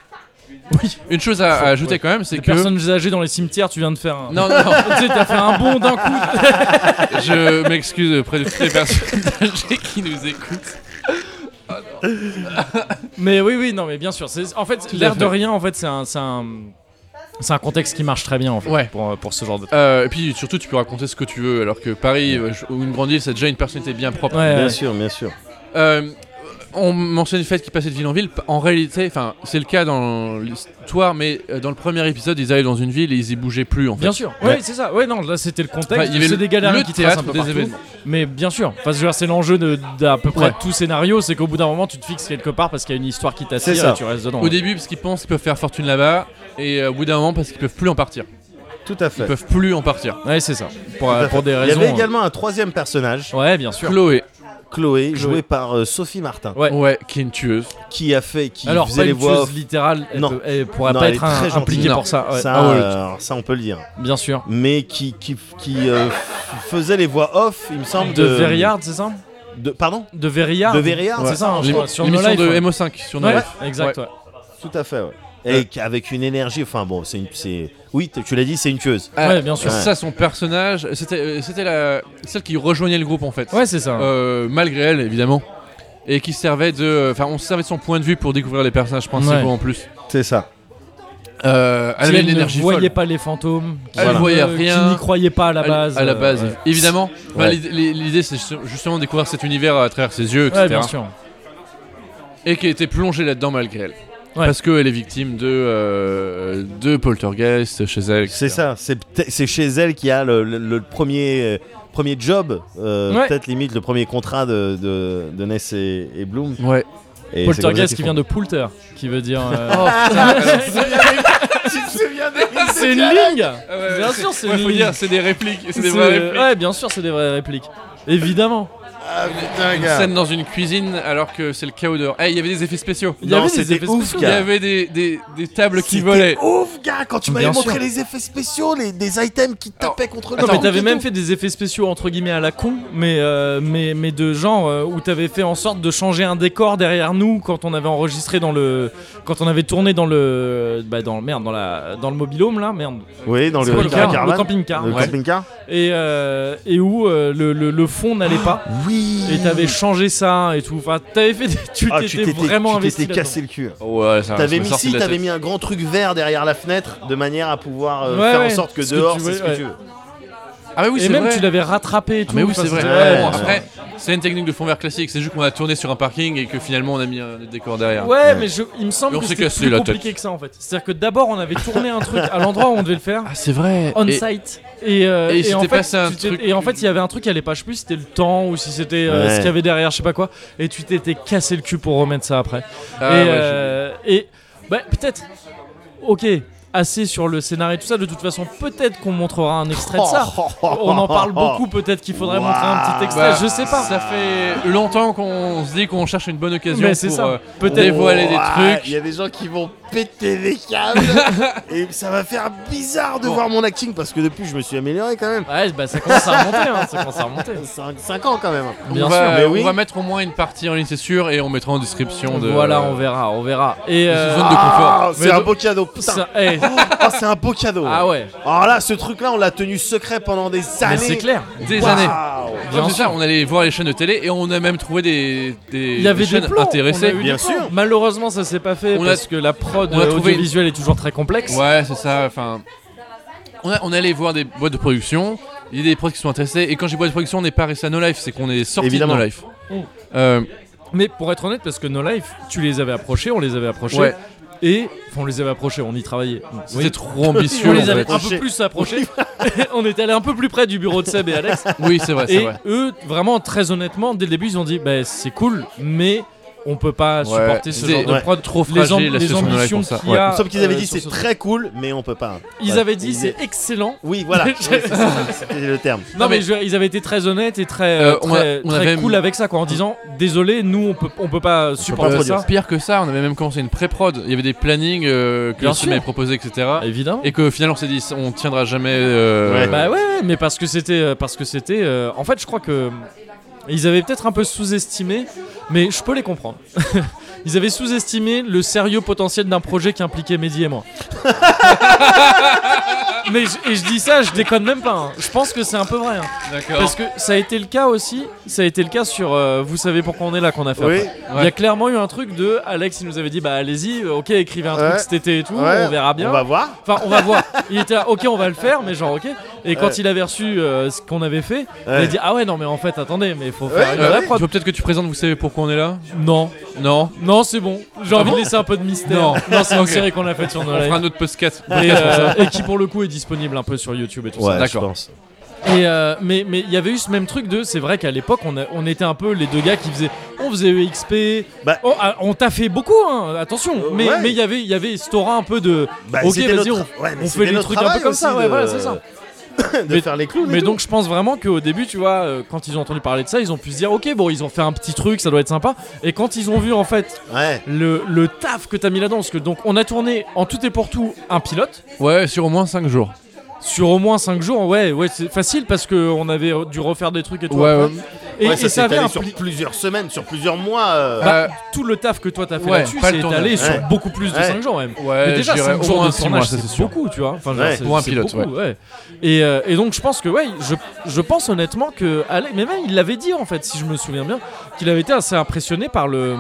[SPEAKER 2] Une chose à, à ajouter
[SPEAKER 1] ouais.
[SPEAKER 2] quand même c'est
[SPEAKER 1] Des
[SPEAKER 2] que
[SPEAKER 1] personnes âgées dans les cimetières, tu viens de faire un.
[SPEAKER 2] non non non,
[SPEAKER 1] tu sais, t'as fait un bond d'un coup.
[SPEAKER 2] je m'excuse auprès de toutes les personnes âgées qui nous écoutent.
[SPEAKER 1] Mais oui, oui, non, mais bien sûr. c'est- En fait,
[SPEAKER 2] à
[SPEAKER 1] l'air
[SPEAKER 2] fait.
[SPEAKER 1] de rien, en fait, c'est un, c'est un, c'est un contexte qui marche très bien en fait
[SPEAKER 2] Ouais.
[SPEAKER 1] pour, pour ce genre de.
[SPEAKER 2] Euh, et puis surtout, tu peux raconter ce que tu veux, alors que Paris euh, ou une grande ville, c'est déjà une personnalité bien propre.
[SPEAKER 1] Ouais,
[SPEAKER 3] Bien
[SPEAKER 1] ouais.
[SPEAKER 3] sûr, bien sûr.
[SPEAKER 2] Euh, on mentionne le fait qu'ils passaient de ville en ville. En réalité, enfin, c'est le cas dans l'histoire, mais euh, dans le premier épisode, ils allaient dans une ville et ils y bougeaient plus. En fait.
[SPEAKER 1] Bien sûr, oui,
[SPEAKER 2] Ouais.
[SPEAKER 1] c'est ça. Ouais, non, là c'était le contexte.
[SPEAKER 2] Enfin, il y avait
[SPEAKER 1] c'est
[SPEAKER 2] le-
[SPEAKER 1] des galères
[SPEAKER 2] le
[SPEAKER 1] qui
[SPEAKER 2] théâtre
[SPEAKER 1] tracent un peu
[SPEAKER 2] des
[SPEAKER 1] partout.
[SPEAKER 2] événements.
[SPEAKER 1] Mais bien sûr, enfin, je veux dire, c'est l'enjeu de- d'à peu près
[SPEAKER 2] Ouais.
[SPEAKER 1] tout scénario c'est qu'au bout d'un moment tu te fixes quelque part parce qu'il y a une histoire qui
[SPEAKER 3] C'est
[SPEAKER 1] t'attire
[SPEAKER 3] ça.
[SPEAKER 1] et tu restes dedans.
[SPEAKER 2] Au début, parce qu'ils pensent qu'ils peuvent faire fortune là-bas, et euh, au bout d'un moment, parce qu'ils peuvent plus en partir.
[SPEAKER 3] Tout à
[SPEAKER 2] Ils
[SPEAKER 3] fait.
[SPEAKER 2] peuvent plus en partir.
[SPEAKER 1] Ouais, c'est ça. Pour,
[SPEAKER 3] Tout à
[SPEAKER 1] euh,
[SPEAKER 3] fait.
[SPEAKER 1] pour des
[SPEAKER 3] Il y
[SPEAKER 1] raisons.
[SPEAKER 3] avait également un troisième personnage,
[SPEAKER 1] euh, Ouais, bien sûr.
[SPEAKER 2] Chloé,
[SPEAKER 3] Chloé,
[SPEAKER 1] Chloé.
[SPEAKER 3] jouée par euh, Sophie Martin,
[SPEAKER 1] Ouais.
[SPEAKER 2] ouais, qui est une tueuse.
[SPEAKER 3] qui a fait, qui
[SPEAKER 1] Alors,
[SPEAKER 3] faisait
[SPEAKER 1] pas
[SPEAKER 3] les
[SPEAKER 1] une
[SPEAKER 3] voix.
[SPEAKER 1] chose
[SPEAKER 3] off.
[SPEAKER 1] littérale, elle,
[SPEAKER 3] Non.
[SPEAKER 1] peut- elle pourra
[SPEAKER 3] Non,
[SPEAKER 1] pas
[SPEAKER 3] elle est
[SPEAKER 1] être un-
[SPEAKER 3] très gentille.
[SPEAKER 1] impliquée
[SPEAKER 2] Non.
[SPEAKER 1] pour ça. ouais.
[SPEAKER 3] Ça,
[SPEAKER 1] Ah ouais,
[SPEAKER 3] euh, ça, on peut le dire.
[SPEAKER 1] bien sûr.
[SPEAKER 3] Mais qui, qui, qui euh, f- faisait les voix off, il me semble.
[SPEAKER 1] De Verriard, c'est ça
[SPEAKER 3] de- Pardon
[SPEAKER 1] De Verriard.
[SPEAKER 3] De Verriard
[SPEAKER 1] C'est ça, hein, je crois, sur No
[SPEAKER 2] L'émission
[SPEAKER 1] Life.
[SPEAKER 2] de
[SPEAKER 1] ouais.
[SPEAKER 2] MO5 sur No
[SPEAKER 1] Ouais,
[SPEAKER 2] Life.
[SPEAKER 1] exact. ouais.
[SPEAKER 3] Tout à fait, ouais.
[SPEAKER 1] Euh.
[SPEAKER 3] Et qui- avec une énergie, enfin bon, c'est une. c'est- Oui, t- tu l'as dit, c'est une tueuse.
[SPEAKER 2] Ah,
[SPEAKER 1] Ouais, bien sûr.
[SPEAKER 2] C'est ça son personnage. C'était, euh, c'était la celle qui rejoignait le groupe en fait.
[SPEAKER 1] Ouais, c'est ça.
[SPEAKER 2] Euh, malgré elle évidemment. Et qui servait de, enfin, on se servait de son point de vue pour découvrir les personnages principaux
[SPEAKER 1] Ouais.
[SPEAKER 2] en plus.
[SPEAKER 3] C'est ça.
[SPEAKER 2] Euh, elle
[SPEAKER 1] Qui,
[SPEAKER 2] avait
[SPEAKER 1] elle
[SPEAKER 2] une énergie
[SPEAKER 1] ne voyait
[SPEAKER 2] folle.
[SPEAKER 1] pas les fantômes, qui
[SPEAKER 2] Elle
[SPEAKER 1] ne-
[SPEAKER 2] voyait
[SPEAKER 1] qui
[SPEAKER 2] rien.
[SPEAKER 1] n'y croyait pas à la
[SPEAKER 2] Elle-
[SPEAKER 1] base.
[SPEAKER 2] à la base,
[SPEAKER 1] euh,
[SPEAKER 2] évidemment. Voilà,
[SPEAKER 3] Ouais.
[SPEAKER 2] l'idée- l'idée, l'idée, c'est ju- justement découvrir cet univers à travers ses yeux,
[SPEAKER 1] Ouais,
[SPEAKER 2] etc.
[SPEAKER 1] bien sûr.
[SPEAKER 2] et qui était plongée là-dedans malgré elle.
[SPEAKER 1] Ouais.
[SPEAKER 2] parce qu'elle est victime de, euh, de poltergeist chez elle. etc.
[SPEAKER 3] C'est ça, c'est peut-être- c'est chez elle qu'il y a le, le- le premier, euh, premier job, euh,
[SPEAKER 1] Ouais.
[SPEAKER 3] peut-être limite le premier contrat de, de, de Ness et, et Bloom.
[SPEAKER 2] Ouais.
[SPEAKER 3] Et c'est comme ça
[SPEAKER 1] Poltergeist
[SPEAKER 3] qu'ils
[SPEAKER 1] qui
[SPEAKER 3] font.
[SPEAKER 1] vient de Poulter, qui veut dire. euh,
[SPEAKER 2] Oh,
[SPEAKER 1] c'est une ligne Bien sûr, c'est
[SPEAKER 2] Ouais,
[SPEAKER 1] une
[SPEAKER 2] faut
[SPEAKER 1] ligne
[SPEAKER 2] dire, c'est des répliques. C'est des
[SPEAKER 1] C'est-
[SPEAKER 2] vraies répliques.
[SPEAKER 1] Ouais, bien sûr, c'est des vraies répliques. Évidemment.
[SPEAKER 3] Putain,
[SPEAKER 2] Une
[SPEAKER 3] gars.
[SPEAKER 2] scène dans une cuisine alors que c'est le chaos dehors. Eh, il y avait des effets spéciaux.
[SPEAKER 1] Il y avait
[SPEAKER 3] Non,
[SPEAKER 1] des
[SPEAKER 3] c'était
[SPEAKER 1] effets
[SPEAKER 3] ouf,
[SPEAKER 1] spéciaux.
[SPEAKER 2] Il y
[SPEAKER 3] gars.
[SPEAKER 2] avait des, des, des tables qui
[SPEAKER 3] C'était
[SPEAKER 2] volaient.
[SPEAKER 3] ouf, gars, quand tu m'avais
[SPEAKER 1] Bien
[SPEAKER 3] montré
[SPEAKER 1] sûr.
[SPEAKER 3] les effets spéciaux, les, des items qui tapaient contre le
[SPEAKER 1] Non, mais
[SPEAKER 3] mur
[SPEAKER 1] t'avais
[SPEAKER 3] et
[SPEAKER 1] même
[SPEAKER 3] tout.
[SPEAKER 1] fait des effets spéciaux entre guillemets à la con, mais, euh, mais, mais de genre euh, où t'avais fait en sorte de changer un décor derrière nous quand on avait enregistré dans le. quand on avait tourné dans le. bah dans, merde, dans, la, dans le mobilhome là, merde.
[SPEAKER 3] Oui, dans
[SPEAKER 1] C'est
[SPEAKER 3] le,
[SPEAKER 1] quoi le
[SPEAKER 3] dans la
[SPEAKER 1] car-
[SPEAKER 3] caravane.
[SPEAKER 1] le camping-car,
[SPEAKER 3] Le
[SPEAKER 1] ouais.
[SPEAKER 3] camping-car
[SPEAKER 1] Et, euh, et où euh, le, le, le fond n'allait pas.
[SPEAKER 3] Oui
[SPEAKER 1] Et t'avais changé ça et tout. Enfin, t'avais fait des. Tu
[SPEAKER 3] Ah, tu
[SPEAKER 1] t'étais
[SPEAKER 3] t'étais
[SPEAKER 1] vraiment
[SPEAKER 3] tu
[SPEAKER 1] investi.
[SPEAKER 3] t'étais
[SPEAKER 1] là-dedans. Ah,
[SPEAKER 3] cassé le cul.
[SPEAKER 2] Ouais, ça
[SPEAKER 3] T'avais
[SPEAKER 2] ça me
[SPEAKER 3] mis
[SPEAKER 2] sortit de
[SPEAKER 3] si,
[SPEAKER 2] la
[SPEAKER 3] t'avais
[SPEAKER 2] tête.
[SPEAKER 3] mis un grand truc vert derrière la fenêtre de manière à pouvoir euh,
[SPEAKER 1] Ouais,
[SPEAKER 3] faire en
[SPEAKER 1] ouais,
[SPEAKER 3] sorte que
[SPEAKER 1] ce que
[SPEAKER 3] dehors
[SPEAKER 1] tu
[SPEAKER 3] c'est
[SPEAKER 1] veux,
[SPEAKER 3] ce que
[SPEAKER 1] ouais.
[SPEAKER 3] tu veux.
[SPEAKER 2] Ah, mais oui,
[SPEAKER 1] Et
[SPEAKER 2] c'est
[SPEAKER 1] même
[SPEAKER 2] vrai.
[SPEAKER 1] tu l'avais rattrapé et tout.
[SPEAKER 2] Ah, mais oui,
[SPEAKER 1] enfin,
[SPEAKER 2] c'est vrai.
[SPEAKER 1] c'était-
[SPEAKER 3] Ouais,
[SPEAKER 2] Bon,
[SPEAKER 3] ouais.
[SPEAKER 2] après, c'est une technique de fond vert classique. C'est juste qu'on a tourné sur un parking et que finalement on a mis un décor derrière.
[SPEAKER 1] Ouais, mais je, il me semble
[SPEAKER 2] Mais on
[SPEAKER 1] que
[SPEAKER 2] s'est
[SPEAKER 1] c'était
[SPEAKER 2] cassé
[SPEAKER 1] plus
[SPEAKER 2] la
[SPEAKER 1] compliqué que ça en fait. C'est-à-dire que d'abord on avait tourné un truc à l'endroit où on devait le faire,
[SPEAKER 2] Ah, c'est vrai.
[SPEAKER 1] on
[SPEAKER 2] Et-
[SPEAKER 1] site, et, euh,
[SPEAKER 2] et il
[SPEAKER 1] en
[SPEAKER 2] s'était
[SPEAKER 1] fait,
[SPEAKER 2] passé un
[SPEAKER 1] tu t'es-
[SPEAKER 2] truc-
[SPEAKER 1] et en fait il y avait un truc qui allait pas, je sais plus si c'était le temps ou si c'était euh,
[SPEAKER 3] Ouais.
[SPEAKER 1] ce qu'il y avait derrière, je sais pas quoi, et tu t'étais cassé le cul pour remettre ça après.
[SPEAKER 2] Ah,
[SPEAKER 1] et
[SPEAKER 2] ouais,
[SPEAKER 1] euh, et- bah, peut-être, ok, assez sur le scénario et tout ça, de toute façon peut-être qu'on montrera un extrait de ça. On en parle beaucoup, peut-être qu'il faudrait
[SPEAKER 3] Waouh.
[SPEAKER 1] montrer un petit
[SPEAKER 2] je-
[SPEAKER 1] extrait,
[SPEAKER 2] bah,
[SPEAKER 1] je sais pas.
[SPEAKER 2] Ça fait longtemps qu'on se dit qu'on cherche une bonne occasion
[SPEAKER 1] Mais c'est
[SPEAKER 2] pour
[SPEAKER 1] ça.
[SPEAKER 2] euh,
[SPEAKER 1] Peut-être-
[SPEAKER 2] dévoiler des
[SPEAKER 3] Ouah,
[SPEAKER 2] trucs.
[SPEAKER 3] Il y a des gens qui vont péter des câbles et ça va faire bizarre de voir mon acting parce que depuis je me suis amélioré quand même.
[SPEAKER 1] Ouais, bah ça commence à remonter, hein, ça commence à remonter.
[SPEAKER 3] 5, ans quand même.
[SPEAKER 1] Bien
[SPEAKER 2] on,
[SPEAKER 1] sûr,
[SPEAKER 2] va,
[SPEAKER 3] mais
[SPEAKER 2] on
[SPEAKER 3] oui.
[SPEAKER 2] va mettre au moins une partie en ligne, c'est sûr, et on mettra en description de.
[SPEAKER 1] Voilà, on verra, on verra. Et euh,
[SPEAKER 2] euh, zone de confort.
[SPEAKER 3] Ah,
[SPEAKER 1] Mais
[SPEAKER 3] c'est un
[SPEAKER 1] de-
[SPEAKER 3] beau cadeau. putain.
[SPEAKER 1] ça- eh,
[SPEAKER 3] Ah, c'est un beau cadeau.
[SPEAKER 1] ah ouais,
[SPEAKER 3] Alors là, ce truc-là, on l'a tenu secret pendant des
[SPEAKER 1] mais
[SPEAKER 3] années.
[SPEAKER 1] c'est clair.
[SPEAKER 2] Des
[SPEAKER 3] Waouh.
[SPEAKER 2] années.
[SPEAKER 1] Bien
[SPEAKER 2] Comme c'est ça, on allait voir les chaînes de télé et on a même trouvé des, des,
[SPEAKER 1] Il y avait des
[SPEAKER 2] chaînes
[SPEAKER 1] plans.
[SPEAKER 2] intéressées.
[SPEAKER 1] on a eu
[SPEAKER 3] Bien
[SPEAKER 1] des plans.
[SPEAKER 3] sûr.
[SPEAKER 1] Malheureusement, ça s'est pas fait
[SPEAKER 2] On a-
[SPEAKER 1] parce que la prod
[SPEAKER 2] on a trouvé-
[SPEAKER 1] audiovisuelle est toujours très complexe.
[SPEAKER 2] Ouais, c'est ça. Enfin, on, a- on allait voir des boîtes de production. Il y a des prods qui sont intéressés. Et quand j'ai boîte de production, on n'est pas resté à No Life, c'est qu'on est sorti de
[SPEAKER 3] Évidemment.
[SPEAKER 2] No Life.
[SPEAKER 1] Mm.
[SPEAKER 2] Euh,
[SPEAKER 1] Mais pour être honnête, parce que No Life, tu les avais approchés, on les avait approchés.
[SPEAKER 2] Ouais.
[SPEAKER 1] Et enfin, on les avait approchés, on y travaillait.
[SPEAKER 2] C'était
[SPEAKER 1] Oui.
[SPEAKER 2] trop
[SPEAKER 1] On
[SPEAKER 2] ambitieux. en
[SPEAKER 1] les
[SPEAKER 2] fait.
[SPEAKER 1] avait un peu plus approchés. on était allé un peu plus près du bureau de Seb et Alex.
[SPEAKER 2] Oui, c'est vrai, c'est
[SPEAKER 1] Et
[SPEAKER 2] vrai.
[SPEAKER 1] eux, vraiment, très honnêtement, dès le début, ils ont dit bah, c'est cool, mais on peut pas supporter ce
[SPEAKER 2] Des-
[SPEAKER 1] genre de
[SPEAKER 2] ouais.
[SPEAKER 1] prod.
[SPEAKER 2] Trop
[SPEAKER 1] Les, amb-
[SPEAKER 2] fragile
[SPEAKER 1] les
[SPEAKER 2] la situation de No Life
[SPEAKER 1] ambitions
[SPEAKER 2] pour ça.
[SPEAKER 1] qu'il y
[SPEAKER 2] Ouais.
[SPEAKER 1] a.
[SPEAKER 3] Sauf qu'ils avaient
[SPEAKER 1] euh,
[SPEAKER 3] dit
[SPEAKER 1] sur
[SPEAKER 3] c'est
[SPEAKER 1] ce-
[SPEAKER 3] très cool, mais on peut pas.
[SPEAKER 1] Ils
[SPEAKER 3] Ouais.
[SPEAKER 1] avaient dit
[SPEAKER 3] Ils-
[SPEAKER 1] c'est excellent.
[SPEAKER 3] Oui, voilà. Oui,
[SPEAKER 1] J'ai-
[SPEAKER 3] c'est ça, C'était le terme.
[SPEAKER 1] Non,
[SPEAKER 2] Non,
[SPEAKER 1] mais,
[SPEAKER 2] mais-
[SPEAKER 1] je- ils avaient été très honnêtes et très,
[SPEAKER 2] Euh, on
[SPEAKER 1] très,
[SPEAKER 2] a- on
[SPEAKER 1] très
[SPEAKER 2] avait-
[SPEAKER 1] cool avec ça quoi, en disant désolé, nous on peut, on peut pas supporter
[SPEAKER 3] pas produire
[SPEAKER 1] ça.
[SPEAKER 2] Euh, Pire que ça, on avait même commencé une pré-prod. Il y avait des plannings euh, que
[SPEAKER 1] Bien
[SPEAKER 2] le
[SPEAKER 1] sûr.
[SPEAKER 2] film avait proposé, etc.
[SPEAKER 1] Évidemment.
[SPEAKER 2] Et qu'au final, on s'est dit, on tiendra jamais. euh,
[SPEAKER 3] Ouais.
[SPEAKER 1] Bah ouais, ouais, mais parce que c'était. euh, Parce que c'était. euh, en fait, je crois que. Ils avaient peut-être un peu sous-estimé, mais je peux les comprendre. Ils avaient sous-estimé le sérieux potentiel d'un projet qui impliquait Mehdi et moi. mais je, et je dis ça, je déconne même pas. hein. Je pense que c'est un peu vrai. hein.
[SPEAKER 2] D'accord.
[SPEAKER 1] Parce que ça a été le cas aussi. Ça a été le cas sur. euh, vous savez pourquoi on est là qu'on a fait.
[SPEAKER 3] Oui.
[SPEAKER 1] après. Il y a clairement eu un truc de Alex, il nous avait dit bah allez-y, euh, ok, écrivez un
[SPEAKER 3] Ouais.
[SPEAKER 1] truc cet été et tout,
[SPEAKER 3] Ouais,
[SPEAKER 1] on verra bien.
[SPEAKER 3] On va voir.
[SPEAKER 1] Enfin, on va voir. Il était là, ok, on va le faire, mais genre, ok. Et quand il avait reçu euh, ce qu'on avait fait, il a
[SPEAKER 3] Ouais. bah
[SPEAKER 1] dit Ah ouais, non, mais en fait, attendez, mais il faut faire une
[SPEAKER 2] Euh,
[SPEAKER 1] vraie
[SPEAKER 2] faut
[SPEAKER 1] prod.
[SPEAKER 2] peut-être que tu présentes, vous savez pourquoi on est là
[SPEAKER 1] Non,
[SPEAKER 2] Non.
[SPEAKER 1] non, c'est bon.
[SPEAKER 3] Ah
[SPEAKER 1] J'ai envie de laisser un peu de mystère.
[SPEAKER 2] Non.
[SPEAKER 1] c'est une
[SPEAKER 2] Ok.
[SPEAKER 1] série qu'on a faite sur nos
[SPEAKER 2] On fera
[SPEAKER 1] lives.
[SPEAKER 2] un autre podcast.
[SPEAKER 1] Et, euh, et qui pour le coup est disponible un peu sur YouTube et tout ça.
[SPEAKER 3] Ouais, je
[SPEAKER 2] D'accord.
[SPEAKER 3] pense.
[SPEAKER 1] Et euh, mais mais il y avait eu ce même truc de c'est vrai qu'à l'époque on, a- on était un peu les deux gars qui faisaient on faisait EXP
[SPEAKER 3] Bah-
[SPEAKER 1] on, a- on t'a fait beaucoup hein, attention
[SPEAKER 3] Euh,
[SPEAKER 1] mais
[SPEAKER 3] ouais.
[SPEAKER 1] mais il y avait il y avait cette aura un peu de
[SPEAKER 3] Bah,
[SPEAKER 1] ok
[SPEAKER 3] c'était
[SPEAKER 1] vas-y on,
[SPEAKER 3] notre- ouais, mais
[SPEAKER 1] on fait
[SPEAKER 3] c'était
[SPEAKER 1] les
[SPEAKER 3] notre
[SPEAKER 1] trucs un peu
[SPEAKER 3] travail
[SPEAKER 1] comme ça
[SPEAKER 3] aussi
[SPEAKER 1] ouais
[SPEAKER 3] de-
[SPEAKER 1] voilà c'est ça
[SPEAKER 3] de
[SPEAKER 1] Mais-
[SPEAKER 3] faire les clowns. et
[SPEAKER 1] mais
[SPEAKER 3] tout.
[SPEAKER 1] donc je pense vraiment qu'au début tu vois euh, quand ils ont entendu parler de ça ils ont pu se dire ok bon ils ont fait un petit truc ça doit être sympa et quand ils ont vu en fait
[SPEAKER 3] Ouais.
[SPEAKER 1] le, le taf que t'as mis là-dedans parce que donc on a tourné en tout et pour tout un pilote
[SPEAKER 2] Ouais, sur au moins 5 jours.
[SPEAKER 1] sur au moins 5 jours ouais ouais c'est facile parce que on avait euh, dû refaire des trucs et tout
[SPEAKER 2] Ouais,
[SPEAKER 1] après.
[SPEAKER 2] ouais.
[SPEAKER 1] et,
[SPEAKER 3] Ouais,
[SPEAKER 1] et
[SPEAKER 3] ça s'est
[SPEAKER 1] ça avait
[SPEAKER 3] étalé
[SPEAKER 1] un
[SPEAKER 3] sur
[SPEAKER 1] pli-
[SPEAKER 3] plusieurs semaines, sur plusieurs mois. euh,
[SPEAKER 1] Bah,
[SPEAKER 2] Euh,
[SPEAKER 1] tout le taf que toi t'as fait
[SPEAKER 2] Ouais,
[SPEAKER 1] là-dessus,
[SPEAKER 2] pas le
[SPEAKER 1] c'est
[SPEAKER 2] tournage.
[SPEAKER 1] étalé sur
[SPEAKER 3] Ouais.
[SPEAKER 1] beaucoup plus de
[SPEAKER 3] Ouais.
[SPEAKER 1] 5 jours même.
[SPEAKER 2] Ouais,
[SPEAKER 1] Mais déjà
[SPEAKER 2] je dirais
[SPEAKER 1] 5
[SPEAKER 2] au
[SPEAKER 1] jours
[SPEAKER 2] moins
[SPEAKER 1] de
[SPEAKER 2] six
[SPEAKER 1] tournage,
[SPEAKER 2] mois, ça, c'est
[SPEAKER 1] c'est
[SPEAKER 2] sûr.
[SPEAKER 1] beaucoup, tu vois. Enfin, genre,
[SPEAKER 3] Ouais.
[SPEAKER 1] c'est-
[SPEAKER 2] Pour un
[SPEAKER 1] c'est
[SPEAKER 2] pilote,
[SPEAKER 1] beaucoup, Et, euh, et donc je pense que, ouais, je, je pense honnêtement que, allez, mais même il l'avait dit en fait, si je me souviens bien, qu'il avait été assez impressionné par le,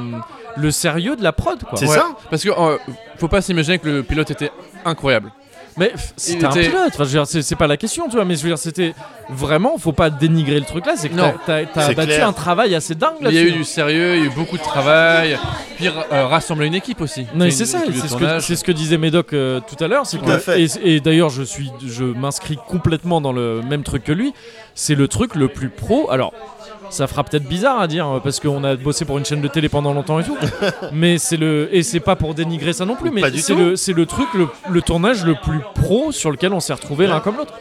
[SPEAKER 1] le sérieux de la prod, quoi.
[SPEAKER 3] C'est
[SPEAKER 2] Ouais.
[SPEAKER 3] ça
[SPEAKER 2] Parce que euh, faut pas s'imaginer que le pilote était incroyable.
[SPEAKER 1] Mais f- c'était un
[SPEAKER 2] était-
[SPEAKER 1] pilote. Enfin, je veux dire, c'est c'est pas la question, tu vois. Mais je veux dire, c'était vraiment, faut pas dénigrer le truc là. C'est que
[SPEAKER 2] Non.
[SPEAKER 1] t'as- t'as t'as
[SPEAKER 3] C'est
[SPEAKER 1] battu
[SPEAKER 3] clair.
[SPEAKER 1] un travail assez dingue
[SPEAKER 2] Il y a eu
[SPEAKER 1] là-dessus.
[SPEAKER 2] du sérieux, il y a eu beaucoup de travail, puis ra- euh, rassembler une équipe aussi.
[SPEAKER 1] Non, mais
[SPEAKER 2] Une
[SPEAKER 1] c'est ça,
[SPEAKER 2] équipe de
[SPEAKER 1] c'est ce, que,
[SPEAKER 2] tournage.
[SPEAKER 1] c'est ce que disait Médoc euh, tout à l'heure, c'est
[SPEAKER 3] Tout à
[SPEAKER 1] que
[SPEAKER 3] fait.
[SPEAKER 1] et, et d'ailleurs je suis, je m'inscris complètement dans le même truc que lui. C'est le truc le plus pro. Alors, ça fera peut-être bizarre à dire euh, parce qu'on a bossé pour une chaîne de télé pendant longtemps et tout, mais c'est le et c'est pas pour dénigrer ça non plus, mais
[SPEAKER 3] Pas du
[SPEAKER 1] c'est
[SPEAKER 3] tout.
[SPEAKER 1] le c'est le truc le, le tournage le plus pro sur lequel on s'est retrouvé l'un
[SPEAKER 3] Ouais.
[SPEAKER 1] comme l'autre.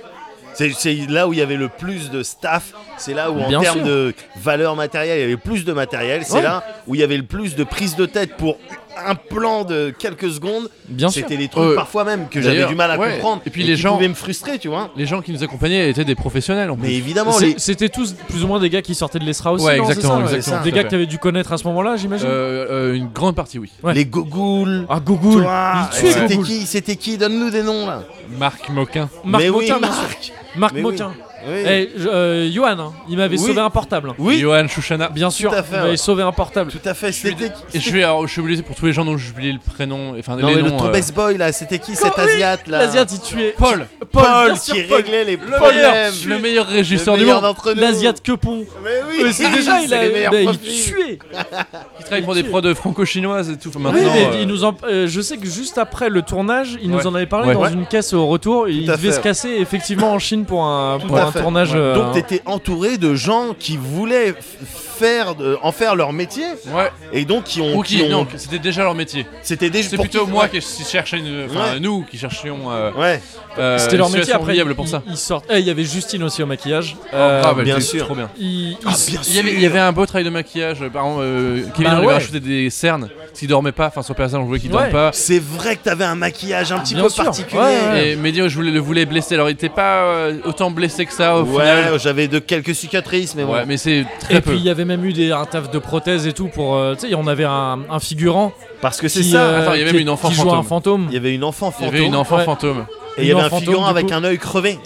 [SPEAKER 3] C'est, c'est là où il y avait le plus de staff, c'est là où en
[SPEAKER 1] Bien
[SPEAKER 3] termes
[SPEAKER 1] sûr.
[SPEAKER 3] de valeur matérielle, il y avait plus de matériel, c'est
[SPEAKER 1] Ouais.
[SPEAKER 3] là où il y avait le plus de prise de tête pour un plan de quelques secondes.
[SPEAKER 1] Bien sûr.
[SPEAKER 3] C'était des trucs
[SPEAKER 2] Euh,
[SPEAKER 3] parfois même que j'avais
[SPEAKER 2] d'ailleurs,
[SPEAKER 3] du mal à
[SPEAKER 2] ouais.
[SPEAKER 3] comprendre
[SPEAKER 2] Et puis les
[SPEAKER 3] qui
[SPEAKER 2] gens-
[SPEAKER 3] pouvaient me frustrer, tu vois.
[SPEAKER 2] Les gens qui nous accompagnaient étaient des professionnels en plus.
[SPEAKER 3] Mais évidemment,
[SPEAKER 1] C'est-
[SPEAKER 3] les...
[SPEAKER 1] C'était tous plus ou moins des gars qui sortaient de l'ESRA aussi.
[SPEAKER 2] Ouais,
[SPEAKER 1] non, c'est
[SPEAKER 2] exactement,
[SPEAKER 1] ça, ouais.
[SPEAKER 2] exactement,
[SPEAKER 1] Des
[SPEAKER 2] tout à
[SPEAKER 1] gars
[SPEAKER 2] fait.
[SPEAKER 1] que t'avais dû connaître à ce moment-là, j'imagine.
[SPEAKER 2] Euh, euh, une grande partie, oui.
[SPEAKER 1] ouais.
[SPEAKER 3] les Gogouls.
[SPEAKER 1] Ah, Gougoul
[SPEAKER 3] toi,
[SPEAKER 1] Il tuait
[SPEAKER 3] c'était
[SPEAKER 1] Gougoul.
[SPEAKER 3] qui C'était qui Donne-nous des noms là.
[SPEAKER 2] Marc Moquin.
[SPEAKER 1] Marc hein.
[SPEAKER 3] Mais oui,
[SPEAKER 1] Moquin, bien sûr.
[SPEAKER 3] Marc.
[SPEAKER 1] Marc
[SPEAKER 3] Mais oui.
[SPEAKER 1] Moquin.
[SPEAKER 3] Oui.
[SPEAKER 1] Eh, je- euh, Johan, hein, il m'avait
[SPEAKER 3] Oui.
[SPEAKER 1] sauvé un portable.
[SPEAKER 3] Oui,
[SPEAKER 2] Johan Chouchana.
[SPEAKER 1] Bien sûr,
[SPEAKER 3] à fait,
[SPEAKER 1] il m'avait
[SPEAKER 3] ouais.
[SPEAKER 1] sauvé un portable.
[SPEAKER 3] tout à fait. C'était qui
[SPEAKER 2] Et je suis, alors, je suis obligé pour tous les gens dont j'ai oublié le prénom, enfin
[SPEAKER 3] Non,
[SPEAKER 2] les
[SPEAKER 3] mais le
[SPEAKER 2] noms. euh,
[SPEAKER 3] Trobes Boy là, c'était qui cet
[SPEAKER 1] oui,
[SPEAKER 3] Asiate là
[SPEAKER 1] L'Asiate, il tuait.
[SPEAKER 2] Paul,
[SPEAKER 3] Paul
[SPEAKER 1] bien sûr,
[SPEAKER 3] qui
[SPEAKER 1] Paul.
[SPEAKER 3] réglait les
[SPEAKER 1] meilleur,
[SPEAKER 3] problèmes.
[SPEAKER 1] je suis
[SPEAKER 2] le meilleur
[SPEAKER 3] Le
[SPEAKER 2] régisseur du
[SPEAKER 3] meilleur
[SPEAKER 2] monde,
[SPEAKER 3] d'entre nous.
[SPEAKER 1] L'Asiate que pont.
[SPEAKER 3] Mais oui,
[SPEAKER 1] Mais c'est déjà, il
[SPEAKER 3] c'est les
[SPEAKER 1] a
[SPEAKER 3] meilleurs
[SPEAKER 1] bah, il
[SPEAKER 3] profils.
[SPEAKER 1] tuait.
[SPEAKER 2] qui travaille pour des prods euh, franco-chinoises et tout. Enfin,
[SPEAKER 1] Oui,
[SPEAKER 2] maintenant,
[SPEAKER 1] mais
[SPEAKER 2] euh,
[SPEAKER 1] il nous en- euh, je sais que juste après le tournage, il nous
[SPEAKER 2] Ouais.
[SPEAKER 1] en avait parlé
[SPEAKER 2] Ouais.
[SPEAKER 1] dans
[SPEAKER 2] Ouais.
[SPEAKER 1] une caisse au retour. Et il
[SPEAKER 3] à
[SPEAKER 1] devait
[SPEAKER 3] fait.
[SPEAKER 1] se casser effectivement en Chine pour un, pour
[SPEAKER 3] à
[SPEAKER 1] un
[SPEAKER 3] fait.
[SPEAKER 1] tournage. euh,
[SPEAKER 3] Donc t'étais entouré de gens qui voulaient f- faire de- en faire leur métier
[SPEAKER 2] Ouais,
[SPEAKER 3] et donc qui ont,
[SPEAKER 2] ou qui,
[SPEAKER 3] qui ont-
[SPEAKER 2] non, c'était déjà leur métier.
[SPEAKER 3] c'était déjà
[SPEAKER 2] C'est
[SPEAKER 3] pour
[SPEAKER 2] plutôt
[SPEAKER 3] qui-
[SPEAKER 2] moi qui cherchais, une- enfin
[SPEAKER 3] Ouais.
[SPEAKER 2] nous qui cherchions. euh,
[SPEAKER 3] Ouais,
[SPEAKER 2] euh,
[SPEAKER 1] C'était leur
[SPEAKER 2] une
[SPEAKER 1] métier
[SPEAKER 2] situation
[SPEAKER 1] après.
[SPEAKER 2] viable pour
[SPEAKER 1] ils-
[SPEAKER 2] ça.
[SPEAKER 1] Ils sortent. Eh, il y avait Justine aussi au maquillage. Euh,
[SPEAKER 2] Oh, grave, Ah, elle
[SPEAKER 3] Ah, bien
[SPEAKER 2] était
[SPEAKER 3] sûr.
[SPEAKER 2] Trop bien.
[SPEAKER 1] il- il-
[SPEAKER 2] Il y, avait, il y avait un beau travail de maquillage. euh, Par exemple, euh, Kevin
[SPEAKER 1] Bah
[SPEAKER 2] lui avait
[SPEAKER 1] ouais.
[SPEAKER 2] rajouté des cernes parce qu'il dormait pas. Enfin, son personnage, on voulait qu'il
[SPEAKER 1] Ouais.
[SPEAKER 2] dorme pas.
[SPEAKER 3] c'est vrai que t'avais un maquillage un petit
[SPEAKER 1] Ah, Bien
[SPEAKER 3] peu
[SPEAKER 1] sûr.
[SPEAKER 3] particulier.
[SPEAKER 1] Ouais, ouais.
[SPEAKER 2] Et Mehdi, je voulais, le voulais blesser. Alors, il était pas euh, autant blessé que ça au
[SPEAKER 3] Ouais,
[SPEAKER 2] final.
[SPEAKER 3] j'avais de quelques cicatrices, mais bon.
[SPEAKER 2] Ouais, mais c'est très
[SPEAKER 1] Et
[SPEAKER 2] peu.
[SPEAKER 1] puis il y avait même eu des, un taf de prothèses et tout pour. euh, tu sais, on avait un, un figurant
[SPEAKER 3] parce que c'est
[SPEAKER 1] qui,
[SPEAKER 3] ça.
[SPEAKER 1] euh,
[SPEAKER 2] Attends, il y avait
[SPEAKER 1] qui-
[SPEAKER 2] même une enfant
[SPEAKER 1] qui jouait un fantôme.
[SPEAKER 3] Il y avait une enfant
[SPEAKER 2] Il y
[SPEAKER 3] fantôme
[SPEAKER 2] avait une enfant
[SPEAKER 1] Ouais.
[SPEAKER 2] fantôme.
[SPEAKER 3] et il y
[SPEAKER 1] une
[SPEAKER 3] avait un
[SPEAKER 1] enfant fantôme,
[SPEAKER 3] figurant
[SPEAKER 1] du
[SPEAKER 3] avec
[SPEAKER 1] coup.
[SPEAKER 3] un œil crevé.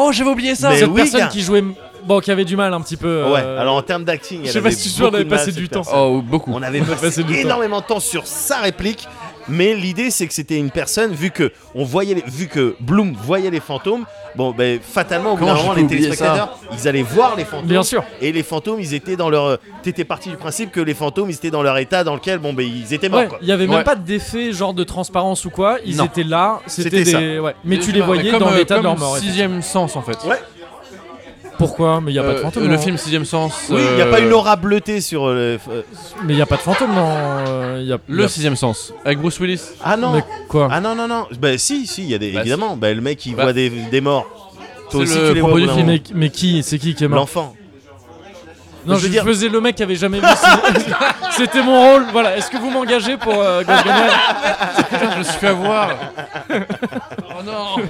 [SPEAKER 2] Oh, j'avais oublié ça.
[SPEAKER 3] Mais
[SPEAKER 1] Cette
[SPEAKER 3] oui,
[SPEAKER 1] personne
[SPEAKER 3] gars.
[SPEAKER 1] qui jouait. Bon, qui avait du mal un petit peu. euh,
[SPEAKER 3] Ouais. Alors en termes d'acting,
[SPEAKER 1] je
[SPEAKER 3] elle
[SPEAKER 1] sais pas
[SPEAKER 3] avait
[SPEAKER 1] si tu te souviens, on
[SPEAKER 3] beaucoup
[SPEAKER 1] avait
[SPEAKER 3] de mal,
[SPEAKER 1] passé
[SPEAKER 3] cette
[SPEAKER 1] du temps.
[SPEAKER 3] personne.
[SPEAKER 2] Oh, beaucoup.
[SPEAKER 3] On avait passé
[SPEAKER 1] passé du temps.
[SPEAKER 3] énormément de temps sur sa réplique, mais l'idée c'est que c'était une personne vu que on voyait, les- vu que Bloom voyait les fantômes. Bon, ben fatalement, au bout
[SPEAKER 2] Comment
[SPEAKER 3] d'un
[SPEAKER 2] j'ai
[SPEAKER 3] moment,
[SPEAKER 2] pu
[SPEAKER 3] les
[SPEAKER 2] oublier ça
[SPEAKER 3] téléspectateurs, ils allaient voir les fantômes.
[SPEAKER 1] Bien sûr.
[SPEAKER 3] Et les fantômes, ils étaient dans leur. euh, T'étais parti du principe que les fantômes, ils étaient dans leur état dans lequel, bon, ben ils étaient morts.
[SPEAKER 1] Ouais,
[SPEAKER 3] quoi.
[SPEAKER 1] il y avait même
[SPEAKER 2] Ouais.
[SPEAKER 1] pas d'effet genre de transparence ou quoi. Ils
[SPEAKER 2] Non.
[SPEAKER 1] étaient là. C'était
[SPEAKER 3] C'était ça.
[SPEAKER 1] des. Ouais. Mais tu
[SPEAKER 2] Mais
[SPEAKER 1] les voyais
[SPEAKER 2] comme,
[SPEAKER 1] dans
[SPEAKER 2] euh,
[SPEAKER 1] l'état de
[SPEAKER 2] comme
[SPEAKER 1] leur mort. et tout.
[SPEAKER 2] Sixième sens, en fait.
[SPEAKER 3] Ouais,
[SPEAKER 1] Pourquoi Mais il y a pas de
[SPEAKER 2] Euh,
[SPEAKER 1] fantôme. hein.
[SPEAKER 2] Le
[SPEAKER 1] non
[SPEAKER 2] film Sixième Sens.
[SPEAKER 3] Oui, il n'y a
[SPEAKER 2] euh,
[SPEAKER 3] pas une aura bleutée sur. euh, f- euh,
[SPEAKER 1] Mais il y a pas de fantôme dans. euh, y a- y
[SPEAKER 2] Le
[SPEAKER 1] a-
[SPEAKER 2] Sixième Sens avec Bruce Willis.
[SPEAKER 3] Ah non.
[SPEAKER 1] Mais quoi
[SPEAKER 3] Ah non non non. Ben si si, il y a des
[SPEAKER 2] Bah,
[SPEAKER 3] évidemment. Ben le mec il
[SPEAKER 2] Bah.
[SPEAKER 3] voit des, des morts. Toi
[SPEAKER 2] C'est
[SPEAKER 3] aussi
[SPEAKER 2] le
[SPEAKER 3] tu les vois.
[SPEAKER 2] propos
[SPEAKER 3] au bout
[SPEAKER 2] du
[SPEAKER 3] d'un
[SPEAKER 2] film.
[SPEAKER 3] moment.
[SPEAKER 1] mais, mais qui C'est qui qui est mort
[SPEAKER 3] L'enfant.
[SPEAKER 1] Non,
[SPEAKER 3] Je
[SPEAKER 1] je,
[SPEAKER 3] veux dire-
[SPEAKER 1] faisais le mec qui avait jamais vu. ce- C'était mon rôle. Voilà. Est-ce que vous m'engagez pour euh, Ghost Gunner
[SPEAKER 2] Putain, je me suis fait avoir. oh non.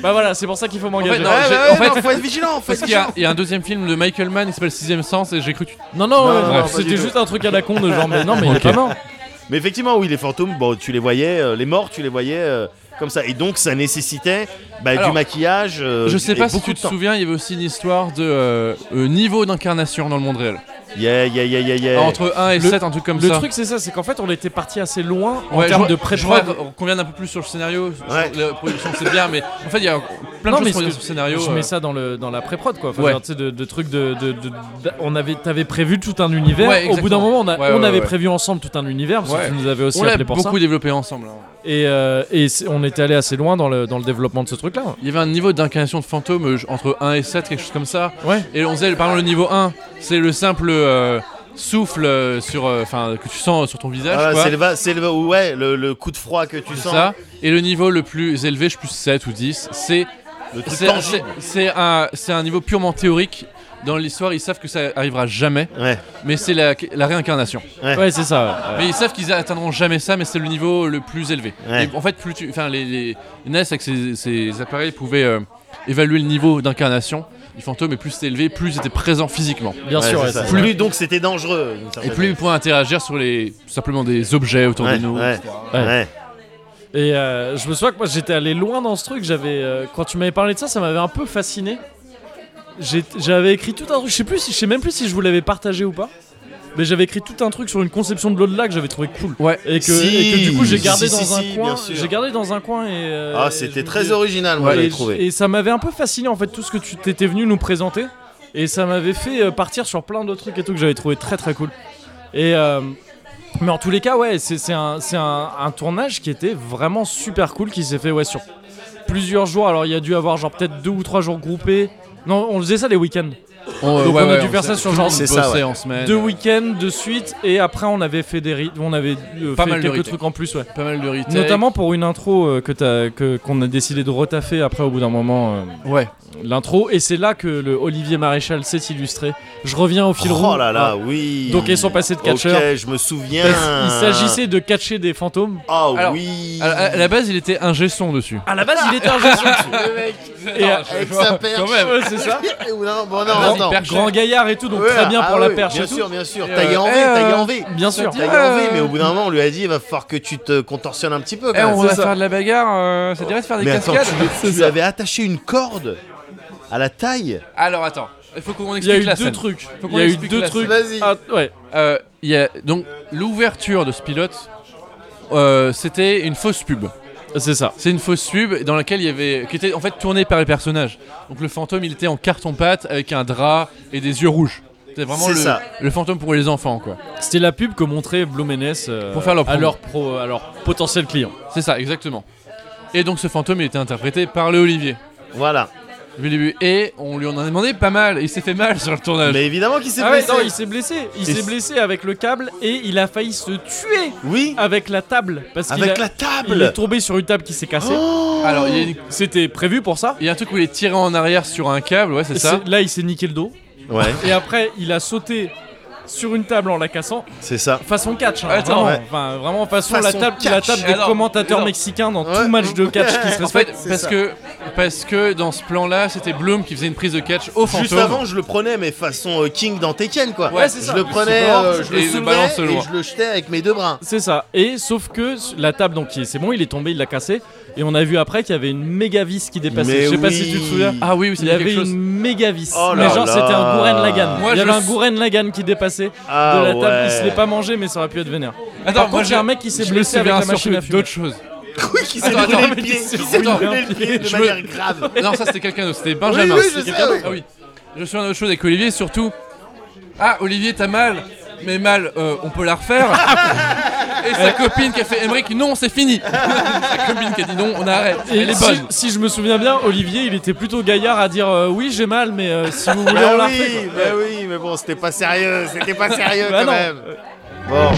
[SPEAKER 1] Bah voilà, c'est pour ça qu'il faut m'engager. Ah,
[SPEAKER 2] non, j'ai-
[SPEAKER 3] ouais,
[SPEAKER 2] en fait-
[SPEAKER 3] non, faut être vigilant. Faut
[SPEAKER 2] Parce
[SPEAKER 3] être
[SPEAKER 2] qu'il y, a-
[SPEAKER 3] vigilant.
[SPEAKER 2] il y a un deuxième film de Michael Mann qui s'appelle Sixième Sens et j'ai cru que tu...
[SPEAKER 1] Non, non,
[SPEAKER 3] Non,
[SPEAKER 1] ouais,
[SPEAKER 3] non,
[SPEAKER 1] bref,
[SPEAKER 3] pas du
[SPEAKER 1] c'était
[SPEAKER 3] tout.
[SPEAKER 1] juste un truc à la con de genre, mais non, mais il est
[SPEAKER 2] Ok.
[SPEAKER 1] pas mort.
[SPEAKER 3] Mais effectivement, oui, les fantômes, bon, tu les voyais, euh, les morts, tu les voyais euh, comme ça. Et donc, ça nécessitait bah,
[SPEAKER 2] Alors,
[SPEAKER 3] du maquillage. euh,
[SPEAKER 2] Je sais
[SPEAKER 3] et
[SPEAKER 2] pas si
[SPEAKER 3] beaucoup
[SPEAKER 2] tu
[SPEAKER 3] de
[SPEAKER 2] te
[SPEAKER 3] temps.
[SPEAKER 2] souviens, il y avait aussi une histoire de euh, euh, niveau d'incarnation dans le monde réel.
[SPEAKER 3] Yeah, yeah, yeah, yeah, yeah.
[SPEAKER 2] Entre 1 et
[SPEAKER 1] Eh. Le-
[SPEAKER 2] 7, un truc comme
[SPEAKER 1] Le
[SPEAKER 2] ça.
[SPEAKER 1] truc, c'est ça, c'est qu'en fait, on était parti assez loin en
[SPEAKER 2] Ouais, je
[SPEAKER 1] termes
[SPEAKER 2] vois-
[SPEAKER 1] de
[SPEAKER 2] je vois
[SPEAKER 1] pré-prod.
[SPEAKER 2] qu'on vienne un peu plus sur le scénario. sur
[SPEAKER 3] Ouais.
[SPEAKER 2] La production, c'est bien, mais en fait, il y a plein de
[SPEAKER 1] Non,
[SPEAKER 2] choses
[SPEAKER 1] mais
[SPEAKER 2] qu'on dit
[SPEAKER 1] ce-
[SPEAKER 2] sur le scénario.
[SPEAKER 1] je
[SPEAKER 2] euh,
[SPEAKER 1] mets ça dans, le, dans la pré-prod, quoi. Enfin,
[SPEAKER 2] Ouais.
[SPEAKER 1] genre, tu sais, de, de trucs de. de- de- d'a- on avait, t'avais prévu tout un univers.
[SPEAKER 2] Ouais,
[SPEAKER 1] Au bout d'un
[SPEAKER 2] exactement.
[SPEAKER 1] moment, on, a-
[SPEAKER 2] Ouais,
[SPEAKER 1] on
[SPEAKER 2] ouais,
[SPEAKER 1] avait
[SPEAKER 2] ouais.
[SPEAKER 1] prévu ensemble tout un univers, parce
[SPEAKER 2] Ouais.
[SPEAKER 1] que tu nous avais aussi
[SPEAKER 2] on l'a
[SPEAKER 1] appelé pour ça.
[SPEAKER 2] beaucoup développé ensemble. hein.
[SPEAKER 1] Et, euh, et c'est- on était allé assez loin dans le, dans le développement de ce truc-là.
[SPEAKER 2] Il y avait un niveau d'incarnation de fantôme euh, entre 1 et 7, quelque chose comme ça.
[SPEAKER 1] Ouais.
[SPEAKER 2] Et on faisait, par exemple, le niveau 1, c'est le simple euh, souffle euh, sur, euh, enfin, que tu sens sur ton visage.
[SPEAKER 3] Voilà,
[SPEAKER 2] quoi.
[SPEAKER 3] c'est le, va- c'est le, ouais, le, le coup de froid que tu
[SPEAKER 2] C'est
[SPEAKER 3] sens.
[SPEAKER 2] ça. Et le niveau le plus élevé, je suis plus 7 ou 10, c'est
[SPEAKER 3] Le truc
[SPEAKER 2] c'est- c'est
[SPEAKER 3] tangible.
[SPEAKER 2] c'est un, c'est un niveau purement théorique. Dans l'histoire, ils savent que ça arrivera jamais,
[SPEAKER 3] Ouais.
[SPEAKER 2] mais c'est la, la réincarnation.
[SPEAKER 1] Ouais, c'est ça. ouais.
[SPEAKER 2] Mais ils savent qu'ils atteindront jamais ça, mais c'est le niveau le plus élevé.
[SPEAKER 3] Ouais.
[SPEAKER 2] Et en fait, plus tu, enfin, les, les NES avec ses, ses appareils pouvaient euh, évaluer le niveau d'incarnation du fantôme, et plus c'était élevé, plus ils étaient présents physiquement.
[SPEAKER 1] Bien
[SPEAKER 3] Ouais,
[SPEAKER 1] sûr,
[SPEAKER 3] c'est
[SPEAKER 1] ouais,
[SPEAKER 3] ça.
[SPEAKER 1] c'est ça.
[SPEAKER 3] Plus donc c'était dangereux. d'une
[SPEAKER 2] Et
[SPEAKER 3] certaine
[SPEAKER 2] plus ils pouvaient interagir sur les simplement des objets autour
[SPEAKER 3] manière.
[SPEAKER 2] de nous.
[SPEAKER 3] Ouais, ouais,
[SPEAKER 1] Ouais.
[SPEAKER 3] ouais.
[SPEAKER 1] Et euh, je me souviens que moi j'étais allé loin dans ce truc. J'avais euh, quand tu m'avais parlé de ça, ça m'avait un peu fasciné. J'ai- J'avais écrit tout un truc. Je sais plus, si- je sais même plus si je vous l'avais partagé ou pas. mais j'avais écrit tout un truc sur une conception de l'au-delà que j'avais trouvé cool.
[SPEAKER 2] Ouais.
[SPEAKER 1] Et que,
[SPEAKER 3] Si,
[SPEAKER 1] et que du coup j'ai
[SPEAKER 3] si,
[SPEAKER 1] gardé
[SPEAKER 3] si,
[SPEAKER 1] dans
[SPEAKER 3] si,
[SPEAKER 1] un
[SPEAKER 3] si,
[SPEAKER 1] coin.
[SPEAKER 3] bien sûr.
[SPEAKER 1] J'ai gardé dans un coin et. euh,
[SPEAKER 3] Ah,
[SPEAKER 1] et je
[SPEAKER 3] c'était
[SPEAKER 1] me
[SPEAKER 3] très
[SPEAKER 1] dis-
[SPEAKER 3] original, moi,
[SPEAKER 1] et,
[SPEAKER 3] j'ai
[SPEAKER 1] j-
[SPEAKER 3] trouvé.
[SPEAKER 1] et ça m'avait un peu fasciné en fait tout ce que tu t'étais venu nous présenter. Et ça m'avait fait euh, partir sur plein d'autres trucs et tout que j'avais trouvé très très cool. Et euh, mais en tous les cas, ouais, c'est c'est un, c'est un, un tournage qui était vraiment super cool qui s'est fait ouais, sur plusieurs jours. Alors il y a dû avoir genre peut-être deux ou trois jours groupés. Non, on faisait ça les week-ends.
[SPEAKER 2] On,
[SPEAKER 1] Donc on a dû faire ça sur genre
[SPEAKER 3] C'est ça, ouais.
[SPEAKER 2] en semaine. euh,
[SPEAKER 1] Deux week-ends de suite et après on avait fait des ri- on avait euh,
[SPEAKER 2] Pas
[SPEAKER 1] fait
[SPEAKER 2] mal de
[SPEAKER 1] quelques
[SPEAKER 2] retakes.
[SPEAKER 1] trucs en plus ouais.
[SPEAKER 2] Pas mal de retakes.
[SPEAKER 1] Notamment pour une intro euh, que t'as- que qu'on a décidé de retaffer après au bout d'un moment euh,
[SPEAKER 2] Ouais.
[SPEAKER 1] l'intro et c'est là que le Olivier Maréchal s'est illustré. Je reviens au fil rouge.
[SPEAKER 3] Oh là là,
[SPEAKER 1] Ah.
[SPEAKER 3] oui.
[SPEAKER 1] Donc, ils sont passés de catcheurs.
[SPEAKER 3] Ok, je me souviens.
[SPEAKER 1] Il s'agissait de catcher des fantômes.
[SPEAKER 3] Oh
[SPEAKER 2] Alors,
[SPEAKER 3] oui.
[SPEAKER 2] À, à la base, il était un gesson dessus.
[SPEAKER 1] À la base, il était un gestion. Et, euh,
[SPEAKER 3] Avec sa perche.
[SPEAKER 2] Quand même.
[SPEAKER 1] ouais, c'est ça.
[SPEAKER 3] Ou non, bon,
[SPEAKER 1] Grand,
[SPEAKER 3] non, non.
[SPEAKER 1] grand gaillard et tout, donc
[SPEAKER 3] Ouais,
[SPEAKER 1] très bien
[SPEAKER 3] ah
[SPEAKER 1] pour la
[SPEAKER 3] oui,
[SPEAKER 1] perche
[SPEAKER 3] Bien
[SPEAKER 1] et tout.
[SPEAKER 3] sûr, bien sûr.
[SPEAKER 2] Et,
[SPEAKER 3] Taillé en V,
[SPEAKER 2] euh,
[SPEAKER 3] taillé
[SPEAKER 2] eh,
[SPEAKER 3] en V.
[SPEAKER 1] Bien sûr. Euh,
[SPEAKER 3] Taillé en V, mais au bout d'un moment, on lui a dit il va falloir que tu te contorsionnes un petit peu. quand
[SPEAKER 2] Eh,
[SPEAKER 3] même.
[SPEAKER 2] on va
[SPEAKER 3] C'est ça.
[SPEAKER 2] faire de la bagarre, euh, ça dirait de faire des
[SPEAKER 3] Mais attends,
[SPEAKER 2] cascades
[SPEAKER 3] tu, lui- tu lui avais attaché une corde à la taille.
[SPEAKER 2] Alors attends, il faut qu'on
[SPEAKER 1] Il y a
[SPEAKER 2] explique
[SPEAKER 1] eu
[SPEAKER 2] la
[SPEAKER 1] deux
[SPEAKER 2] scène.
[SPEAKER 1] trucs.
[SPEAKER 2] Faut qu'on
[SPEAKER 1] Il y a eu
[SPEAKER 2] explique
[SPEAKER 1] deux
[SPEAKER 2] la
[SPEAKER 1] trucs.
[SPEAKER 3] Vas-y.
[SPEAKER 1] Ah, ouais.
[SPEAKER 2] Euh, il y a, donc l'ouverture de ce pilote, euh, c'était une fausse pub.
[SPEAKER 1] C'est ça.
[SPEAKER 2] C'est une fausse pub dans laquelle il y avait, qui était en fait tournée par les personnages. Donc le fantôme, il était en carton pâte avec un drap et des yeux rouges. C'était vraiment
[SPEAKER 3] C'est
[SPEAKER 2] le,
[SPEAKER 3] ça.
[SPEAKER 2] le fantôme pour les enfants, quoi.
[SPEAKER 1] C'était la pub que montrait Blumenes euh,
[SPEAKER 2] Pour faire leur
[SPEAKER 1] à
[SPEAKER 2] promo.
[SPEAKER 1] leur pro, à leur potentiel client.
[SPEAKER 2] C'est ça, exactement. Et donc ce fantôme, il était interprété par le Olivier.
[SPEAKER 3] Voilà.
[SPEAKER 2] depuis le début. Et on lui en a demandé pas mal. Et il s'est fait mal sur le tournage.
[SPEAKER 3] Mais évidemment qu'il s'est
[SPEAKER 1] Ah ouais,
[SPEAKER 3] blessé.
[SPEAKER 1] non, il s'est blessé. Il
[SPEAKER 2] Et
[SPEAKER 1] s'est
[SPEAKER 2] c'est-
[SPEAKER 1] blessé avec le câble et il a failli se tuer
[SPEAKER 3] Oui,
[SPEAKER 1] avec la table parce qu'il
[SPEAKER 3] avec
[SPEAKER 1] a-
[SPEAKER 3] la
[SPEAKER 1] il est
[SPEAKER 3] table. Oh.
[SPEAKER 1] tombé sur une table qui s'est cassée.
[SPEAKER 2] Alors il y, a une-
[SPEAKER 1] C'était prévu pour ça.
[SPEAKER 2] il y a un truc où il est tiré en arrière sur un câble, ouais, c'est ça.
[SPEAKER 1] C'est- Là, il s'est niqué le dos.
[SPEAKER 3] Ouais,
[SPEAKER 1] Et après, il a sauté sur une table en la cassant.
[SPEAKER 3] c'est ça.
[SPEAKER 1] Façon catch. hein,
[SPEAKER 2] Attends,
[SPEAKER 1] vraiment,
[SPEAKER 3] ouais.
[SPEAKER 1] Enfin, vraiment façon,
[SPEAKER 3] Façon
[SPEAKER 1] la table, la
[SPEAKER 3] catch.
[SPEAKER 1] table des
[SPEAKER 2] Alors,
[SPEAKER 1] commentateurs
[SPEAKER 2] alors.
[SPEAKER 1] mexicains dans
[SPEAKER 3] Ouais.
[SPEAKER 1] tout match de catch qui se
[SPEAKER 2] En fait,
[SPEAKER 1] respecte.
[SPEAKER 3] c'est
[SPEAKER 2] parce
[SPEAKER 3] ça.
[SPEAKER 2] que parce que dans ce plan-là, c'était Bloom qui faisait une prise de catch au fantôme.
[SPEAKER 3] Juste avant, je le prenais, mais façon euh, King dans Tekken, quoi.
[SPEAKER 1] Ouais, c'est ça.
[SPEAKER 3] Je le prenais,
[SPEAKER 2] Il se
[SPEAKER 3] euh,
[SPEAKER 2] branche
[SPEAKER 3] je le
[SPEAKER 2] et il le
[SPEAKER 3] soulevais
[SPEAKER 2] balance
[SPEAKER 3] et
[SPEAKER 2] loin.
[SPEAKER 3] je le jetais avec mes deux bras.
[SPEAKER 1] C'est ça. Et sauf que s- la table, donc il- c'est bon, il est tombé, il l'a cassé. Et on a vu après qu'il y avait une méga vis qui dépassait.
[SPEAKER 3] Mais
[SPEAKER 1] Je sais pas
[SPEAKER 3] oui.
[SPEAKER 1] si tu te souviens.
[SPEAKER 2] Ah oui, oui,
[SPEAKER 1] Il
[SPEAKER 2] c'est
[SPEAKER 1] y avait
[SPEAKER 2] quelque chose.
[SPEAKER 1] une méga vis.
[SPEAKER 3] Oh là
[SPEAKER 1] mais genre,
[SPEAKER 3] là.
[SPEAKER 1] c'était un Gouren Lagan.
[SPEAKER 2] Moi,
[SPEAKER 1] il y
[SPEAKER 2] je
[SPEAKER 1] avait
[SPEAKER 2] le
[SPEAKER 1] un
[SPEAKER 2] s-
[SPEAKER 1] Gouren Lagan qui dépassait
[SPEAKER 3] Ah,
[SPEAKER 1] de la table. Il
[SPEAKER 3] ouais.
[SPEAKER 1] se l'est pas mangé, mais ça aurait pu être vénère. Par
[SPEAKER 2] Attends, moi,
[SPEAKER 1] contre, j'ai
[SPEAKER 2] je-
[SPEAKER 1] un mec qui s'est
[SPEAKER 2] je me
[SPEAKER 1] blessé avec
[SPEAKER 2] souviens
[SPEAKER 1] la machine à
[SPEAKER 2] surtout
[SPEAKER 1] fumer.
[SPEAKER 2] d'autres choses.
[SPEAKER 3] Oui, qui s'est
[SPEAKER 2] Attends,
[SPEAKER 3] brûlé
[SPEAKER 2] attends,
[SPEAKER 3] le
[SPEAKER 1] mais
[SPEAKER 3] pied.
[SPEAKER 1] c'est
[SPEAKER 3] Qui s'est
[SPEAKER 1] brûlé
[SPEAKER 3] brûlé
[SPEAKER 1] un
[SPEAKER 3] le
[SPEAKER 1] pied.
[SPEAKER 3] pied de
[SPEAKER 2] Je me-
[SPEAKER 3] manière grave.
[SPEAKER 2] Non, ça c'était quelqu'un d'autre, c'était Benjamin.
[SPEAKER 3] Oui, oui,
[SPEAKER 2] C'était
[SPEAKER 3] je sais,
[SPEAKER 2] quelqu'un d'autre.
[SPEAKER 3] oui.
[SPEAKER 2] Ah oui. Je suis en autre chose avec Olivier, surtout. Ah, Olivier, t'as mal. Mais mal, euh, on peut la refaire. Et sa copine qui a fait Emmerich, non, c'est fini. sa copine qui a dit non, on arrête.
[SPEAKER 1] Et
[SPEAKER 2] Elle est
[SPEAKER 1] si,
[SPEAKER 2] bonne.
[SPEAKER 1] si je me souviens bien, Olivier, il était plutôt gaillard à dire euh, oui, j'ai mal, mais euh, si vous voulez, on la
[SPEAKER 3] Bah
[SPEAKER 1] refait, quoi.
[SPEAKER 3] oui, bah oui, mais bon, c'était pas sérieux, c'était pas sérieux
[SPEAKER 1] Bah
[SPEAKER 3] quand
[SPEAKER 1] non.
[SPEAKER 3] même. Bon.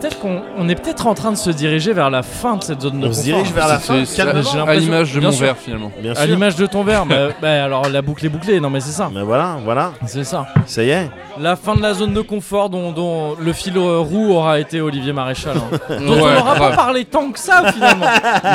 [SPEAKER 1] Peut-être qu'on on est peut-être en train de se diriger vers la fin de cette zone de
[SPEAKER 3] On se
[SPEAKER 1] confort.
[SPEAKER 3] dirige vers la fin.
[SPEAKER 2] C'est- c'est
[SPEAKER 3] Calmement.
[SPEAKER 1] j'ai
[SPEAKER 2] à
[SPEAKER 1] l'impression-
[SPEAKER 2] l'image de
[SPEAKER 1] bien
[SPEAKER 2] mon
[SPEAKER 1] sûr.
[SPEAKER 2] verre finalement.
[SPEAKER 3] Bien
[SPEAKER 1] À
[SPEAKER 3] sûr.
[SPEAKER 1] l'image de ton verre, bah, bah, alors la boucle est bouclée, non mais c'est ça,
[SPEAKER 3] Mais voilà, voilà,
[SPEAKER 1] c'est ça.
[SPEAKER 3] ça y est.
[SPEAKER 1] La fin de la zone de confort dont, dont le fil euh, roux aura été Olivier Maréchal. hein. dont on
[SPEAKER 2] Ouais,
[SPEAKER 1] n'aura pas
[SPEAKER 2] grave.
[SPEAKER 1] parlé tant que ça finalement.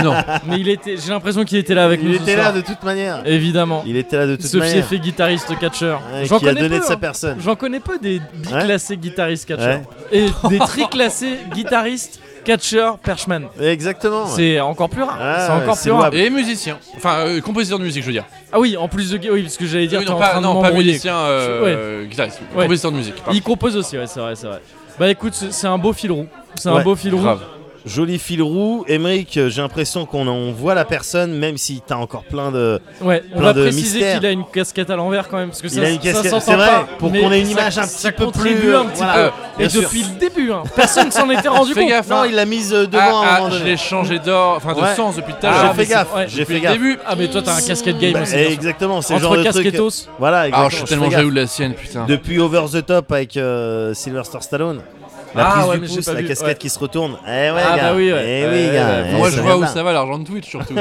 [SPEAKER 2] Non.
[SPEAKER 1] mais il était, j'ai l'impression qu'il était là avec
[SPEAKER 3] Il
[SPEAKER 1] nous.
[SPEAKER 3] était
[SPEAKER 1] ce
[SPEAKER 3] là
[SPEAKER 1] soir.
[SPEAKER 3] de toute manière.
[SPEAKER 1] Évidemment.
[SPEAKER 3] Il était là de toute
[SPEAKER 1] Ce
[SPEAKER 3] manière.
[SPEAKER 1] fait guitariste catcheur.
[SPEAKER 3] Ouais,
[SPEAKER 1] J'en
[SPEAKER 3] qui a
[SPEAKER 1] connais
[SPEAKER 3] donné
[SPEAKER 1] peu,
[SPEAKER 3] de sa
[SPEAKER 1] hein.
[SPEAKER 3] personne.
[SPEAKER 1] J'en connais peu des biclassés guitaristes catcheurs.
[SPEAKER 3] Ouais.
[SPEAKER 1] Et des triclassés guitaristes catcheurs perchman.
[SPEAKER 3] Exactement.
[SPEAKER 1] C'est encore plus rare.
[SPEAKER 3] Ah,
[SPEAKER 1] c'est encore
[SPEAKER 3] c'est
[SPEAKER 1] plus rare.
[SPEAKER 3] louable.
[SPEAKER 2] Et musicien. Enfin, euh, compositeur de musique, je veux dire.
[SPEAKER 1] Ah oui, en plus de oui, parce que j'allais dire
[SPEAKER 2] Oui,
[SPEAKER 1] t'es
[SPEAKER 2] non,
[SPEAKER 1] en
[SPEAKER 2] pas,
[SPEAKER 1] train de
[SPEAKER 2] non, pas
[SPEAKER 1] m'embrouiller.
[SPEAKER 2] musicien, euh, guitariste.
[SPEAKER 1] Ouais.
[SPEAKER 2] Compositeur de musique. pardon.
[SPEAKER 1] Il compose aussi, ouais, c'est vrai, c'est vrai. Bah écoute, c'est c'est un beau fil roux. C'est un
[SPEAKER 3] Ouais,
[SPEAKER 1] beau fil roux.
[SPEAKER 2] Grave.
[SPEAKER 3] Joli fil roux. Émeric, euh, j'ai l'impression qu'on en voit la personne, même si t'as encore plein de.
[SPEAKER 1] Ouais, on
[SPEAKER 3] Plein
[SPEAKER 1] va
[SPEAKER 3] de
[SPEAKER 1] préciser
[SPEAKER 3] mystères.
[SPEAKER 1] qu'il a une casquette à l'envers quand même, parce que
[SPEAKER 3] Il
[SPEAKER 1] ça,
[SPEAKER 3] a une
[SPEAKER 1] ça
[SPEAKER 3] casquette,
[SPEAKER 1] s'entend
[SPEAKER 3] c'est vrai,
[SPEAKER 1] pas,
[SPEAKER 3] pour
[SPEAKER 1] mais
[SPEAKER 3] qu'on ait une
[SPEAKER 1] ça-
[SPEAKER 3] image un
[SPEAKER 1] ça
[SPEAKER 3] petit peu
[SPEAKER 1] contribue
[SPEAKER 3] plus-
[SPEAKER 1] un petit
[SPEAKER 3] voilà,
[SPEAKER 1] peu.
[SPEAKER 3] bien
[SPEAKER 1] Et
[SPEAKER 3] sûr.
[SPEAKER 1] depuis le début, hein, personne s'en était rendu
[SPEAKER 2] Fais
[SPEAKER 1] compte.
[SPEAKER 2] gaffe,
[SPEAKER 3] Non,
[SPEAKER 2] hein.
[SPEAKER 3] il l'a mise euh, devant
[SPEAKER 2] Ah,
[SPEAKER 3] à un
[SPEAKER 2] ah,
[SPEAKER 3] moment
[SPEAKER 2] je
[SPEAKER 3] donné.
[SPEAKER 2] l'ai changé d'or, enfin de
[SPEAKER 3] Ouais.
[SPEAKER 2] sens depuis tout à
[SPEAKER 3] Ah,
[SPEAKER 2] l'heure.
[SPEAKER 3] j'ai fait
[SPEAKER 1] mais
[SPEAKER 3] gaffe,
[SPEAKER 1] c'est- ouais,
[SPEAKER 3] j'ai
[SPEAKER 2] depuis
[SPEAKER 3] fait
[SPEAKER 2] le
[SPEAKER 3] gaffe.
[SPEAKER 2] début.
[SPEAKER 1] Ah mais toi t'as un casquette game
[SPEAKER 3] Bah,
[SPEAKER 1] aussi.
[SPEAKER 3] eh, exactement, c'est le genre
[SPEAKER 1] Entre
[SPEAKER 3] de truc.
[SPEAKER 1] casquettos.
[SPEAKER 3] Voilà,
[SPEAKER 2] Ah,
[SPEAKER 3] exactement.
[SPEAKER 2] je suis
[SPEAKER 3] fais
[SPEAKER 2] tellement
[SPEAKER 3] gaffe.
[SPEAKER 2] jaloux de la sienne, putain.
[SPEAKER 3] Depuis Over the Top avec euh, Sylvester Stallone, La
[SPEAKER 1] Ah
[SPEAKER 3] prise
[SPEAKER 1] ouais,
[SPEAKER 3] du
[SPEAKER 1] mais j'ai
[SPEAKER 3] pouce,
[SPEAKER 1] pas
[SPEAKER 3] la
[SPEAKER 1] vu,
[SPEAKER 3] casquette
[SPEAKER 1] ouais.
[SPEAKER 3] qui se retourne. Eh ouais,
[SPEAKER 1] Ah bah
[SPEAKER 3] gars.
[SPEAKER 1] oui, ouais.
[SPEAKER 3] Eh
[SPEAKER 1] Ouais,
[SPEAKER 3] oui, gars.
[SPEAKER 1] ouais,
[SPEAKER 3] Eh,
[SPEAKER 2] Moi, je
[SPEAKER 3] ça
[SPEAKER 2] vois
[SPEAKER 3] va
[SPEAKER 2] où
[SPEAKER 3] pas.
[SPEAKER 2] ça va l'argent de Twitch surtout.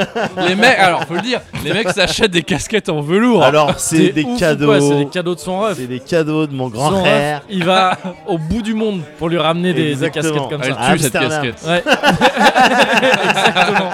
[SPEAKER 2] les mecs, alors faut le dire, les mecs s'achètent des casquettes en velours.
[SPEAKER 3] Alors, c'est
[SPEAKER 1] T'es
[SPEAKER 3] des
[SPEAKER 1] ouf ou pas
[SPEAKER 3] cadeaux.
[SPEAKER 1] C'est des cadeaux de son ref.
[SPEAKER 3] C'est des cadeaux de mon grand
[SPEAKER 1] Son ref,
[SPEAKER 3] frère.
[SPEAKER 1] il va au bout du monde pour lui ramener des, des
[SPEAKER 3] Exactement.
[SPEAKER 1] casquettes comme
[SPEAKER 2] Elle
[SPEAKER 1] ça.
[SPEAKER 2] tue cette
[SPEAKER 3] Ah, Amsterdam.
[SPEAKER 2] casquette.
[SPEAKER 1] Ouais. Exactement.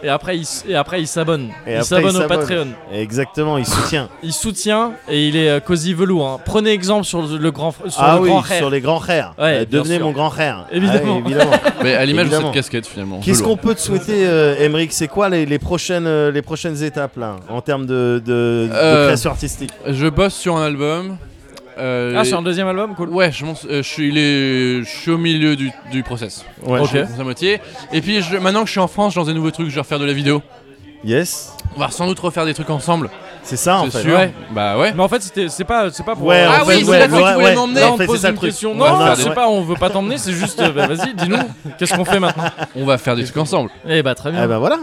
[SPEAKER 1] Et après, il, s- et après, il s'abonne. il
[SPEAKER 3] Et après,
[SPEAKER 1] s'abonne
[SPEAKER 3] il
[SPEAKER 1] au
[SPEAKER 3] s'abonne.
[SPEAKER 1] Patreon.
[SPEAKER 3] Exactement, il soutient.
[SPEAKER 1] Il soutient et il est euh, cosy velours. hein. Prenez exemple sur le, le grand, fr- sur
[SPEAKER 3] ah
[SPEAKER 1] le
[SPEAKER 3] oui,
[SPEAKER 1] grand frère.
[SPEAKER 3] sur les grands frères.
[SPEAKER 1] Ouais,
[SPEAKER 3] Euh,
[SPEAKER 1] bien
[SPEAKER 3] Devenez
[SPEAKER 1] sûr.
[SPEAKER 3] mon grand frère.
[SPEAKER 1] Évidemment.
[SPEAKER 3] Ah oui, évidemment.
[SPEAKER 2] Mais à l'image de
[SPEAKER 3] Évidemment.
[SPEAKER 2] cette casquette finalement.
[SPEAKER 3] Qu'est-ce qu'on
[SPEAKER 2] velours.
[SPEAKER 3] peut te souhaiter, euh, Emeric C'est quoi les, les prochaines, euh, les prochaines étapes là, en termes de, de, de
[SPEAKER 2] Euh,
[SPEAKER 3] création artistique
[SPEAKER 2] Je bosse sur un album. euh,
[SPEAKER 1] Ah, sur un deuxième album, cool.
[SPEAKER 2] Ouais, je, monte- euh, je suis, il est- je suis au milieu du, du process.
[SPEAKER 3] Ouais.
[SPEAKER 2] Je suis à moitié. Et puis je- maintenant que je suis en France, je lance des nouveaux trucs, je vais refaire de la vidéo.
[SPEAKER 3] Yes.
[SPEAKER 2] On va sans doute refaire des trucs ensemble,
[SPEAKER 3] C'est ça en
[SPEAKER 2] c'est
[SPEAKER 3] fait. hein?
[SPEAKER 2] sûr.
[SPEAKER 1] Ah, Ouais.
[SPEAKER 2] Bah ouais.
[SPEAKER 1] Mais en fait, c'était- c'est pas, c'est pas pour.
[SPEAKER 3] Ouais,
[SPEAKER 1] euh,
[SPEAKER 2] Ah
[SPEAKER 3] en
[SPEAKER 2] oui,
[SPEAKER 3] fait,
[SPEAKER 2] c'est
[SPEAKER 3] ouais,
[SPEAKER 2] là-dessus que tu
[SPEAKER 3] ouais,
[SPEAKER 2] voulais
[SPEAKER 3] ouais.
[SPEAKER 2] m'emmener.
[SPEAKER 3] En
[SPEAKER 1] on
[SPEAKER 3] fait,
[SPEAKER 1] pose
[SPEAKER 3] c'est ça
[SPEAKER 1] une
[SPEAKER 3] le truc.
[SPEAKER 1] question.
[SPEAKER 2] On va
[SPEAKER 1] Non, non,
[SPEAKER 2] faire
[SPEAKER 1] c'est
[SPEAKER 2] des-
[SPEAKER 1] pas, on veut pas t'emmener, c'est juste, euh, bah, vas-y, dis-nous, qu'est-ce qu'on fait maintenant
[SPEAKER 2] On va faire des trucs ensemble.
[SPEAKER 1] Eh bah, très
[SPEAKER 3] Eh
[SPEAKER 1] bien.
[SPEAKER 3] ben voilà.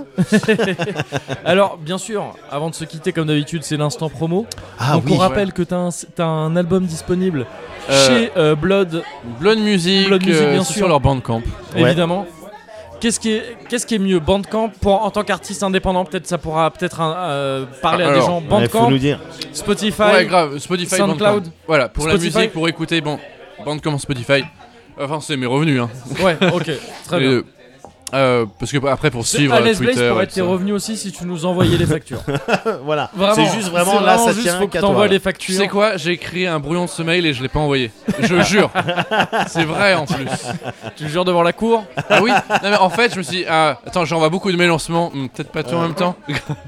[SPEAKER 1] Alors, bien sûr, avant de se quitter, comme d'habitude, c'est l'instant promo.
[SPEAKER 3] Ah
[SPEAKER 1] Donc, on rappelle que t'as un, t'as un album disponible
[SPEAKER 2] Euh,
[SPEAKER 1] chez euh, Blood,
[SPEAKER 2] Blood Music,
[SPEAKER 1] Blood Music,
[SPEAKER 2] euh,
[SPEAKER 1] bien
[SPEAKER 2] c'est
[SPEAKER 1] sûr.
[SPEAKER 2] sur leur bandcamp.
[SPEAKER 3] Ouais.
[SPEAKER 1] évidemment. Qu'est-ce qui, est, qu'est-ce qui est mieux Bandcamp pour, En tant qu'artiste indépendant, peut-être ça pourra peut-être un- euh, parler à
[SPEAKER 2] Alors,
[SPEAKER 1] des gens.
[SPEAKER 3] Il faut
[SPEAKER 1] Bandcamp,
[SPEAKER 3] nous dire.
[SPEAKER 1] Spotify.
[SPEAKER 2] Ouais, grave. Spotify,
[SPEAKER 1] SoundCloud.
[SPEAKER 2] Bandcamp. Voilà, pour
[SPEAKER 1] Spotify.
[SPEAKER 2] la musique, pour écouter, bon, Bandcamp, Spotify. Enfin, c'est mes revenus, hein.
[SPEAKER 1] Ouais, ok, très
[SPEAKER 2] Les
[SPEAKER 1] bien.
[SPEAKER 2] deux. Euh, parce que après, pour
[SPEAKER 1] C'est
[SPEAKER 2] suivre
[SPEAKER 1] à l'aise
[SPEAKER 2] Twitter.
[SPEAKER 1] Blaze pour
[SPEAKER 2] et
[SPEAKER 1] être
[SPEAKER 2] tout
[SPEAKER 1] tes
[SPEAKER 2] ça.
[SPEAKER 1] revenus aussi si tu nous envoyais les factures.
[SPEAKER 3] voilà.
[SPEAKER 1] Vraiment.
[SPEAKER 3] C'est juste vraiment
[SPEAKER 1] c'est
[SPEAKER 3] là, ça
[SPEAKER 1] juste,
[SPEAKER 3] tient
[SPEAKER 1] faut que
[SPEAKER 3] qu'à
[SPEAKER 1] t'envoies
[SPEAKER 3] toi. là.
[SPEAKER 1] les
[SPEAKER 2] Tu
[SPEAKER 1] factures.
[SPEAKER 2] sais quoi J'ai écrit un brouillon de ce mail et je l'ai pas envoyé. Je jure. C'est vrai en plus.
[SPEAKER 1] Tu jures devant la cour
[SPEAKER 2] Ah oui Non mais en fait, je me suis dit, ah, attends, j'envoie beaucoup de mails en ce moment. Hmm, Peut-être pas tout en même temps.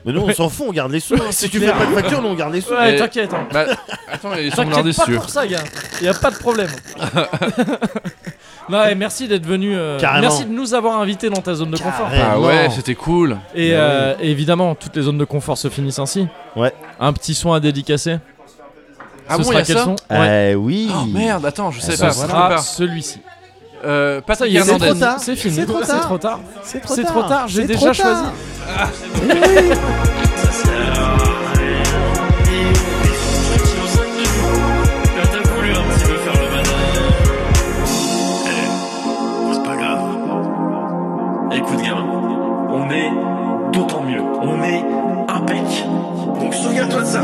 [SPEAKER 3] Mais nous, on s'en fout, on garde les sous. hein. Si tu fais pas de facture, nous on garde les sous.
[SPEAKER 1] Ouais,
[SPEAKER 2] Et-
[SPEAKER 1] t'inquiète. hein.
[SPEAKER 2] Bah, attends, ils sont blindés
[SPEAKER 1] T'inquiète pas
[SPEAKER 2] dessus.
[SPEAKER 1] pour ça, gars. Y a pas de problème. non, et merci d'être venu. euh,
[SPEAKER 3] Carrément.
[SPEAKER 1] merci de nous avoir invités dans ta zone de confort.
[SPEAKER 3] Carrément.
[SPEAKER 2] Ah ouais, c'était cool.
[SPEAKER 1] Et euh, et évidemment, toutes les zones de confort se finissent ainsi.
[SPEAKER 3] Ouais.
[SPEAKER 1] Un petit soin à dédicacer.
[SPEAKER 2] Ah
[SPEAKER 1] ce
[SPEAKER 2] bon, y
[SPEAKER 1] sera
[SPEAKER 2] a
[SPEAKER 1] quel
[SPEAKER 2] ça
[SPEAKER 1] son Ouais.
[SPEAKER 3] Eh oui.
[SPEAKER 2] Oh merde, attends, je sais
[SPEAKER 1] Ce
[SPEAKER 2] pas. je sais
[SPEAKER 1] sera
[SPEAKER 2] pas.
[SPEAKER 1] celui-ci.
[SPEAKER 2] Ah, Euh, Patrick
[SPEAKER 1] c'est
[SPEAKER 2] Hernandez.
[SPEAKER 1] fini. C'est fini.
[SPEAKER 3] C'est trop tard.
[SPEAKER 1] C'est trop tard.
[SPEAKER 3] C'est
[SPEAKER 1] C'est trop tard. J'ai
[SPEAKER 3] C'est
[SPEAKER 1] déjà
[SPEAKER 3] trop tard.
[SPEAKER 1] choisi.
[SPEAKER 10] C'est pas grave. Écoute, gamin, on est d'autant mieux. On est impec. Donc souviens-toi de ça.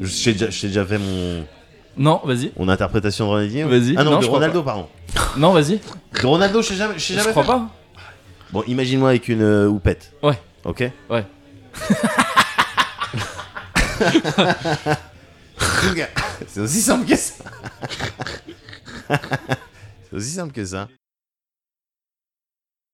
[SPEAKER 3] Je sais déjà, je sais déjà fait mon,
[SPEAKER 1] Non, vas-y.
[SPEAKER 3] mon interprétation de Ronaldinho.
[SPEAKER 1] Vas-y.
[SPEAKER 3] Ah non,
[SPEAKER 1] Non,
[SPEAKER 3] de
[SPEAKER 1] je crois
[SPEAKER 3] Ronaldo, pardon.
[SPEAKER 1] Non, vas-y.
[SPEAKER 3] De Ronaldo, je sais jamais, je sais
[SPEAKER 1] Je
[SPEAKER 3] jamais
[SPEAKER 1] crois
[SPEAKER 3] fait.
[SPEAKER 1] pas.
[SPEAKER 3] Bon, imagine-moi avec une euh, houppette.
[SPEAKER 1] Ouais.
[SPEAKER 3] Ok.
[SPEAKER 1] Ouais.
[SPEAKER 3] C'est aussi simple que ça. C'est aussi simple que ça.